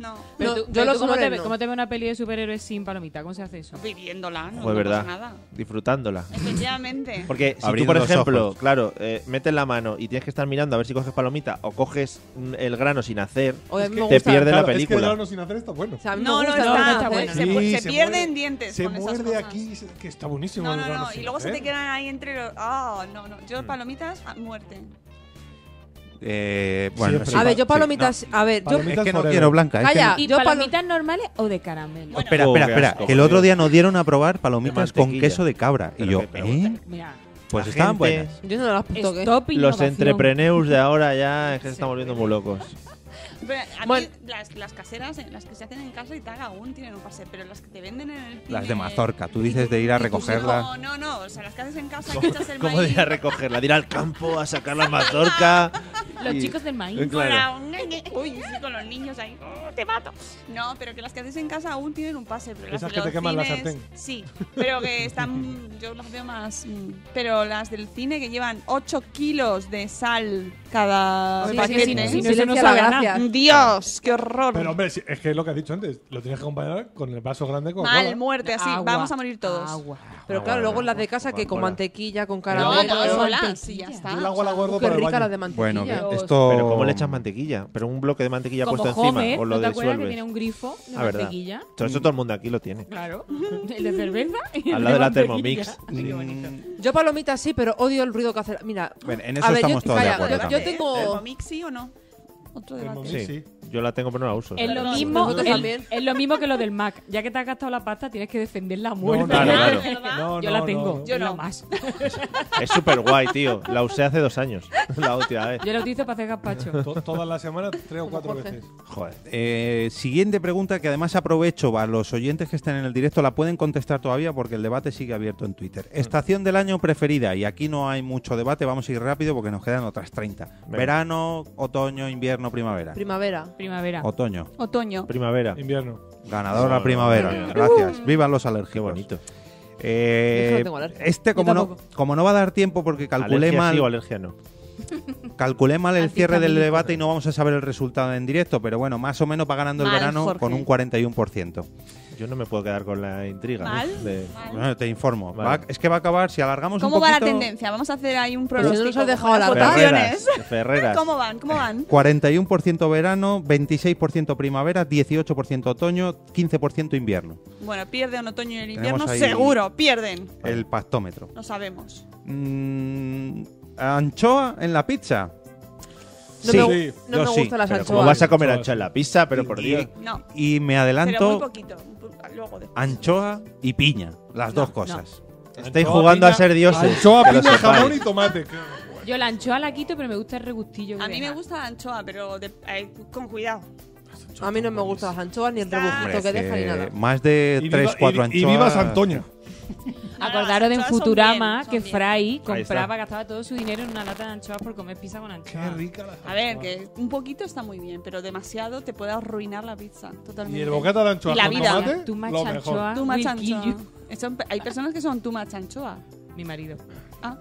Speaker 9: No,
Speaker 5: Pero tú-
Speaker 9: yo
Speaker 5: pero
Speaker 9: lo
Speaker 5: tú ¿cómo,
Speaker 9: comeré
Speaker 5: te, ve-
Speaker 9: no.
Speaker 5: cómo te ve una peli de superhéroes sin palomita? ¿Cómo se hace eso?
Speaker 3: viviéndola, no,
Speaker 6: Pues
Speaker 3: no
Speaker 6: verdad.
Speaker 3: pasa nada.
Speaker 6: Disfrutándola.
Speaker 3: Efectivamente.
Speaker 6: Porque si tú,
Speaker 2: Abriendo
Speaker 6: por
Speaker 2: los
Speaker 6: ejemplo,
Speaker 2: ojos.
Speaker 6: claro, eh, metes la mano y tienes que estar mirando a ver si coges palomita o coges mm, el grano sin hacer,
Speaker 9: Oye, a mí me
Speaker 6: te
Speaker 9: gusta-
Speaker 6: pierde la
Speaker 4: Claro, Es que
Speaker 6: película.
Speaker 4: darnos sin hacer está bueno.
Speaker 9: O sea, a mí me
Speaker 3: No, no,
Speaker 9: gusta
Speaker 3: está,
Speaker 9: el
Speaker 5: está
Speaker 9: hacer.
Speaker 5: bueno.
Speaker 3: Se,
Speaker 4: Sí,
Speaker 3: mu- se
Speaker 4: se
Speaker 3: pierden
Speaker 4: muerde-
Speaker 3: dientes.
Speaker 4: Se
Speaker 3: con esas
Speaker 4: muerde
Speaker 3: cosas.
Speaker 4: aquí, se- que está buenísimo.
Speaker 3: No,
Speaker 4: el
Speaker 3: no,
Speaker 4: grano
Speaker 3: no. Y
Speaker 4: sin
Speaker 3: luego
Speaker 2: ¿Eh?
Speaker 3: se
Speaker 4: hacer.
Speaker 3: te quedan ahí entre los. Ah, no, no.
Speaker 2: Mm.
Speaker 3: Yo palomitas a muerte.
Speaker 2: Eh, bueno,
Speaker 4: Siempre.
Speaker 2: sí,
Speaker 9: A ver, yo
Speaker 2: sí,
Speaker 9: palomitas. A ver, yo.
Speaker 2: no.
Speaker 4: Palomitas
Speaker 2: Es que no
Speaker 4: forever.
Speaker 2: quiero blanca. es que
Speaker 9: Calla.
Speaker 5: ¿Y
Speaker 9: yo palo-
Speaker 5: palomitas normales o de caramelo?
Speaker 3: Bueno.
Speaker 2: Espera,
Speaker 6: Oh,
Speaker 2: espera,
Speaker 6: qué
Speaker 2: espera.
Speaker 6: asco,
Speaker 2: que el
Speaker 6: por
Speaker 2: otro
Speaker 6: Dios.
Speaker 2: día nos dieron a probar palomitas
Speaker 6: De
Speaker 2: con
Speaker 6: mantequilla.
Speaker 2: queso de cabra.
Speaker 6: Pero
Speaker 2: y yo,
Speaker 6: qué pregunta.
Speaker 2: ¿eh?
Speaker 5: Mira,
Speaker 2: Pues
Speaker 6: La
Speaker 2: estaban
Speaker 6: gente-
Speaker 2: buenas.
Speaker 9: Yo no las puto que.
Speaker 5: stop
Speaker 6: Los
Speaker 5: innovación.
Speaker 6: entrepreneurs de ahora ya es que se están volviendo muy locos.
Speaker 3: Pero a mí
Speaker 9: Bueno.
Speaker 3: las, las caseras, eh, las que se hacen en casa y tal, aún tienen un pase. Pero las que te venden en el.
Speaker 2: Las
Speaker 3: cine-
Speaker 2: de mazorca. Tú dices de ir a recogerlas.
Speaker 3: No, no, no. O sea, las que haces en casa que echas el
Speaker 6: ¿Cómo de
Speaker 3: maíz.
Speaker 6: ir a recogerla? De ir al campo a sacar la mazorca.
Speaker 5: Los
Speaker 6: Y-
Speaker 5: chicos del maíz.
Speaker 3: con
Speaker 6: Claro.
Speaker 3: la- Uy, sí, con los niños ahí. "Oh, te mato. No, pero que las que haces en casa aún tienen un pase. Pero
Speaker 4: Esas
Speaker 3: las de
Speaker 4: que te
Speaker 3: los
Speaker 4: queman la
Speaker 3: cines-
Speaker 4: sartén.
Speaker 3: Sí, pero que están. Yo las veo más. mm, Pero las del cine que llevan 8 kilos de sal cada
Speaker 9: Sí, sí,
Speaker 3: paquete.
Speaker 5: sí, sí, sí,
Speaker 9: Silencio
Speaker 5: eso no
Speaker 9: a la
Speaker 5: sabe a nada.
Speaker 9: gracia.
Speaker 3: Dios, qué horror.
Speaker 4: Pero hombre, sí, es que es lo que has dicho antes, lo tienes que acompañar con el vaso grande con
Speaker 3: Mal, muerte, así.
Speaker 5: Agua,
Speaker 3: Vamos a morir todos.
Speaker 5: Agua.
Speaker 9: Pero claro, luego las de casa que con
Speaker 6: Coca-Cola.
Speaker 9: mantequilla, con
Speaker 3: No,
Speaker 9: caramelo.
Speaker 3: por eso
Speaker 5: Agua,
Speaker 3: la-
Speaker 5: mantequilla.
Speaker 3: sí, ya está.
Speaker 4: Yo el agua la
Speaker 3: O sea,
Speaker 4: guardo
Speaker 9: Qué
Speaker 4: para el
Speaker 9: rica
Speaker 4: baño.
Speaker 9: la de mantequilla.
Speaker 2: Bueno, que
Speaker 5: Dios.
Speaker 2: esto.
Speaker 6: Pero ¿cómo le echas mantequilla? Pero un bloque de mantequilla
Speaker 5: Como
Speaker 6: puesto
Speaker 5: Homer,
Speaker 6: encima o lo
Speaker 5: ¿no te acuerdas que
Speaker 6: disuelves.
Speaker 5: tiene un grifo de
Speaker 6: Ah, verdad.
Speaker 5: mantequilla?
Speaker 6: Todo eso todo el mundo aquí lo tiene.
Speaker 5: Claro. El de cerveza. y el
Speaker 6: Al lado de la
Speaker 5: mantequilla.
Speaker 6: Thermomix.
Speaker 5: Ay, qué bonito.
Speaker 9: Yo palomitas sí, pero odio el ruido que hace. la- Mira,
Speaker 2: Bueno, en
Speaker 9: a
Speaker 2: eso
Speaker 9: ver, yo-
Speaker 2: estamos todos de
Speaker 9: calla,
Speaker 2: acuerdo
Speaker 9: yo- Yo
Speaker 2: también.
Speaker 9: tengo.
Speaker 3: ¿Thermomix sí o no? Otro debate.
Speaker 4: Thermomix,
Speaker 6: Sí.
Speaker 4: sí.
Speaker 6: Yo la tengo, pero no la uso.
Speaker 5: Es lo
Speaker 3: Claro,
Speaker 5: mismo,
Speaker 9: nosotros
Speaker 5: es-
Speaker 9: también.
Speaker 5: es lo mismo que lo del Mac. Ya que te has gastado la pasta, tienes que defenderla a
Speaker 4: No, no,
Speaker 5: muerte.
Speaker 6: Claro,
Speaker 4: no,
Speaker 3: claro.
Speaker 4: no, no,
Speaker 5: Yo la tengo.
Speaker 4: no.
Speaker 3: Yo
Speaker 5: la
Speaker 3: no.
Speaker 5: más.
Speaker 6: Es súper guay, tío. La usé hace dos años. La eh. última vez.
Speaker 5: Yo la utilizo para hacer gazpacho.
Speaker 4: To- Todas las semanas, tres o cuatro
Speaker 9: Jorge.
Speaker 4: veces.
Speaker 6: Joder.
Speaker 2: Eh, siguiente pregunta que además aprovecho para los oyentes que estén en el directo la pueden contestar todavía porque el debate sigue abierto en Twitter. Estación del año preferida y aquí no hay mucho debate, vamos a ir rápido porque nos quedan otras 30. Verano, otoño, invierno, primavera.
Speaker 9: Primavera.
Speaker 5: Primavera.
Speaker 2: Otoño,
Speaker 3: Otoño.
Speaker 6: Primavera.
Speaker 4: Invierno.
Speaker 2: ganador la
Speaker 6: No, no,
Speaker 2: primavera.
Speaker 6: no, no.
Speaker 2: Gracias. Vivan los alérgicos.
Speaker 6: Qué bonito.
Speaker 2: Eh,
Speaker 9: Yo no tengo alergia.
Speaker 2: este como
Speaker 9: Yo
Speaker 2: no, como no va a dar tiempo porque calculé
Speaker 6: Alergia
Speaker 2: mal,
Speaker 6: sí o alergia no.
Speaker 2: calculé mal el cierre del
Speaker 5: Antihistamínico.
Speaker 2: debate y no vamos a saber el resultado en directo, pero bueno, más o menos va ganando el
Speaker 3: Mal,
Speaker 2: verano
Speaker 3: Jorge.
Speaker 2: con un 41%.
Speaker 6: Yo no me puedo quedar con la intriga.
Speaker 3: Mal,
Speaker 6: de-
Speaker 3: mal.
Speaker 2: Bueno, te informo.
Speaker 6: Vale.
Speaker 2: Va- es que va a acabar, si alargamos
Speaker 3: ¿Cómo
Speaker 2: un
Speaker 3: va la
Speaker 2: poquito...
Speaker 3: tendencia? Vamos a hacer ahí un
Speaker 9: Pero si no
Speaker 3: pronóstico.
Speaker 9: nos has dejado
Speaker 3: con las
Speaker 9: la verdad.
Speaker 3: votaciones.
Speaker 6: Ferreras. Ferreras.
Speaker 3: ¿Cómo van? ¿Cómo van?
Speaker 2: 41% verano, 26% primavera, 18% otoño, 15% invierno.
Speaker 3: Bueno, pierden otoño y el invierno,
Speaker 2: ahí-
Speaker 3: seguro, pierden.
Speaker 2: El pastómetro.
Speaker 3: Lo sabemos.
Speaker 2: Mm, anchoa en la pizza.
Speaker 9: No
Speaker 2: Sí,
Speaker 9: me,
Speaker 4: sí,
Speaker 9: no
Speaker 2: yo
Speaker 9: me
Speaker 2: sí,
Speaker 9: gustan las
Speaker 6: Pero
Speaker 9: anchoas.
Speaker 6: ¿Cómo vas a comer ancho en la pizza? Pero por
Speaker 2: Y-
Speaker 6: Dios.
Speaker 3: No,
Speaker 2: Y me
Speaker 3: pero muy
Speaker 2: adelanto,
Speaker 3: poquito. un po- Luego después.
Speaker 2: anchoa y piña. Las dos cosas.
Speaker 6: Estáis
Speaker 4: Anchoa,
Speaker 6: jugando a
Speaker 4: piña-
Speaker 6: ser dioses.
Speaker 4: Anchoa,
Speaker 6: que lo
Speaker 4: piña,
Speaker 6: sepáis.
Speaker 4: jamón y tomate. Qué guay.
Speaker 5: Yo la anchoa la quito, pero me gusta el regustillo. que
Speaker 3: A mí me
Speaker 5: deja.
Speaker 3: gusta la anchoa, pero de- eh, con cuidado.
Speaker 9: A mí no me gustan las anchoas ni el
Speaker 3: Está-
Speaker 9: rebujito que
Speaker 2: Hombre,
Speaker 9: deja ni
Speaker 2: que
Speaker 9: nada.
Speaker 2: Más de
Speaker 4: Y viva-
Speaker 2: 3, 4
Speaker 4: y-
Speaker 2: anchoas.
Speaker 4: Y viva Santoña.
Speaker 5: Acordaros de en
Speaker 3: Las anchoas son
Speaker 5: Futurama
Speaker 3: bien, son
Speaker 5: que
Speaker 3: bien.
Speaker 5: Fry
Speaker 6: Ahí está.
Speaker 5: compraba, gastaba todo su dinero en una lata de anchoas por comer pizza con
Speaker 4: Qué
Speaker 5: anchoas.
Speaker 4: rica la
Speaker 3: A ver, que un poquito está muy bien, pero demasiado te puede arruinar la pizza. Totalmente.
Speaker 4: Y el bocata de anchoa
Speaker 3: Y la
Speaker 4: con
Speaker 3: vida.
Speaker 4: tomate,
Speaker 5: Tú más
Speaker 4: lo mejor.
Speaker 5: anchoa.
Speaker 3: Too much
Speaker 5: will kill
Speaker 3: anchoa.
Speaker 5: you.
Speaker 3: Son- hay personas que son too much anchoa.
Speaker 5: Mi marido.
Speaker 3: Ah.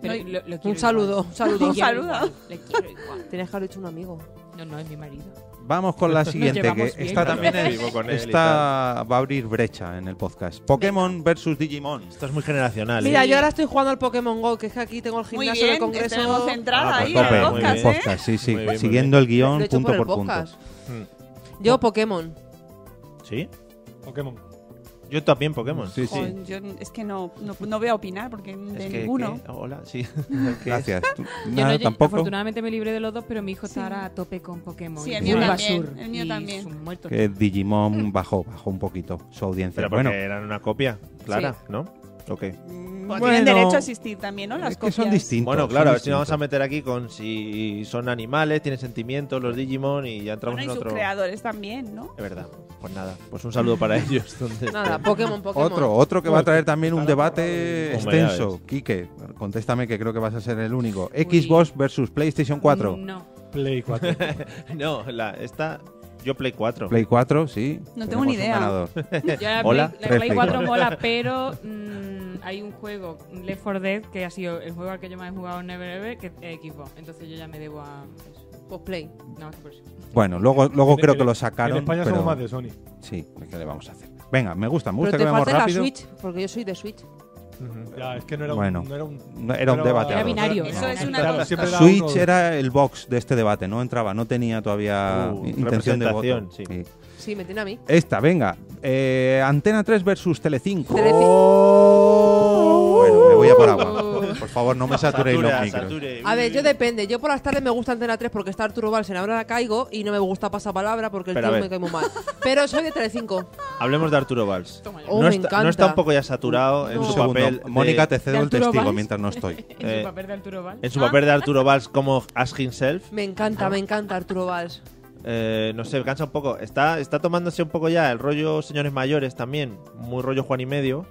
Speaker 5: Pero
Speaker 3: No, y-
Speaker 5: lo- lo quiero
Speaker 9: Un saludo,
Speaker 5: igual. Le
Speaker 9: un saludo.
Speaker 5: quiero
Speaker 3: saludo.
Speaker 5: Oh, igual, Le quiero igual.
Speaker 9: Tienes que haber hecho un amigo.
Speaker 5: No, no, es mi marido.
Speaker 2: Vamos con la siguiente, que
Speaker 5: llevamos bien.
Speaker 2: esta también es-
Speaker 6: Vivo con él y
Speaker 2: esta va a abrir brecha en el podcast. Pokémon versus Digimon.
Speaker 6: Esto es muy generacional. ¿eh?
Speaker 9: Mira, yo ahora estoy jugando al Pokémon Go, que es que aquí tengo el
Speaker 3: Muy
Speaker 9: gimnasio de
Speaker 3: bien,
Speaker 9: congreso.
Speaker 3: tenemos entrada
Speaker 6: Ah,
Speaker 3: ahí
Speaker 6: pues
Speaker 3: al
Speaker 6: tope, muy
Speaker 3: podcast,
Speaker 6: bien.
Speaker 3: ¿eh?
Speaker 2: podcast, sí, sí.
Speaker 6: Muy bien, muy
Speaker 2: Siguiendo el guión
Speaker 9: Lo he hecho
Speaker 2: punto
Speaker 9: por el
Speaker 2: por, punto.
Speaker 9: podcast.
Speaker 6: Mm.
Speaker 9: Yo Pokémon.
Speaker 6: ¿Sí?
Speaker 4: Pokémon.
Speaker 6: Yo también Pokémon.
Speaker 2: Sí, sí.
Speaker 3: Joder, yo es que no, no, no voy a opinar porque de
Speaker 6: Es que,
Speaker 3: ninguno.
Speaker 6: ¿qué? Hola, sí.
Speaker 2: Gracias. Tú-
Speaker 5: Yo
Speaker 2: nada,
Speaker 5: no, yo-
Speaker 2: tampoco.
Speaker 5: Afortunadamente me libré de los dos, pero mi hijo
Speaker 3: Sí.
Speaker 5: está ahora a tope con Pokémon.
Speaker 3: Sí, el
Speaker 5: Y
Speaker 3: mío
Speaker 5: Bulbasur.
Speaker 3: también, el mío
Speaker 5: Y
Speaker 3: también.
Speaker 5: son muertos.
Speaker 2: Que Digimon bajó, bajó un poquito su audiencia.
Speaker 6: Pero porque
Speaker 2: bueno,
Speaker 6: eran una copia, clara, ¿no? Ok.
Speaker 3: Bueno, tienen derecho a existir también, ¿no? Las
Speaker 2: es que son
Speaker 3: copias.
Speaker 2: distintos.
Speaker 6: Bueno, claro, a
Speaker 2: son
Speaker 6: ver si nos vamos a
Speaker 2: distintos.
Speaker 6: meter aquí con si son animales, tienen sentimientos, los Digimon y ya entramos
Speaker 3: Bueno, y
Speaker 6: en
Speaker 3: sus
Speaker 6: otro.
Speaker 3: creadores también, ¿no?
Speaker 6: Es verdad. Pues nada, pues un saludo para ellos. donde
Speaker 9: Nada,
Speaker 6: estén.
Speaker 9: Pokémon, Pokémon.
Speaker 2: Otro, otro que va a traer también un debate
Speaker 6: Hombre, ya
Speaker 2: extenso. Quique, contéstame que creo que vas a ser el único. Xbox versus PlayStation 4.
Speaker 5: No.
Speaker 4: Play 4.
Speaker 6: no, la, esta. Yo Play 4.
Speaker 2: Play 4, sí.
Speaker 3: No tengo ni
Speaker 2: Tenemos un
Speaker 3: idea.
Speaker 2: ganador.
Speaker 5: Yo la
Speaker 6: Hola,
Speaker 5: Play, la
Speaker 2: tres
Speaker 5: Play
Speaker 2: Play
Speaker 5: 4
Speaker 2: cuatro.
Speaker 5: mola, pero mm, hay un juego, Left 4 Dead, que ha sido el juego al que yo más he jugado en Never Ever, que es Xbox. Entonces yo ya me debo a eso.
Speaker 9: Pues Play.
Speaker 5: Nada más que por eso.
Speaker 2: Bueno, luego, luego
Speaker 4: En-
Speaker 2: creo
Speaker 4: en-
Speaker 2: que lo sacaron.
Speaker 4: En España
Speaker 2: pero
Speaker 4: somos más de Sony.
Speaker 2: Sí, ¿qué le vamos a hacer? Venga, me gusta, me
Speaker 9: Pero
Speaker 2: gusta
Speaker 9: te
Speaker 2: que vamos
Speaker 9: falta la
Speaker 2: rápido.
Speaker 9: Switch, porque yo soy de Switch.
Speaker 4: Ya, es que no era
Speaker 2: Bueno,
Speaker 4: un. No era un,
Speaker 2: no era un debate a
Speaker 5: Era binario. Eso es
Speaker 3: una cosa.
Speaker 4: siempre era
Speaker 2: Switch
Speaker 4: uno-
Speaker 2: era el box de este debate, no entraba, no tenía todavía
Speaker 6: Uh,
Speaker 2: intención de voto.
Speaker 6: representación, sí.
Speaker 2: Sí.
Speaker 9: Sí, me tiene a mí.
Speaker 2: Esta, venga. Eh, Antena 3 versus Telecinco.
Speaker 9: Telecinco.
Speaker 2: Bueno, me voy a por agua. Por favor, no me saturéis los
Speaker 6: Satura,
Speaker 2: micros.
Speaker 6: sature.
Speaker 9: A ver, yo depende. Yo por las tardes me gusta Antena 3 porque está Arturo Balsen. Ahora la caigo y no me gusta pasapalabra porque el
Speaker 6: Pero a
Speaker 9: tío
Speaker 6: ver.
Speaker 9: me cae muy mal. Pero soy de Telecinco.
Speaker 6: Hablemos de Arturo Valls.
Speaker 9: Oh,
Speaker 6: no,
Speaker 9: me
Speaker 6: está,
Speaker 9: encanta.
Speaker 6: no está un poco ya saturado en
Speaker 9: Un
Speaker 2: Un
Speaker 6: su
Speaker 2: segundo.
Speaker 6: papel. de-
Speaker 2: Mónica, te cedo
Speaker 5: ¿De
Speaker 2: el
Speaker 5: Arturo
Speaker 2: testigo
Speaker 5: Valls?
Speaker 2: mientras no estoy.
Speaker 5: En
Speaker 6: Eh,
Speaker 5: su papel de Arturo Valls.
Speaker 6: En su papel de Arturo Valls como Ask Himself.
Speaker 9: Me encanta, me encanta Arturo Valls.
Speaker 6: Eh, no sé, cansa un poco. Está, está tomándose un poco ya el rollo señores mayores también, muy rollo Juan y medio.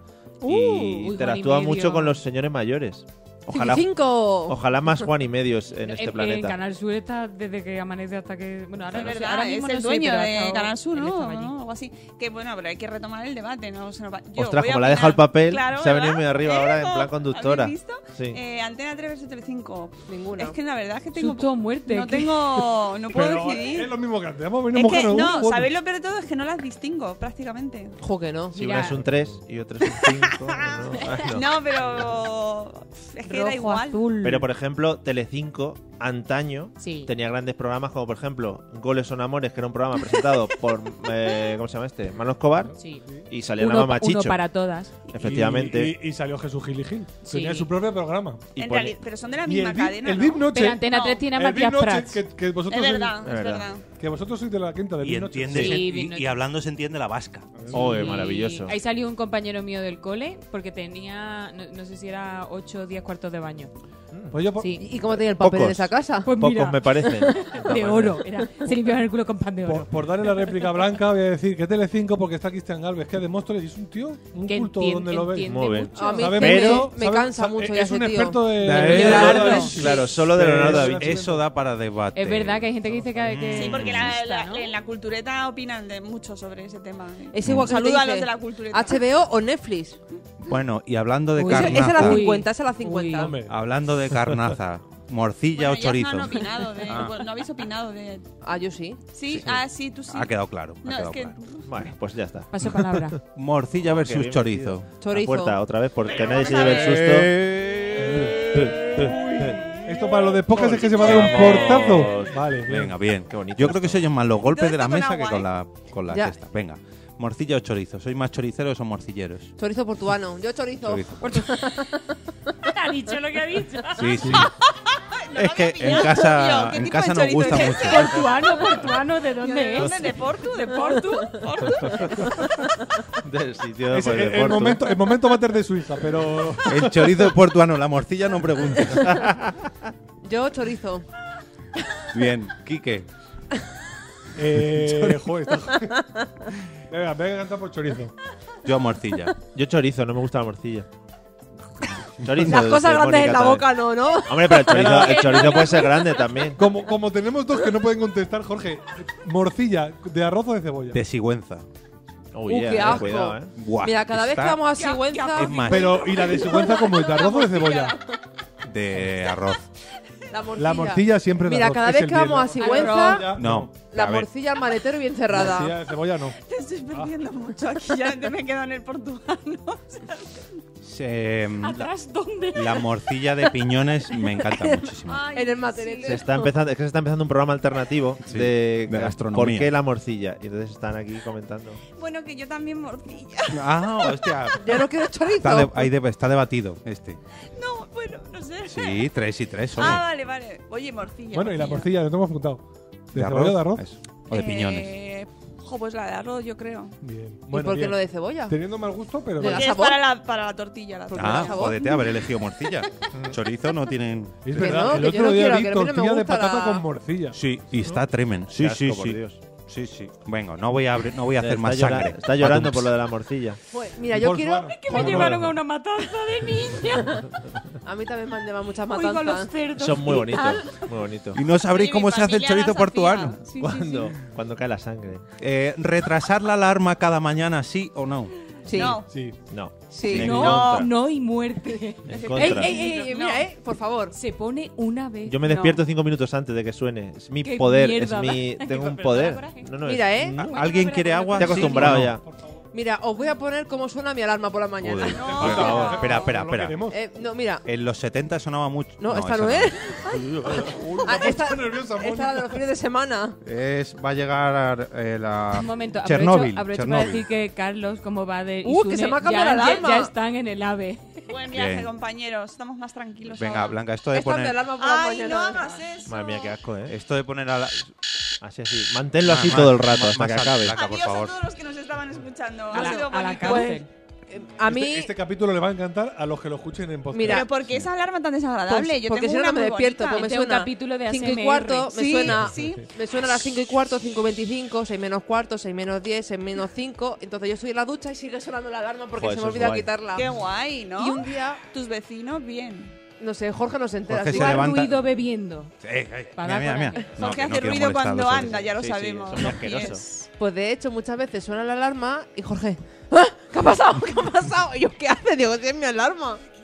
Speaker 6: y
Speaker 5: uy,
Speaker 6: interactúa
Speaker 5: Juan y medio.
Speaker 6: mucho con los señores mayores. Ojalá,
Speaker 9: ¡Cinco!
Speaker 6: ojalá más Juan y medios en este
Speaker 5: en, En
Speaker 6: planeta.
Speaker 5: Canal Sur está desde que amanece hasta que. Bueno, ahora,
Speaker 3: Es
Speaker 5: no sé,
Speaker 3: verdad,
Speaker 5: ahora este mismo
Speaker 3: es el
Speaker 5: no sé,
Speaker 3: dueño
Speaker 5: pero ha
Speaker 3: de
Speaker 5: estado-
Speaker 3: Canal Sur,
Speaker 5: él
Speaker 3: eh, ¿no?
Speaker 5: estaba allí.
Speaker 3: ¿No? Algo así. Que bueno, pero hay que retomar el debate. No se nos va- Yo
Speaker 6: Ostras,
Speaker 3: voy a
Speaker 6: como la ha dejado el
Speaker 3: opinar.
Speaker 6: papel,
Speaker 3: Claro,
Speaker 6: se ha
Speaker 3: ¿verdad?
Speaker 6: venido muy arriba ahora en
Speaker 3: ¿Eh?
Speaker 6: plan conductora.
Speaker 3: ¿Habéis visto?
Speaker 6: Sí.
Speaker 3: Eh, Antena 3 versus Telecinco.
Speaker 9: Ninguna.
Speaker 3: Es que la verdad es que tengo...
Speaker 5: Susto o muerte.
Speaker 3: No
Speaker 5: ¿qué?
Speaker 3: tengo... No puedo
Speaker 4: Pero eh, es
Speaker 3: decidir.
Speaker 4: lo mismo que antes. Vamos a venir
Speaker 3: Es que,
Speaker 4: mojados,
Speaker 3: no,
Speaker 4: uno,
Speaker 3: ¿sabéis lo peor de todo? Es que no las distingo prácticamente.
Speaker 9: Ojo que no.
Speaker 6: Si una
Speaker 5: Mira.
Speaker 6: es un 3 y otra es un 5. no.
Speaker 3: No, pero... Es que da
Speaker 5: Rojo,
Speaker 3: igual.
Speaker 5: azul.
Speaker 6: Pero por ejemplo, Telecinco antaño
Speaker 5: Sí.
Speaker 6: tenía grandes programas como por ejemplo Goles son amores, que era un programa presentado por eh, ¿cómo se llama este? Mano Escobar
Speaker 5: Sí.
Speaker 6: y salía la
Speaker 5: Uno,
Speaker 6: mamá
Speaker 5: uno
Speaker 6: Chicho.
Speaker 5: para todas.
Speaker 4: Y-
Speaker 6: Efectivamente.
Speaker 4: Y, y salió Jesús Gil y Gil.
Speaker 5: Sí.
Speaker 4: Tenía su propio programa.
Speaker 6: y
Speaker 3: En
Speaker 6: pone-
Speaker 3: realidad, pero son de la
Speaker 4: y
Speaker 3: misma
Speaker 4: el VIP-
Speaker 3: cadena,
Speaker 4: el
Speaker 3: ¿no?
Speaker 4: VIP Noche.
Speaker 5: Pero Antena
Speaker 3: No.
Speaker 5: 3 tiene a
Speaker 4: el VIP
Speaker 5: Matías
Speaker 4: Noche,
Speaker 5: Prats.
Speaker 4: que, que vosotros
Speaker 3: Es
Speaker 4: sois-
Speaker 3: verdad,
Speaker 6: Es
Speaker 3: es
Speaker 6: verdad.
Speaker 3: verdad.
Speaker 4: que vosotros sois de la quinta del
Speaker 10: Y
Speaker 4: VIP Noche.
Speaker 10: entiendes
Speaker 5: Sí,
Speaker 10: y-
Speaker 5: Big
Speaker 10: y, hablando se entiende la vasca.
Speaker 6: Oh, eh,
Speaker 5: Y
Speaker 6: maravilloso.
Speaker 5: Ahí salió un compañero mío del cole porque tenía, no, no sé si era 8 o 10 cuartos de baño.
Speaker 2: Mm.
Speaker 4: Pues yo por-
Speaker 5: Sí.
Speaker 9: ¿Y cómo tenía el papel
Speaker 6: Pocos.
Speaker 9: de esa casa?
Speaker 5: Pues
Speaker 6: Pocos
Speaker 5: mira,
Speaker 6: me parecen.
Speaker 5: de oro. Era, se limpiaban el culo con pan de
Speaker 4: por,
Speaker 5: oro.
Speaker 4: por darle la réplica a Blanca, voy a decir que Tele5 porque está Cristian Galvez, que es de Móstoles y es un tío, un
Speaker 5: que
Speaker 4: culto
Speaker 5: entien-
Speaker 4: donde lo veis.
Speaker 5: entiende
Speaker 6: Muy bien.
Speaker 5: mucho.
Speaker 9: A mí
Speaker 4: Sabe
Speaker 9: es que me-
Speaker 6: pero-
Speaker 9: me,
Speaker 4: sabe-
Speaker 9: cansa
Speaker 4: sabe-
Speaker 9: mucho
Speaker 4: es
Speaker 9: ya ese
Speaker 4: un
Speaker 9: tío.
Speaker 4: experto de.
Speaker 2: De
Speaker 4: de-
Speaker 9: Leonardo
Speaker 4: de-
Speaker 9: da Vinci.
Speaker 6: Claro, solo de Leonardo da Vinci.
Speaker 2: Eso da para debate.
Speaker 5: Es verdad que hay gente que dice que. que
Speaker 3: Sí, porque la,
Speaker 5: exista,
Speaker 3: la-
Speaker 5: ¿no?
Speaker 3: en la cultureta opinan de mucho sobre ese tema.
Speaker 9: Es igual que
Speaker 3: Saluda
Speaker 9: te
Speaker 3: a los
Speaker 9: dice,
Speaker 3: de la cultureta.
Speaker 9: HBO o Netflix.
Speaker 2: Bueno, y hablando de
Speaker 5: Uy,
Speaker 9: Esa,
Speaker 2: carnaza.
Speaker 9: esa es la
Speaker 5: Uy.
Speaker 9: 50, esa es la 50.
Speaker 4: Hombre,
Speaker 2: Hablando de carnaza, morcilla
Speaker 3: Bueno,
Speaker 2: o
Speaker 3: Ah, ya
Speaker 2: chorizo.
Speaker 3: No, han opinado de-
Speaker 2: Ah.
Speaker 3: bueno, no habéis opinado de.
Speaker 9: Ah, yo sí.
Speaker 3: Sí, ah, sí, tú sí.
Speaker 2: Ha quedado claro. ha
Speaker 3: No, es
Speaker 2: quedado
Speaker 3: que.
Speaker 2: claro.
Speaker 6: Vale, pues ya está.
Speaker 5: Paso palabra.
Speaker 2: Morcilla
Speaker 6: Qué
Speaker 2: versus
Speaker 6: bien
Speaker 2: chorizo.
Speaker 6: La
Speaker 9: Chorizo.
Speaker 6: puerta otra vez porque nadie se
Speaker 3: vamos a
Speaker 6: lleve
Speaker 4: eh,
Speaker 6: el susto.
Speaker 4: Esto para los de pocas es que se va a dar un
Speaker 6: Vamos.
Speaker 4: portazo. Vale,
Speaker 2: Venga,
Speaker 4: venga.
Speaker 2: bien. Yo creo que se oyen más los golpes
Speaker 3: Todo
Speaker 2: de la
Speaker 3: esto con
Speaker 2: mesa
Speaker 3: agua,
Speaker 2: que con la, con la
Speaker 9: Ya.
Speaker 2: cesta. Venga. Morcilla o chorizo. ¿Sois más choriceros o morcilleros?
Speaker 9: Chorizo portuano. Yo chorizo.
Speaker 2: Chorizo.
Speaker 5: ha dicho lo que ha dicho.
Speaker 2: Sí, sí.
Speaker 3: No lo
Speaker 2: es que
Speaker 3: había
Speaker 2: en
Speaker 3: pillado.
Speaker 2: casa,
Speaker 3: Yo, ¿qué
Speaker 2: en
Speaker 3: tipo
Speaker 2: casa
Speaker 3: de
Speaker 2: nos
Speaker 3: chorizo
Speaker 2: gusta
Speaker 3: es
Speaker 2: mucho.
Speaker 5: Portuano, portuano, ¿de dónde
Speaker 3: ¿De
Speaker 5: es?
Speaker 3: dónde? ¿De Portu? ¿De Portu? ¿Portu?
Speaker 4: eh,
Speaker 6: Del sitio
Speaker 4: Es
Speaker 6: pues,
Speaker 4: el,
Speaker 6: de
Speaker 4: el
Speaker 6: Porto.
Speaker 4: momento, el momento va a ser de Suiza, pero.
Speaker 2: El chorizo es portuano, la morcilla no pregunta.
Speaker 9: Yo chorizo.
Speaker 2: Bien, Quique.
Speaker 4: Eh, joder, está- Venga, venga, canta por chorizo.
Speaker 2: Yo morcilla.
Speaker 6: Yo chorizo, no me gusta la morcilla. Chorizo,
Speaker 9: Las cosas grandes
Speaker 6: dice
Speaker 9: en la
Speaker 6: Mónica también.
Speaker 9: boca no, ¿no?
Speaker 6: Hombre, pero el chorizo, el chorizo puede ser grande también.
Speaker 4: Como, como tenemos dos que no pueden contestar, Jorge, morcilla de arroz o de cebolla.
Speaker 2: De Sigüenza.
Speaker 6: Uy,
Speaker 9: Uh,
Speaker 6: yeah,
Speaker 9: qué
Speaker 6: eh,
Speaker 9: asco.
Speaker 6: cuidado, eh.
Speaker 2: Buah,
Speaker 9: Mira, cada vez que
Speaker 2: está
Speaker 9: vamos a
Speaker 3: qué- qué
Speaker 9: Sigüenza,
Speaker 2: Es más,
Speaker 4: Pero, ¿y la de Sigüenza como es? ¿De arroz o de cebolla?
Speaker 2: de arroz.
Speaker 9: la morcilla.
Speaker 4: La morcilla siempre de
Speaker 9: Mira,
Speaker 4: arroz,
Speaker 9: cada
Speaker 4: es
Speaker 9: vez
Speaker 4: el
Speaker 9: que vamos
Speaker 4: bien.
Speaker 9: a Sigüenza,
Speaker 4: Ya,
Speaker 2: No.
Speaker 9: la
Speaker 2: a ver.
Speaker 9: morcilla al maletero bien
Speaker 4: Morcilla
Speaker 9: cerrada.
Speaker 4: de cebolla no.
Speaker 3: Te estoy perdiendo mucho aquí. Ya te me quedo en el portuano.
Speaker 2: Se- la,
Speaker 5: ¿Atrás dónde?
Speaker 2: la morcilla de piñones me encanta muchísimo.
Speaker 3: Ay,
Speaker 9: En el
Speaker 6: Se
Speaker 9: maletero.
Speaker 6: está empezando, es que se está empezando un programa alternativo
Speaker 2: Sí,
Speaker 6: de,
Speaker 2: de gastronomía.
Speaker 6: ¿Por qué la morcilla? Y entonces están aquí comentando.
Speaker 3: Bueno, que yo también morcilla.
Speaker 2: Ah, hostia.
Speaker 9: Yo no quiero
Speaker 2: Está, de-
Speaker 9: chorizo.
Speaker 2: ahí de- está debatido este.
Speaker 3: No, bueno, no sé.
Speaker 2: Sí, tres y tres somos.
Speaker 3: Ah, vale, vale. Oye, morcilla.
Speaker 4: Bueno, y la morcilla, no te hemos apuntado. ¿De, cebolla o de arroz?
Speaker 2: Eso. O de piñones.
Speaker 3: Eh, Ojo, pues la de arroz, yo creo.
Speaker 4: Bien.
Speaker 9: ¿Y
Speaker 4: Bueno,
Speaker 9: por qué
Speaker 4: bien.
Speaker 9: no de cebolla?
Speaker 4: Teniendo mal gusto, pero
Speaker 9: De
Speaker 4: bueno.
Speaker 9: la-
Speaker 3: Que es
Speaker 9: sabor?
Speaker 3: para la, para la tortilla, la tortilla.
Speaker 2: Ah,
Speaker 9: sabor.
Speaker 2: jodete, haber elegido morcilla. Chorizo no tienen.
Speaker 4: Es
Speaker 9: Que
Speaker 4: verdad,
Speaker 9: no, que
Speaker 4: el
Speaker 9: yo
Speaker 4: otro
Speaker 9: no
Speaker 4: día
Speaker 9: quiero,
Speaker 4: vi
Speaker 9: que a mí no me
Speaker 4: tortilla de
Speaker 9: gusta
Speaker 4: patata
Speaker 9: la-
Speaker 4: con morcilla.
Speaker 2: Sí, y está tremen. Sí,
Speaker 6: Qué asco,
Speaker 2: sí,
Speaker 6: por
Speaker 2: sí.
Speaker 6: Dios.
Speaker 2: Sí, sí. Venga, no voy a abrir, no voy a hacer
Speaker 6: Está
Speaker 2: más
Speaker 6: llora-
Speaker 2: sangre.
Speaker 6: Está llorando
Speaker 2: Badum.
Speaker 6: por lo de la morcilla.
Speaker 9: Pues, mira, yo
Speaker 4: Por
Speaker 9: quiero.
Speaker 4: suave.
Speaker 5: Que me
Speaker 4: No,
Speaker 5: llevaron
Speaker 4: no,
Speaker 5: a una matanza de niños.
Speaker 9: A mí también me han llevado muchas
Speaker 5: Oigo a los
Speaker 9: matanzas.
Speaker 5: cerdos.
Speaker 6: Son muy
Speaker 5: y
Speaker 6: bonitos.
Speaker 5: tal.
Speaker 6: Muy bonitos.
Speaker 2: Y no sabréis
Speaker 3: Oye,
Speaker 2: cómo
Speaker 3: mi
Speaker 2: se hace el
Speaker 3: familia
Speaker 2: chorizo
Speaker 3: las afila.
Speaker 2: portuano.
Speaker 5: Sí, sí,
Speaker 6: Cuando, cuando cae la sangre.
Speaker 2: Eh, ¿Retrasar la alarma cada mañana, sí o no?
Speaker 9: Sí.
Speaker 3: No.
Speaker 4: Sí.
Speaker 6: No.
Speaker 9: Sí.
Speaker 5: sí.
Speaker 6: En
Speaker 5: No,
Speaker 6: contra.
Speaker 5: Oh, no y muerte.
Speaker 6: En
Speaker 9: Ey,
Speaker 6: contra.
Speaker 9: ey, ey, ey,
Speaker 3: No.
Speaker 9: mira, eh, por favor.
Speaker 5: Se pone una vez.
Speaker 6: Yo me
Speaker 5: No.
Speaker 6: despierto cinco minutos antes de que suene. Es mi
Speaker 5: Qué
Speaker 6: poder.
Speaker 5: mierda,
Speaker 6: es mi. Tengo
Speaker 5: Pero
Speaker 6: un
Speaker 5: da
Speaker 6: poder. Ah,
Speaker 5: coraje.
Speaker 6: No, no, es-
Speaker 9: Mira, eh.
Speaker 2: ¿Al- Mm. ¿Alguien quiere agua?
Speaker 6: Te he
Speaker 2: Sí o
Speaker 6: acostumbrado
Speaker 2: no?
Speaker 6: ya.
Speaker 9: Mira, os voy a poner cómo suena mi alarma por la mañana.
Speaker 2: Joder,
Speaker 3: No.
Speaker 2: por favor. Espera,
Speaker 4: No
Speaker 2: espera,
Speaker 4: lo
Speaker 2: espera.
Speaker 4: queremos.
Speaker 9: Eh, no, mira.
Speaker 2: En los 70 sonaba mucho.
Speaker 9: No, esta
Speaker 2: esa
Speaker 9: no es.
Speaker 4: Uy,
Speaker 9: Ah,
Speaker 4: me
Speaker 9: esta,
Speaker 4: pongo nerviosa,
Speaker 9: esta es
Speaker 4: Mónica.
Speaker 9: la de los fines de semana.
Speaker 2: Es, va a llegar eh, la.
Speaker 5: Un momento, aprovecho,
Speaker 2: Chernóbil.
Speaker 5: aprovecho
Speaker 2: Chernóbil.
Speaker 5: para decir que Carlos, como va de.
Speaker 9: Uh, que
Speaker 5: Isune,
Speaker 9: se me ha cambiado
Speaker 5: ya,
Speaker 9: la
Speaker 5: ya-
Speaker 9: alarma.
Speaker 5: ya están en el AVE.
Speaker 3: Buen viaje,
Speaker 2: Bien.
Speaker 3: compañeros. Estamos más tranquilos.
Speaker 2: Venga,
Speaker 3: ahora.
Speaker 2: Blanca, esto de
Speaker 9: Esta es mi
Speaker 2: poner.
Speaker 9: alarma por la
Speaker 3: Ay, no
Speaker 9: mañana.
Speaker 3: hagas eso.
Speaker 6: Madre mía, qué asco, ¿eh?
Speaker 2: Esto de poner a la.
Speaker 6: Así, así. Manténlo así
Speaker 2: Más-
Speaker 6: todo el rato
Speaker 2: más-
Speaker 6: hasta
Speaker 2: más
Speaker 6: que
Speaker 2: al-
Speaker 6: acabe.
Speaker 2: Blanca, por
Speaker 3: Adiós
Speaker 2: favor.
Speaker 3: a todos los que nos estaban escuchando.
Speaker 5: A
Speaker 3: Ha sido
Speaker 5: la, a la
Speaker 3: bonito.
Speaker 5: cárcel.
Speaker 9: Eh, A mí.
Speaker 4: Este, este capítulo le va a encantar a los que lo escuchen en podcast.
Speaker 9: Mira,
Speaker 3: Pero porque esa alarma tan desagradable.
Speaker 9: Pues-
Speaker 3: Yo
Speaker 9: porque
Speaker 3: tengo
Speaker 9: si no,
Speaker 3: una
Speaker 9: no me
Speaker 3: muy
Speaker 9: despierto,
Speaker 3: bonita.
Speaker 9: pues me
Speaker 5: Tengo un
Speaker 9: suena
Speaker 5: capítulo de
Speaker 9: 5 y
Speaker 5: ASMR.
Speaker 9: cuarto, me
Speaker 3: Sí,
Speaker 9: suena
Speaker 3: sí.
Speaker 9: me suena a las 5 y cuarto, 5 y 25, 6 menos cuarto, 6 menos 10, 6 menos 5. Entonces yo estoy en la ducha y sigue sonando la alarma porque
Speaker 6: Joder,
Speaker 9: se me
Speaker 6: eso es
Speaker 9: olvida
Speaker 6: guay.
Speaker 9: quitarla.
Speaker 3: Qué guay, ¿no?
Speaker 9: Y un día,
Speaker 3: Tus vecinos, bien.
Speaker 9: no sé, Jorge no se entera.
Speaker 2: Jorge
Speaker 9: así
Speaker 2: se
Speaker 9: que-
Speaker 2: levanta-
Speaker 5: ruido bebiendo.
Speaker 2: Eh, eh,
Speaker 5: Para
Speaker 2: mira, mira,
Speaker 5: dar
Speaker 2: mira.
Speaker 3: Porque
Speaker 2: que
Speaker 3: hace
Speaker 2: quiero molestar
Speaker 3: ruido
Speaker 2: a los
Speaker 3: cuando
Speaker 2: oyentes.
Speaker 3: anda, ya lo
Speaker 6: Sí, sí,
Speaker 3: sabemos.
Speaker 6: son
Speaker 3: los
Speaker 6: asquerosos.
Speaker 3: pies.
Speaker 9: Pues de hecho, muchas veces suena la alarma y Jorge, "¿Ah? ¿qué ha pasado? ¿Qué ha pasado? Y yo, ¿qué hace? Digo, si es mi alarma. Pues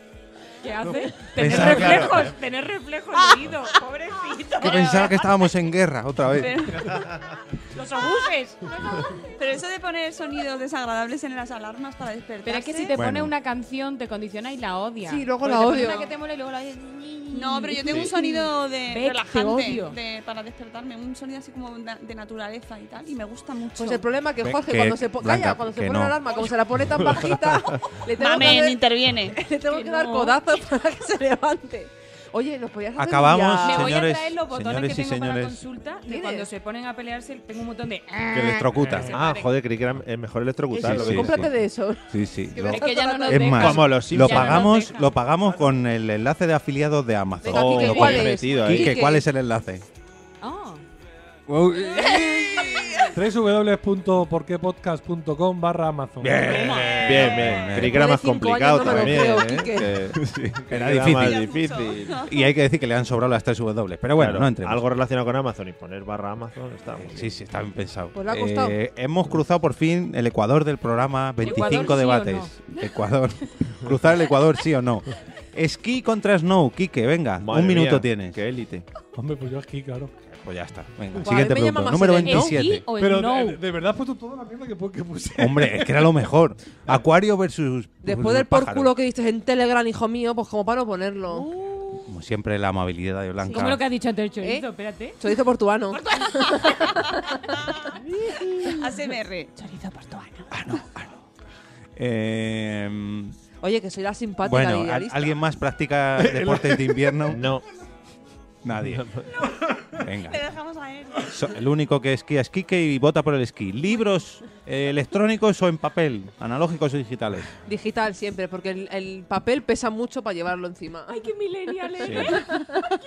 Speaker 5: ¿Qué hace? Tener
Speaker 2: Pensaba que-
Speaker 5: reflejos, tener reflejos
Speaker 3: Ah.
Speaker 5: de oído, pobrecito.
Speaker 2: Que pensaba que estábamos en guerra otra vez.
Speaker 5: Los abuses.
Speaker 3: Pero eso de poner sonidos desagradables en las alarmas para despertarse.
Speaker 5: Pero es que si te
Speaker 2: Bueno.
Speaker 5: pone una canción, te condiciona y la odia.
Speaker 9: Sí, luego
Speaker 5: Porque
Speaker 9: la
Speaker 5: te pone
Speaker 9: odio.
Speaker 5: Una que te mola y luego la odias.
Speaker 3: No, pero yo tengo un sonido de
Speaker 5: Bec, te odio.
Speaker 3: relajante de- para despertarme, un sonido así como na- de naturaleza y tal, y me gusta mucho.
Speaker 9: Pues el problema es que
Speaker 2: Ve-
Speaker 9: Jorge,
Speaker 2: que-
Speaker 9: cuando se, po-
Speaker 2: Blanca,
Speaker 9: calla, cuando se
Speaker 2: que no.
Speaker 9: pone la alarma, como se la pone tan bajita, le tengo que
Speaker 3: Mamen
Speaker 9: hacer-
Speaker 3: interviene.
Speaker 9: Le tengo que,
Speaker 5: Que
Speaker 9: dar
Speaker 5: no.
Speaker 9: codazos para que se levante. Oye, ¿nos podías hacer un
Speaker 2: Acabamos,
Speaker 9: día-
Speaker 5: Me voy
Speaker 2: Señores,
Speaker 5: a traer los botones
Speaker 2: señores
Speaker 5: que
Speaker 2: y
Speaker 5: tengo para
Speaker 2: señores.
Speaker 5: consulta de
Speaker 9: ¿Tienes?
Speaker 5: cuando se ponen a pelearse. Tengo un montón de.
Speaker 2: Que electrocuta.
Speaker 5: se
Speaker 6: Ah,
Speaker 5: paren.
Speaker 6: joder, creí que era eh, mejor electrocutarlo.
Speaker 2: Sí,
Speaker 6: que
Speaker 2: sí,
Speaker 6: comprarlo.
Speaker 9: Cómprate de eso.
Speaker 2: Sí, sí.
Speaker 9: Que
Speaker 2: Lo-
Speaker 5: Es que ya no nos
Speaker 2: es
Speaker 5: dejan.
Speaker 2: más,
Speaker 6: Como los
Speaker 2: lo
Speaker 6: Simpsons.
Speaker 2: pagamos,
Speaker 5: Ya no nos
Speaker 2: lo pagamos con el enlace de afiliados de Amazon.
Speaker 9: Venga,
Speaker 6: Oh,
Speaker 9: Quique,
Speaker 2: Lo
Speaker 9: ¿cuál
Speaker 2: pone-
Speaker 9: es?
Speaker 6: comprometido, eh.
Speaker 2: Quique,
Speaker 9: Quique.
Speaker 2: ¿cuál es el enlace?
Speaker 5: Ah.
Speaker 4: www.porquepodcast.com barra Amazon.
Speaker 6: Bien, bien. Creí que era
Speaker 9: eh, Después de
Speaker 6: más
Speaker 9: cinco
Speaker 6: complicado
Speaker 9: años no me lo creo,
Speaker 6: también. ¿eh?
Speaker 9: Quique.
Speaker 6: Que- que
Speaker 2: Era
Speaker 6: más
Speaker 2: difícil.
Speaker 6: difícil.
Speaker 2: Y hay que decir que le han sobrado las 3 W. Pero bueno,
Speaker 6: Claro,
Speaker 2: no entremos.
Speaker 6: Algo relacionado con Amazon y poner barra Amazon está muy bien.
Speaker 2: Sí, sí, está bien pensado.
Speaker 9: Pues le ha costado.
Speaker 2: Eh, hemos cruzado por fin el Ecuador del programa 25
Speaker 5: Ecuador, sí o
Speaker 2: debates. Ecuador. Cruzar el Ecuador, sí o no. Esquí contra snow, Quique, venga.
Speaker 6: Madre
Speaker 2: un minuto
Speaker 6: mía,
Speaker 2: tienes.
Speaker 6: Qué élite.
Speaker 4: Hombre, pues yo aquí, claro.
Speaker 2: Pues ya está. Venga,
Speaker 9: Guau,
Speaker 2: siguiente
Speaker 9: a mí me
Speaker 2: pregunta.
Speaker 9: llama más
Speaker 2: Número
Speaker 9: el
Speaker 5: ¿El
Speaker 9: no.
Speaker 2: 27.
Speaker 5: sí o el
Speaker 4: Pero
Speaker 5: no?
Speaker 4: de, de verdad has puesto toda la mierda que, pu- que puse.
Speaker 2: Hombre, es que era lo mejor. Acuario versus.
Speaker 9: Después del por
Speaker 2: pájaro.
Speaker 9: culo que diste en Telegram, hijo mío, pues como para no ponerlo.
Speaker 2: Como siempre, la amabilidad de Blanca.
Speaker 5: Uh, ¿Cómo lo que has dicho antes del chorizo?
Speaker 9: ¿Eh?
Speaker 5: Espérate.
Speaker 9: Chorizo portuano.
Speaker 3: ASMR.
Speaker 2: Eh,
Speaker 9: Oye, que soy la simpática
Speaker 2: bueno,
Speaker 9: y
Speaker 2: ¿al-
Speaker 9: idealista.
Speaker 2: ¿alguien más practica deportes de invierno?
Speaker 6: No,
Speaker 2: Nadie. Venga.
Speaker 3: Te dejamos a él.
Speaker 2: So- el único que esquía es Quique y vota por el esquí. ¿Libros eh, electrónicos o en papel? ¿Analógicos o digitales?
Speaker 9: Digital siempre, porque el, el papel pesa mucho para llevarlo encima.
Speaker 5: Ay, qué millennial
Speaker 6: Sí.
Speaker 5: eres.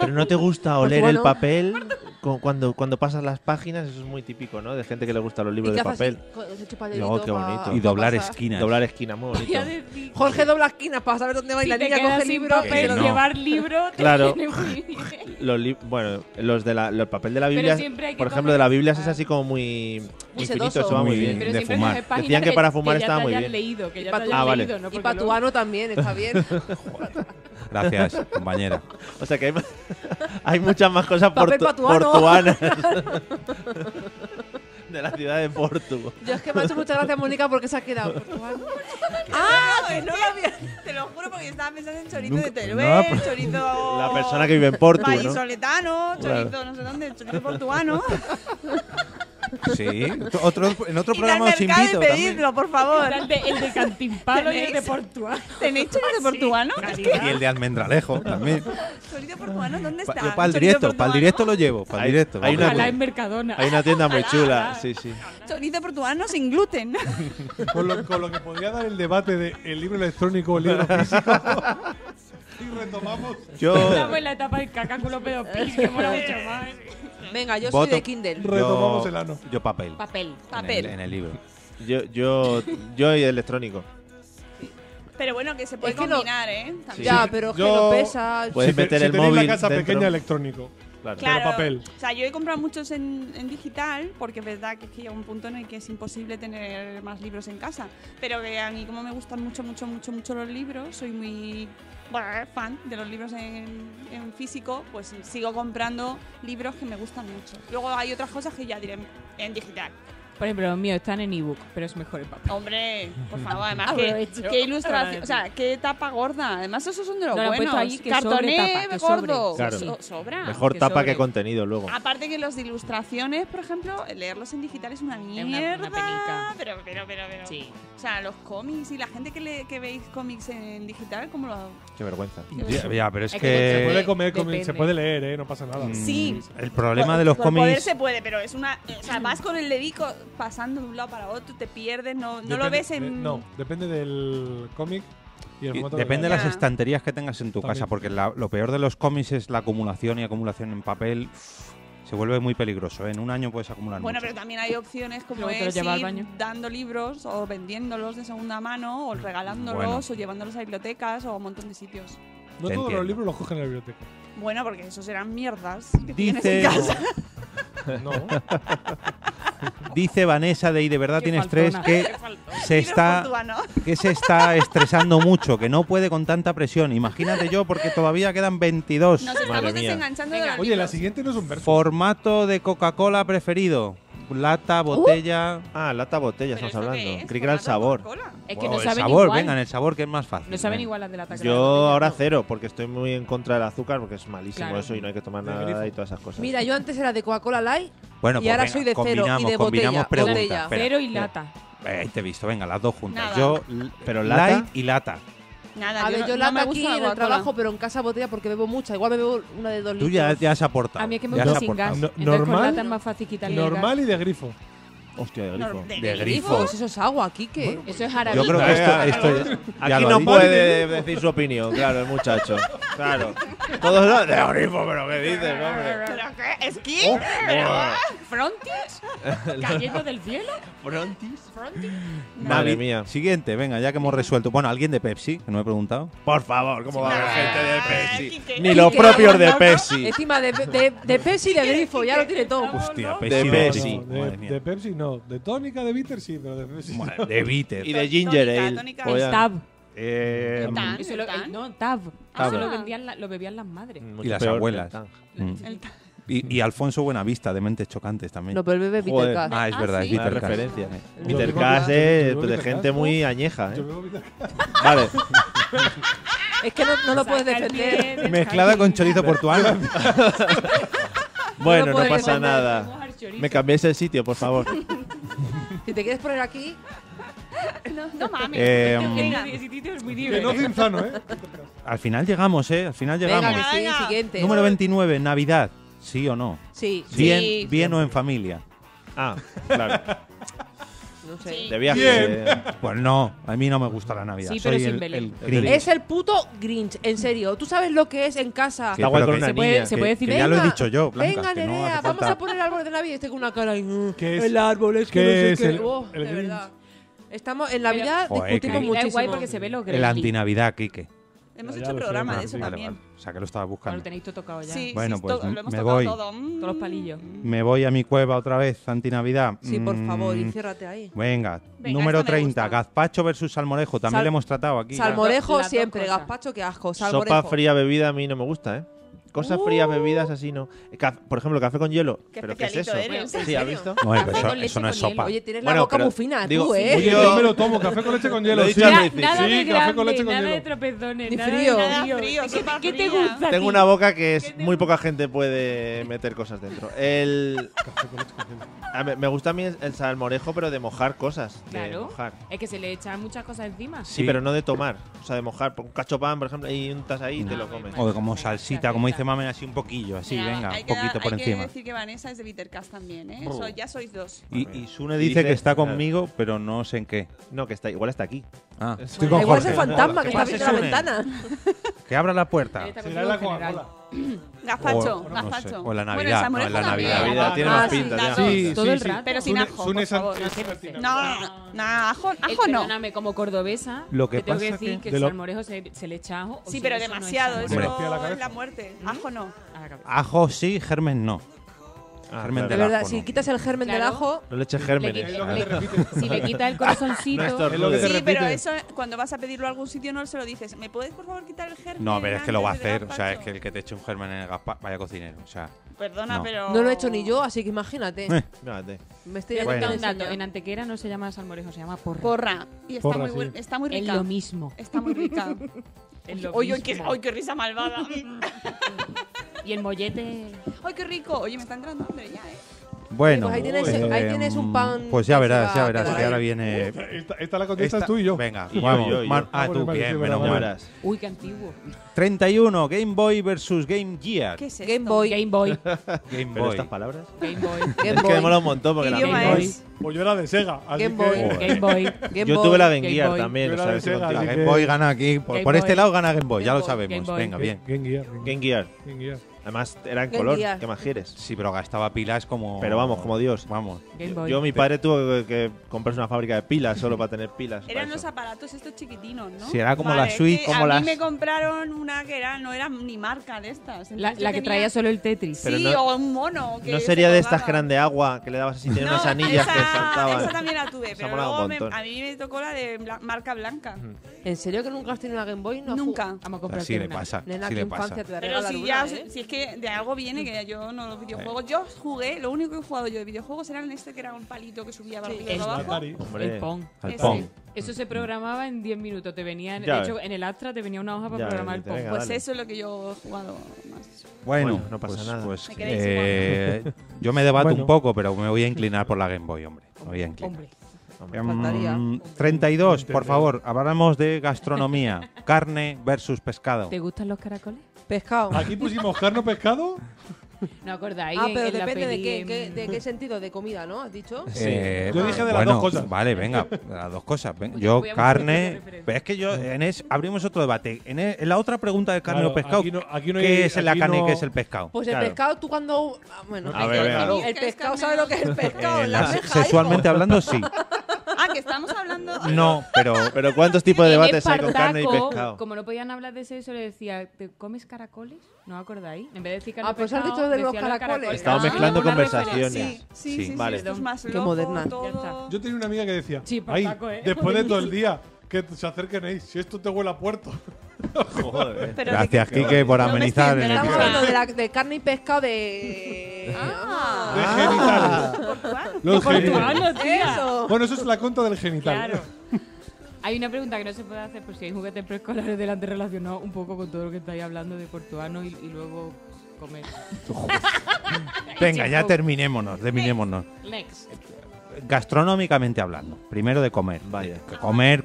Speaker 6: Pero no te gusta oler
Speaker 9: Portuano.
Speaker 6: el papel cu- cuando, cuando pasas las páginas, eso es muy típico, ¿no? De gente que le gustan los libros
Speaker 9: ¿Y
Speaker 6: de
Speaker 9: qué haces?
Speaker 6: papel.
Speaker 9: Co- se chupa el
Speaker 6: Luego,
Speaker 9: dedito
Speaker 6: Oh, qué
Speaker 9: pa-
Speaker 6: bonito.
Speaker 9: pa
Speaker 2: Y doblar
Speaker 9: pasar.
Speaker 2: esquinas.
Speaker 6: Doblar esquina, muy bonito.
Speaker 5: Voy a decir.
Speaker 9: Jorge dobla esquinas para saber dónde va y
Speaker 5: Si
Speaker 9: la
Speaker 5: te
Speaker 9: niña
Speaker 5: quedas
Speaker 9: coge el
Speaker 5: sin
Speaker 9: libro.
Speaker 2: Que
Speaker 5: papel,
Speaker 2: no.
Speaker 5: llevar libro te
Speaker 6: Claro.
Speaker 5: viene muy bien.
Speaker 6: Los li- bueno, los de la, los papel de la
Speaker 5: Pero
Speaker 6: Biblia,
Speaker 5: siempre hay que
Speaker 6: por ejemplo,
Speaker 5: comer-
Speaker 6: de la Biblia es
Speaker 5: Ah.
Speaker 6: así como muy
Speaker 9: Muy
Speaker 6: infinito,
Speaker 9: sedoso.
Speaker 6: eso va muy
Speaker 2: Muy
Speaker 6: bien.
Speaker 2: bien.
Speaker 5: Pero
Speaker 2: de
Speaker 5: siempre
Speaker 2: fumar.
Speaker 5: coges páginas
Speaker 6: Decían que para fumar
Speaker 5: ya
Speaker 6: estaba
Speaker 5: te
Speaker 6: muy
Speaker 5: hayas
Speaker 6: bien.
Speaker 5: leído, que ya
Speaker 9: Y
Speaker 5: te
Speaker 9: patu-
Speaker 5: hayas
Speaker 6: Ah, vale.
Speaker 5: leído, ¿no?
Speaker 9: Y
Speaker 5: Porque luego-
Speaker 9: patuano también, está bien.
Speaker 2: Gracias, compañera.
Speaker 6: O sea que hay, hay muchas más cosas
Speaker 9: Papel
Speaker 6: portu-
Speaker 9: patuano.
Speaker 6: portuanas de la ciudad de Portugal.
Speaker 9: Yo es que me ha hecho muchas gracias, Mónica, porque se ha quedado. portuano.
Speaker 3: ¡Ah! Que no lo había. Te lo juro porque estaba pensando en chorizo
Speaker 2: Nunca-
Speaker 3: de
Speaker 2: no,
Speaker 3: Teruel,
Speaker 2: pero-
Speaker 3: chorizo.
Speaker 6: La persona que vive en Porto, ¿no?
Speaker 3: Vallisoletano, chorizo no sé dónde, chorizo portuano.
Speaker 2: Sí, otro, en otro
Speaker 3: Id al
Speaker 2: programa os
Speaker 3: mercado
Speaker 2: invito.
Speaker 3: y
Speaker 2: también.
Speaker 3: pedidlo, por favor.
Speaker 5: El de, el de Cantimpalo y el de Ah, Portugal.
Speaker 3: ¿Tenéis chorizo portuano?
Speaker 2: Y el de Almendralejo también.
Speaker 3: ¿Chorizo portuano? ¿Dónde
Speaker 2: Pa-
Speaker 3: está?
Speaker 2: yo para el
Speaker 3: Chorizo
Speaker 2: directo, para
Speaker 3: portuano.
Speaker 2: el directo lo llevo, para el
Speaker 6: Hay-
Speaker 2: directo.
Speaker 6: hay
Speaker 2: vamos.
Speaker 5: Ojalá en Mercadona.
Speaker 6: Hay una tienda muy chula, sí, sí.
Speaker 3: Chorizo portuano sin gluten.
Speaker 4: Con lo, con lo que podría dar el debate de el libro electrónico o el libro físico. y retomamos.
Speaker 2: Yo,
Speaker 5: Estamos en la etapa del caca con los pedopis, que mola mucho más.
Speaker 9: Venga, yo
Speaker 2: Voto.
Speaker 9: soy de Kindle.
Speaker 4: Retomamos
Speaker 2: yo-
Speaker 4: el ano.
Speaker 2: Yo papel.
Speaker 5: Papel.
Speaker 2: En,
Speaker 3: Papel.
Speaker 2: el, en el libro.
Speaker 6: Yo, yo, yo y electrónico.
Speaker 3: Pero bueno, que se puede
Speaker 9: Es que lo-
Speaker 3: combinar, ¿eh? También.
Speaker 9: Ya, pero es que no
Speaker 4: Yo-
Speaker 9: pesa.
Speaker 6: Puedes
Speaker 4: te-
Speaker 6: meter el
Speaker 4: tenéis
Speaker 6: móvil
Speaker 4: la casa
Speaker 6: dentro.
Speaker 4: pequeña electrónico.
Speaker 6: Claro.
Speaker 4: Pero papel.
Speaker 3: O sea, yo he comprado muchos en, en digital porque es verdad que es que llega un punto en el que es imposible tener más libros en casa. Pero que a mí como me gustan mucho, mucho, mucho, mucho los libros, soy muy buah, fan de los libros en, en físico, pues sigo comprando libros que me gustan mucho. Luego hay otras cosas que ya diré en- en digital.
Speaker 5: Por ejemplo, los míos están en ebook, pero es mejor en papel.
Speaker 3: Hombre, por favor, además que,
Speaker 5: Aprovecho.
Speaker 3: qué ilustración, o sea, qué tapa gorda. Además esos son de los
Speaker 5: No, lo han
Speaker 3: buenos.
Speaker 5: puesto ahí que sobre
Speaker 3: Cartoné
Speaker 5: tapa, que
Speaker 3: gordo.
Speaker 6: sobre. Claro.
Speaker 3: So- sobra.
Speaker 6: Mejor
Speaker 5: que
Speaker 6: tapa
Speaker 5: sobre.
Speaker 6: que contenido luego.
Speaker 3: Aparte que los de ilustraciones, por ejemplo, leerlos en digital es una
Speaker 5: una- una
Speaker 3: mierda.
Speaker 5: penica.
Speaker 3: pero, pero, pero, pero.
Speaker 5: Sí.
Speaker 3: O sea, los cómics y la gente que, le, que veis cómics en digital, ¿cómo lo
Speaker 6: Qué vergüenza.
Speaker 2: Ya, ya, pero es
Speaker 5: Es
Speaker 4: Se
Speaker 5: que
Speaker 2: que
Speaker 4: puede comer, comer, se
Speaker 5: depende.
Speaker 4: puede leer, ¿eh? No pasa nada.
Speaker 6: Mm,
Speaker 3: Sí.
Speaker 2: el problema de los
Speaker 3: Por poder
Speaker 2: cómics
Speaker 3: se puede, pero es una. O
Speaker 5: Mm.
Speaker 3: sea, vas con el dedico pasando de un lado para otro, te pierdes, no, no lo
Speaker 4: Depende-
Speaker 3: ves en.
Speaker 4: de- no, depende del cómic y el
Speaker 2: y
Speaker 4: formato. que
Speaker 2: depende de
Speaker 4: tenga.
Speaker 2: las
Speaker 3: Ya.
Speaker 2: estanterías que tengas en tu
Speaker 4: También.
Speaker 2: casa, porque la- lo peor de los cómics es la acumulación y acumulación en papel. Se vuelve muy peligroso. ¿eh? En un año puedes acumular
Speaker 3: Bueno,
Speaker 2: mucho.
Speaker 3: pero también hay opciones como
Speaker 5: Luego te lo
Speaker 3: es ir
Speaker 5: lleva al baño.
Speaker 3: dando libros o vendiéndolos de segunda mano o regalándolos
Speaker 2: Bueno.
Speaker 3: o llevándolos a bibliotecas o a un montón de sitios.
Speaker 4: No
Speaker 2: Te
Speaker 4: todos
Speaker 2: entiendo.
Speaker 4: los libros los cogen en la biblioteca.
Speaker 3: Bueno, porque esos eran mierdas que tienes en
Speaker 2: Dice,
Speaker 3: casa.
Speaker 4: No.
Speaker 2: dice Vanessa de Y de verdad
Speaker 5: Qué
Speaker 2: tienes tres
Speaker 5: faltona.
Speaker 2: que se
Speaker 3: Libros
Speaker 2: está
Speaker 3: portuanos.
Speaker 2: que se está estresando mucho, que no puede con tanta presión. Imagínate yo, porque todavía quedan 22.
Speaker 3: Nos estamos
Speaker 6: mía.
Speaker 3: desenganchando de
Speaker 5: Venga.
Speaker 3: los
Speaker 4: Oye, la
Speaker 3: libros.
Speaker 4: siguiente no es un verso.
Speaker 2: Formato de Coca-Cola preferido. Lata, botella.
Speaker 6: Ah, lata botella
Speaker 3: ¿Pero
Speaker 6: estamos
Speaker 3: eso qué
Speaker 6: hablando.
Speaker 3: es?
Speaker 6: Creí que era el
Speaker 3: ¿Formato
Speaker 6: sabor.
Speaker 3: Coca-Cola?
Speaker 5: Es que
Speaker 2: O
Speaker 5: no
Speaker 2: el
Speaker 5: saben
Speaker 2: sabor,
Speaker 5: igual.
Speaker 2: venga, en el sabor que es más fácil.
Speaker 5: No saben
Speaker 2: venga.
Speaker 5: igual las de la taca.
Speaker 6: Yo ahora cero, porque estoy muy en contra del azúcar, porque es malísimo
Speaker 5: Claro.
Speaker 6: eso y no hay que tomar
Speaker 4: De
Speaker 6: nada
Speaker 4: grifo.
Speaker 6: y todas esas cosas.
Speaker 9: Mira, yo antes era de Coca-Cola Light
Speaker 2: Bueno,
Speaker 9: Y
Speaker 2: pues
Speaker 9: ahora
Speaker 2: venga,
Speaker 9: soy de cero y
Speaker 2: combinamos,
Speaker 9: de
Speaker 2: combinamos
Speaker 9: botella,
Speaker 2: preguntas.
Speaker 9: botella.
Speaker 2: Espera,
Speaker 5: Cero y
Speaker 2: espera.
Speaker 5: lata.
Speaker 2: Eh, ahí te he visto, venga, las dos juntas.
Speaker 3: Nada.
Speaker 2: Yo, l-
Speaker 6: Pero lata-
Speaker 2: light y lata.
Speaker 3: Nada,
Speaker 9: A ver,
Speaker 3: no-
Speaker 9: yo
Speaker 3: no
Speaker 9: la
Speaker 3: me
Speaker 9: lata aquí
Speaker 3: gusta la
Speaker 9: en el
Speaker 3: Coca-Cola.
Speaker 9: trabajo, pero en casa botella porque bebo mucha. Igual me bebo una de dos
Speaker 2: Tú ya,
Speaker 9: litros.
Speaker 2: ya has aportado.
Speaker 5: A mí es que me
Speaker 2: ya has
Speaker 5: gusta sin
Speaker 2: aportado.
Speaker 5: gas.
Speaker 4: No-
Speaker 5: Entonces,
Speaker 4: normal-
Speaker 5: Con lata es más fácil quitarle el gas.
Speaker 4: Normal y de grifo.
Speaker 6: Hostia, de
Speaker 3: No,
Speaker 6: grifo.
Speaker 3: de-
Speaker 2: De grifo.
Speaker 9: Pues eso es agua, Quique.
Speaker 5: Eso es árabe.
Speaker 2: Yo creo que esto, esto ya
Speaker 6: Aquí
Speaker 2: lo ha
Speaker 6: no
Speaker 2: dicho.
Speaker 6: puede decir su opinión, claro, el muchacho. Claro. Todos los de grifo, pero ¿qué dices, hombre?
Speaker 3: ¿Pero qué? ¿Esquí?
Speaker 6: Buah.
Speaker 5: ¿Frontis? ¿Cayendo del cielo? ¿Frontis?
Speaker 6: Madre
Speaker 2: Navi-
Speaker 6: mía.
Speaker 2: Siguiente, venga, ya que hemos resuelto. Bueno, alguien de Pepsi, que no he preguntado.
Speaker 6: Por favor, ¿cómo va a haber
Speaker 3: Ah,
Speaker 6: gente de
Speaker 3: Quique.
Speaker 6: Pepsi? Ni los propios de
Speaker 9: Quique.
Speaker 6: Pepsi.
Speaker 9: Encima de, de, de Pepsi y de grifo, ya lo tiene todo.
Speaker 2: Hostia,
Speaker 6: De
Speaker 2: Pepsi.
Speaker 6: Pepsi.
Speaker 4: No, de,
Speaker 2: Madre mía.
Speaker 4: de Pepsi no. De tónica, de bitter sí, pero de Pepsi. no.
Speaker 2: Madre- De Bitter.
Speaker 6: Y de Ginger
Speaker 3: Tónica,
Speaker 6: Ale.
Speaker 3: tónica.
Speaker 6: Joder.
Speaker 5: Tab.
Speaker 6: Eh,
Speaker 3: El Tang,
Speaker 5: Eso
Speaker 3: el
Speaker 5: lo,
Speaker 3: Tang.
Speaker 5: el- no, tab.
Speaker 3: Ah,
Speaker 5: Eso lo,
Speaker 3: bueno.
Speaker 5: vendían la- lo bebían las madres.
Speaker 6: mucho
Speaker 2: Y las
Speaker 6: peor que
Speaker 2: abuelas.
Speaker 6: tal.
Speaker 2: Mm.
Speaker 3: El ta-
Speaker 2: Y, y Alfonso Buenavista, de Mentes Chocantes también.
Speaker 9: No, pero el bebé
Speaker 6: Joder.
Speaker 9: Peter Cash.
Speaker 2: ah, es
Speaker 3: Ah,
Speaker 2: verdad,
Speaker 3: sí.
Speaker 2: es
Speaker 6: Una
Speaker 2: Bitter Cash.
Speaker 6: referencia. eh.
Speaker 4: Yo
Speaker 6: Bitter
Speaker 4: digo
Speaker 6: Cash
Speaker 4: Bitter Cash,
Speaker 6: es
Speaker 4: yo
Speaker 6: pues, de
Speaker 4: digo
Speaker 6: gente
Speaker 4: Bitter
Speaker 6: muy añeja,
Speaker 4: Yo
Speaker 6: ¿eh?
Speaker 4: veo bitter-
Speaker 6: Vale.
Speaker 9: Es que no, no lo puedes
Speaker 5: Saca el
Speaker 9: defender.
Speaker 5: pie del
Speaker 2: Mezclada con
Speaker 5: jardín.
Speaker 2: chorizo portuano.
Speaker 6: Bueno, no
Speaker 9: puedes
Speaker 6: pasa
Speaker 9: defender.
Speaker 6: nada.
Speaker 5: Vamos al chorizo.
Speaker 6: Me cambiéis el sitio, por favor.
Speaker 9: Si te quieres poner aquí, mm.
Speaker 3: No, no mames.
Speaker 2: Eh,
Speaker 3: Venga.
Speaker 5: Ese sitio es muy
Speaker 4: Que no
Speaker 5: divertido.
Speaker 4: cinzano, ¿eh?
Speaker 2: Al final llegamos, ¿eh? Al final llegamos.
Speaker 9: venga, que sigue el
Speaker 3: Venga.
Speaker 9: siguiente.
Speaker 2: Número 29, Navidad. ¿Sí o no?
Speaker 9: Sí,
Speaker 2: Bien,
Speaker 3: Sí.
Speaker 2: bien o en familia.
Speaker 6: Ah, claro.
Speaker 9: no sé.
Speaker 3: Sí.
Speaker 6: De viaje.
Speaker 4: Bien.
Speaker 6: eh.
Speaker 2: Pues no, a mí no me gusta la Navidad.
Speaker 5: Sí,
Speaker 2: Soy
Speaker 5: pero sin
Speaker 2: el-
Speaker 5: Belén.
Speaker 2: el Grinch.
Speaker 9: Es el puto Grinch, en serio. ¿Tú sabes lo que es en casa?
Speaker 2: Que-
Speaker 6: Está guay
Speaker 2: pero
Speaker 6: con
Speaker 2: que-
Speaker 6: una
Speaker 2: Se
Speaker 5: puede-
Speaker 6: niña.
Speaker 5: se
Speaker 6: que-
Speaker 5: puede decir-
Speaker 2: Que ya lo he dicho yo, Blanca.
Speaker 9: Venga,
Speaker 2: que no
Speaker 9: Nerea,
Speaker 2: hace
Speaker 9: vamos
Speaker 2: falta-
Speaker 9: a poner árboles de Navidad y este con una cara. y, "Mm,
Speaker 4: ¿Qué es-
Speaker 9: el árbol es que
Speaker 4: qué
Speaker 9: no sé
Speaker 4: es
Speaker 9: qué".
Speaker 4: el-
Speaker 9: Oh,
Speaker 4: el
Speaker 9: de
Speaker 4: Grinch?
Speaker 9: verdad. Estamos en Navidad,
Speaker 2: Joder,
Speaker 9: discutimos
Speaker 2: que-
Speaker 5: Navidad
Speaker 9: muchísimo.
Speaker 5: es guay porque se ve lo que
Speaker 2: El antinavidad, Quique.
Speaker 3: Hemos
Speaker 4: Ya
Speaker 3: hecho un
Speaker 4: lo sé,
Speaker 3: programa de
Speaker 4: Martín.
Speaker 3: eso
Speaker 2: Vale,
Speaker 3: también.
Speaker 2: vale. O sea, que lo estaba
Speaker 5: Ahora Lo
Speaker 2: buscando.
Speaker 5: tenéis todo tocado ya.
Speaker 3: Sí,
Speaker 2: Bueno,
Speaker 3: sí,
Speaker 2: pues,
Speaker 3: to- lo hemos
Speaker 2: me
Speaker 3: tocado
Speaker 2: voy.
Speaker 3: todo. Mm.
Speaker 5: Todos los palillos.
Speaker 2: Me voy a mi cueva otra vez, antinavidad.
Speaker 9: Sí, por
Speaker 2: Mm,
Speaker 9: favor, y ciérrate ahí.
Speaker 2: Venga,
Speaker 3: Venga,
Speaker 2: número
Speaker 3: esta me
Speaker 2: 30,
Speaker 3: gusta.
Speaker 2: gazpacho versus salmorejo. También
Speaker 9: Sal-
Speaker 2: lo hemos tratado aquí. ya.
Speaker 9: Salmorejo
Speaker 5: Las dos
Speaker 9: siempre,
Speaker 5: cosas.
Speaker 9: gazpacho, qué asco. Salmorejo.
Speaker 6: Sopa fría bebida a mí no me gusta, ¿eh? Cosas frías, bebidas así, ¿no? Eh, caf- por ejemplo, café con hielo.
Speaker 3: Qué
Speaker 6: ¿Pero qué es eso?
Speaker 3: especialito eres.
Speaker 6: Sí, ¿has visto?
Speaker 2: No, pero
Speaker 9: Café
Speaker 2: eso,
Speaker 9: con leche
Speaker 2: eso no es
Speaker 9: con hielo.
Speaker 2: sopa.
Speaker 9: Oye, tienes
Speaker 6: Bueno,
Speaker 9: la boca
Speaker 6: pero
Speaker 9: muy fina,
Speaker 6: digo,
Speaker 9: tú, ¿eh?
Speaker 4: Oye, yo me lo tomo, café con leche con hielo.
Speaker 6: Lo he
Speaker 4: sí.
Speaker 6: dicho al
Speaker 5: Nada,
Speaker 6: principio.
Speaker 5: nada de
Speaker 4: Sí, café con
Speaker 5: grande,
Speaker 4: leche con
Speaker 5: nada de
Speaker 4: hielo.
Speaker 5: tropezones,
Speaker 9: Ni
Speaker 5: nada
Speaker 9: frío.
Speaker 5: de
Speaker 3: Nada frío,
Speaker 5: ¿Qué,
Speaker 3: sopa
Speaker 5: qué te
Speaker 3: fría.
Speaker 5: gusta? a
Speaker 6: Tengo
Speaker 5: ti?
Speaker 6: una boca que
Speaker 5: ¿Qué
Speaker 6: es
Speaker 5: te
Speaker 6: muy poca gente puede meter cosas dentro. El, A ver, me gusta a mí el el salmorejo, pero de mojar cosas. de
Speaker 5: Claro.
Speaker 6: mojar.
Speaker 5: Es que se le echan muchas cosas encima.
Speaker 6: Sí, pero no de tomar. O sea, de mojar. Un cachopán, por ejemplo, y untas ahí y te lo comes.
Speaker 2: O como salsita, como dice Mamen, así un poquillo, así,
Speaker 5: Mira,
Speaker 2: venga,
Speaker 3: hay
Speaker 2: un
Speaker 3: que, dar-
Speaker 2: poquito por
Speaker 3: hay que
Speaker 2: encima. Oh.
Speaker 3: decir que Vanessa es de Bittercast también, ¿eh? So- ya sois dos.
Speaker 2: Y, y Sune
Speaker 6: Y
Speaker 2: dice
Speaker 6: dice-
Speaker 2: que está conmigo, pero no sé en qué.
Speaker 6: No, que está, igual está aquí.
Speaker 2: Ah,
Speaker 4: Estoy
Speaker 9: Da
Speaker 4: con
Speaker 9: Igual
Speaker 4: Jorge.
Speaker 9: es el fantasma que
Speaker 6: ¿Qué
Speaker 9: está
Speaker 6: pasa,
Speaker 9: viendo la
Speaker 6: Sune?
Speaker 9: ventana.
Speaker 2: que abra la puerta.
Speaker 5: Está
Speaker 4: Será
Speaker 5: contigo
Speaker 4: la
Speaker 5: en general.
Speaker 4: Coca-Cola.
Speaker 3: Gazpacho,
Speaker 2: o, no
Speaker 3: gazpacho.
Speaker 2: sé, o en la
Speaker 3: Bueno, el
Speaker 2: Navidad. no,
Speaker 3: salmorejo
Speaker 2: en la
Speaker 3: también.
Speaker 6: La
Speaker 2: Navidad.
Speaker 6: vida tiene
Speaker 9: Ah,
Speaker 6: más
Speaker 9: sí,
Speaker 6: pinta.
Speaker 3: las
Speaker 6: tiene más
Speaker 3: dos.
Speaker 6: pinta.
Speaker 5: Todo el rato.
Speaker 3: Pero sin
Speaker 4: Sune-
Speaker 3: ajo,
Speaker 4: Sune
Speaker 3: por
Speaker 4: es anti-
Speaker 3: favor.
Speaker 4: es anti-
Speaker 3: No, no, ajo,
Speaker 5: El-
Speaker 3: ajo no.
Speaker 5: Eh, Perdóname, como cordobesa,
Speaker 2: Lo que
Speaker 5: te tengo que
Speaker 2: pasa
Speaker 5: decir
Speaker 2: que-
Speaker 5: que,
Speaker 2: de
Speaker 5: el
Speaker 2: lo-
Speaker 5: salmorejo se, se le echa ajo. o
Speaker 3: Sí,
Speaker 5: si
Speaker 3: pero
Speaker 5: eso no es
Speaker 3: demasiado,
Speaker 5: salmorejo.
Speaker 3: eso
Speaker 2: Hombre.
Speaker 4: Tira la cabeza.
Speaker 3: es la muerte. Ajo no.
Speaker 5: A la cabeza.
Speaker 2: Ajo sí, germen no.
Speaker 6: Ah,
Speaker 2: Germen
Speaker 6: claro.
Speaker 9: De
Speaker 2: del
Speaker 9: verdad,
Speaker 2: ajo,
Speaker 9: si
Speaker 2: no.
Speaker 9: quitas el germen del
Speaker 5: Claro.
Speaker 9: ajo,
Speaker 6: No le eches
Speaker 5: Le-
Speaker 6: gérmenes.
Speaker 4: Es lo que te
Speaker 5: Le-
Speaker 4: repite.
Speaker 5: Si le quita el
Speaker 6: No
Speaker 5: corazoncito,
Speaker 4: Es lo que
Speaker 6: estornudes.
Speaker 4: te
Speaker 3: Sí, pero
Speaker 4: repite.
Speaker 3: eso cuando vas a pedirlo a algún sitio no se lo dices. ¿Me puedes por favor quitar el germen?
Speaker 2: No, pero es que lo va a
Speaker 3: antes del
Speaker 2: hacer. O sea, es
Speaker 3: gazpacho?
Speaker 2: que el que te eche un germen en el gazpa, vaya cocinero. O sea,
Speaker 3: Perdona,
Speaker 2: No.
Speaker 3: pero.
Speaker 9: no lo he hecho ni yo, así que imagínate.
Speaker 2: Eh.
Speaker 6: Fíjate.
Speaker 9: Me estoy
Speaker 5: te
Speaker 2: Bueno.
Speaker 5: un dato.
Speaker 9: enseñando.
Speaker 5: En Antequera no se llama salmorejo, se llama porra.
Speaker 3: Porra. Y está,
Speaker 4: Porra,
Speaker 3: muy,
Speaker 4: sí.
Speaker 3: buen- está muy
Speaker 5: Es
Speaker 3: rica.
Speaker 5: lo mismo.
Speaker 3: Está muy rica.
Speaker 5: es lo
Speaker 3: Oye, oye,
Speaker 5: mismo.
Speaker 3: qué, ay, qué risa malvada.
Speaker 5: Y el mollete.
Speaker 3: Ay, qué rico. Oye, me está entrando hambre ya, ¿eh?
Speaker 2: bueno. eh,
Speaker 9: Pues ahí tienes- ahí tienes un pan
Speaker 2: Pues ya
Speaker 9: que se
Speaker 2: verás,
Speaker 9: va
Speaker 2: ya
Speaker 9: a
Speaker 2: verás.
Speaker 9: quedar
Speaker 2: Que
Speaker 9: ahí.
Speaker 2: ahora viene.
Speaker 4: Esta, esta la contestas
Speaker 2: Esta-
Speaker 4: tú y yo.
Speaker 2: Venga,
Speaker 6: Y yo,
Speaker 2: vamos.
Speaker 6: yo, yo.
Speaker 2: Mar- Ah,
Speaker 4: Vamos,
Speaker 2: tú,
Speaker 4: vale,
Speaker 2: bien,
Speaker 4: sí,
Speaker 2: menos
Speaker 4: bravo.
Speaker 2: mal.
Speaker 6: Verás.
Speaker 5: Uy, qué antiguo.
Speaker 2: 31, Game Boy versus Game Gear.
Speaker 3: ¿Qué es esto?
Speaker 9: Game Boy.
Speaker 5: Game Boy.
Speaker 2: Game
Speaker 6: Pero
Speaker 2: Boy.
Speaker 6: estas palabras.
Speaker 5: Game Boy.
Speaker 9: Game
Speaker 6: Es que me
Speaker 9: Boy.
Speaker 6: mola un montón porque
Speaker 3: ¿Qué
Speaker 6: la
Speaker 3: idioma
Speaker 5: Game Boy.
Speaker 3: es?
Speaker 4: Pues yo era de Sega. así
Speaker 9: Game
Speaker 4: que-
Speaker 9: Boy.
Speaker 5: Game Boy.
Speaker 9: Game
Speaker 6: Yo
Speaker 9: Boy.
Speaker 6: tuve la
Speaker 5: Game
Speaker 6: Game Gear
Speaker 5: Boy.
Speaker 6: también.
Speaker 4: Yo
Speaker 6: o
Speaker 4: era
Speaker 6: sea,
Speaker 4: de
Speaker 6: eso
Speaker 4: Sega,
Speaker 6: contigo.
Speaker 2: La
Speaker 4: así
Speaker 2: Game
Speaker 4: que-
Speaker 2: Boy gana aquí. Por,
Speaker 5: Game
Speaker 2: por este
Speaker 5: Boy.
Speaker 2: lado gana Game Boy, ya
Speaker 5: Game
Speaker 2: lo
Speaker 5: Boy,
Speaker 2: sabemos.
Speaker 5: Game Boy.
Speaker 2: Venga, bien.
Speaker 4: Game Gear. Game Gear.
Speaker 6: Game Gear.
Speaker 4: Game Gear.
Speaker 6: Además, era en
Speaker 9: Game
Speaker 6: color.
Speaker 9: Gear.
Speaker 6: ¿Qué más quieres?
Speaker 2: Sí, pero gastaba pilas como.
Speaker 6: Pero vamos, como Dios.
Speaker 2: Vamos.
Speaker 5: Game Boy.
Speaker 6: Yo, mi padre tuvo que, que comprarse una fábrica de pilas solo para tener pilas. para
Speaker 3: Eran
Speaker 6: eso.
Speaker 3: los aparatos estos chiquitinos, ¿no?
Speaker 2: Sí, era como la
Speaker 3: es que
Speaker 2: Switch, como
Speaker 3: a
Speaker 2: las-
Speaker 3: mí me compraron una que era, no era ni marca de estas.
Speaker 5: La,
Speaker 3: Entonces yo
Speaker 5: la que
Speaker 3: tenía-
Speaker 5: traía solo el Tetris.
Speaker 6: Pero
Speaker 3: Sí,
Speaker 6: no-
Speaker 3: o un mono. que
Speaker 6: No
Speaker 3: se
Speaker 6: sería de estas
Speaker 3: colgaba.
Speaker 6: que eran de agua, que le dabas así, tenía unas anillas
Speaker 3: esa,
Speaker 6: que saltaban.
Speaker 3: Esa también la tuve,
Speaker 6: Esa
Speaker 3: pero
Speaker 6: molaba un
Speaker 3: luego me-
Speaker 6: montón.
Speaker 3: a mí me tocó la de bla- marca blanca.
Speaker 9: ¿En serio que nunca has tenido una Game Boy? No,
Speaker 3: Nunca.
Speaker 5: Vamos a
Speaker 2: Pero
Speaker 5: comprar
Speaker 2: sí le pasa.
Speaker 9: ju- Nena,
Speaker 2: sí
Speaker 9: qué
Speaker 2: le pasa.
Speaker 9: infancia te daré
Speaker 3: Pero
Speaker 9: la
Speaker 3: si, ya, si es que de algo viene que yo no los videojuegos. Yo jugué, lo único que he jugado yo de videojuegos era en este que era un palito que subía para arriba y
Speaker 5: el
Speaker 3: para abajo.
Speaker 4: Atari.
Speaker 6: Hombre,
Speaker 5: El Pong.
Speaker 2: Al
Speaker 3: Ese.
Speaker 2: Pong.
Speaker 5: Eso se programaba en 10 minutos. Te venía, en-
Speaker 6: Ya
Speaker 5: de hecho,
Speaker 6: ves.
Speaker 5: en el Astra te venía una hoja para
Speaker 6: Ya
Speaker 5: programar el
Speaker 6: ves,
Speaker 5: Pong.
Speaker 6: venga.
Speaker 3: Pues
Speaker 6: vale.
Speaker 3: eso es lo que yo he jugado más.
Speaker 2: Bueno,
Speaker 6: Bueno, no pasa
Speaker 2: pues-
Speaker 6: nada.
Speaker 2: pues,
Speaker 3: Me queréis
Speaker 2: eh, yo me debato un
Speaker 4: Bueno.
Speaker 2: poco, pero me voy a inclinar por la Game Boy, hombre. Me voy a inclinar.
Speaker 5: Hombre,
Speaker 2: Em,
Speaker 9: faltaría.
Speaker 2: 32, por favor, hablamos de gastronomía. Carne versus pescado.
Speaker 5: ¿te gustan los caracoles?
Speaker 9: Pescado.
Speaker 4: Aquí pusimos carne o pescado.
Speaker 5: No acordáis.
Speaker 9: Ah,
Speaker 5: en-
Speaker 9: pero
Speaker 5: en la
Speaker 9: depende de
Speaker 5: peli,
Speaker 9: qué,
Speaker 5: em,
Speaker 9: qué- de qué sentido, de comida, ¿no? ¿Has dicho? Pues
Speaker 2: Eh,
Speaker 4: Yo dije de las
Speaker 2: bueno,
Speaker 4: dos cosas.
Speaker 2: Vale, venga, de las dos cosas. ven.
Speaker 5: Voy a-
Speaker 2: Yo,
Speaker 5: voy a buscar otro
Speaker 2: carne.
Speaker 5: tipo de referencia.
Speaker 2: pero es que yo, en es, abrimos otro debate. En, e- en la otra pregunta de carne
Speaker 4: Claro,
Speaker 2: o pescado,
Speaker 4: aquí no- aquí no hay-
Speaker 2: ¿qué es la
Speaker 4: aquí
Speaker 2: carne y
Speaker 4: no-
Speaker 2: qué es el pescado?
Speaker 9: Pues el
Speaker 6: Claro.
Speaker 9: pescado, tú cuando. ah, Bueno,
Speaker 6: A ver, venga.
Speaker 9: el, pescado sabe lo que es el pescado.
Speaker 2: Eh,
Speaker 9: la
Speaker 2: la-
Speaker 9: abeja,
Speaker 2: sexualmente hablando, sí.
Speaker 3: Ah, que estamos hablando.
Speaker 2: No, pero.
Speaker 6: Pero ¿cuántos tipos de
Speaker 5: en
Speaker 6: debates hay con carne y
Speaker 5: Espartaco,
Speaker 6: pescado?
Speaker 5: Como no podían hablar de eso, yo le decía, ¿te comes caracoles? ¿No os acordáis? En vez de decir carne
Speaker 9: Ah, pues has
Speaker 5: pescado,
Speaker 9: dicho de los
Speaker 5: decía los
Speaker 9: caracoles.
Speaker 6: Estaba
Speaker 5: Ah,
Speaker 6: mezclando
Speaker 5: una
Speaker 6: conversaciones.
Speaker 5: referencia.
Speaker 3: Sí,
Speaker 2: Sí,
Speaker 3: sí, sí, sí,
Speaker 6: vale.
Speaker 3: esto es más
Speaker 9: Qué
Speaker 3: loco,
Speaker 9: moderna.
Speaker 3: todo.
Speaker 5: Ya está.
Speaker 4: Yo tenía una amiga que decía,
Speaker 5: Sí, por
Speaker 4: "Ay,
Speaker 5: saco, ¿eh?
Speaker 4: después de todo el día, que se acerquen ahí, si esto te huele a puerto.
Speaker 6: Joder.
Speaker 3: Pero de
Speaker 2: Gracias,
Speaker 3: que-
Speaker 2: Quique, por
Speaker 3: No me
Speaker 2: amenizar
Speaker 3: estoy
Speaker 2: el
Speaker 9: Estamos
Speaker 2: episodio.
Speaker 9: hablando de, la- de carne y pescado de.
Speaker 3: Ah.
Speaker 4: De genitales.
Speaker 3: ¿Por cuál?
Speaker 4: Los genitales.
Speaker 5: Portuano, Ah. tía.
Speaker 9: Eso.
Speaker 4: Bueno, eso es la conta del genital.
Speaker 5: Claro. Hay una pregunta que no se puede hacer por si hay juguetes preescolares delante relacionado un poco con todo lo que estáis hablando de portuano y, y luego comer.
Speaker 2: Venga, ya terminémonos, terminémonos.
Speaker 5: Next.
Speaker 2: Gastronómicamente hablando, primero de comer.
Speaker 6: Vaya.
Speaker 2: De comer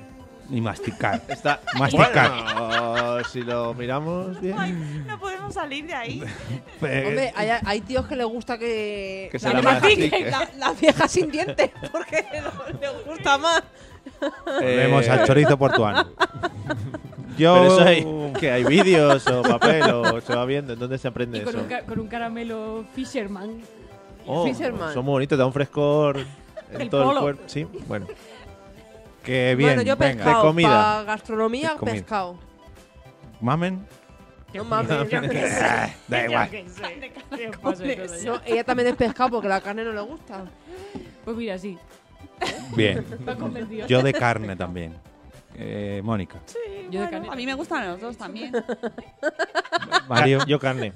Speaker 2: y masticar.
Speaker 6: Está
Speaker 2: Masticar.
Speaker 6: Bueno, si lo miramos
Speaker 3: Ay,
Speaker 6: bien.
Speaker 3: no podemos salir de ahí.
Speaker 2: Eh,
Speaker 9: Hombre, hay, hay tíos que les gusta que.
Speaker 6: Que se
Speaker 9: la
Speaker 6: la
Speaker 9: mastiquen,
Speaker 6: mastique.
Speaker 9: la- las viejas sin dientes, porque no les gusta más.
Speaker 2: Volvemos al chorizo portuano. Yo.
Speaker 6: Pero eso hay, que hay vídeos o papel o se va viendo. ¿En dónde se aprende
Speaker 5: Y con
Speaker 6: eso?
Speaker 5: un, ca- con un caramelo Fisherman.
Speaker 6: Oh,
Speaker 9: Fisherman.
Speaker 6: Son muy bonitos, da un frescor en
Speaker 5: El
Speaker 6: todo el
Speaker 5: polo.
Speaker 6: cuerpo. Sí, bueno.
Speaker 2: Que bien.
Speaker 9: bueno, yo
Speaker 2: venga.
Speaker 9: pescado.
Speaker 6: De comida.
Speaker 9: pa' gastronomía,
Speaker 2: De comida.
Speaker 9: pescado.
Speaker 2: Mamen.
Speaker 9: No mames.
Speaker 2: da igual.
Speaker 9: No, ella también es pescado porque la carne no le gusta.
Speaker 5: Pues mira, sí.
Speaker 2: Bien.
Speaker 5: Me ha convencido.
Speaker 2: Yo de carne también. Eh, Mónica.
Speaker 5: Yo de
Speaker 3: Bueno,
Speaker 5: carne.
Speaker 3: a mí me gustan los dos también.
Speaker 2: Mario.
Speaker 6: Yo carne.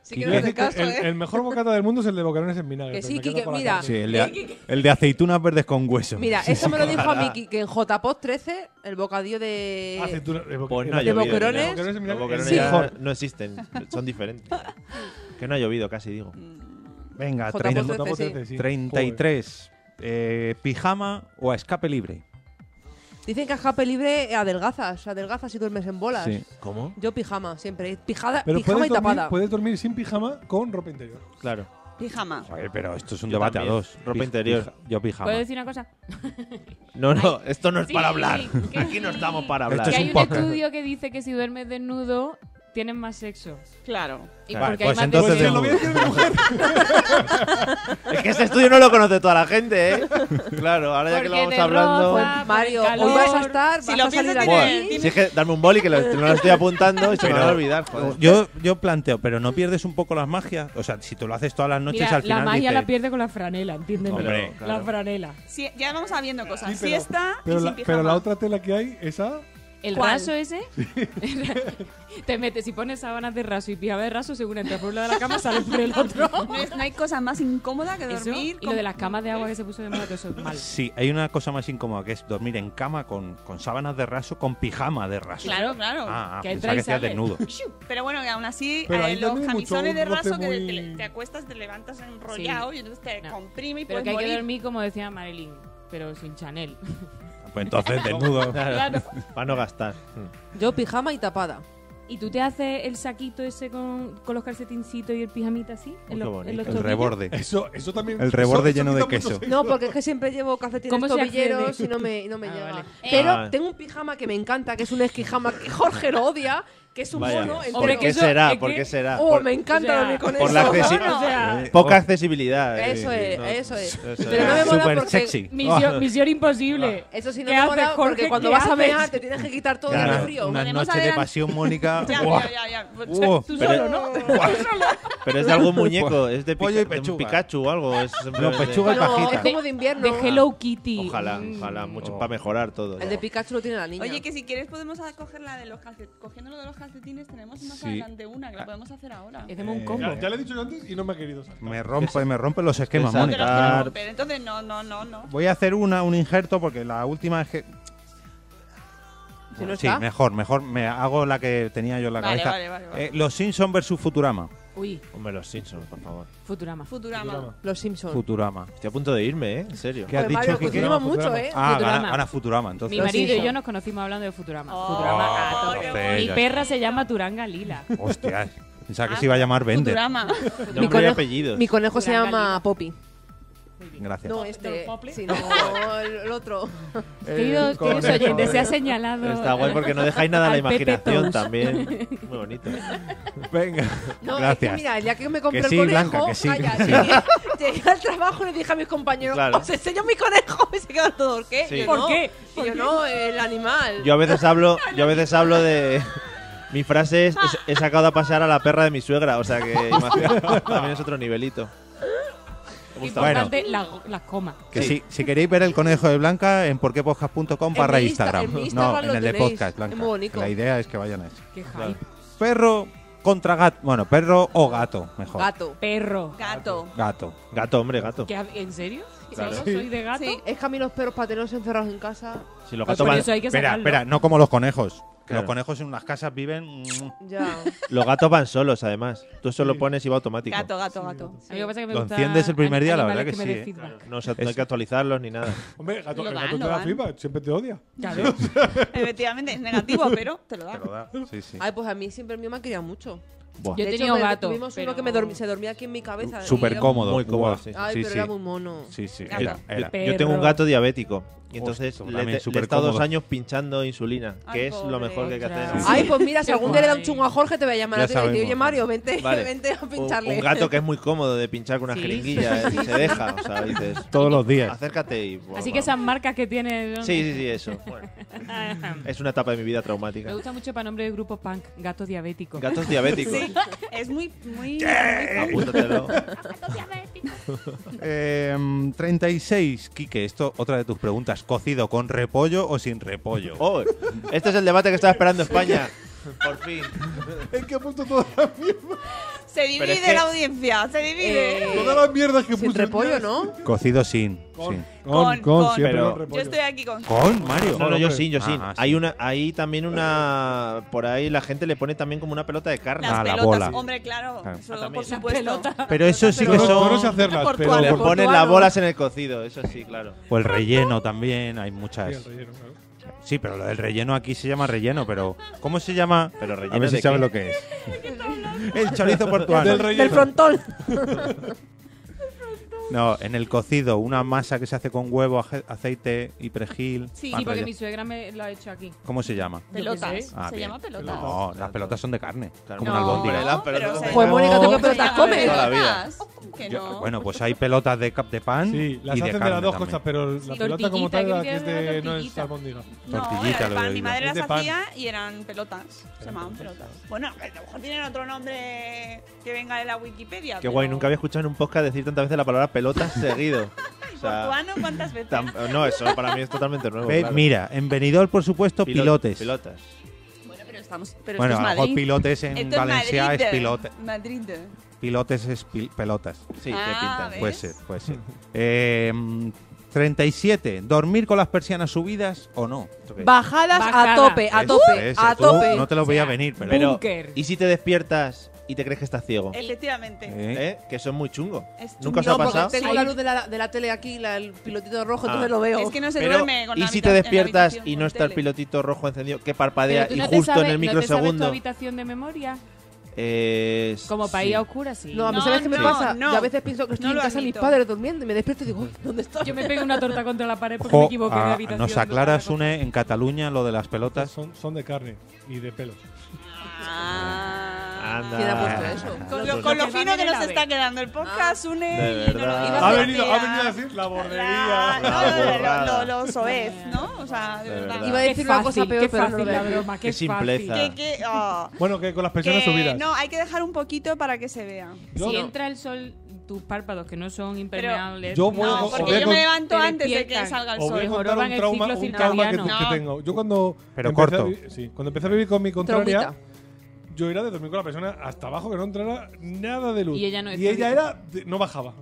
Speaker 9: Sí que
Speaker 4: Iba
Speaker 9: no
Speaker 4: a
Speaker 9: es
Speaker 4: decir
Speaker 9: el
Speaker 4: que
Speaker 9: caso,
Speaker 4: el,
Speaker 9: ¿eh?
Speaker 4: el mejor bocata del mundo es el de boquerones en vinagre.
Speaker 9: Que
Speaker 4: pero
Speaker 9: sí,
Speaker 4: me queda
Speaker 9: Kike,
Speaker 4: por la
Speaker 9: mira.
Speaker 4: calle.
Speaker 2: Sí, el
Speaker 9: Eh, que-
Speaker 2: de, el de aceitunas verdes con hueso.
Speaker 9: Mira,
Speaker 2: Sí,
Speaker 9: eso
Speaker 2: sí,
Speaker 9: me lo dijo
Speaker 2: ojalá.
Speaker 9: Miki, que en JPOT 13, el bocadillo de.
Speaker 4: Aceituna- eh, boque-
Speaker 6: Pues no
Speaker 4: eh,
Speaker 6: ha llovido.
Speaker 9: boquerones?
Speaker 4: boquerones
Speaker 6: mira.
Speaker 4: en
Speaker 6: Los
Speaker 2: eh,
Speaker 4: vinagre.
Speaker 6: boquerones
Speaker 4: Sí,
Speaker 6: ya
Speaker 4: joder.
Speaker 6: no existen, son diferentes. Que no ha llovido casi, digo.
Speaker 2: Venga,
Speaker 9: J.
Speaker 2: treinta-
Speaker 9: Pozo
Speaker 4: Botamos
Speaker 9: sí.
Speaker 4: trece, sí.
Speaker 2: 33. Eh, ¿Pijama o a escape libre?
Speaker 9: Dicen que a escape libre adelgazas, adelgazas y duermes en bolas.
Speaker 6: ¿Cómo?
Speaker 9: Yo pijama, siempre. Pijada,
Speaker 4: Pero
Speaker 9: pijama
Speaker 4: puedes
Speaker 9: y
Speaker 4: dormir,
Speaker 9: tapada.
Speaker 4: puedes dormir sin pijama con ropa interior.
Speaker 6: Claro.
Speaker 3: Pijama.
Speaker 2: Joder, pero esto es un
Speaker 6: Yo
Speaker 2: debate
Speaker 6: también.
Speaker 2: a dos.
Speaker 6: Ropa
Speaker 2: Pij-
Speaker 6: interior.
Speaker 2: pija- yo pijama.
Speaker 5: ¿Puedo decir una cosa?
Speaker 6: No, no, esto no es
Speaker 5: Pues, Sí,
Speaker 6: para hablar.
Speaker 5: que
Speaker 6: Aquí no
Speaker 5: sí.
Speaker 6: estamos para
Speaker 2: Esto
Speaker 6: hablar.
Speaker 5: Que
Speaker 2: es
Speaker 5: hay
Speaker 2: un
Speaker 5: un
Speaker 2: podcast.
Speaker 5: estudio que dice que si duermes desnudo tienes más sexo.
Speaker 3: Claro.
Speaker 5: Y
Speaker 2: Claro,
Speaker 5: porque
Speaker 2: pues
Speaker 5: hay más
Speaker 2: entonces
Speaker 5: deseo.
Speaker 2: de nuevo.
Speaker 6: Es que este estudio no lo conoce toda la gente, ¿eh? Claro, ahora ya que lo
Speaker 5: Porque
Speaker 6: vamos
Speaker 5: te
Speaker 6: hablando.
Speaker 5: roza, por el
Speaker 9: Mario, hoy
Speaker 5: calor.
Speaker 9: vas a estar,
Speaker 3: Si
Speaker 9: vas
Speaker 3: lo
Speaker 9: a salir
Speaker 3: piensas,
Speaker 9: aquí.
Speaker 6: Buah,
Speaker 3: tiene-
Speaker 6: si es que darme un boli que lo- no lo estoy apuntando y se me va a
Speaker 2: Pero-
Speaker 6: olvidar, joder.
Speaker 2: Yo, yo planteo, pero no pierdes un poco las magias. O sea, si tú lo haces todas las noches,
Speaker 5: Mira,
Speaker 2: al final.
Speaker 5: la magia
Speaker 2: dices,
Speaker 5: la pierde con la franela, entiéndeme.
Speaker 2: Hombre,
Speaker 5: La franela.
Speaker 3: Sí, ya vamos sabiendo cosas.
Speaker 4: Sí,
Speaker 3: Sí,
Speaker 4: pero-
Speaker 3: está
Speaker 4: Pero
Speaker 3: y
Speaker 4: la,
Speaker 3: sin pijama.
Speaker 4: pero la otra tela que hay, esa.
Speaker 5: ¿El
Speaker 9: ¿Cuál?
Speaker 5: raso ese? te metes y pones sábanas de raso y pijama de raso, según entras por un lado de la cama, sales por el otro.
Speaker 3: No, es- no hay cosa más incómoda que
Speaker 5: Eso,
Speaker 3: dormir Pues
Speaker 5: y
Speaker 3: con-
Speaker 5: lo de las camas de agua que se puso de moda, todo eso es mal.
Speaker 2: Sí, hay una cosa más incómoda que es dormir en cama con, con sábanas de raso, con pijama de raso.
Speaker 3: Claro, claro.
Speaker 2: Ah, ah,
Speaker 5: Que
Speaker 2: pensaba
Speaker 5: entra y
Speaker 2: que hacías
Speaker 5: sale.
Speaker 2: desnudo.
Speaker 3: Pero bueno, que aún así,
Speaker 4: Pero
Speaker 3: eh,
Speaker 4: ahí
Speaker 3: los
Speaker 4: también hay mucho
Speaker 3: camisones de
Speaker 4: un roce
Speaker 3: raso que te-
Speaker 4: muy-
Speaker 3: te, te acuestas, te levantas enrollado y entonces te
Speaker 5: No.
Speaker 3: comprime y
Speaker 5: Pero
Speaker 3: puedes
Speaker 5: que hay que
Speaker 3: morir.
Speaker 5: dormir, como decía Marilyn, pero sin Chanel.
Speaker 2: Pues entonces, desnudo.
Speaker 6: Claro. Para no gastar.
Speaker 9: Yo pijama y tapada.
Speaker 5: ¿Y tú te haces el saquito ese con, con los calcetincitos y el pijamita así?
Speaker 6: qué
Speaker 5: en, los-
Speaker 6: bonito.
Speaker 5: en los
Speaker 2: Oh, El
Speaker 5: tobillos?
Speaker 2: reborde.
Speaker 4: Eso, eso también.
Speaker 2: El reborde
Speaker 4: eso- eso
Speaker 2: lleno de
Speaker 4: quita mucho
Speaker 2: queso.
Speaker 4: sexo.
Speaker 9: No, porque es que siempre llevo calcetines
Speaker 5: ¿Cómo se
Speaker 9: tobilleros
Speaker 5: accede?
Speaker 9: y no me, y no me
Speaker 5: Ah,
Speaker 9: llega.
Speaker 5: vale.
Speaker 9: Pero
Speaker 6: Ah.
Speaker 9: tengo un pijama que me encanta, que es un esquijama que Jorge lo odia, que es un
Speaker 6: Vaya.
Speaker 9: mono entero.
Speaker 5: Hombre,
Speaker 6: ¿Por
Speaker 5: que
Speaker 6: qué
Speaker 5: eso-
Speaker 6: será?
Speaker 5: es
Speaker 6: ¿Por
Speaker 5: que-
Speaker 6: qué será?
Speaker 9: Oh,
Speaker 6: Por-
Speaker 9: me encanta
Speaker 5: o sea,
Speaker 9: dormir con
Speaker 6: por
Speaker 9: eso.
Speaker 6: la accesi-
Speaker 5: O sea,
Speaker 2: Eh,
Speaker 6: Poca
Speaker 2: oh.
Speaker 6: accesibilidad. eh.
Speaker 9: Eso es, eso es.
Speaker 6: eso
Speaker 9: Pero no me
Speaker 6: es.
Speaker 9: mola
Speaker 2: Súper
Speaker 9: porque-
Speaker 2: sexy. Ah.
Speaker 5: Misión, misión imposible.
Speaker 9: Eso sí, no
Speaker 5: ¿Qué
Speaker 9: me
Speaker 5: haces,
Speaker 9: mola porque
Speaker 5: Jorge?
Speaker 9: cuando
Speaker 5: ¿Qué
Speaker 9: vas a
Speaker 5: haces?
Speaker 9: mear te tienes que quitar todo
Speaker 6: Claro.
Speaker 9: el frío.
Speaker 2: Una
Speaker 3: Podemos
Speaker 2: noche de
Speaker 3: adelan-
Speaker 2: pasión, Mónica.
Speaker 3: Ya,
Speaker 2: ¡buah!
Speaker 3: ya, ya, ya. Pues,
Speaker 2: ¡Buah!
Speaker 5: Tú
Speaker 6: Uh, Pero-
Speaker 5: solo, ¿no?
Speaker 6: Pero es de algún muñeco, es de, pica-
Speaker 2: Pollo y
Speaker 6: de un
Speaker 2: pechuga.
Speaker 6: Pikachu o algo. Es
Speaker 2: No, pechuga y
Speaker 9: No,
Speaker 2: pajita.
Speaker 9: es como de invierno.
Speaker 5: De Hello Kitty.
Speaker 6: Ojalá,
Speaker 5: Mm.
Speaker 6: ojalá, mucho
Speaker 2: Oh.
Speaker 6: para mejorar todo.
Speaker 9: El de Pikachu lo tiene la niña.
Speaker 3: Oye, que si quieres podemos a- coger la de los calcetines. Cogiendo lo de los calcetines tenemos más
Speaker 2: Sí.
Speaker 3: adelante una, que la podemos hacer ahora.
Speaker 5: Hacemos un combo.
Speaker 4: eh, Ya, ya le he dicho yo antes y no me ha querido. saltar.
Speaker 2: Me rompe, me rompe los esquemas,
Speaker 6: Exacto.
Speaker 3: Pero,
Speaker 2: Mónica.
Speaker 6: Claro.
Speaker 3: pero- pero entonces no, no, no, no.
Speaker 2: Voy a hacer una, un injerto, porque la última es que.
Speaker 9: Si no
Speaker 2: sí,
Speaker 9: está.
Speaker 2: mejor, mejor. Me hago la que tenía yo en la
Speaker 3: Vale,
Speaker 2: cabeza.
Speaker 3: vale, vale, vale.
Speaker 2: Eh, los Simpson versus Futurama.
Speaker 5: Uy,
Speaker 6: Hombre, los Simpsons, por favor.
Speaker 5: Futurama.
Speaker 3: Futurama.
Speaker 4: Futurama.
Speaker 9: Los Simpsons.
Speaker 2: Futurama.
Speaker 6: Estoy a punto de irme, ¿eh? En serio.
Speaker 2: ¿Qué has
Speaker 5: Pues
Speaker 9: Joder,
Speaker 2: dicho,
Speaker 9: Mario,
Speaker 2: Kike?
Speaker 9: consumimos
Speaker 4: Futurama,
Speaker 9: mucho, ¿eh?
Speaker 2: Ah, gana,
Speaker 5: Futurama.
Speaker 2: gana Futurama, entonces.
Speaker 5: Mi marido y
Speaker 9: hijos.
Speaker 5: yo nos conocimos hablando de Futurama.
Speaker 3: Oh,
Speaker 5: Futurama a
Speaker 3: qué
Speaker 5: todos.
Speaker 2: bueno.
Speaker 5: Mi perra se llama Turanga Lila.
Speaker 2: Hostia, pensaba que
Speaker 9: Ah,
Speaker 2: se iba a llamar Bender.
Speaker 3: Futurama.
Speaker 6: Nombre y
Speaker 9: conejo-
Speaker 6: apellidos.
Speaker 9: Mi conejo se
Speaker 5: Gran
Speaker 9: llama
Speaker 5: gallina.
Speaker 9: Poppy.
Speaker 2: Gracias.
Speaker 9: No,
Speaker 5: ¿Del
Speaker 9: este.
Speaker 5: Poppy?
Speaker 9: Sí, no, el, el otro.
Speaker 5: Queridos, queridos oyentes, se ha señalado.
Speaker 6: Está
Speaker 9: eh,
Speaker 6: guay porque no dejáis nada a la
Speaker 5: al Pepe
Speaker 6: imaginación
Speaker 5: Tous.
Speaker 6: también. Muy bonito.
Speaker 2: Venga,
Speaker 9: No, es que
Speaker 2: gracias.
Speaker 9: mira, el día que me compré
Speaker 2: Que sí,
Speaker 9: el conejo,
Speaker 2: Blanca, que sí,
Speaker 9: calla,
Speaker 2: que sí.
Speaker 9: Llegué, llegué al trabajo y le dije a mis compañeros,
Speaker 6: Claro.
Speaker 9: os enseño mi conejo. Y se quedaron todos, ¿qué?
Speaker 6: Sí.
Speaker 9: Yo,
Speaker 5: ¿Por
Speaker 9: no.
Speaker 5: qué?
Speaker 9: Y
Speaker 5: ¿Por
Speaker 9: yo,
Speaker 5: qué?
Speaker 9: no, el animal.
Speaker 6: Yo a veces hablo, yo a veces hablo de. Mi frase es: "Es- he sacado a pasear a la perra de mi suegra. O sea que imagina- también es otro nivelito. Me gusta
Speaker 5: Importante, las- las comas.
Speaker 2: Que
Speaker 6: Sí.
Speaker 2: si, si queréis ver el conejo de Blanca, en porquepodcast.com
Speaker 9: En
Speaker 2: barra
Speaker 9: mi Insta-
Speaker 2: Instagram.
Speaker 9: en mi
Speaker 2: no,
Speaker 9: Instagram
Speaker 2: en
Speaker 9: lo
Speaker 2: el de
Speaker 9: tenéis.
Speaker 2: podcast, Blanca.
Speaker 9: Es muy bonito.
Speaker 2: La idea es que vayan a eso.
Speaker 5: Qué hype.
Speaker 6: Claro.
Speaker 2: Perro contra gato. Bueno, perro o gato, mejor.
Speaker 9: Gato.
Speaker 5: Perro.
Speaker 3: Gato.
Speaker 2: Gato.
Speaker 6: Gato, hombre, gato.
Speaker 5: ¿Qué ha- ¿En serio?
Speaker 6: Claro.
Speaker 5: ¿Solo soy de gato?
Speaker 3: Sí.
Speaker 9: Es que a mí los perros para tenerlos encerrados en casa,
Speaker 6: Si los
Speaker 5: Pues
Speaker 6: gatos,
Speaker 5: por
Speaker 6: van,
Speaker 5: eso hay que
Speaker 2: espera,
Speaker 5: sacarlo.
Speaker 2: espera, no como los conejos. Que
Speaker 6: Claro.
Speaker 2: Los conejos en unas casas viven. mm,
Speaker 9: ya.
Speaker 6: los gatos van solos, además. Tú solo pones y va automático.
Speaker 3: Gato, gato, gato.
Speaker 5: A mí lo que pasa es que me
Speaker 2: Lo
Speaker 5: gusta
Speaker 2: enciendes el primer día, la
Speaker 5: animales
Speaker 2: verdad que
Speaker 5: me den
Speaker 2: sí, ¿eh?
Speaker 5: feedback.
Speaker 6: No, o sea, no hay que actualizarlos ni nada.
Speaker 4: Hombre, gato,
Speaker 3: Lo
Speaker 4: el
Speaker 3: dan,
Speaker 4: gato
Speaker 3: lo
Speaker 4: te da
Speaker 3: dan.
Speaker 4: flipa, siempre te odia.
Speaker 5: Claro.
Speaker 3: Efectivamente, es negativo, pero te lo da.
Speaker 2: te lo da. Sí, sí.
Speaker 9: Ay, pues a mí siempre mi me quería mucho.
Speaker 6: Buah.
Speaker 5: Yo he
Speaker 9: De hecho,
Speaker 5: tenido
Speaker 9: me-
Speaker 5: gato,
Speaker 9: Tuvimos uno
Speaker 5: pero-
Speaker 9: que me dorm- se dormía aquí en mi cabeza. y
Speaker 2: Súper
Speaker 9: era-
Speaker 2: cómodo.
Speaker 6: Muy cómodo,
Speaker 2: guau.
Speaker 6: sí.
Speaker 9: Ay,
Speaker 2: sí,
Speaker 9: pero
Speaker 2: sí.
Speaker 9: era muy mono.
Speaker 2: Sí, sí,
Speaker 3: Gato.
Speaker 2: era- era.
Speaker 5: Pe-
Speaker 6: Yo tengo un
Speaker 5: Perro.
Speaker 6: gato diabético y entonces
Speaker 2: Hostas,
Speaker 6: le,
Speaker 2: pues también
Speaker 6: le he
Speaker 2: súper
Speaker 6: estado dos
Speaker 2: cómodo.
Speaker 6: años pinchando insulina,
Speaker 3: Ay,
Speaker 6: que es lo
Speaker 3: pobre.
Speaker 6: mejor que hay que hacer.
Speaker 5: Otra.
Speaker 9: Ay, pues mira, si
Speaker 5: Qué
Speaker 9: algún día le da un
Speaker 5: guay.
Speaker 9: chungo a Jorge, te voy a llamar
Speaker 2: Ya
Speaker 9: a ti y decir,
Speaker 2: sabemos.
Speaker 9: oye Mario, vente,
Speaker 6: Vale.
Speaker 9: vente a
Speaker 6: Un,
Speaker 9: pincharle.
Speaker 6: un gato que es muy cómodo de pinchar con una
Speaker 5: Sí.
Speaker 6: jeringuilla, eh, se deja, o sea, dices,
Speaker 2: Todos los días.
Speaker 6: acércate y... buah,
Speaker 5: Así que
Speaker 6: vamos.
Speaker 5: esas marcas que tiene. ¿no?
Speaker 6: Sí, sí, sí, eso. Bueno, es una etapa de mi vida traumática.
Speaker 5: Me gusta mucho para nombre de grupo punk, gato diabético.
Speaker 6: Gatos diabéticos.
Speaker 3: Sí, es muy, muy...
Speaker 6: Apúntatelo.
Speaker 2: Em, 36, Quique, esto otra de tus preguntas. ¿Cocido con repollo o sin repollo?
Speaker 6: Oh, este es el debate que estaba esperando España. Por fin.
Speaker 4: Es que apunto toda la mierda.
Speaker 3: Se divide
Speaker 6: es que-
Speaker 3: la audiencia, se divide.
Speaker 9: Eh,
Speaker 4: Todas las mierdas que
Speaker 9: Sin
Speaker 4: puse.
Speaker 9: repollo, ¿no?
Speaker 2: Cocido sin.
Speaker 4: Con,
Speaker 2: sin.
Speaker 3: Con-
Speaker 4: con,
Speaker 3: con.
Speaker 4: siempre
Speaker 6: Pero-
Speaker 4: con repollo.
Speaker 3: Yo estoy aquí con.
Speaker 2: Con Mario.
Speaker 6: No, no, yo sí, yo sí.
Speaker 2: Ah, sí.
Speaker 6: Hay una, hay también una, por ahí la gente le pone también como una pelota de carne.
Speaker 3: Las
Speaker 2: Ah, la
Speaker 3: pelotas,
Speaker 2: bola.
Speaker 3: hombre, claro.
Speaker 2: Claro.
Speaker 3: Eso,
Speaker 6: Ah, también.
Speaker 3: por supuesto.
Speaker 2: Pero eso sí
Speaker 4: Yo
Speaker 2: que
Speaker 4: no- yo
Speaker 2: son.
Speaker 4: no sé hacerlas,
Speaker 3: Por
Speaker 4: pero.
Speaker 3: tu
Speaker 6: Le
Speaker 3: Por
Speaker 6: ponen
Speaker 9: tu
Speaker 6: las
Speaker 9: ano.
Speaker 6: bolas en el cocido, eso sí, claro.
Speaker 2: O el relleno también, hay
Speaker 4: Sí,
Speaker 2: muchas.
Speaker 4: el relleno, claro.
Speaker 2: Sí, pero lo del relleno aquí se llama relleno, pero. ¿Cómo se llama?
Speaker 6: Pero relleno
Speaker 2: A ver si
Speaker 6: de
Speaker 2: sabes
Speaker 6: qué?
Speaker 2: lo que es. el chorizo
Speaker 4: Del
Speaker 2: portuano.
Speaker 9: Del
Speaker 4: relleno.
Speaker 9: frontón.
Speaker 2: No, en el cocido, una masa que se hace con huevo, aje- aceite y perejil.
Speaker 3: Sí,
Speaker 2: pan
Speaker 5: Sí, porque
Speaker 2: relleno.
Speaker 5: mi suegra me lo ha hecho aquí.
Speaker 2: ¿Cómo se llama?
Speaker 3: Pelotas.
Speaker 5: Yo qué sé.
Speaker 2: Ah,
Speaker 3: se
Speaker 2: bien.
Speaker 3: llama pelotas.
Speaker 2: No, las pelotas son de carne,
Speaker 6: Claro.
Speaker 2: como
Speaker 5: No,
Speaker 2: una albóndiga.
Speaker 6: Hombre, las pelotas
Speaker 3: pero
Speaker 6: de
Speaker 3: se-
Speaker 9: Pues
Speaker 6: carne.
Speaker 9: Mónica, ¿tú qué
Speaker 3: Pero
Speaker 9: pelotas
Speaker 3: ya
Speaker 9: comes?
Speaker 6: Toda la vida.
Speaker 3: pelotas. Que
Speaker 2: Yo-
Speaker 3: no.
Speaker 2: bueno, pues hay pelotas de, cap de pan
Speaker 4: Sí, las
Speaker 2: y de carne
Speaker 4: hacen de las dos
Speaker 2: también.
Speaker 4: cosas, pero la pelota
Speaker 5: Tortillita,
Speaker 4: como tal
Speaker 5: que
Speaker 4: la
Speaker 5: te
Speaker 4: que es
Speaker 5: queda
Speaker 4: de,
Speaker 5: una
Speaker 4: no es
Speaker 5: tortillita.
Speaker 4: albóndiga.
Speaker 3: no,
Speaker 2: tortillita
Speaker 3: era de
Speaker 2: lo
Speaker 3: pan.
Speaker 2: digo
Speaker 3: Mi
Speaker 2: yo.
Speaker 3: madre
Speaker 4: Es de
Speaker 3: las
Speaker 4: pan.
Speaker 3: hacía y eran pelotas. Se llamaban pelotas. Bueno, a lo mejor tienen otro nombre que venga de la Wikipedia.
Speaker 6: Qué guay, nunca había escuchado en un podcast decir tantas veces la palabra pelota seguido. O sea,
Speaker 3: ¿Cuándo? ¿Cuántas veces?
Speaker 6: tam- no, eso para mí es totalmente nuevo.
Speaker 2: Ve-
Speaker 6: claro.
Speaker 2: Mira, en Benidorm, por supuesto,
Speaker 6: Pilo-
Speaker 2: pilotes.
Speaker 6: Pilotas.
Speaker 3: Bueno, pero estamos. Pero
Speaker 2: bueno,
Speaker 3: esto
Speaker 2: a lo
Speaker 3: es
Speaker 2: mejor
Speaker 3: Madrid.
Speaker 2: pilotes en
Speaker 3: Esto es
Speaker 2: Valencia
Speaker 3: Madrid.
Speaker 2: es pilote.
Speaker 3: Madrid.
Speaker 2: Pilotes es pil- pelotas.
Speaker 6: Sí,
Speaker 3: Ah,
Speaker 6: qué
Speaker 3: ¿ves?
Speaker 6: pinta.
Speaker 2: Puede ser, puede ser. Eh, mm, 37. ¿Dormir con las persianas subidas o no?
Speaker 6: ¿Esto qué es?
Speaker 9: Bajadas
Speaker 5: Bajada.
Speaker 9: a tope, a
Speaker 2: Ese,
Speaker 9: tope,
Speaker 2: ese,
Speaker 9: a
Speaker 2: tú No
Speaker 9: tope.
Speaker 2: te lo voy a venir, pero.
Speaker 6: Pero,
Speaker 5: Búnker.
Speaker 6: ¿y si te despiertas y te crees que estás ciego?
Speaker 9: E
Speaker 3: Efectivamente.
Speaker 2: ¿Eh?
Speaker 6: ¿Eh? Que son muy chungos.
Speaker 3: Es
Speaker 6: ¿Nunca os
Speaker 3: chungo
Speaker 6: ha
Speaker 9: No,
Speaker 6: pasado?
Speaker 9: porque tengo la luz de la, de la tele aquí, la- el pilotito rojo,
Speaker 6: Ah.
Speaker 9: entonces lo veo.
Speaker 3: Es que no se
Speaker 6: Pero,
Speaker 3: duerme con la
Speaker 6: ¿y si
Speaker 3: habita-
Speaker 6: te
Speaker 3: en la
Speaker 6: despiertas
Speaker 3: habitación
Speaker 6: y
Speaker 3: con
Speaker 6: no está el
Speaker 3: tele?
Speaker 6: pilotito rojo encendido que
Speaker 5: Pero
Speaker 6: parpadea
Speaker 5: tú
Speaker 6: y
Speaker 5: no te
Speaker 6: justo en
Speaker 5: sabes- ¿no
Speaker 6: el
Speaker 5: te sabes tu
Speaker 6: microsegundo?
Speaker 5: habitación de memoria?
Speaker 6: Eh,
Speaker 5: Como para
Speaker 6: sí.
Speaker 5: ir a oscuras, sí.
Speaker 9: No, a mí
Speaker 3: No,
Speaker 9: sabes qué me
Speaker 3: no,
Speaker 9: pasa.
Speaker 3: no.
Speaker 9: Yo a veces pienso que estoy
Speaker 3: No
Speaker 9: en
Speaker 3: lo
Speaker 9: casa de mis
Speaker 3: admito.
Speaker 9: padres durmiendo y me despierto y digo, "Uy, ¿dónde estoy?
Speaker 5: Yo me pego una torta contra la pared porque
Speaker 2: Jo,
Speaker 5: me equivoqué de
Speaker 2: ah,
Speaker 5: habitación.
Speaker 2: nos aclaras, Sune, en Cataluña lo de las pelotas.
Speaker 4: Son, son de carne y de pelos.
Speaker 3: Ah.
Speaker 6: Anda.
Speaker 9: ¿Quién ha puesto eso?
Speaker 3: Con
Speaker 6: Los
Speaker 3: lo, con lo
Speaker 5: que van
Speaker 3: fino
Speaker 5: en
Speaker 3: que
Speaker 5: la Ah.
Speaker 3: nos
Speaker 5: vez.
Speaker 3: está quedando el podcast,
Speaker 6: De
Speaker 3: une. y no
Speaker 6: verdad.
Speaker 3: nos- y no
Speaker 4: Ha
Speaker 3: nos
Speaker 4: venido, Ah, ha
Speaker 3: tira.
Speaker 4: venido a decir la
Speaker 3: La-
Speaker 4: bordería.
Speaker 3: no,
Speaker 6: La
Speaker 3: no,
Speaker 6: borrada.
Speaker 3: no, no, los OEF, ¿no? O sea, de
Speaker 6: De
Speaker 3: verdad.
Speaker 6: verdad.
Speaker 9: Iba a decir una cosa peor,
Speaker 5: qué
Speaker 9: pero no
Speaker 5: fácil
Speaker 9: lo voy a
Speaker 5: la
Speaker 9: decir.
Speaker 5: broma, qué,
Speaker 6: Qué simpleza.
Speaker 3: Que- que- oh.
Speaker 4: Bueno, que con las
Speaker 3: Que-
Speaker 4: personas subidas.
Speaker 3: no, hay que dejar un poquito para que se vea.
Speaker 4: Yo-
Speaker 5: Si entra el sol, tus párpados que no son impermeables.
Speaker 4: Yo voy a-
Speaker 3: No,
Speaker 4: os voy
Speaker 3: porque
Speaker 4: a
Speaker 3: yo
Speaker 4: con-
Speaker 3: me levanto
Speaker 5: te
Speaker 3: antes de que
Speaker 5: despiertan.
Speaker 3: salga el
Speaker 4: Os voy a
Speaker 3: sol.
Speaker 4: contar
Speaker 5: joroban
Speaker 4: un
Speaker 5: el
Speaker 4: trauma,
Speaker 5: ciclo
Speaker 4: un trauma que, tu-
Speaker 5: circadiano.
Speaker 4: que tengo. Yo cuando
Speaker 2: Pero
Speaker 4: empecé a
Speaker 2: corto.
Speaker 4: vi- sí, cuando empecé a vivir con mi contraria,
Speaker 9: Traumita.
Speaker 4: yo era de dormir con la persona hasta abajo que no entrara nada de luz.
Speaker 5: Y ella no
Speaker 4: y
Speaker 5: está
Speaker 4: ella
Speaker 5: bien.
Speaker 4: era de- no bajaba.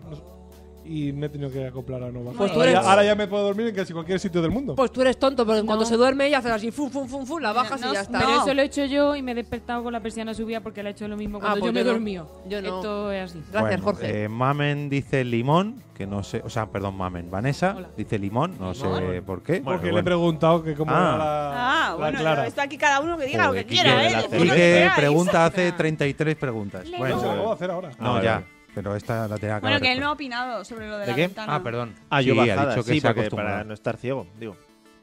Speaker 4: Y me he tenido que acoplar a no bajar.
Speaker 9: Pues tú
Speaker 4: ahora,
Speaker 9: eres-
Speaker 4: ya, ahora ya me puedo dormir en casi cualquier sitio del mundo.
Speaker 9: Pues tú eres tonto, porque en
Speaker 5: No.
Speaker 9: cuanto se duerme ella hace así, fum, fum, fum, fum, la bajas
Speaker 3: No,
Speaker 9: y ya está.
Speaker 5: Pero
Speaker 3: No.
Speaker 5: eso lo he hecho yo y me he despertado con la persiana subida porque le he hecho lo mismo cuando
Speaker 9: pues
Speaker 5: yo me he
Speaker 9: yo no.
Speaker 5: dormido.
Speaker 9: Yo no.
Speaker 5: Esto es así.
Speaker 9: Gracias,
Speaker 2: Bueno,
Speaker 9: Jorge.
Speaker 2: eh, Mamen dice limón, que no sé. O sea, perdón, Mamen. Vanessa dice limón, no sé por qué.
Speaker 4: Porque
Speaker 2: pero
Speaker 4: le he
Speaker 2: bueno.
Speaker 4: preguntado que cómo
Speaker 2: Ah.
Speaker 4: era la,
Speaker 3: Ah,
Speaker 4: la
Speaker 3: bueno,
Speaker 4: Clara.
Speaker 3: está aquí cada uno que diga
Speaker 2: Joder,
Speaker 3: lo que
Speaker 2: Quique,
Speaker 3: quiera, ¿eh?
Speaker 6: la
Speaker 3: Decid
Speaker 6: Quique
Speaker 3: lo que queráis.
Speaker 2: pregunta hace 33 preguntas.
Speaker 4: Bueno, se lo puedo
Speaker 2: Bueno,
Speaker 4: hacer ahora.
Speaker 2: no,
Speaker 6: Ah,
Speaker 2: ya.
Speaker 6: vale.
Speaker 2: Pero esta la tenía que
Speaker 3: Bueno,
Speaker 2: haber
Speaker 3: que él no ha
Speaker 2: respondido.
Speaker 3: opinado sobre lo de,
Speaker 6: ¿De
Speaker 3: la
Speaker 6: qué?
Speaker 3: ventana.
Speaker 2: Ah, perdón.
Speaker 6: Ah, yo
Speaker 2: sí,
Speaker 6: bajada,
Speaker 2: ha dicho que
Speaker 6: sí,
Speaker 2: se ha
Speaker 6: porque para
Speaker 2: acostumbrado.
Speaker 6: no estar ciego, digo.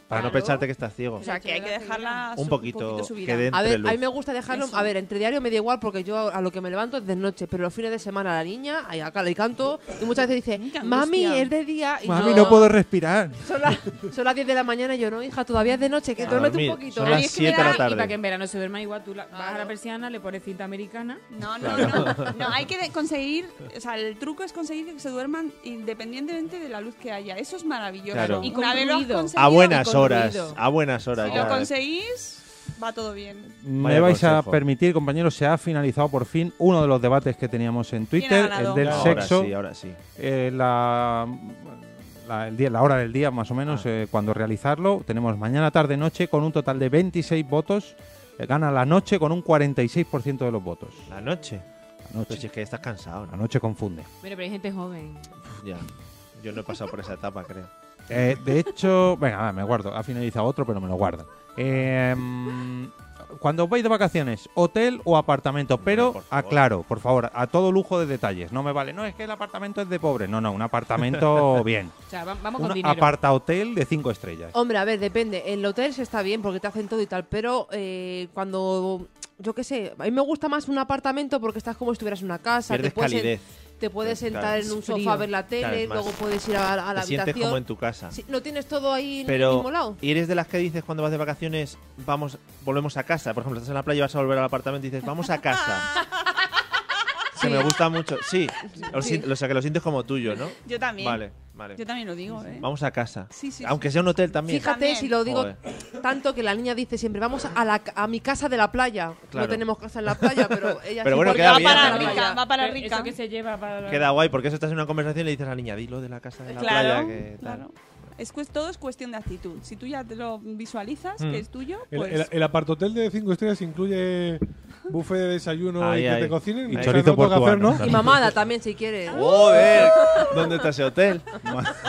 Speaker 6: Para
Speaker 9: Claro.
Speaker 6: no pensarte que estás ciego.
Speaker 3: O sea, que hay que
Speaker 5: Ah,
Speaker 3: dejarla
Speaker 6: Un poquito,
Speaker 3: subida.
Speaker 6: que dé
Speaker 9: A ver,
Speaker 6: entre
Speaker 9: a mí
Speaker 6: luz.
Speaker 9: me gusta dejarlo. A ver, entre diario me da igual porque yo a lo que me levanto es de noche, pero los fines de semana la niña, ahí acá le canto y muchas veces
Speaker 3: Qué
Speaker 9: dice,
Speaker 3: angustia.
Speaker 9: mami, es de día. Y
Speaker 2: Mami, Pues no puedo respirar.
Speaker 9: Son las, son las 10 de la mañana y yo, no, hija, todavía es de noche, que
Speaker 6: A
Speaker 9: duérmete
Speaker 6: dormir.
Speaker 9: un poquito.
Speaker 6: Son
Speaker 5: A
Speaker 6: las
Speaker 5: mí es que me
Speaker 6: 7 de la
Speaker 5: da- Y para que
Speaker 6: tarde.
Speaker 5: en verano se duerma igual, tú la, bajas
Speaker 9: Claro.
Speaker 5: la persiana, le pones cinta americana.
Speaker 3: No, no, no, no. Hay que de- conseguir, o sea, el truco es conseguir que se duerman independientemente de la luz que haya. Eso es maravilloso.
Speaker 6: Claro.
Speaker 3: Y
Speaker 5: Y con
Speaker 3: una vez lo has
Speaker 5: ruido.
Speaker 3: conseguido,
Speaker 6: A buenas
Speaker 5: con
Speaker 6: horas,
Speaker 5: ruido.
Speaker 6: a buenas horas.
Speaker 3: si
Speaker 6: ya.
Speaker 3: lo conseguís, va todo bien.
Speaker 2: Me
Speaker 6: Vaya
Speaker 2: vais a
Speaker 6: consejo.
Speaker 2: permitir, compañeros, se ha finalizado por fin uno de los debates que teníamos en Twitter,
Speaker 3: ganado?
Speaker 2: el del
Speaker 6: ahora
Speaker 2: sexo.
Speaker 6: sí, ahora sí.
Speaker 2: eh, la, la- el día- la hora del día más o menos
Speaker 6: Ah.
Speaker 2: eh, cuando realizarlo. Tenemos mañana, tarde, noche con un total de 26 votos. Eh, gana la noche con un 46% de los votos.
Speaker 6: La noche.
Speaker 2: La noche,
Speaker 6: Pues si es que estás cansado,
Speaker 2: la
Speaker 6: ¿no?
Speaker 2: noche confunde.
Speaker 5: Bueno, pero hay gente joven.
Speaker 6: Ya. Yo no he pasado por esa etapa, creo.
Speaker 2: Eh, de hecho, venga, va, me guardo. Ha finalizado otro, pero me lo guardo. Eh, mm, cuando os vais de vacaciones, hotel o apartamento, pero
Speaker 6: por favor.
Speaker 2: aclaro, por favor, a todo lujo de detalles. No me vale, no es que el apartamento es de pobre. No, no, un apartamento bien.
Speaker 5: O sea, va- vamos
Speaker 2: Un
Speaker 5: con dinero.
Speaker 2: aparta hotel de 5 estrellas.
Speaker 9: Hombre, a ver, depende. En el hotel se está bien porque te hacen todo y tal, pero eh, cuando. Yo qué sé, a mí me gusta más un apartamento porque estás como si estuvieras en una casa. Te
Speaker 6: Pierdes
Speaker 9: puedes,
Speaker 6: calidez.
Speaker 9: te puedes
Speaker 6: Claro,
Speaker 9: sentar
Speaker 6: es
Speaker 9: en un
Speaker 5: frío.
Speaker 9: sofá a ver la
Speaker 6: Claro,
Speaker 9: tele,
Speaker 6: es más.
Speaker 9: luego puedes ir a, a la
Speaker 6: Te sientes
Speaker 9: habitación.
Speaker 6: como en tu casa.
Speaker 9: Sí, lo tienes todo ahí en el mismo
Speaker 6: Pero,
Speaker 9: lado.
Speaker 6: ¿y eres de las que dices cuando vas de vacaciones, vamos, volvemos a casa? Por ejemplo, estás en la playa y vas a volver al apartamento y dices, vamos a casa. que me gusta mucho. Sí, los
Speaker 9: Sí.
Speaker 6: sin- o sea, que lo sientes como tuyo, ¿no?
Speaker 3: Yo también.
Speaker 6: Vale, vale.
Speaker 3: Yo también lo digo, ¿eh?
Speaker 6: Vamos a casa.
Speaker 3: Sí, sí,
Speaker 6: Aunque sea un hotel también.
Speaker 3: Fija-
Speaker 9: Fíjate
Speaker 3: También.
Speaker 9: si lo digo
Speaker 6: Joder.
Speaker 9: tanto que la niña dice siempre, vamos a, la, ca- a mi casa de la playa.
Speaker 6: Claro.
Speaker 9: No tenemos casa en la playa, pero ella
Speaker 6: Pero
Speaker 9: sí,
Speaker 6: bueno,
Speaker 9: porque
Speaker 6: queda
Speaker 9: va
Speaker 6: bien,
Speaker 9: para
Speaker 6: ¿no?
Speaker 9: la
Speaker 3: rica,
Speaker 9: playa.
Speaker 3: Ah, va para
Speaker 5: Pero
Speaker 3: rica.
Speaker 5: Eso que se lleva para...
Speaker 6: Queda guay, porque eso estás en una conversación y le dices a la niña, dilo de la casa de la playa.
Speaker 3: Claro,
Speaker 6: que tal.
Speaker 3: claro. Es cues- todo es cuestión de actitud. Si tú ya te lo visualizas,
Speaker 4: Mm.
Speaker 2: Hmm.
Speaker 3: que es tuyo,
Speaker 4: El,
Speaker 3: pues...
Speaker 4: el- el apartotel de 5 estrellas incluye buffet de desayuno
Speaker 6: Ahí,
Speaker 4: y que
Speaker 6: ahí.
Speaker 4: te cocinen.
Speaker 2: Y
Speaker 4: O sea,
Speaker 2: chorizo
Speaker 4: no tengo que
Speaker 2: portuano.
Speaker 4: hacer,
Speaker 9: Y mamada también, si quiere.
Speaker 6: ¡Joder! ¿Dónde está ese hotel?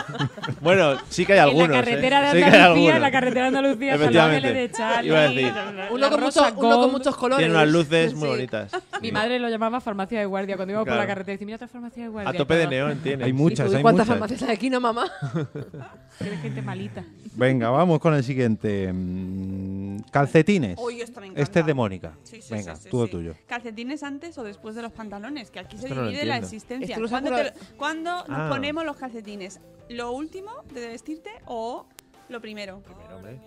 Speaker 6: bueno, sí que hay
Speaker 5: En
Speaker 6: algunos.
Speaker 5: la carretera
Speaker 6: ¿eh?
Speaker 5: de
Speaker 6: Sí que hay
Speaker 5: Andalucía, en la
Speaker 6: algunos.
Speaker 5: carretera de Andalucía, San
Speaker 6: Efectivamente.
Speaker 5: Ángeles de Charlie.
Speaker 6: Iba a decir.
Speaker 5: la-
Speaker 9: Uno con,
Speaker 5: la rosa
Speaker 9: muchos, uno con
Speaker 5: gold.
Speaker 9: muchos colores.
Speaker 6: Tiene unas luces muy
Speaker 9: Sí.
Speaker 6: bonitas.
Speaker 5: Mi madre lo llamaba farmacia de guardia. Cuando íbamos por la
Speaker 6: Claro.
Speaker 5: carretera, decía, mira otra farmacia de guardia.
Speaker 6: A tope de
Speaker 5: Pero
Speaker 6: neón tiene.
Speaker 2: Hay muchas,
Speaker 9: Uy,
Speaker 2: hay
Speaker 9: ¿Cuántas
Speaker 2: muchas.
Speaker 9: farmacias hay aquí, no, mamá?
Speaker 5: que eres gente malita.
Speaker 2: Venga, vamos con el siguiente. Mm, Calcetines.
Speaker 3: Uy, esto me encanta.
Speaker 2: Este es de Mónica.
Speaker 3: Sí, sí,
Speaker 2: Venga,
Speaker 3: sí, sí,
Speaker 2: todo
Speaker 3: sí.
Speaker 2: tuyo.
Speaker 3: ¿Calcetines antes o después de los pantalones? Que aquí se
Speaker 6: Esto no lo
Speaker 3: divide la
Speaker 6: entiendo.
Speaker 3: existencia.
Speaker 9: Esto lo
Speaker 3: ¿Cuándo,
Speaker 9: saco
Speaker 3: te lo- cuándo
Speaker 6: Ah.
Speaker 3: nos ponemos los calcetines? ¿Lo último de vestirte o lo primero?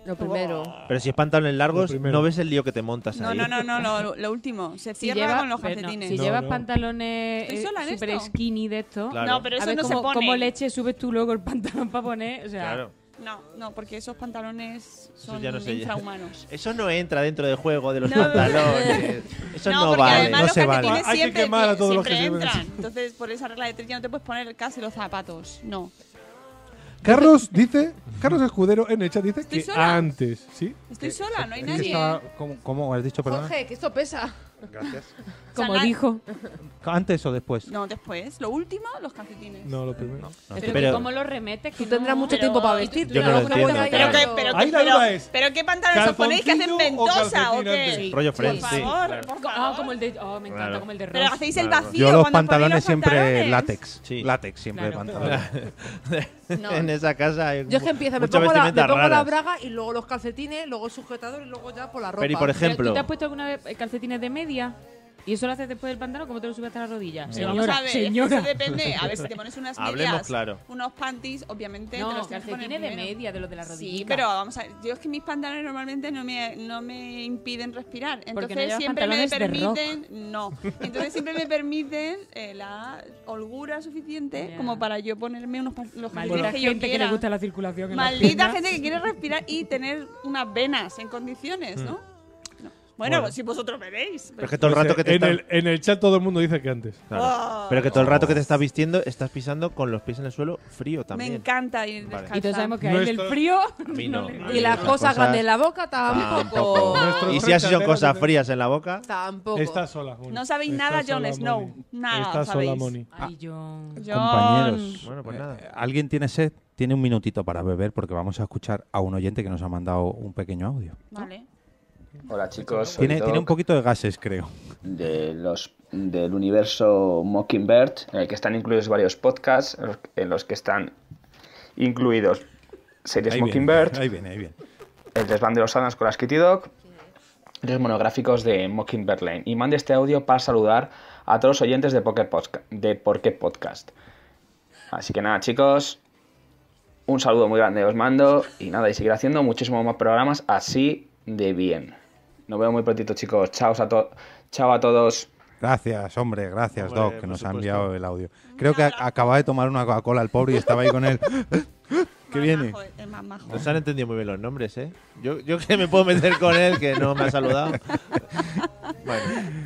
Speaker 9: Lo primero.
Speaker 6: Pero si es pantalones largos,
Speaker 4: Lo primero.
Speaker 6: no ves el lío que te montas
Speaker 3: No,
Speaker 6: ahí.
Speaker 3: no, no, no, lo, lo último. Se
Speaker 5: Si
Speaker 3: cierra
Speaker 5: lleva-
Speaker 3: con los
Speaker 5: pero no,
Speaker 3: calcetines.
Speaker 5: si
Speaker 4: No,
Speaker 5: llevas
Speaker 4: no.
Speaker 5: pantalones eh,
Speaker 3: ¿Estoy sola en
Speaker 5: super
Speaker 3: esto?
Speaker 5: skinny de esto,
Speaker 6: Claro.
Speaker 3: No, pero eso
Speaker 5: a ver
Speaker 3: no
Speaker 5: cómo,
Speaker 3: se pone.
Speaker 5: cómo leche subes tú luego el pantalón para poner? O sea,
Speaker 6: Claro.
Speaker 3: No, no, porque esos pantalones son
Speaker 6: ya no sé, ya.
Speaker 3: infrahumanos.
Speaker 6: Eso no entra dentro del juego de los
Speaker 3: No.
Speaker 6: pantalones. Eso no,
Speaker 3: porque
Speaker 6: vale.
Speaker 3: además
Speaker 2: no
Speaker 3: los
Speaker 2: se vale.
Speaker 3: calcetines
Speaker 4: Hay que
Speaker 3: siempre,
Speaker 4: quemar a todos los
Speaker 3: siempre
Speaker 4: que se ven.
Speaker 3: entran. Entonces, por esa regla de tres ya no te puedes poner casi los zapatos. No.
Speaker 4: Carlos dice, Carlos Escudero en el chat dice
Speaker 3: ¿Estoy
Speaker 4: que
Speaker 3: sola?
Speaker 4: antes, ¿sí.
Speaker 6: Eh,
Speaker 3: Estoy sola, no hay
Speaker 2: Es que
Speaker 3: nadie.
Speaker 2: estaba- ¿cómo, cómo has dicho, perdón?
Speaker 9: Jorge, que esto pesa.
Speaker 6: Gracias.
Speaker 5: como
Speaker 3: na-
Speaker 5: dijo.
Speaker 2: ¿Antes o después?
Speaker 3: No, después. Lo último, los calcetines.
Speaker 4: No, lo primero.
Speaker 5: Pero,
Speaker 6: Pero-
Speaker 5: ¿cómo lo remetes? Que
Speaker 9: Tú tendrás
Speaker 5: no-
Speaker 9: mucho
Speaker 3: pero-
Speaker 9: tiempo para vestirte.
Speaker 6: Yo no
Speaker 9: a
Speaker 6: lo
Speaker 9: mejor
Speaker 6: entiendo,
Speaker 9: puedes
Speaker 6: claro.
Speaker 3: Pero, que,
Speaker 9: hacerlo.
Speaker 3: pero,
Speaker 4: Ahí
Speaker 3: que-
Speaker 4: la
Speaker 3: pero-
Speaker 4: duda es,
Speaker 3: pero qué pantalones os ponéis que hacen
Speaker 4: ¿calzoncillo o
Speaker 3: ventosa o,
Speaker 4: calcetín
Speaker 3: qué.
Speaker 4: antes?
Speaker 6: Rollo
Speaker 3: Por
Speaker 6: Friends, sí.
Speaker 3: favor,
Speaker 6: claro.
Speaker 3: por
Speaker 5: Ah, como
Speaker 3: favor.
Speaker 5: el de... Oh, me encanta,
Speaker 6: Claro.
Speaker 5: como el de
Speaker 3: Pero
Speaker 5: Ross.
Speaker 3: hacéis el
Speaker 6: Claro.
Speaker 3: vacío.
Speaker 2: Yo los
Speaker 3: cuando ponéis
Speaker 2: pantalones
Speaker 3: los
Speaker 2: siempre
Speaker 3: pantalones.
Speaker 2: látex.
Speaker 6: Sí.
Speaker 2: Látex siempre
Speaker 5: Claro.
Speaker 2: pantalones.
Speaker 6: en esa casa hay
Speaker 9: Yo es que empiezo, me
Speaker 6: mucha
Speaker 9: pongo, la, me
Speaker 6: vestimenta
Speaker 9: pongo la
Speaker 6: rara.
Speaker 9: braga y luego los calcetines, luego el sujetador y luego ya por la ropa.
Speaker 6: Pero y por
Speaker 5: Pero,
Speaker 6: ejemplo,
Speaker 5: ¿Tú te has puesto alguna vez eh, calcetines de media? ¿Y eso lo haces después del pantalón? ¿Cómo te lo subes hasta la rodilla?
Speaker 3: Pero vamos
Speaker 5: Señora,
Speaker 3: a ver,
Speaker 5: señora.
Speaker 3: eso depende. A ver, si te pones unas
Speaker 6: Hablemos
Speaker 3: medias,
Speaker 6: claro.
Speaker 3: unos panties, obviamente te
Speaker 5: No,
Speaker 3: los tienes que poner
Speaker 5: calcetines de
Speaker 3: primero.
Speaker 5: media, de los de la rodilla.
Speaker 3: Sí, pero vamos a ver, yo es que mis pantalones normalmente no me, no me impiden respirar,
Speaker 5: no
Speaker 3: entonces
Speaker 5: llevas
Speaker 3: siempre me
Speaker 5: pantalones de rock.
Speaker 3: permiten, no, entonces siempre me permiten eh, la holgura suficiente
Speaker 5: Ya.
Speaker 3: como para yo ponerme unos pa- los
Speaker 5: Maldita
Speaker 3: calcetines que yo
Speaker 5: gente que
Speaker 3: quiera.
Speaker 5: le gusta la circulación. en las
Speaker 3: Maldita
Speaker 5: piernas.
Speaker 3: gente que quiere respirar y tener unas venas en condiciones, ¿no? No. Bueno,
Speaker 4: Bueno.
Speaker 3: si vosotros veréis.
Speaker 6: Hmm. pero es que todo el rato que te
Speaker 4: Pues, eh, en,
Speaker 6: estás-
Speaker 4: el, en el chat todo el mundo dice que antes.
Speaker 6: Claro. Pero que todo el rato que te estás vistiendo estás pisando con los pies en el suelo frío
Speaker 3: me
Speaker 6: también.
Speaker 3: encanta ir
Speaker 6: Vale.
Speaker 3: descalza.
Speaker 5: Y todos sabemos que
Speaker 4: No
Speaker 5: a él el
Speaker 4: estoy-
Speaker 5: frío...
Speaker 6: A mí no.
Speaker 5: le-
Speaker 6: A mí
Speaker 9: Y las
Speaker 6: esas
Speaker 9: cosas
Speaker 6: cosas-
Speaker 9: grandes en la boca tampoco.
Speaker 4: Tampoco.
Speaker 6: Y si así son
Speaker 4: Nuestros
Speaker 6: cosas
Speaker 4: chateros-
Speaker 6: frías en la boca,
Speaker 9: Tampoco.
Speaker 4: Está sola, Moni.
Speaker 3: No sabéis
Speaker 4: Está
Speaker 3: nada, Jon
Speaker 4: sola,
Speaker 3: Snow.
Speaker 4: Moni.
Speaker 3: Nada
Speaker 4: Está sola,
Speaker 3: Ah, sabéis. Ah.
Speaker 4: Moni.
Speaker 5: Ay, John.
Speaker 3: Jon.
Speaker 2: Compañeros,
Speaker 6: Bueno, pues
Speaker 2: eh,
Speaker 6: nada.
Speaker 2: ¿alguien tiene sed? Tiene un minutito para beber porque vamos a escuchar a un oyente que nos ha mandado un pequeño audio.
Speaker 3: Vale.
Speaker 10: Hola chicos, soy
Speaker 2: Tiene,
Speaker 10: Doc
Speaker 2: tiene un poquito de gases, creo.
Speaker 10: de los, del universo Mockingbird, en el que están incluidos varios podcasts, en los- en los que están incluidos series
Speaker 2: Ahí viene,
Speaker 10: Mockingbird,
Speaker 2: ahí viene, ahí viene.
Speaker 10: El desván de los Adams con las Kitty Dog, los monográficos de Mockingbird Lane. Y mande este audio para saludar a todos los oyentes de, Poker Posca- de Por qué Podcast. Así que nada chicos, un saludo muy grande os mando y nada, y seguir haciendo muchísimos más programas así de bien. Nos veo muy prontito chicos, chao a, to- chao a todos.
Speaker 2: Gracias, hombre, gracias,
Speaker 6: Hombre,
Speaker 2: Doc, que
Speaker 6: por
Speaker 2: nos ha
Speaker 6: supuesto.
Speaker 2: enviado el audio. Creo que a- acababa de tomar una Coca-Cola el pobre y estaba ahí con él. ¿Qué
Speaker 3: Más
Speaker 2: viene?
Speaker 3: majo, es más majo.
Speaker 6: nos han entendido muy bien los nombres, ¿eh? Yo, yo que me puedo meter con él, que no me ha saludado. bueno,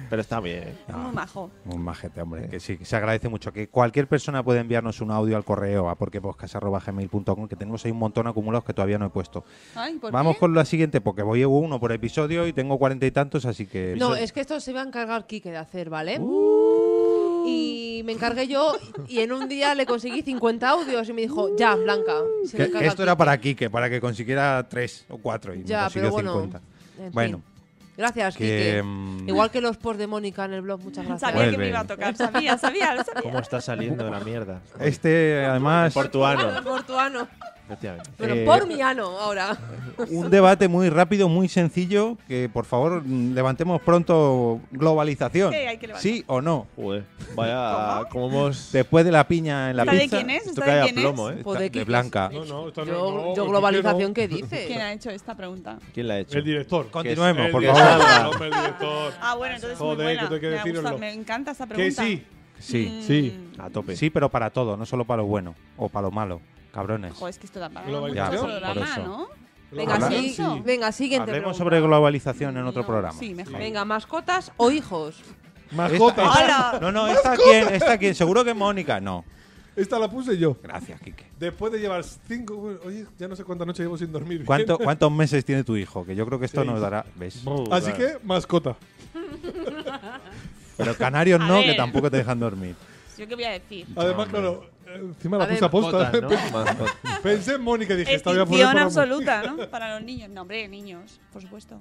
Speaker 6: pero está bien. ¿eh?
Speaker 3: Es
Speaker 2: Ah.
Speaker 3: muy majo.
Speaker 2: Un majete, hombre, que sí, que se agradece mucho. Que cualquier persona puede enviarnos un audio al correo a porquepodcast.gmail.com, que tenemos ahí un montón acumulados que todavía no he puesto.
Speaker 3: Ay, ¿por
Speaker 2: Vamos
Speaker 3: qué?
Speaker 2: con la siguiente, porque voy llevo uno por episodio y tengo cuarenta y tantos, así que...
Speaker 9: No, es que esto se iba a encargar Quique de hacer, ¿vale? Y me encargué yo y en un día le conseguí 50 audios y me dijo, ya, Blanca. se
Speaker 2: Que-
Speaker 9: lo
Speaker 2: que
Speaker 9: encarga
Speaker 2: esto era
Speaker 9: Quique".
Speaker 2: para Quique, para que consiguiera tres o cuatro y me
Speaker 9: Ya,
Speaker 2: consiguió
Speaker 9: pero bueno.
Speaker 2: 50.
Speaker 9: en
Speaker 2: Bueno,
Speaker 9: fin. Gracias,
Speaker 2: que,
Speaker 9: Quique.
Speaker 2: mm,
Speaker 9: Igual que los posts de Mónica en el blog, muchas gracias.
Speaker 3: Sabía que me iba a tocar, sabía, sabía, lo sabía.
Speaker 6: ¿Cómo está saliendo de la mierda?
Speaker 2: Este, además...
Speaker 6: Portuano.
Speaker 9: Portuano.
Speaker 6: Efectivamente.
Speaker 9: Pero
Speaker 2: Eh,
Speaker 9: por mi ano, ahora.
Speaker 2: Un debate muy rápido, muy sencillo, que por favor mm, levantemos pronto globalización.
Speaker 3: Sí, hay que levantar.
Speaker 2: ¿Sí o no?
Speaker 6: Joder, vaya, como hemos.
Speaker 2: Después de la piña en la
Speaker 3: ¿Está de
Speaker 2: pizza.
Speaker 3: quién es?
Speaker 6: Esto
Speaker 3: ¿Está
Speaker 6: cae
Speaker 3: de
Speaker 6: a
Speaker 3: quién
Speaker 6: plomo,
Speaker 2: Está
Speaker 6: ¿eh?
Speaker 9: Joder,
Speaker 2: de
Speaker 9: qué-
Speaker 2: blanca.
Speaker 4: No, no, esto
Speaker 9: Yo,
Speaker 4: no- no,
Speaker 9: yo
Speaker 4: el
Speaker 9: globalización,
Speaker 4: que
Speaker 9: ¿qué
Speaker 3: ¿Quién
Speaker 9: dice?
Speaker 3: ha hecho esta pregunta?
Speaker 6: ¿Quién la ha hecho?
Speaker 4: El director.
Speaker 2: Continuemos,
Speaker 4: El
Speaker 2: por
Speaker 4: director,
Speaker 2: favor.
Speaker 4: hombre, el director.
Speaker 3: Ah, bueno, entonces es
Speaker 4: Joder,
Speaker 3: muy buena.
Speaker 4: que tengo que
Speaker 3: me, ha
Speaker 4: decíroslo.
Speaker 3: gustado, me encanta esta
Speaker 4: Que
Speaker 3: pregunta. Mm.
Speaker 4: sí.
Speaker 2: Sí,
Speaker 4: Sí.
Speaker 6: A tope.
Speaker 2: sí, pero para todo, no solo para lo bueno o para lo malo. Cabrones.
Speaker 3: Joder, es que esto da para
Speaker 4: Globalización.
Speaker 3: mucho
Speaker 2: Ya, por
Speaker 3: programa,
Speaker 2: eso.
Speaker 3: ¿no?
Speaker 9: Venga,
Speaker 2: Hablar-
Speaker 9: sí,
Speaker 4: Sí.
Speaker 9: venga, siguiente.
Speaker 2: Hablemos
Speaker 9: pregunta.
Speaker 2: sobre globalización en otro
Speaker 3: No,
Speaker 2: programa.
Speaker 3: Sí, mejor.
Speaker 9: Venga, mascotas o hijos.
Speaker 4: Mascota.
Speaker 2: Esta-
Speaker 4: Esta,
Speaker 2: esta- no, no, ¿esta quién? ¿Esta quién? Seguro que Mónica. No.
Speaker 4: la puse yo.
Speaker 2: Gracias, Quique.
Speaker 4: Después de llevar cinco. Oye, ya no sé cuántas noches llevo sin dormir. bien.
Speaker 2: ¿Cuánto- ¿Cuántos meses tiene tu hijo? Que yo creo que esto
Speaker 4: Seis.
Speaker 2: nos dará. ¿Ves?
Speaker 4: Así que, mascota.
Speaker 2: Pero canarios
Speaker 3: A
Speaker 2: no, que
Speaker 3: ver.
Speaker 2: tampoco te dejan dormir.
Speaker 3: Yo qué voy a decir.
Speaker 4: Además, claro, eh, encima la
Speaker 9: Además,
Speaker 4: puse ¿eh? aposta.
Speaker 6: Mascotas, ¿no? Mascotas.
Speaker 4: Pensé en Mónica y dije, esta voy a poner
Speaker 3: Extinción
Speaker 4: para-
Speaker 3: absoluta, ¿no? Para los niños. No, hombre, niños, por supuesto.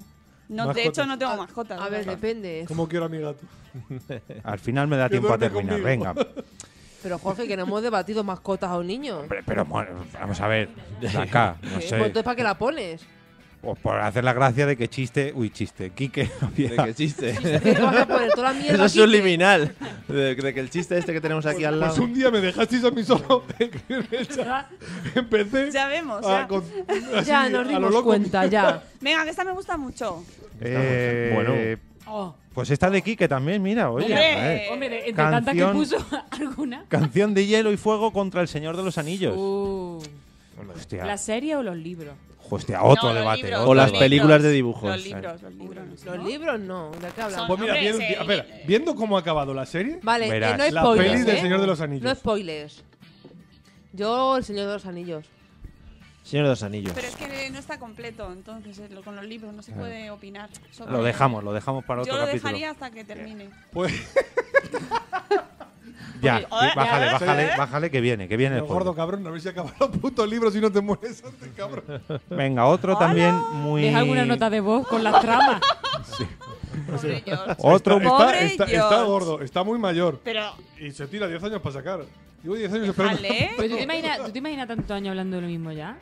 Speaker 3: No, de
Speaker 4: Mascotas.
Speaker 3: hecho, no tengo mascotas.
Speaker 9: A ver,
Speaker 3: ¿verdad?
Speaker 9: depende.
Speaker 4: Como quiero a mi gato.
Speaker 2: Al final me da
Speaker 4: Que
Speaker 2: tiempo a
Speaker 4: duerme
Speaker 2: terminar.
Speaker 4: conmigo.
Speaker 2: Venga.
Speaker 9: Pero Jorge, que no hemos debatido mascotas a un niño.
Speaker 2: Hombre, pero bueno, vamos a ver. de Acá, no
Speaker 9: ¿Qué? Pues
Speaker 2: sé.
Speaker 9: entonces, ¿para qué la pones?
Speaker 2: o por hacer la gracia de que chiste. Uy, chiste. Quique
Speaker 6: De
Speaker 2: había.
Speaker 6: que chiste.
Speaker 9: ¿Qué vas a poner toda la mierda
Speaker 6: Eso es
Speaker 9: aquí?
Speaker 6: subliminal. De, de que el chiste este que tenemos aquí al
Speaker 4: Pues
Speaker 6: lado.
Speaker 4: un día me dejasteis a mí solo. de derecha. Empecé.
Speaker 3: Ya vemos,
Speaker 4: a
Speaker 3: ya.
Speaker 4: Ah, con-
Speaker 9: Ya
Speaker 4: así, a
Speaker 9: nos
Speaker 4: lo
Speaker 9: dimos
Speaker 4: loco.
Speaker 9: cuenta, ya.
Speaker 3: Venga, que esta me gusta mucho.
Speaker 2: Eh,
Speaker 6: Bueno.
Speaker 5: Oh,
Speaker 2: Pues esta de Quique también, mira. Oye,
Speaker 3: Hombre.
Speaker 2: eh.
Speaker 5: hombre, de- entre
Speaker 2: Canción.
Speaker 5: tantas que puso alguna.
Speaker 2: Canción de hielo y fuego contra el Señor de los Anillos.
Speaker 5: Uh,
Speaker 2: Hostia,
Speaker 5: ¿La serie o los libros?
Speaker 2: hostia,
Speaker 3: No,
Speaker 2: otro
Speaker 3: los
Speaker 2: debate.
Speaker 3: libros,
Speaker 2: otro
Speaker 6: O las
Speaker 3: los
Speaker 2: debate.
Speaker 6: películas de
Speaker 3: libros,
Speaker 6: dibujos.
Speaker 3: Los libros, los libros.
Speaker 9: Los
Speaker 3: ¿no?
Speaker 9: libros no, ¿de qué hablamos?
Speaker 4: Pues mira,
Speaker 3: Hombre,
Speaker 4: viendo,
Speaker 3: ese-
Speaker 4: a ver, viendo cómo ha acabado la serie,
Speaker 9: Vale, eh,
Speaker 2: Verás.
Speaker 9: no
Speaker 4: La
Speaker 9: spoilers.
Speaker 4: peli del
Speaker 9: ¿eh?
Speaker 4: Señor de los Anillos.
Speaker 9: No spoilers. Yo, el Señor de los Anillos.
Speaker 6: Señor de los Anillos.
Speaker 3: Pero es que no está completo, entonces eh, lo- con los libros no se puede opinar. sobre-
Speaker 2: Lo dejamos, lo dejamos para otro
Speaker 3: Yo lo
Speaker 2: capítulo.
Speaker 3: dejaría hasta que termine. Pues,
Speaker 4: pues
Speaker 2: Ya,
Speaker 3: Oye,
Speaker 2: sí, bájale,
Speaker 3: ya,
Speaker 2: bájale, bájale, que viene, que viene. el
Speaker 4: ¿eh? Pero, gordo
Speaker 2: juego.
Speaker 4: cabrón, a ver si acaba los putos libros si no te mueres antes, cabrón.
Speaker 2: Venga, otro también muy.
Speaker 5: ¿Deja alguna nota de voz con las tramas?
Speaker 3: Pobre George.
Speaker 2: Otro
Speaker 4: está,
Speaker 3: Pobre
Speaker 4: está-
Speaker 3: George.
Speaker 4: está gordo, está muy mayor.
Speaker 3: Pero,
Speaker 4: Y se tira 10 años para sacar. Llevo 10 años esperando.
Speaker 3: ¿vale?
Speaker 5: Pero Pues, ¿tú te imaginas, ¿tú te imaginas tantos años hablando de lo mismo ya?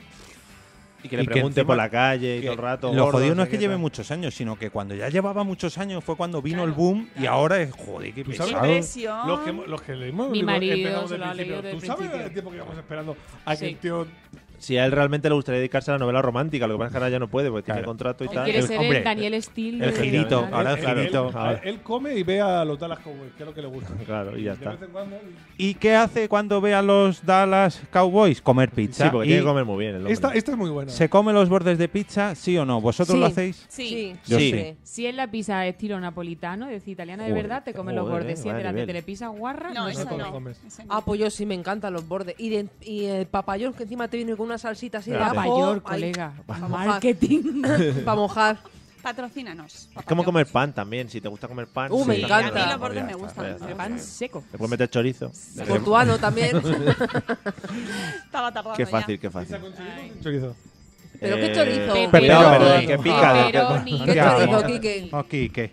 Speaker 6: Y que le
Speaker 2: Y que
Speaker 6: pregunte
Speaker 2: encima-
Speaker 6: por la calle y
Speaker 2: que
Speaker 6: todo el rato.
Speaker 2: Lo
Speaker 6: gordo,
Speaker 2: jodido no es
Speaker 6: sé
Speaker 2: que
Speaker 6: qué,
Speaker 2: lleve
Speaker 6: tal.
Speaker 2: muchos años, sino que cuando ya llevaba muchos años fue cuando vino el boom y ahora es, joder, qué
Speaker 4: ¿Tú sabes?
Speaker 2: pesado.
Speaker 3: Impresión.
Speaker 4: Los que, hemos- los que leímos
Speaker 5: Mi
Speaker 4: los
Speaker 5: marido
Speaker 4: empezamos
Speaker 5: se
Speaker 4: del
Speaker 5: lo ha
Speaker 4: principio.
Speaker 5: leído del
Speaker 4: ¿Tú sabes
Speaker 5: principio.
Speaker 4: el tiempo que llevamos esperando a que
Speaker 5: Sí.
Speaker 4: el tío
Speaker 6: Si a él realmente le gustaría dedicarse a la novela romántica, lo que pasa es que ahora ya no puede porque tiene
Speaker 2: Claro.
Speaker 6: contrato y
Speaker 5: Él
Speaker 6: tal.
Speaker 5: quiere
Speaker 2: el-
Speaker 5: ser
Speaker 2: hombre,
Speaker 5: el Daniel Steele.
Speaker 2: el
Speaker 5: de-
Speaker 2: girito,
Speaker 5: de-
Speaker 2: ahora el
Speaker 4: él-
Speaker 2: girito.
Speaker 4: él- él, él come y ve a los Dallas Cowboys, que es lo que le gusta.
Speaker 6: Claro, y ya está.
Speaker 4: De vez en cuando-
Speaker 2: ¿Y qué hace cuando ve a los Dallas Cowboys? Comer pizza.
Speaker 6: Sí,
Speaker 2: Y
Speaker 6: porque tiene que comer muy bien el hombre.
Speaker 4: Esta, esta es muy buena.
Speaker 2: ¿Se come los bordes de pizza, sí o no? ¿Vosotros
Speaker 9: Sí.
Speaker 2: lo hacéis?
Speaker 3: Sí.
Speaker 2: Yo sí.
Speaker 5: Si es la pizza estilo napolitano, es decir, italiana de
Speaker 6: Joder,
Speaker 5: verdad, te comen los
Speaker 6: joder,
Speaker 5: bordes. Si es
Speaker 6: vaya
Speaker 5: de la de
Speaker 6: nivel.
Speaker 5: telepizza guarra,
Speaker 3: No,
Speaker 5: no,
Speaker 3: esa
Speaker 5: se
Speaker 4: te lo
Speaker 3: no.
Speaker 4: comes.
Speaker 3: esa no.
Speaker 9: Ah, pues yo sí me encantan los bordes. Y, de- y el papayón que encima te viene con una salsita así de
Speaker 6: Espérate.
Speaker 9: ajo.
Speaker 5: Nueva York,
Speaker 9: ay,
Speaker 5: colega.
Speaker 9: Para mojar.
Speaker 5: Marketing.
Speaker 9: Para mojar.
Speaker 3: Patrocínanos.
Speaker 6: Es como comer pan también. Si te gusta comer pan.
Speaker 9: Uh, me
Speaker 6: sí.
Speaker 9: encanta.
Speaker 3: A mí los
Speaker 9: Pues
Speaker 3: bordes
Speaker 6: ya
Speaker 3: me
Speaker 6: está,
Speaker 3: gustan,
Speaker 6: ya está.
Speaker 3: ¿no?
Speaker 5: Pan seco.
Speaker 6: Te puedes meter chorizo.
Speaker 9: Portuano también.
Speaker 3: Estaba tapado
Speaker 6: Qué fácil, qué fácil.
Speaker 4: Chorizo.
Speaker 9: Pero qué
Speaker 6: Eh,
Speaker 9: chorizo.
Speaker 5: Pepe-
Speaker 6: Perdón,
Speaker 5: Peperoni.
Speaker 6: perdón, que pica. de-
Speaker 5: Peperoni.
Speaker 9: Qué
Speaker 2: Ya,
Speaker 9: chorizo,
Speaker 2: vamos.
Speaker 9: Quique.
Speaker 2: Ok, ¿qué?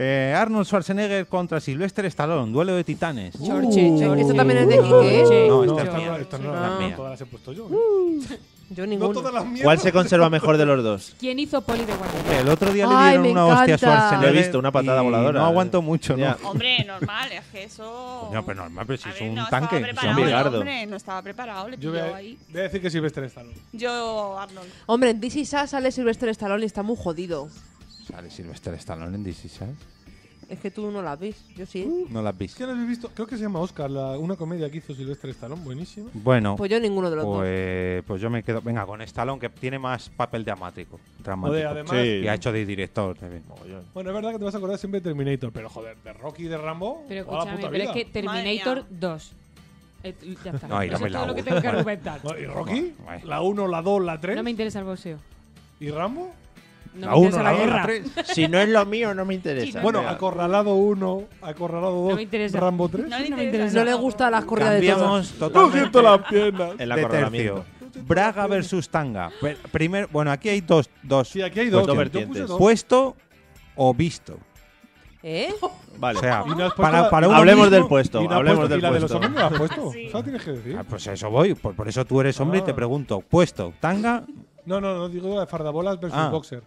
Speaker 2: Eh, Arnold Schwarzenegger contra Sylvester Stallone, duelo de titanes. Uh.
Speaker 5: Chorche, chorche.
Speaker 9: Esto también es de Quique, ¿eh?
Speaker 5: Chorche,
Speaker 2: No,
Speaker 4: No,
Speaker 2: esta-
Speaker 4: esta no,
Speaker 5: chorche.
Speaker 4: esta no,
Speaker 2: Ah.
Speaker 4: no, todas las he puesto yo. ¿eh?
Speaker 9: Yo
Speaker 4: No
Speaker 9: ninguno.
Speaker 4: todas las mierdas.
Speaker 6: ¿Cuál se conserva mejor de los dos?
Speaker 5: ¿Quién hizo Poli de Guardia?
Speaker 2: El otro día le
Speaker 9: Ay,
Speaker 2: dieron
Speaker 9: me
Speaker 2: una hostia a
Speaker 9: encanta.
Speaker 2: Schwarzenegger.
Speaker 6: Lo he visto, una patada
Speaker 2: y
Speaker 6: voladora.
Speaker 2: No aguanto mucho, ¿no?
Speaker 6: Ya.
Speaker 3: Hombre, normal, es que eso.
Speaker 2: Coño, pero normal, pero si
Speaker 3: A
Speaker 2: es
Speaker 3: ver,
Speaker 2: un
Speaker 3: Oh, no
Speaker 2: tanque, es un
Speaker 3: Estaba preparado,
Speaker 6: bigardo.
Speaker 3: hombre, no estaba preparado, le
Speaker 4: Yo
Speaker 3: pilló
Speaker 4: voy a,
Speaker 3: ahí.
Speaker 4: voy a decir que Sylvester Stallone.
Speaker 3: Yo, Arnold.
Speaker 9: Hombre, en This Is Us sale Sylvester Stallone y está muy jodido.
Speaker 2: Sale Sylvester Stallone en DC, ¿sabes?
Speaker 9: Es que tú no la ves, yo sí.
Speaker 2: No las
Speaker 4: Es
Speaker 2: viste.
Speaker 4: que no lo he visto. Creo que se llama Oscar, la- una comedia que hizo Sylvester Stallone, buenísima.
Speaker 2: Bueno,
Speaker 9: Pues yo ninguno de los dos.
Speaker 2: pues, pues yo me quedo. Venga, con Stallone, que tiene más papel dramático. dramático.
Speaker 4: Joder, además-
Speaker 6: Sí.
Speaker 2: Y ha hecho de director también.
Speaker 4: Bueno, es verdad que te vas a acordar siempre de Terminator, pero joder, de Rocky y de Rambo.
Speaker 5: Pero
Speaker 4: toda la
Speaker 5: escúchame,
Speaker 4: puta
Speaker 5: pero es
Speaker 4: vida.
Speaker 5: que Terminator
Speaker 3: Madre
Speaker 5: 2. Eh, Ya está.
Speaker 2: No, y no
Speaker 5: Eso
Speaker 2: me
Speaker 5: es
Speaker 2: la
Speaker 5: todo lo que
Speaker 2: hago.
Speaker 5: tengo que argumentar.
Speaker 4: Bueno, ¿Y Rocky?
Speaker 2: Bueno.
Speaker 4: La 1, la 2, la 3.
Speaker 5: No me interesa el boxeo.
Speaker 4: ¿Y Rambo?
Speaker 5: No
Speaker 2: La
Speaker 5: me interesa
Speaker 2: uno,
Speaker 5: la
Speaker 2: la dos, la
Speaker 5: guerra.
Speaker 2: tres.
Speaker 6: Si no es lo mío, no me interesa.
Speaker 4: Bueno,
Speaker 6: Venga.
Speaker 4: Acorralado 1, Acorralado
Speaker 5: me
Speaker 4: 2,
Speaker 5: interesa.
Speaker 4: Rambo 3.
Speaker 3: No le
Speaker 5: No me
Speaker 3: interesa.
Speaker 9: No le gustan las corridas de todos.
Speaker 2: Cambiamos
Speaker 4: No
Speaker 2: totalmente
Speaker 4: siento las piernas.
Speaker 2: de
Speaker 6: el
Speaker 2: tercio.
Speaker 6: acorralamiento.
Speaker 2: Braga versus Tanga. Pe- Primer, bueno, aquí hay dos, dos.
Speaker 4: Sí, aquí hay
Speaker 2: Pues
Speaker 4: dos.
Speaker 2: dos
Speaker 4: Yo puse
Speaker 6: vertientes.
Speaker 4: dos.
Speaker 2: puesto o visto.
Speaker 9: ¿Eh?
Speaker 6: Vale.
Speaker 2: O sea,
Speaker 4: Y no has puesto
Speaker 2: para,
Speaker 4: la-
Speaker 2: para
Speaker 4: y
Speaker 2: uno
Speaker 6: hablemos
Speaker 2: mismo-
Speaker 6: del puesto.
Speaker 4: Y la, has
Speaker 6: hablemos
Speaker 4: puesto-
Speaker 6: del
Speaker 4: y la de los
Speaker 6: puesto.
Speaker 4: hombres no la has puesto. Eso tienes que decir.
Speaker 2: Ah, pues a eso voy. Por, por eso tú eres hombre y te
Speaker 4: Ah.
Speaker 2: pregunto. Puesto, tanga.
Speaker 4: No, no, no digo la de fardabolas versus
Speaker 2: Ah.
Speaker 4: boxer.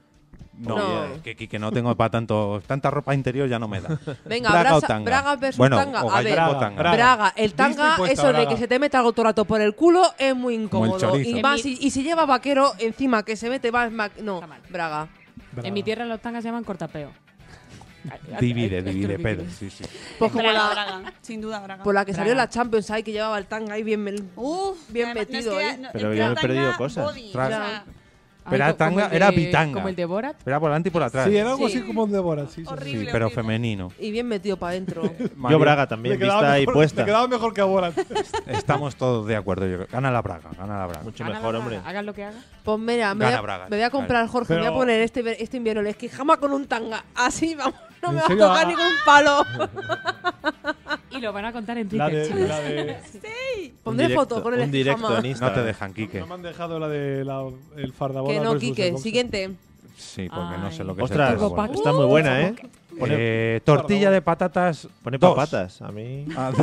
Speaker 2: No, eh,
Speaker 9: No.
Speaker 2: Que, que- que no tengo para tanto. Tanta ropa interior ya no me da.
Speaker 9: Venga,
Speaker 2: braga o
Speaker 9: brasa-
Speaker 2: tanga.
Speaker 9: braga versus
Speaker 2: bueno,
Speaker 9: tanga.
Speaker 2: o
Speaker 9: A ver.
Speaker 2: galleta o tanga.
Speaker 4: Braga.
Speaker 9: Braga, el
Speaker 4: Disney
Speaker 9: tanga,
Speaker 4: puesta
Speaker 9: eso de
Speaker 4: braga.
Speaker 9: que se te mete algo todo el rato por el culo es muy incómodo.
Speaker 2: chorizo.
Speaker 9: Y,
Speaker 5: En
Speaker 9: más,
Speaker 5: mi-
Speaker 9: y, y si lleva vaquero encima que se mete, va es ma- No,
Speaker 5: Está mal.
Speaker 9: braga.
Speaker 5: En mi tierra los tangas se llaman cortapeo.
Speaker 2: Divide,
Speaker 5: Es que
Speaker 2: divide,
Speaker 5: lo que
Speaker 2: Pedro.
Speaker 5: quieres.
Speaker 2: Sí, sí.
Speaker 9: Pues como
Speaker 3: Braga,
Speaker 9: la,
Speaker 3: Braga, sin duda, Braga.
Speaker 9: por la que salió
Speaker 5: Braga.
Speaker 9: la Champions ahí que llevaba el tanga ahí bien, mel-
Speaker 3: Uf,
Speaker 9: bien
Speaker 3: además, no es
Speaker 9: metido.
Speaker 3: que
Speaker 9: ¿eh?
Speaker 3: era- no,
Speaker 6: Pero
Speaker 3: en
Speaker 6: yo he
Speaker 3: plan
Speaker 6: perdido
Speaker 3: tanga,
Speaker 6: cosas.
Speaker 3: body,
Speaker 2: Tra-
Speaker 3: o sea,
Speaker 5: Ay,
Speaker 2: Era
Speaker 5: co- como
Speaker 2: tanga-
Speaker 5: el de-
Speaker 2: era bitanga.
Speaker 5: Como el de Borat.
Speaker 2: Era por delante y por atrás.
Speaker 4: Sí, era algo
Speaker 9: Sí.
Speaker 4: así como un Débora. Sí, sí, sí.
Speaker 2: Sí,
Speaker 3: horrible.
Speaker 2: pero
Speaker 3: horrible.
Speaker 2: femenino.
Speaker 9: Y bien metido para adentro.
Speaker 6: Yo
Speaker 2: Mario,
Speaker 6: Braga
Speaker 4: Le
Speaker 6: también,
Speaker 4: quedaba
Speaker 6: vista y
Speaker 4: mejor-
Speaker 6: puesta.
Speaker 4: Le quedaba mejor que a Borat.
Speaker 2: Estamos todos de acuerdo. yo creo. Gana la Braga, gana la Braga.
Speaker 6: Mucho
Speaker 5: Haga la
Speaker 6: mejor,
Speaker 5: braga,
Speaker 6: hombre.
Speaker 5: Hagan lo que hagan.
Speaker 9: Pues mira, me voy,
Speaker 2: Gana
Speaker 9: a,
Speaker 2: Braga,
Speaker 9: me voy a comprar, Jorge, me voy a
Speaker 4: Pero-
Speaker 9: poner este, ver- este invierno el esquijama con un tanga. Así, vamos, no
Speaker 4: ¿En
Speaker 9: me va a
Speaker 4: serio?
Speaker 9: tocar
Speaker 4: Ah.
Speaker 9: ningún palo.
Speaker 5: Y lo van a contar en
Speaker 4: La
Speaker 5: Twitter,
Speaker 4: de,
Speaker 5: chicos.
Speaker 4: la de-
Speaker 9: Pondré
Speaker 6: Un directo-
Speaker 9: foto con el
Speaker 6: Un directo
Speaker 9: esquijama.
Speaker 6: en
Speaker 2: No
Speaker 6: Instagram.
Speaker 2: te dejan, Quique.
Speaker 4: No me han dejado la de la, el fardabola.
Speaker 9: Que no,
Speaker 4: versus el
Speaker 9: Quique.
Speaker 4: boxer.
Speaker 9: Siguiente.
Speaker 2: Sí, porque no sé
Speaker 5: Ay.
Speaker 2: lo que es el
Speaker 6: Ostras,
Speaker 2: turbo bowl.
Speaker 6: está muy buena, ¿eh?
Speaker 2: Eh, tortilla de patatas.
Speaker 6: Pone
Speaker 2: dos.
Speaker 6: papatas. A mí.
Speaker 2: Ah,
Speaker 6: sí,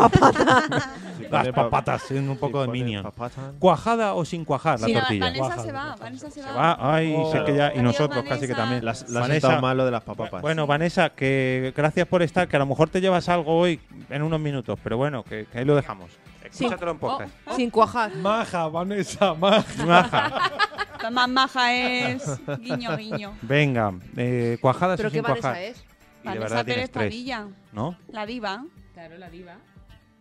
Speaker 6: pone
Speaker 2: Las
Speaker 6: pa-
Speaker 2: papatas, en un
Speaker 6: sí,
Speaker 2: poco de
Speaker 6: pone
Speaker 2: minion.
Speaker 6: papatas.
Speaker 2: ¿Cuajada o sin cuajar la
Speaker 3: Sí, no,
Speaker 2: tortilla?
Speaker 3: Vanessa
Speaker 4: Guaja,
Speaker 3: se va,
Speaker 4: guaja.
Speaker 3: Vanessa se
Speaker 2: Se
Speaker 3: va.
Speaker 2: va, ay,
Speaker 4: Oh.
Speaker 2: sé que ya, y
Speaker 3: Adiós,
Speaker 2: nosotros casi que
Speaker 3: Vanessa.
Speaker 2: también.
Speaker 6: Las has
Speaker 2: Vanessa-
Speaker 6: estado malo de las papapas.
Speaker 2: Bueno, Vanessa, que gracias por estar, que a lo mejor te llevas algo hoy en unos minutos, pero bueno, que, que ahí lo dejamos. Escúchatelo
Speaker 3: Oh.
Speaker 2: en podcast.
Speaker 9: Sin cuajar.
Speaker 4: Oh. Maja, Vanessa, maja.
Speaker 2: Maja,
Speaker 3: La más maja es guiño, guiño.
Speaker 2: venga, eh, cuajadas
Speaker 9: ¿Pero
Speaker 2: o
Speaker 9: qué
Speaker 2: sin
Speaker 9: Vanessa
Speaker 2: cuajar.
Speaker 9: es?
Speaker 2: Y de
Speaker 3: Vanessa
Speaker 2: verdad tienes
Speaker 3: Pérez
Speaker 2: tres,
Speaker 3: Padilla,
Speaker 2: ¿no?
Speaker 3: la diva.
Speaker 5: Claro, la diva.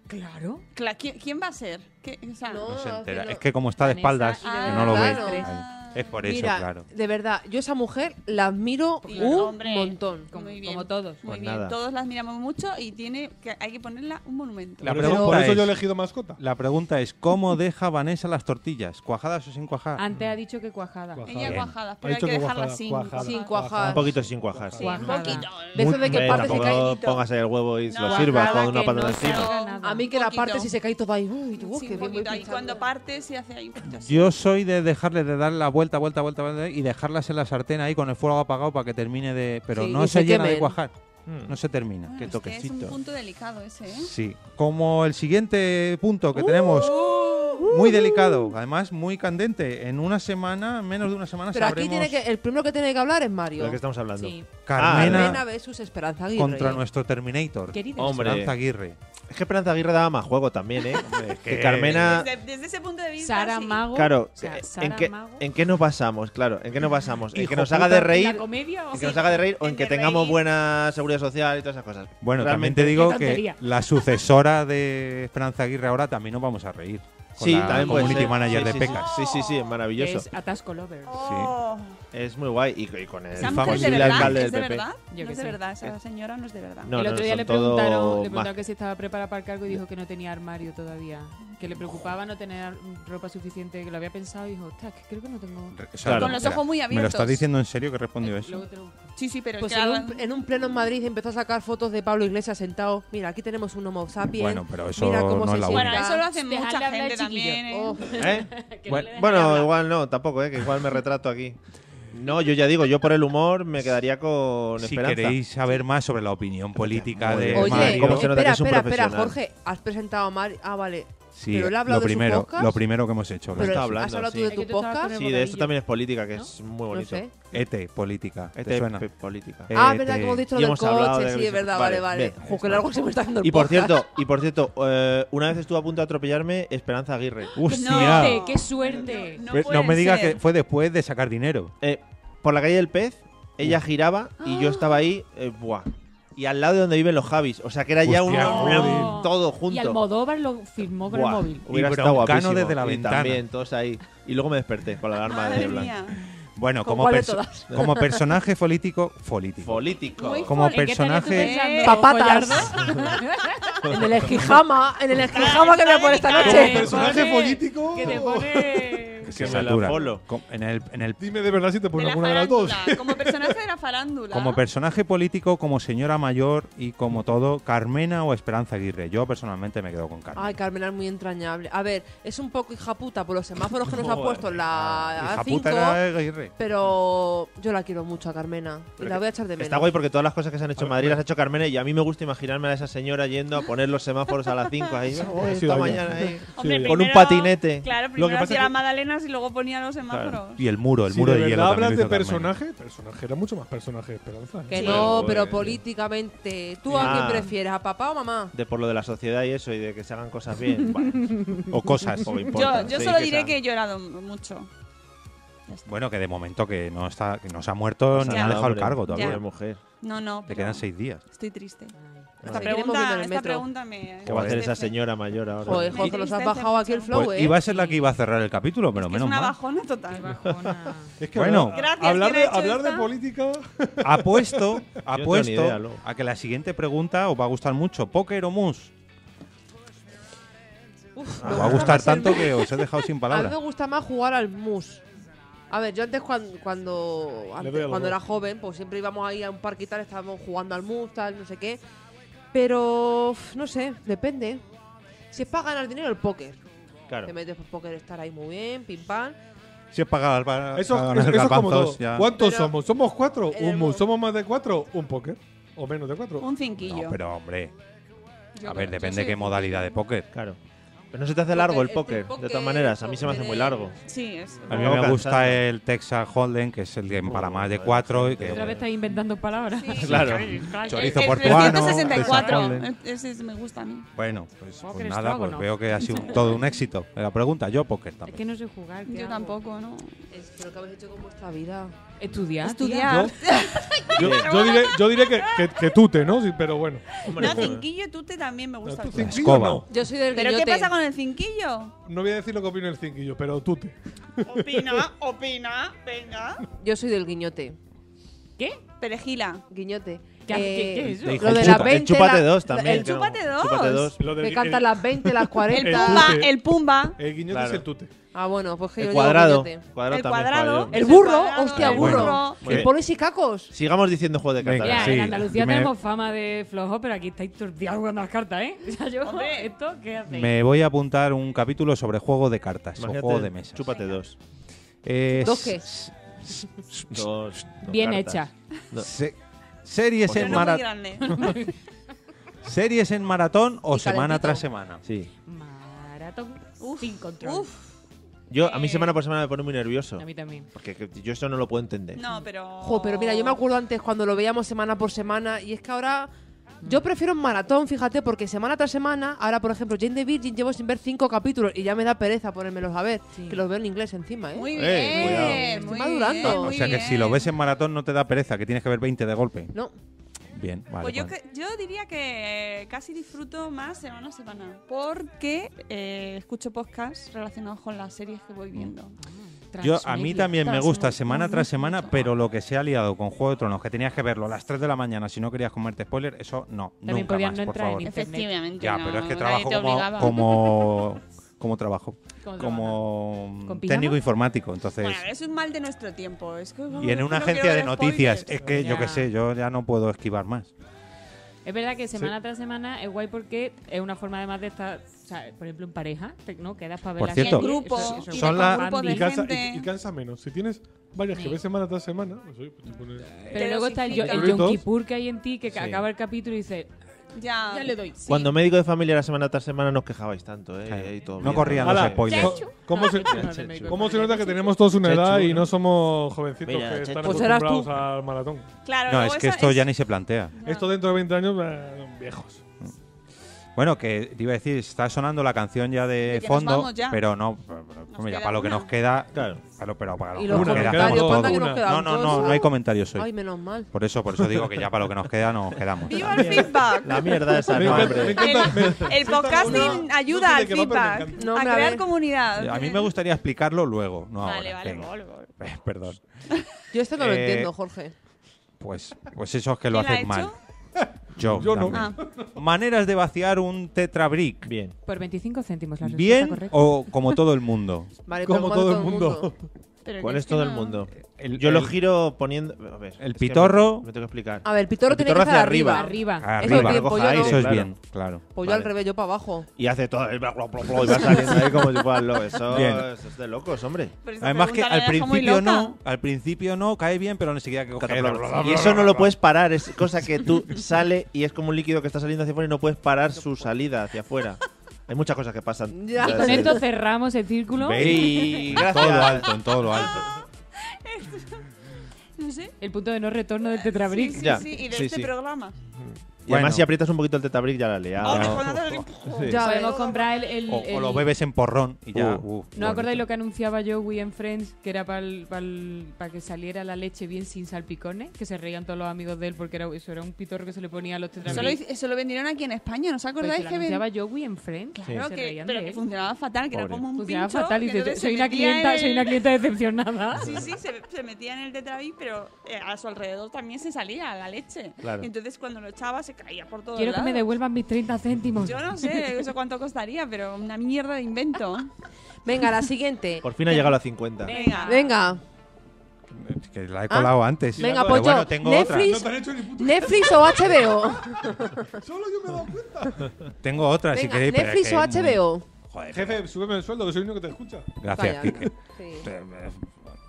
Speaker 5: Claro.
Speaker 3: Cla- ¿Quién, quién va a ser? ¿Qué- o sea,
Speaker 9: No.
Speaker 2: No se
Speaker 9: que
Speaker 2: entera.
Speaker 9: no.
Speaker 2: Es que como está de
Speaker 5: Vanessa
Speaker 2: espaldas,
Speaker 5: y de
Speaker 3: ah,
Speaker 2: que no lo ve.
Speaker 9: verdad,
Speaker 5: tres.
Speaker 2: Ahí. Es por eso,
Speaker 9: Mira,
Speaker 2: claro.
Speaker 9: de verdad, yo esa mujer la admiro
Speaker 3: Y
Speaker 9: un
Speaker 3: hombre.
Speaker 9: montón.
Speaker 5: Como,
Speaker 3: Muy bien.
Speaker 5: como todos.
Speaker 3: Muy
Speaker 6: Pues
Speaker 3: bien,
Speaker 6: nada.
Speaker 3: todos las miramos mucho y tiene que hay que ponerla un monumento.
Speaker 2: La
Speaker 4: por, eso,
Speaker 2: pregunta
Speaker 4: por eso
Speaker 2: es-
Speaker 4: yo he elegido mascota.
Speaker 2: La pregunta es, ¿cómo deja Vanessa las tortillas? ¿Cuajadas o sin cuajar?
Speaker 3: Ah,
Speaker 5: Antes ha dicho que cuajada.
Speaker 3: Ella
Speaker 2: Bien.
Speaker 3: cuajadas,
Speaker 4: Ah. Ha
Speaker 3: pero hay
Speaker 4: dicho
Speaker 3: que
Speaker 4: que
Speaker 3: dejarla
Speaker 4: cuajada,
Speaker 3: sin,
Speaker 4: cuajada.
Speaker 9: sin cuajar.
Speaker 6: Un poquito sin cuajar. sí.
Speaker 5: Cuajada.
Speaker 9: De eso de que
Speaker 6: Hombre,
Speaker 9: parte se
Speaker 6: tampoco
Speaker 9: cae.
Speaker 6: pongas ahí el huevo y
Speaker 3: No,
Speaker 6: lo sirvas
Speaker 5: nada
Speaker 6: con una
Speaker 5: que
Speaker 6: patata
Speaker 5: no sea-
Speaker 6: encima.
Speaker 9: A mí que la
Speaker 3: Poquito.
Speaker 9: parte si se cae todo ahí. Uy, tú,
Speaker 3: Sí,
Speaker 9: qué
Speaker 3: un
Speaker 9: bien voy
Speaker 3: poquito. Y
Speaker 9: pinchando.
Speaker 3: cuando parte se hace ahí un poquito así.
Speaker 2: Yo soy de dejarle de dar la vuelta, vuelta, vuelta, vuelta y dejarlas en la sartén ahí con el fuego apagado para que termine de. Pero
Speaker 9: Sí,
Speaker 2: no
Speaker 9: y
Speaker 2: se,
Speaker 9: se
Speaker 2: llena de
Speaker 9: quemen.
Speaker 2: cuajar,
Speaker 6: Mm.
Speaker 2: no se termina.
Speaker 3: Bueno,
Speaker 2: Qué
Speaker 3: es que Es
Speaker 2: toquecito.
Speaker 3: un punto delicado ese, ¿eh?
Speaker 2: Sí. Como el siguiente punto que tenemos, muy delicado, además muy candente. En una semana, menos de una semana,
Speaker 9: Pero aquí
Speaker 2: sabremos
Speaker 9: tiene que, el primero que tiene que hablar es
Speaker 6: De lo
Speaker 9: Mario.
Speaker 6: que estamos hablando.
Speaker 5: Sí.
Speaker 9: Carmena
Speaker 2: Carmena
Speaker 9: versus Esperanza Aguirre.
Speaker 2: contra nuestro Terminator.
Speaker 5: Queridos.
Speaker 6: Hombre.
Speaker 2: Esperanza Aguirre.
Speaker 6: Es que Esperanza Aguirre daba más juego también, ¿eh?
Speaker 2: es
Speaker 6: que
Speaker 2: que-
Speaker 6: Carmena.
Speaker 3: Desde, desde ese punto de vista.
Speaker 5: Sara
Speaker 3: sí.
Speaker 5: Mago.
Speaker 6: Claro,
Speaker 5: o sea,
Speaker 6: eh,
Speaker 5: Sara
Speaker 6: ¿en, qué,
Speaker 5: Mago.
Speaker 6: ¿en qué nos basamos? Claro, ¿en qué nos basamos? ¿En
Speaker 2: Hijo
Speaker 6: que nos haga
Speaker 2: puta.
Speaker 6: de
Speaker 5: ¿En la
Speaker 6: reír?
Speaker 5: comedia o
Speaker 6: ¿En que nos haga de reír o en que
Speaker 3: de
Speaker 6: tengamos
Speaker 3: reír.
Speaker 6: buena seguridad social y todas esas cosas?
Speaker 2: Bueno, también
Speaker 6: Ah, Realmente-
Speaker 2: te digo
Speaker 5: Qué
Speaker 2: que
Speaker 5: tontería.
Speaker 2: la sucesora de Esperanza Aguirre ahora también nos vamos a reír. Con
Speaker 6: Sí,
Speaker 2: la
Speaker 6: también puede
Speaker 2: community
Speaker 6: ser.
Speaker 2: manager
Speaker 6: Sí,
Speaker 2: de
Speaker 6: sí, sí.
Speaker 2: Pecas.
Speaker 6: Sí, sí, sí, es maravilloso.
Speaker 5: Es Atasco Lover.
Speaker 3: Oh.
Speaker 6: Es muy guay. Y, y con el
Speaker 3: Esa mujer es de
Speaker 6: posible
Speaker 3: verdad,
Speaker 6: alcalde
Speaker 3: ¿Es
Speaker 6: del
Speaker 3: de
Speaker 6: PP.
Speaker 5: Yo
Speaker 3: verdad? no
Speaker 5: que
Speaker 3: es de
Speaker 5: sé. Eh,
Speaker 3: verdad, esa señora no es de verdad.
Speaker 6: No,
Speaker 5: el
Speaker 6: no,
Speaker 5: otro día
Speaker 6: son
Speaker 5: le
Speaker 6: todo
Speaker 5: preguntaron, le
Speaker 6: más-
Speaker 5: preguntaron que si estaba preparada para el cargo y dijo que no tenía armario todavía. Que le preocupaba no tener ropa suficiente, que lo había pensado y dijo, "Ostras, que creo que no tengo.
Speaker 2: O sea,
Speaker 6: Claro.
Speaker 3: Con los
Speaker 2: espera,
Speaker 3: ojos muy
Speaker 2: ¿Me lo
Speaker 3: abiertos.
Speaker 2: estás diciendo en serio que respondió eso?
Speaker 5: Luego te lo busco.
Speaker 3: Sí, sí, pero
Speaker 9: Pues
Speaker 3: es que
Speaker 9: en
Speaker 3: ahora-
Speaker 9: un, en un pleno en Madrid empezó a sacar fotos de Pablo Iglesias sentado. Mira, aquí tenemos un Homo sapiens.
Speaker 2: Bueno, pero eso
Speaker 9: Mira cómo
Speaker 2: no
Speaker 9: se
Speaker 2: es la
Speaker 9: sienta.
Speaker 3: Bueno, eso lo hace
Speaker 5: Dejadle
Speaker 3: mucha
Speaker 5: hablar,
Speaker 3: gente
Speaker 5: chiquillo.
Speaker 3: también. ¿eh?
Speaker 9: Oh.
Speaker 6: ¿Eh?
Speaker 5: Que no
Speaker 2: Bueno,
Speaker 5: le dejan
Speaker 6: Bueno,
Speaker 5: hablar.
Speaker 6: igual no, tampoco, ¿eh? que igual me retrato aquí. No, yo ya digo, yo por el humor me quedaría con
Speaker 2: Si
Speaker 6: Esperanza.
Speaker 2: queréis saber más sobre la opinión política
Speaker 6: Muy
Speaker 2: de
Speaker 6: bien.
Speaker 9: Oye,
Speaker 2: Mario,
Speaker 6: ¿cómo se nota que
Speaker 9: espera,
Speaker 6: es un
Speaker 9: espera, espera,
Speaker 6: profesional?
Speaker 9: Jorge. Has presentado a Mario. Ah, vale.
Speaker 2: sí,
Speaker 9: pero él ha hablado
Speaker 2: lo
Speaker 9: de su
Speaker 2: primero,
Speaker 9: podcast.
Speaker 2: lo primero que hemos hecho,
Speaker 9: Pero
Speaker 6: está
Speaker 9: has
Speaker 6: hablando,
Speaker 9: hablado Ah, tú
Speaker 6: sí.
Speaker 9: de
Speaker 5: Es
Speaker 9: tu
Speaker 5: que tú estabas con
Speaker 9: podcast.
Speaker 5: el
Speaker 6: Sí, de esto
Speaker 5: bocadillo.
Speaker 6: también es política, que
Speaker 5: ¿No?
Speaker 6: es muy
Speaker 9: No
Speaker 6: bonito.
Speaker 9: sé.
Speaker 2: ETE política, ¿te
Speaker 6: Este
Speaker 2: suena?
Speaker 6: es política.
Speaker 2: Eh,
Speaker 9: ah, verdad
Speaker 2: te-
Speaker 9: que hemos dicho lo
Speaker 6: y
Speaker 9: del
Speaker 6: hemos hablado
Speaker 9: coche.
Speaker 6: de
Speaker 9: Sí,
Speaker 6: que-
Speaker 9: es verdad, vale,
Speaker 6: vale,
Speaker 9: vale.
Speaker 6: bien.
Speaker 9: Ojo, que largo se me está haciendo el
Speaker 6: Y por
Speaker 9: podcast.
Speaker 6: cierto, y por cierto, eh, una vez estuvo a punto de atropellarme Esperanza Aguirre.
Speaker 2: Hostia.
Speaker 5: Gente, ¡Qué suerte!
Speaker 2: Ve-
Speaker 3: puede
Speaker 2: me digas
Speaker 3: ser.
Speaker 2: que fue después de sacar dinero.
Speaker 6: Eh, por la calle del Pez, ella giraba y yo estaba ahí, eh, buah. Y al lado de donde viven los Javis, o sea que era ya un,
Speaker 2: Hostia,
Speaker 6: un- todo
Speaker 5: Y
Speaker 6: junto.
Speaker 5: Almodóvar lo firmó con
Speaker 6: Buah,
Speaker 5: el móvil.
Speaker 6: Hubiera
Speaker 2: Y
Speaker 6: estado
Speaker 2: Broncano
Speaker 6: guapísimo.
Speaker 2: desde la
Speaker 6: Y
Speaker 2: ventana.
Speaker 6: También, todos ahí. Y luego me desperté con la alarma de
Speaker 3: Madre
Speaker 6: Blanc.
Speaker 3: mía.
Speaker 2: Bueno,
Speaker 9: ¿Con
Speaker 2: como,
Speaker 9: cuál de
Speaker 2: perso-
Speaker 9: todas?
Speaker 2: como personaje político, político.
Speaker 6: Político.
Speaker 3: Muy
Speaker 2: Como
Speaker 5: ¿En qué estarías tú
Speaker 2: personaje,
Speaker 5: pensando,
Speaker 9: Papatas.
Speaker 5: Pollardo?
Speaker 9: En el esquijama, en el esquijama que me voy a poner esta
Speaker 5: Como
Speaker 4: Como
Speaker 9: noche.
Speaker 5: Che,
Speaker 4: personaje
Speaker 5: pone-
Speaker 4: político.
Speaker 5: que te pone...
Speaker 6: que
Speaker 2: se
Speaker 6: me la
Speaker 2: satura.
Speaker 6: folo.
Speaker 2: Com- En el, en el,
Speaker 4: Dime de verdad si te
Speaker 3: De
Speaker 4: pones
Speaker 3: la
Speaker 4: alguna de las dos.
Speaker 3: farándula, como personaje de la farándula.
Speaker 2: como personaje político, como señora mayor y como todo, Carmena o Esperanza Aguirre. Yo personalmente me quedo con Carmena.
Speaker 9: Ay, Carmela es muy entrañable. A ver, es un poco hija puta por los semáforos que nos ha
Speaker 2: Joder,
Speaker 9: puesto en la
Speaker 2: Hija
Speaker 9: A5,
Speaker 2: puta era Aguirre.
Speaker 9: pero yo la quiero mucho a Carmena y la voy a echar de menos.
Speaker 6: Está guay porque todas las cosas que se han hecho en Madrid las ha hecho Carmen y a mí me gusta imaginarme a esa señora yendo a poner los semáforos a las 5 ahí "Oh,
Speaker 4: Sí,
Speaker 6: esta
Speaker 4: vaya.
Speaker 6: mañana ahí.
Speaker 3: Hombre,
Speaker 6: Con un
Speaker 3: primero-
Speaker 6: patinete.
Speaker 3: Claro,
Speaker 4: Lo que
Speaker 3: primero
Speaker 4: pasa
Speaker 3: hacía
Speaker 4: es que-
Speaker 3: las magdalenas y luego ponía los semáforos.
Speaker 2: Y el muro, el
Speaker 4: si
Speaker 2: muro
Speaker 4: de
Speaker 2: de, hielo. también
Speaker 4: verdad
Speaker 2: lo
Speaker 4: hablas de
Speaker 2: hizo Carmena.
Speaker 4: personaje, personaje era mucho más personaje de Esperanza. ¿eh?
Speaker 9: Que
Speaker 3: Sí.
Speaker 9: no,
Speaker 6: Joder.
Speaker 9: pero políticamente, ¿tú a
Speaker 6: Ah.
Speaker 9: quién prefieres, a papá o mamá?
Speaker 6: De por lo de la sociedad y eso, y de que se hagan cosas bien.
Speaker 2: O cosas.
Speaker 6: Poco importa.
Speaker 3: Yo, yo
Speaker 6: Sí,
Speaker 3: solo
Speaker 6: que
Speaker 3: diré
Speaker 6: sean-
Speaker 3: que he llorado mucho.
Speaker 2: Bueno, que de momento que no está, que no se ha muerto
Speaker 6: pasa
Speaker 2: ni
Speaker 3: Ya.
Speaker 2: ha
Speaker 6: nada,
Speaker 2: dejado el
Speaker 6: hombre.
Speaker 2: cargo
Speaker 3: Ya.
Speaker 2: todavía.
Speaker 6: Pobre mujer.
Speaker 3: No, no.
Speaker 2: Te
Speaker 3: pero
Speaker 2: quedan seis días.
Speaker 3: Estoy triste. Esta
Speaker 9: Seguiremos viendo en
Speaker 3: pregunta,
Speaker 9: el
Speaker 3: esta
Speaker 9: metro.
Speaker 3: pregunta me.
Speaker 6: ¿Qué va a hacer esa
Speaker 3: entristece.
Speaker 6: señora mayor ahora?
Speaker 9: Joder,
Speaker 3: Me
Speaker 9: José, los has
Speaker 3: entristece
Speaker 9: bajado aquí el
Speaker 3: mucho.
Speaker 9: flow,
Speaker 2: Pues
Speaker 9: ¿eh?
Speaker 2: iba a ser la que iba a cerrar el capítulo, pero
Speaker 3: Es que es
Speaker 2: menos
Speaker 3: una
Speaker 2: mal.
Speaker 3: bajona total.
Speaker 5: Bajona.
Speaker 4: Es que
Speaker 2: Bueno.
Speaker 4: hablar,
Speaker 3: Gracias,
Speaker 4: hablar
Speaker 3: ¿quién ha
Speaker 4: de,
Speaker 3: hecho
Speaker 4: hablar de
Speaker 3: esta?
Speaker 4: política.
Speaker 2: Apuesto, apuesto
Speaker 6: idea, luego.
Speaker 2: a que la siguiente pregunta os va a gustar mucho. ¿Póker o mus?
Speaker 9: Uf, me
Speaker 2: Os va a
Speaker 9: gusta
Speaker 2: gustar
Speaker 9: más el
Speaker 2: tanto que os he dejado sin
Speaker 9: A mí me
Speaker 2: palabras.
Speaker 9: gusta más jugar al mus. A ver, yo antes cuando cuando, antes,
Speaker 4: doy a los
Speaker 9: cuando
Speaker 4: dos.
Speaker 9: era joven, pues siempre íbamos ahí a un parque y tal, estábamos jugando al mus, tal, no sé qué. Pero uf, no sé, depende. Si es para ganar dinero el póker.
Speaker 6: Claro.
Speaker 9: Te metes por póker estar ahí muy bien, pim pam.
Speaker 2: Si es pagar para
Speaker 4: Eso,
Speaker 2: para
Speaker 4: eso-
Speaker 2: ganar
Speaker 4: eso es como
Speaker 2: garbanzos,
Speaker 4: todo.
Speaker 2: ya.
Speaker 4: ¿Cuántos
Speaker 9: Pero-
Speaker 4: somos? ¿Somos cuatro?
Speaker 9: En el
Speaker 4: Un mus.
Speaker 9: mundo.
Speaker 4: ¿Somos más de cuatro? Un póker. ¿O menos de cuatro?
Speaker 3: Un
Speaker 2: No,
Speaker 3: cinquillo.
Speaker 2: pero hombre,
Speaker 9: Yo
Speaker 2: a
Speaker 9: creo-
Speaker 2: ver,
Speaker 9: yo
Speaker 2: depende
Speaker 9: soy
Speaker 2: qué
Speaker 9: de-
Speaker 2: modalidad de póker.
Speaker 6: Claro. Pero no se te hace
Speaker 9: Póker,
Speaker 6: largo el
Speaker 9: el
Speaker 6: póker,
Speaker 9: póker,
Speaker 6: de todas maneras. A mí se me hace muy largo.
Speaker 3: Sí, es.
Speaker 2: A mí
Speaker 6: Luego
Speaker 2: me gusta
Speaker 6: cansado.
Speaker 2: el Texas Hold'em, que es el que para más de
Speaker 6: Oh, Joder,
Speaker 2: cuatro y
Speaker 6: gente.
Speaker 2: que
Speaker 5: Otra vez estáis inventando palabras.
Speaker 3: Sí.
Speaker 6: Claro.
Speaker 2: chorizo
Speaker 3: El- el
Speaker 2: portuano.
Speaker 3: 364.
Speaker 2: Texas Hold'em.
Speaker 3: Ese es- me gusta a mí.
Speaker 2: Bueno, pues,
Speaker 5: Póker
Speaker 2: pues
Speaker 5: es
Speaker 2: nada,
Speaker 5: trago,
Speaker 2: pues
Speaker 5: ¿no?
Speaker 2: veo que ha sido un- todo un éxito. La pregunta, yo póker
Speaker 5: Es
Speaker 2: también.
Speaker 5: que no sé jugar. ¿qué
Speaker 3: Yo
Speaker 5: hago?
Speaker 3: tampoco, ¿no?
Speaker 9: Es que lo que habéis hecho con vuestra vida.
Speaker 5: Estudiar. tía.
Speaker 3: Estudiar.
Speaker 4: Yo, yo diré, yo diré que, que, que tute, ¿no? Sí, pero bueno.
Speaker 6: Hombre,
Speaker 3: No, cinquillo y tute también me gusta.
Speaker 4: Tú
Speaker 2: La
Speaker 3: el
Speaker 4: cinquillo,
Speaker 3: tute.
Speaker 2: escoba.
Speaker 4: No.
Speaker 9: Yo soy del
Speaker 3: ¿Pero qué
Speaker 9: guillote.
Speaker 3: pasa con el cinquillo?
Speaker 4: no voy a decir lo que opino el cinquillo, pero tute.
Speaker 3: Opina, opina, venga.
Speaker 9: Yo soy del guiñote.
Speaker 5: ¿Qué?
Speaker 3: Perejila.
Speaker 9: Guiñote.
Speaker 5: ¿Qué- qué-
Speaker 9: Eh,
Speaker 5: qué es eso?
Speaker 6: Le dijo,
Speaker 9: Lo de
Speaker 6: "Chupa-
Speaker 9: las
Speaker 6: el
Speaker 9: 20.
Speaker 6: chúpate
Speaker 9: la-
Speaker 6: dos también.
Speaker 9: el
Speaker 6: que no-
Speaker 3: chúpate dos.
Speaker 6: Chúpate dos.
Speaker 4: Lo del-
Speaker 9: Me cantan
Speaker 4: el-
Speaker 9: las 20, las
Speaker 3: El
Speaker 9: 40.
Speaker 4: pumba.
Speaker 3: pumba,
Speaker 4: tute.
Speaker 3: el pumba.
Speaker 4: El guiñote
Speaker 6: Claro.
Speaker 4: es el tute.
Speaker 9: Ah, bueno, pues que yo
Speaker 6: El
Speaker 9: digo
Speaker 6: cuadrado.
Speaker 9: guillote.
Speaker 6: cuadrado
Speaker 3: El
Speaker 6: también
Speaker 3: cuadrado.
Speaker 6: estaba yo.
Speaker 9: El burro,
Speaker 3: cuadrado,
Speaker 9: hostia,
Speaker 3: el
Speaker 9: burro.
Speaker 3: burro.
Speaker 6: Muy
Speaker 9: El
Speaker 2: Eh,
Speaker 6: bien.
Speaker 9: polis y cacos.
Speaker 6: Sigamos diciendo juego de
Speaker 2: Venga,
Speaker 6: catalán.
Speaker 5: Ya,
Speaker 2: sí.
Speaker 5: en Andalucía
Speaker 2: Dime-
Speaker 5: tenemos fama de flojo, pero aquí estáis todos los días jugando a las cartas, ¿eh? O sea, yo,
Speaker 3: Hombre.
Speaker 5: ¿esto qué hacéis?
Speaker 2: Me voy a apuntar un capítulo sobre juego de cartas
Speaker 6: Imagínate,
Speaker 2: o juego de mesa.
Speaker 6: Chúpate dos.
Speaker 2: Eh,
Speaker 9: ¿Dos qué?
Speaker 6: Dos- dos
Speaker 5: Bien
Speaker 6: cartas.
Speaker 5: hecha.
Speaker 2: se- series,
Speaker 3: Pero
Speaker 2: en
Speaker 3: no muy
Speaker 2: mara-
Speaker 3: grande.
Speaker 2: series en maratón o
Speaker 9: Y
Speaker 2: semana
Speaker 9: calentito.
Speaker 2: tras semana.
Speaker 6: Sí.
Speaker 5: Maratón
Speaker 3: Uf,
Speaker 5: sin control.
Speaker 3: Uf,
Speaker 6: Yo, a mí semana por semana me pone muy nervioso.
Speaker 5: A mí también.
Speaker 6: Porque que- yo eso no lo puedo entender.
Speaker 3: no, pero.
Speaker 9: Mm. Jo, pero mira, yo me acuerdo antes cuando lo veíamos semana por semana y es que ahora yo prefiero un maratón, fíjate, porque semana tras semana, ahora por ejemplo, Jane the Virgin llevo sin ver cinco capítulos y ya me da pereza ponérmelos a ver,
Speaker 5: Sí.
Speaker 9: que los veo en inglés encima, ¿eh?
Speaker 3: Muy bien.
Speaker 6: Eh, cuidado.
Speaker 3: muy
Speaker 9: Estoy madurando.
Speaker 3: bien,
Speaker 2: o
Speaker 3: muy
Speaker 2: sea que
Speaker 3: bien.
Speaker 2: si lo ves en maratón no te da pereza, que tienes que ver 20 de golpe.
Speaker 9: No,
Speaker 2: Bien, vale.
Speaker 3: Pues yo,
Speaker 2: vale.
Speaker 3: que- yo diría que eh, casi disfruto más semana a semana porque eh, escucho podcasts relacionados con las series que voy viendo.
Speaker 2: Mm. Ah, Yo- a mí también me gusta semana tras semana, pero lo que se ha liado con Juego de Tronos, que tenías que verlo a las 3 de la mañana si no querías comerte spoiler, eso no,
Speaker 5: También
Speaker 2: nunca
Speaker 5: podías
Speaker 2: más,
Speaker 5: no
Speaker 2: por
Speaker 5: entrar en
Speaker 2: favor.
Speaker 5: Internet.
Speaker 3: Efectivamente.
Speaker 2: Ya,
Speaker 3: no,
Speaker 2: pero es que
Speaker 3: nadie
Speaker 2: trabajo
Speaker 3: te
Speaker 2: como,
Speaker 3: obligaba.
Speaker 2: como, como trabajo,
Speaker 5: ¿Cómo
Speaker 2: como
Speaker 5: ¿Con pijama?
Speaker 2: técnico informático, entonces
Speaker 3: Bueno, es un mal de nuestro tiempo. Es que,
Speaker 2: pues, y en
Speaker 3: no
Speaker 2: una
Speaker 3: quiero
Speaker 2: agencia de
Speaker 3: ver
Speaker 2: noticias,
Speaker 3: spoilers.
Speaker 2: es que yo qué
Speaker 5: Ya.
Speaker 2: sé, yo ya no puedo esquivar más.
Speaker 5: Es verdad que semana tras semana es guay porque es una forma además de estar, o sea, por ejemplo, en pareja, te- ¿no? Quedas para ver
Speaker 2: Por
Speaker 5: la
Speaker 2: cierto,
Speaker 5: serie,
Speaker 3: Y en grupo,
Speaker 5: eso- eso
Speaker 2: y
Speaker 5: es
Speaker 2: con
Speaker 5: una
Speaker 2: grupos
Speaker 5: combi.
Speaker 3: de
Speaker 4: Y cansa, y-
Speaker 3: gente.
Speaker 4: y cansa menos. Si tienes varias que
Speaker 5: Sí.
Speaker 4: ves semana tras semana, pues, oye, pues, te pones-
Speaker 5: Pero luego está el, yo- el
Speaker 4: Burritos.
Speaker 5: Yom Kippur que hay en ti que
Speaker 6: Sí.
Speaker 5: acaba el capítulo y dices,
Speaker 3: Ya.
Speaker 5: ya le doy. Sí.
Speaker 6: Cuando médico de familia la semana tras semana no os quejabais tanto, ¿eh? Y todo
Speaker 2: No
Speaker 6: bien,
Speaker 2: corrían
Speaker 6: Ala,
Speaker 2: los spoilers.
Speaker 4: Co- ¿Cómo se, cómo se nota que tenemos todos una
Speaker 6: Chechu,
Speaker 4: edad y
Speaker 6: ¿no?
Speaker 4: no somos jovencitos
Speaker 6: Mira,
Speaker 4: que están
Speaker 6: Chechu.
Speaker 9: Pues eras tú.
Speaker 4: acostumbrados al maratón?
Speaker 3: Claro,
Speaker 2: No,
Speaker 3: luego
Speaker 2: es que
Speaker 3: eso
Speaker 2: esto
Speaker 3: es-
Speaker 2: ya ni se plantea.
Speaker 3: Ya.
Speaker 4: Esto dentro de 20 años, eh, viejos.
Speaker 2: Bueno, que te iba a decir, está sonando la canción ya de
Speaker 3: De que nos
Speaker 2: fondo,
Speaker 3: vamos ya.
Speaker 2: pero no, pero- pero, hombre, ya
Speaker 3: queda
Speaker 2: para lo que
Speaker 3: una.
Speaker 2: nos queda,
Speaker 6: Claro.
Speaker 2: claro, pero para lo
Speaker 9: y
Speaker 2: que
Speaker 9: los
Speaker 4: Una,
Speaker 2: nos
Speaker 4: me
Speaker 2: queda,
Speaker 4: quedamos
Speaker 9: comentarios,
Speaker 2: todo.
Speaker 9: ¿cuánta que
Speaker 4: Una.
Speaker 9: nos quedan?
Speaker 2: No, no, no,
Speaker 9: ¿Dos?
Speaker 2: no hay comentarios
Speaker 9: Ay,
Speaker 2: hoy.
Speaker 9: menos mal.
Speaker 2: Por eso, por eso digo que ya para lo que nos queda nos quedamos.
Speaker 3: ¡Viva el feedback!
Speaker 6: La mierda esa,
Speaker 4: Me
Speaker 6: no,
Speaker 4: encanta- me
Speaker 6: hombre.
Speaker 4: encanta- me-
Speaker 3: El, el podcasting
Speaker 4: uno-
Speaker 3: ayuda
Speaker 4: uno
Speaker 3: al
Speaker 4: dice que va, pero me
Speaker 3: feedback.
Speaker 4: encanta.
Speaker 9: No,
Speaker 3: a
Speaker 9: hombre, a
Speaker 3: crear
Speaker 9: ver.
Speaker 3: comunidad.
Speaker 2: A mí me gustaría explicarlo luego, no
Speaker 3: Vale,
Speaker 2: ahora.
Speaker 3: vale,
Speaker 2: Venga.
Speaker 3: vale, vale.
Speaker 2: Eh, Perdón.
Speaker 9: Yo esto no lo
Speaker 2: Eh,
Speaker 9: entiendo, Jorge.
Speaker 2: Pues, pues esos que lo
Speaker 3: ¿Quién la
Speaker 2: hacen
Speaker 3: ha
Speaker 2: mal.
Speaker 3: hecho? Ah.
Speaker 2: Yo,
Speaker 4: Yo no.
Speaker 2: también. Maneras de vaciar un tetrabrick.
Speaker 6: Bien.
Speaker 5: Por 25 céntimos la respuesta
Speaker 2: ¿Bien
Speaker 5: correcta.
Speaker 2: o como todo el mundo?
Speaker 9: Vale,
Speaker 4: Como
Speaker 9: toma
Speaker 4: todo el mundo.
Speaker 3: Pero
Speaker 6: ¿Cuál
Speaker 3: que
Speaker 6: es todo
Speaker 3: que
Speaker 6: el
Speaker 3: no-
Speaker 6: mundo?
Speaker 2: El-
Speaker 6: Yo lo
Speaker 2: el-
Speaker 6: giro poniendo. a ver, es que me-
Speaker 2: pitorro.
Speaker 6: Me tengo que explicar.
Speaker 9: A ver, el pitorro
Speaker 6: El
Speaker 9: tiene que
Speaker 6: pitorro
Speaker 9: estar
Speaker 6: hacia
Speaker 9: arriba.
Speaker 5: Arriba.
Speaker 9: Eso es
Speaker 2: Arriba.
Speaker 9: bien,
Speaker 6: Coja
Speaker 9: pollo
Speaker 6: aire,
Speaker 9: no.
Speaker 2: Eso es
Speaker 6: claro.
Speaker 2: bien, claro.
Speaker 9: Pollo
Speaker 6: Vale.
Speaker 9: al revés, Pues yo para abajo.
Speaker 6: Y hace todo. el bla, bla, bla, bla, Y va saliendo ahí como si fuera el lobo. Eso,
Speaker 2: Bien.
Speaker 6: eso es de locos, hombre.
Speaker 3: Pero esa
Speaker 2: Además que
Speaker 3: pregunta la
Speaker 2: al
Speaker 3: deja muy
Speaker 2: principio
Speaker 3: loca.
Speaker 2: no, al principio no, cae bien, pero no se queda que coge-
Speaker 6: Y eso no lo puedes parar, es cosa que tú sale y es como un líquido que está saliendo hacia afuera y no puedes parar su salida hacia afuera. Hay muchas cosas que pasan.
Speaker 9: Ya.
Speaker 5: Y con esto cerramos el círculo.
Speaker 2: Veis, en todo lo alto, en todo lo alto.
Speaker 3: No sé.
Speaker 5: El punto de no retorno del tetrabric.
Speaker 3: Sí, sí,
Speaker 6: Ya,
Speaker 3: sí, y de
Speaker 6: sí,
Speaker 3: este
Speaker 6: sí.
Speaker 3: programa.
Speaker 6: Y además,
Speaker 2: Bueno.
Speaker 6: si aprietas un poquito el tetabric, ya la
Speaker 3: Oh,
Speaker 6: leas.
Speaker 2: Ah, no.
Speaker 3: cuando te lo empujo.
Speaker 6: Sí.
Speaker 9: Ya
Speaker 5: Podemos
Speaker 9: ves.
Speaker 5: comprar el. el-
Speaker 2: O, o
Speaker 5: el-
Speaker 2: lo bebes en porrón y ya. uh,
Speaker 6: Uh,
Speaker 5: ¿No
Speaker 2: bonito.
Speaker 5: acordáis lo que anunciaba Joey en Friends? Que era para que saliera la leche bien sin salpicones. Que se reían todos los amigos de él porque era, eso era un pitorro que se le ponía a los tetrabric.
Speaker 3: Eso lo, hice- eso lo vendieron aquí en España, ¿no os
Speaker 5: Pues que
Speaker 3: acordáis
Speaker 5: lo
Speaker 3: que ven-
Speaker 5: anunciaba Joey en Friends.
Speaker 3: Claro,
Speaker 5: se
Speaker 3: que,
Speaker 5: reían
Speaker 3: pero
Speaker 5: de
Speaker 3: que
Speaker 5: él.
Speaker 3: funcionaba fatal, que era
Speaker 6: Pobre.
Speaker 3: como un
Speaker 5: Funcionaba
Speaker 3: pincho.
Speaker 5: fatal.
Speaker 3: que
Speaker 5: Y dice,
Speaker 3: entonces se
Speaker 5: soy, una
Speaker 3: metía en
Speaker 5: clienta, soy
Speaker 3: el-
Speaker 5: una clienta decepcionada.
Speaker 3: Sí, sí, se, se metía en el tetrabric, pero eh, a su alrededor también se salía la leche.
Speaker 6: Claro.
Speaker 3: Y entonces cuando lo echaba se caía por todos
Speaker 5: Quiero que
Speaker 3: lados.
Speaker 5: me devuelvan mis 30 céntimos.
Speaker 3: Yo no sé eso cuánto costaría, pero una mierda de invento.
Speaker 9: Venga, la siguiente.
Speaker 6: Por fin ha llegado a 50.
Speaker 3: Venga.
Speaker 9: Venga,
Speaker 2: Es que la he colado antes.
Speaker 9: Ah, venga,
Speaker 2: Pero
Speaker 9: pollo.
Speaker 2: bueno, tengo
Speaker 9: Netflix,
Speaker 4: No te han hecho ni puto.
Speaker 9: Netflix o HBO.
Speaker 4: Solo yo me he dado cuenta.
Speaker 2: otra. Tengo otra, si
Speaker 9: Venga,
Speaker 2: queréis. pero
Speaker 9: Netflix
Speaker 2: es
Speaker 9: o
Speaker 2: que-
Speaker 9: HBO.
Speaker 2: Joder,
Speaker 4: Jefe, súbeme el sueldo, que soy el único que te escucha.
Speaker 2: gracias,
Speaker 9: Vaya.
Speaker 2: Kike.
Speaker 9: Sí.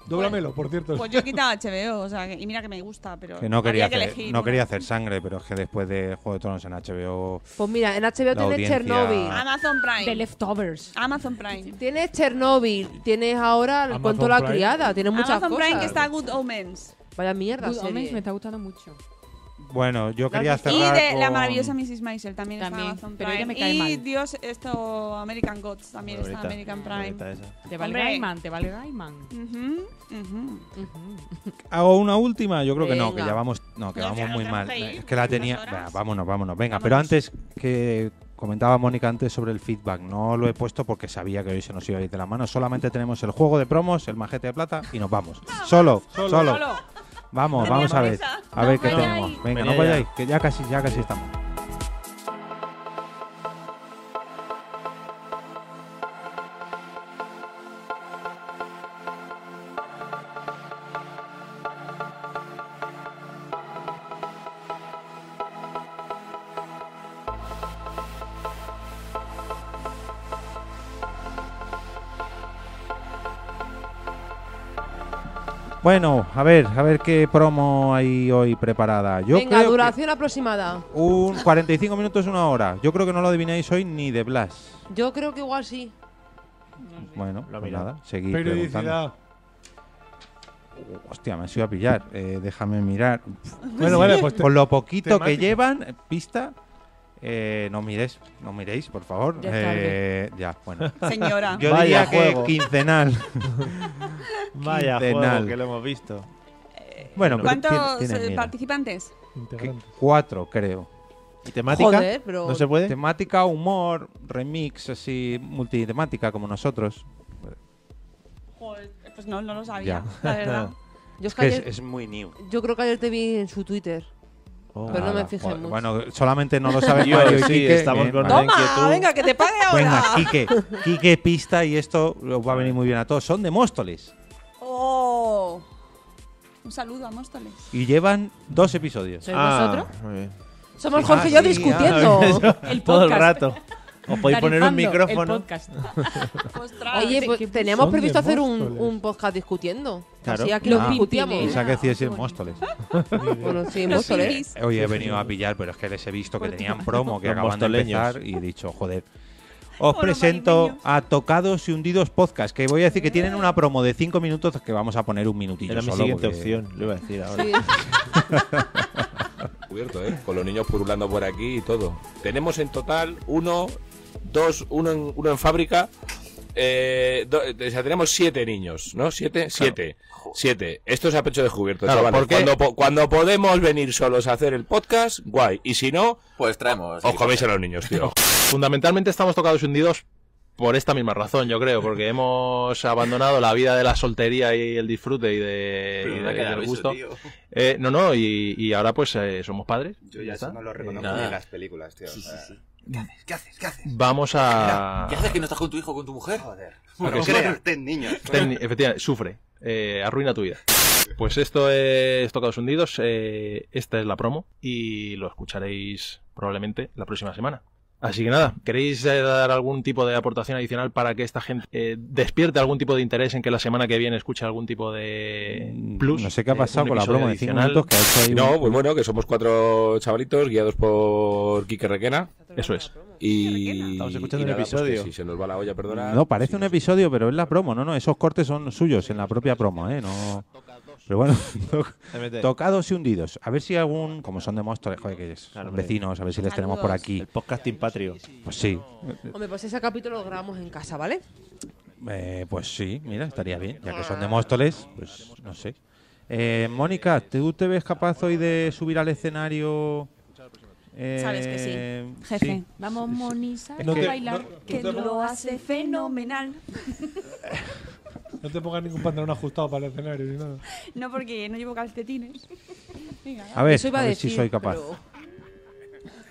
Speaker 4: Dóblamelo, por cierto.
Speaker 3: Pues yo he quitado HBO, o sea, que- y mira que me gusta, pero
Speaker 2: Que no quería,
Speaker 3: había que
Speaker 2: hacer,
Speaker 3: elegir
Speaker 2: no
Speaker 3: una.
Speaker 2: quería hacer sangre, pero es que después de Juego de Tronos en HBO.
Speaker 9: Pues mira, en
Speaker 2: La
Speaker 9: HBO tienes
Speaker 2: audiencia-
Speaker 9: Chernobyl.
Speaker 3: Amazon
Speaker 5: De
Speaker 3: Prime.
Speaker 5: leftovers.
Speaker 3: Amazon Prime.
Speaker 9: Tienes Chernobyl, tienes ahora el
Speaker 4: Amazon
Speaker 9: cuento de la
Speaker 4: Prime.
Speaker 9: criada, tienes muchas
Speaker 3: Amazon
Speaker 9: cosas.
Speaker 3: Prime que está Good Omens.
Speaker 9: Vaya mierda,
Speaker 5: Good
Speaker 9: serie.
Speaker 5: Omens me está gustando mucho.
Speaker 2: Bueno, yo quería
Speaker 9: visto?
Speaker 3: Y
Speaker 2: cerrar.
Speaker 3: de la
Speaker 2: con-
Speaker 3: maravillosa Mrs. Maisel también,
Speaker 5: También,
Speaker 3: está en Amazon
Speaker 5: pero
Speaker 3: Prime.
Speaker 5: ella me cae
Speaker 3: y
Speaker 5: mal.
Speaker 3: Dios, esto American Gods también está en
Speaker 6: Ahorita,
Speaker 3: American Prime.
Speaker 6: ahorita esa.
Speaker 5: Te vale
Speaker 3: Hombre.
Speaker 5: Gaiman, te vale Gaiman.
Speaker 3: Ujú, ujú.
Speaker 2: ¿Hago una última? Yo creo que no, que
Speaker 9: Venga.
Speaker 2: ya vamos. No, que
Speaker 3: No,
Speaker 2: vamos
Speaker 3: ya,
Speaker 2: muy
Speaker 3: tenemos
Speaker 2: mal.
Speaker 3: que ir.
Speaker 2: Es que la tenía.
Speaker 3: Unas horas.
Speaker 2: Va, vámonos, vámonos. Venga, pero
Speaker 3: Vámonos.
Speaker 2: antes que comentaba Mónica antes sobre el feedback, no lo he puesto porque sabía que hoy se nos iba a ir de la mano. Solamente tenemos el juego de promos, el majete de plata y nos vamos. Solo, solo. Vamos, vamos a ver. A ver qué tenemos. Venga, no
Speaker 6: Venid
Speaker 2: vayáis, que ya casi, ya casi estamos. Bueno, a ver, a ver qué promo hay hoy preparada. Yo
Speaker 9: Venga,
Speaker 2: creo que
Speaker 9: duración aproximada.
Speaker 2: un 45 minutos, una hora. Yo creo que no lo adivináis hoy ni de Blas.
Speaker 9: Yo creo que igual sí.
Speaker 2: Bueno,
Speaker 6: Lo
Speaker 2: pues
Speaker 6: mira.
Speaker 2: nada, seguid preguntando.
Speaker 4: Periodicidad.
Speaker 2: Hostia, me has ido a pillar. Eh, déjame mirar.
Speaker 4: Bueno, vale, pues te-
Speaker 2: Con lo poquito que
Speaker 4: temática.
Speaker 2: llevan, eh, pista. eh, no miréis, no miréis, por favor.
Speaker 5: Ya es tarde.
Speaker 2: Eh, ya, bueno.
Speaker 3: Señora.
Speaker 2: Yo
Speaker 6: Vaya
Speaker 2: diría
Speaker 6: juego.
Speaker 2: que quincenal.
Speaker 6: Vaya
Speaker 2: Quincenal.
Speaker 6: juego que lo hemos visto.
Speaker 5: Eh,
Speaker 2: bueno, pero
Speaker 3: ¿Cuántos
Speaker 2: tiene- tiene
Speaker 3: eh,
Speaker 2: mira,
Speaker 3: participantes?
Speaker 2: que
Speaker 4: Integrantes.
Speaker 2: cuatro, creo.
Speaker 6: ¿Y temática?
Speaker 9: Joder, pero-
Speaker 6: ¿No se puede?
Speaker 2: Temática, humor, remix, así, multitemática, como nosotros.
Speaker 3: Joder, Pues no, no lo sabía,
Speaker 2: Ya.
Speaker 3: la verdad.
Speaker 9: Yo, es que
Speaker 2: Que es,
Speaker 9: ayer-
Speaker 2: es muy new.
Speaker 9: yo creo que ayer te vi en su Twitter. Pero no me
Speaker 2: Nada,
Speaker 9: fijé
Speaker 2: joder,
Speaker 9: mucho.
Speaker 2: Bueno, solamente no lo sabe
Speaker 6: Yo,
Speaker 2: Mario y
Speaker 6: Pues sí,
Speaker 2: Quique,
Speaker 6: estamos
Speaker 2: que-
Speaker 6: con-
Speaker 2: vale.
Speaker 9: ¡Toma!
Speaker 6: inquietud.
Speaker 9: Venga, que te pague ahora.
Speaker 2: Venga, Quique, Quique pista y esto os va a venir muy bien a todos. Son de Móstoles
Speaker 3: Oh. Un saludo a Móstoles.
Speaker 2: y llevan dos episodios.
Speaker 5: ¿Sois
Speaker 6: Ah,
Speaker 5: vosotros?
Speaker 6: muy bien.
Speaker 9: Somos Jorge y yo
Speaker 2: Ah, sí,
Speaker 9: discutiendo.
Speaker 5: El
Speaker 6: Todo el
Speaker 5: podcast.
Speaker 6: rato. Os podéis poner un
Speaker 5: Tarifando el
Speaker 6: micrófono.
Speaker 5: podcast.
Speaker 3: Ostras.
Speaker 9: Oye,
Speaker 5: qué-
Speaker 9: pues
Speaker 5: qué
Speaker 9: teníamos
Speaker 4: son
Speaker 9: previsto
Speaker 4: de
Speaker 9: hacer un,
Speaker 4: Móstoles.
Speaker 9: un podcast discutiendo.
Speaker 6: Claro.
Speaker 9: Así aquí
Speaker 5: Lo
Speaker 9: lo discutíamos.
Speaker 5: pipines.
Speaker 2: Pensaba Ah. que decía decir Móstoles.
Speaker 9: Bueno, sí, Pues en
Speaker 3: Los
Speaker 9: Móstoles.
Speaker 3: hippies.
Speaker 2: Hoy he venido a pillar, pero es que les he visto que tenían promo que
Speaker 6: Los
Speaker 2: acaban de
Speaker 6: mostoleños.
Speaker 2: empezar y he dicho, joder. Os
Speaker 3: Hola,
Speaker 2: presento
Speaker 3: marimeños.
Speaker 2: a Tocados y Hundidos Podcast, que voy a decir que tienen una promo de 5 minutos que vamos a poner un minutillo.
Speaker 6: Era mi
Speaker 2: solo
Speaker 6: siguiente
Speaker 2: porque-
Speaker 6: opción, lo iba a decir ahora.
Speaker 9: Sí.
Speaker 11: cubierto, ¿eh? Con los niños purulando por aquí y todo. Tenemos en total uno, dos, uno en, uno en fábrica. eh, do- o sea, tenemos siete niños, ¿no? Siete, siete, siete. Esto es a pecho descubierto,
Speaker 12: Claro,
Speaker 11: chavales.
Speaker 12: porque-
Speaker 11: Cuando, po- cuando podemos venir solos a hacer el podcast, guay. Y si no,
Speaker 12: Pues traemos.
Speaker 11: os coméis a los niños, tío.
Speaker 13: Fundamentalmente estamos tocados y hundidos
Speaker 11: por esta misma razón, yo creo, porque hemos abandonado la vida de la soltería y el disfrute y, de,
Speaker 4: Pero
Speaker 11: y
Speaker 4: me
Speaker 11: de-
Speaker 4: ha quedado
Speaker 11: del
Speaker 4: eso,
Speaker 11: gusto.
Speaker 4: tío.
Speaker 11: Eh, no, no, y, y ahora pues eh, somos padres.
Speaker 4: Yo ya
Speaker 11: ¿Ya
Speaker 4: eso
Speaker 11: está?
Speaker 4: no lo
Speaker 11: Y
Speaker 4: reconozco ni
Speaker 11: nada.
Speaker 4: en las películas, tío. o sea,
Speaker 11: ¿Qué
Speaker 4: haces? ¿Qué haces? ¿Qué haces?
Speaker 11: Vamos a...
Speaker 4: Mira, ¿Qué haces que no estás con tu hijo o con tu mujer? Joder. Bueno,
Speaker 11: Porque
Speaker 4: creas,
Speaker 11: sufre.
Speaker 4: ten niños.
Speaker 11: Ten- efectivamente, sufre. Eh, arruina tu vida. Pues esto es Tocados Hundidos. eh, esta es la promo y lo escucharéis probablemente la próxima semana. Así que nada, ¿queréis eh, dar algún tipo de aportación adicional para que esta gente eh, despierte algún tipo de interés en que la semana que viene escuche algún tipo de plus?
Speaker 2: Mm, No sé qué ha
Speaker 11: eh,
Speaker 2: pasado
Speaker 11: un
Speaker 2: con la
Speaker 11: episodio
Speaker 2: broma de cinco
Speaker 11: adicional?
Speaker 2: minutos que ha hecho ahí
Speaker 11: No,
Speaker 2: un-
Speaker 11: pues bueno, que somos cuatro chavalitos guiados por Quique Requena. Eso es. Y
Speaker 6: Estamos escuchando
Speaker 11: y
Speaker 6: un
Speaker 11: nada, pues
Speaker 6: episodio.
Speaker 11: que si se nos va la olla, perdona.
Speaker 2: No, parece un episodio, pero es la promo, no, no, esos cortes son suyos en la propia promo, ¿eh? No... Pero bueno, to-
Speaker 6: MT.
Speaker 2: tocados y hundidos. A ver si algún, como son de monstruos, joder, que son
Speaker 6: Claro, hombre.
Speaker 2: vecinos, a ver si les tenemos por
Speaker 9: Saludos.
Speaker 2: aquí. El
Speaker 6: podcasting patrio.
Speaker 2: Pues sí,
Speaker 9: Hombre, pues ese capítulo lo grabamos en casa, ¿vale?
Speaker 2: eh, pues sí, mira, estaría bien, ya que son de Móstoles, pues no sé. Eh, Mónica, ¿tú te ves capaz hoy de subir al escenario?
Speaker 3: Sabes que sí.
Speaker 2: Eh,
Speaker 3: Jefe.
Speaker 2: sí.
Speaker 8: Vamos, Monisa,
Speaker 2: No
Speaker 8: a
Speaker 2: te-
Speaker 8: bailar,
Speaker 2: no-
Speaker 8: que
Speaker 3: no te-
Speaker 8: lo hace
Speaker 3: fenomenal.
Speaker 14: No te pongas ningún pantalón ajustado para el escenario ni nada.
Speaker 3: No, porque no llevo calcetines. Venga,
Speaker 2: A ver,
Speaker 3: Eso iba
Speaker 2: a ver
Speaker 3: decir,
Speaker 2: si soy capaz.
Speaker 3: pero-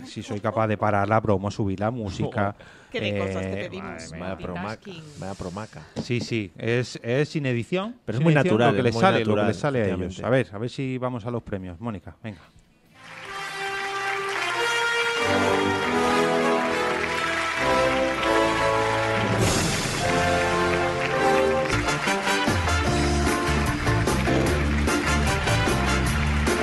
Speaker 2: Si soy capaz de parar la promo, subir la música.
Speaker 3: Qué de cosas que
Speaker 2: eh,
Speaker 3: pedimos.
Speaker 2: madre mía.
Speaker 6: Vaya promaca. Vaya promaca.
Speaker 2: Sí, sí, es, es sin edición.
Speaker 6: Pero es
Speaker 2: sin
Speaker 6: muy
Speaker 2: edición,
Speaker 6: natural,
Speaker 2: Lo que
Speaker 6: es
Speaker 2: les
Speaker 6: muy
Speaker 2: sale, lo
Speaker 6: natural,
Speaker 2: que les sale a ellos.
Speaker 6: efectivamente.
Speaker 2: A ver, a ver si vamos a los premios. Mónica, venga.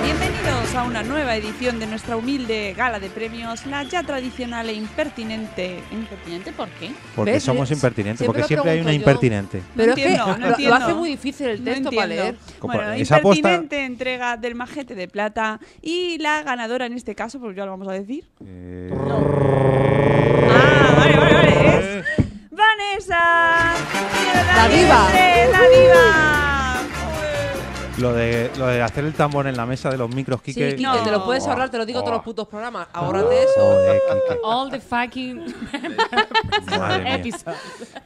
Speaker 3: Bienvenidos a una nueva edición de nuestra humilde gala de premios, la ya tradicional e impertinente. ¿Impertinente por qué?
Speaker 2: Porque
Speaker 3: ¿Ves?
Speaker 2: somos
Speaker 3: ¿Ves?
Speaker 2: impertinentes,
Speaker 3: Siempre
Speaker 2: porque
Speaker 3: lo
Speaker 2: siempre hay
Speaker 3: pregunto
Speaker 2: una
Speaker 3: yo.
Speaker 2: impertinente.
Speaker 9: Pero
Speaker 3: No
Speaker 9: es
Speaker 3: entiendo,
Speaker 9: que
Speaker 3: no
Speaker 9: lo- lo,
Speaker 3: entiendo.
Speaker 9: hace muy difícil el
Speaker 3: No
Speaker 9: texto para
Speaker 3: entiendo.
Speaker 9: leer.
Speaker 2: Compa-
Speaker 3: Bueno,
Speaker 2: esa aposta-
Speaker 3: impertinente entrega del majete de plata y la ganadora en este caso, porque ya lo vamos a decir.
Speaker 2: Eh.
Speaker 3: Ah, vale, vale, vale. Es Vanessa.
Speaker 9: La diva.
Speaker 3: Andrés, La diva.
Speaker 2: Lo de, lo de hacer el tambor en la mesa de los micros,
Speaker 9: Sí,
Speaker 2: Quique. Ah.
Speaker 9: Quique, te lo puedes
Speaker 2: Buah,
Speaker 9: ahorrar, te lo digo
Speaker 2: buah.
Speaker 9: todos los putos programas. Ahórrate eso.
Speaker 2: Joder, Quique.
Speaker 8: All the fucking
Speaker 2: Madre mía.
Speaker 8: episodes.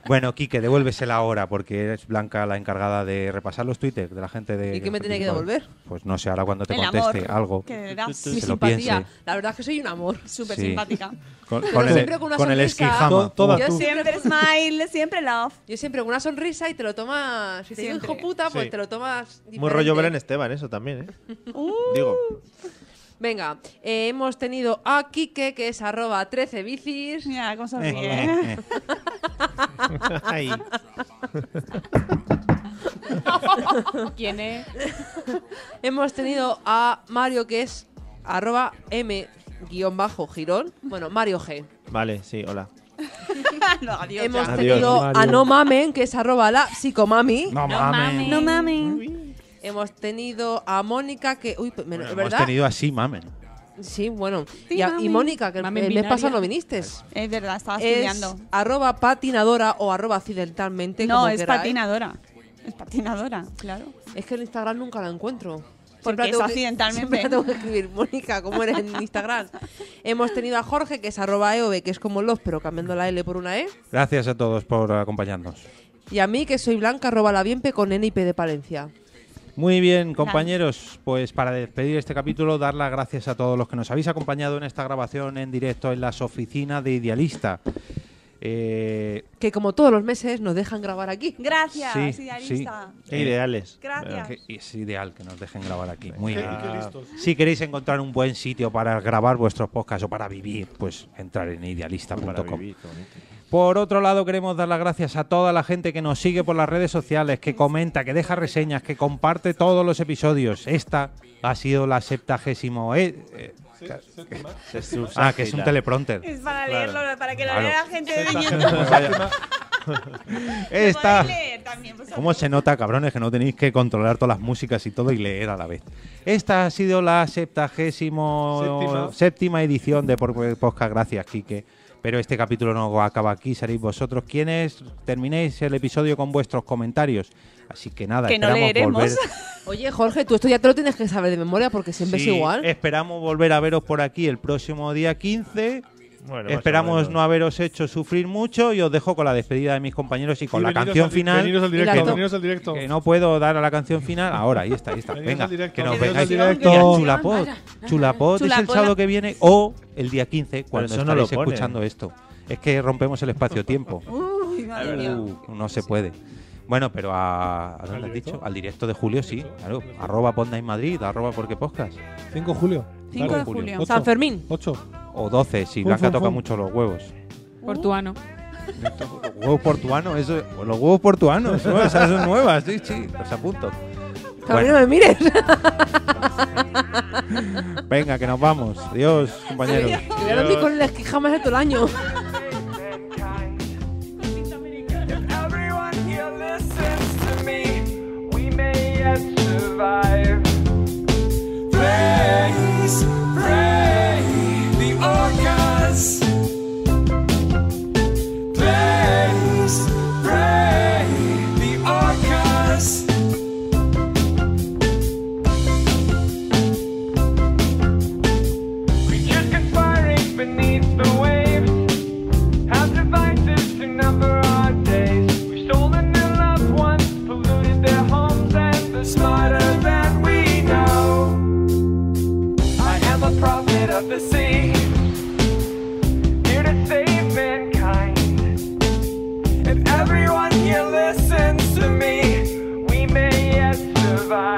Speaker 2: Bueno, Quique, devuélvesela ahora, porque eres Blanca la encargada de repasar los Twitter de la gente de.
Speaker 9: ¿Y qué me tiene que
Speaker 2: participaba.
Speaker 9: devolver?
Speaker 2: Pues no sé, ahora cuando te
Speaker 9: El
Speaker 2: conteste
Speaker 9: amor
Speaker 2: algo.
Speaker 9: que
Speaker 2: se
Speaker 9: das. Mi
Speaker 2: lo
Speaker 9: simpatía.
Speaker 2: piense.
Speaker 9: La verdad es que soy un amor.
Speaker 3: Súper
Speaker 2: Sí. simpática. Con,
Speaker 9: Pero
Speaker 2: con el,
Speaker 9: siempre con una
Speaker 2: con el
Speaker 9: sonrisa.
Speaker 2: esquijama.
Speaker 9: To-
Speaker 2: Toda
Speaker 9: Yo
Speaker 2: tú.
Speaker 9: siempre
Speaker 3: smile, siempre love.
Speaker 9: Yo siempre con una sonrisa y te lo tomas. Si te digo hijo puta, pues
Speaker 6: Sí.
Speaker 9: te lo tomas.
Speaker 6: Muy
Speaker 9: diferente.
Speaker 6: rollo Belén Esteban, eso también, ¿eh?
Speaker 5: Uh.
Speaker 6: Digo,
Speaker 9: Venga, eh, hemos tenido a Quique, que es arroba 13 bicis.
Speaker 3: Mira, cómo
Speaker 2: Eh,
Speaker 9: sonríe.
Speaker 6: Ay.
Speaker 8: ¿Quién es?
Speaker 9: hemos tenido a Mario, que es arroba M guión bajo girón. Bueno, Mario G.
Speaker 6: vale, sí, hola.
Speaker 9: Hemos
Speaker 6: ya.
Speaker 9: tenido
Speaker 6: Adiós,
Speaker 9: a
Speaker 6: Mario.
Speaker 9: Ah, No Mamen, que es arroba la psicomami.
Speaker 2: No mamen.
Speaker 9: No
Speaker 3: mamen.
Speaker 9: Hemos tenido a Mónica, que. Uy, me-
Speaker 2: Hemos
Speaker 9: ¿verdad?
Speaker 2: tenido así, mamen.
Speaker 9: Sí, bueno.
Speaker 3: Sí,
Speaker 9: y, a- y
Speaker 3: mami.
Speaker 9: Mónica, que el,
Speaker 3: Mami
Speaker 9: el mes
Speaker 3: binaria.
Speaker 9: pasado no viniste.
Speaker 3: Es verdad, estaba
Speaker 9: Es
Speaker 3: estudiando.
Speaker 9: arroba patinadora o arroba accidentalmente.
Speaker 3: No,
Speaker 9: como
Speaker 3: es
Speaker 9: queráis.
Speaker 3: patinadora. Es patinadora, claro.
Speaker 9: Es que en Instagram nunca la encuentro.
Speaker 3: Porque
Speaker 9: la
Speaker 3: es
Speaker 9: tengo que-
Speaker 3: accidentalmente.
Speaker 9: siempre la tengo que escribir, Mónica, ¿cómo eres en Instagram? Hemos tenido a Jorge, que es arroba eove, que es como los, pero cambiando la L por una E.
Speaker 2: Gracias a todos por acompañarnos.
Speaker 9: Y a mí, que soy blanca, arroba la bienpe con N y P de Palencia.
Speaker 2: Muy bien, compañeros. Pues para despedir este capítulo, dar las gracias a todos los que nos habéis acompañado en esta grabación en directo en las oficinas de Idealista. Eh,
Speaker 9: Que como todos los meses nos dejan grabar aquí.
Speaker 3: Gracias,
Speaker 2: sí, sí.
Speaker 6: Qué ideales.
Speaker 3: Gracias.
Speaker 2: Que Es ideal que nos dejen grabar aquí. Muy
Speaker 6: Qué-
Speaker 2: bien.
Speaker 6: qué listos.
Speaker 2: Si queréis encontrar un buen sitio para grabar vuestros podcasts o para vivir, pues entrar en idealista.com. Por otro lado, queremos dar las gracias a toda la gente que nos sigue por las redes sociales, que comenta, que deja reseñas, que comparte todos los episodios. Esta ha sido la septagésimo. eh, eh, ah, que es un teleprompter.
Speaker 3: Es para
Speaker 2: Claro.
Speaker 3: leerlo, para que lo
Speaker 2: Claro.
Speaker 3: lea la gente de
Speaker 2: Esta
Speaker 3: viñedo.
Speaker 2: gente, pues, vaya. Esta.
Speaker 3: Podéis leer también, vosotros.
Speaker 2: ¿Cómo se nota, cabrones, que no tenéis que controlar todas las músicas y todo y leer a la vez? Esta ha sido la septagésimo
Speaker 14: Séptima.
Speaker 2: séptima edición de Por Podcast. Gracias, Quique. Pero este capítulo no acaba aquí, seréis vosotros quienes terminéis el episodio con vuestros comentarios. Así que nada,
Speaker 9: Que no
Speaker 2: esperamos volver.
Speaker 9: leeremos. Oye, Jorge, tú esto ya te lo tienes que saber de memoria porque siempre
Speaker 2: Sí,
Speaker 9: es igual.
Speaker 2: Esperamos volver a veros por aquí el próximo día 15.
Speaker 6: Bueno, más o
Speaker 2: Esperamos
Speaker 6: menos.
Speaker 2: no haberos hecho sufrir mucho y os dejo con la despedida de mis compañeros y con
Speaker 6: Sí,
Speaker 2: la
Speaker 6: veniros
Speaker 2: canción
Speaker 6: al-
Speaker 2: final.
Speaker 6: veniros al directo,
Speaker 2: que no-
Speaker 6: veniros
Speaker 4: al directo.
Speaker 2: Que no puedo dar a la canción final ahora, ahí está, ahí está.
Speaker 4: Veniros
Speaker 2: Venga,
Speaker 4: al directo,
Speaker 2: que nos
Speaker 4: veniros
Speaker 2: vengáis
Speaker 4: al directo.
Speaker 2: Y a Chulapot.
Speaker 4: Vaya, vaya.
Speaker 2: Chulapot es el
Speaker 4: Chulapola.
Speaker 2: sábado que viene o el día 15 cuando
Speaker 6: eso no lo
Speaker 2: estaréis
Speaker 6: pone.
Speaker 2: escuchando esto. Es que rompemos el espacio-tiempo.
Speaker 3: Uy, madre mía.
Speaker 2: Uh, no se puede. Bueno, pero a, ¿a dónde has dicho? Al directo de julio, sí. Claro, arroba Ponda en Madrid, arroba porque podcast.
Speaker 4: 5 de julio.
Speaker 9: 5 de julio. San Fermín.
Speaker 4: 8.
Speaker 2: O 12, si
Speaker 4: Fum,
Speaker 2: Blanca
Speaker 4: fum,
Speaker 2: toca
Speaker 4: fum.
Speaker 2: mucho los huevos.
Speaker 5: Portuano.
Speaker 2: Los huevos portuanos, eso, los huevos portuanos, ¿no? esas son nuevas, sí, sí, los apunto.
Speaker 9: Cabrón,
Speaker 2: Bueno,
Speaker 9: no me mires.
Speaker 2: venga, que nos vamos. Adiós, compañeros.
Speaker 9: Te voy a dormir con la esquija más de todo el año.
Speaker 15: Everyone here listens to me. We may yet survive. Praise, pray the orcas. Praise, pray the orcas. Creatures conspiring beneath the waves have devices to number our days. We've stolen their loved ones, polluted their homes, and they're smarter than we know. I am a prophet of the sea, here to save mankind. If everyone here listens to me, we may yet survive.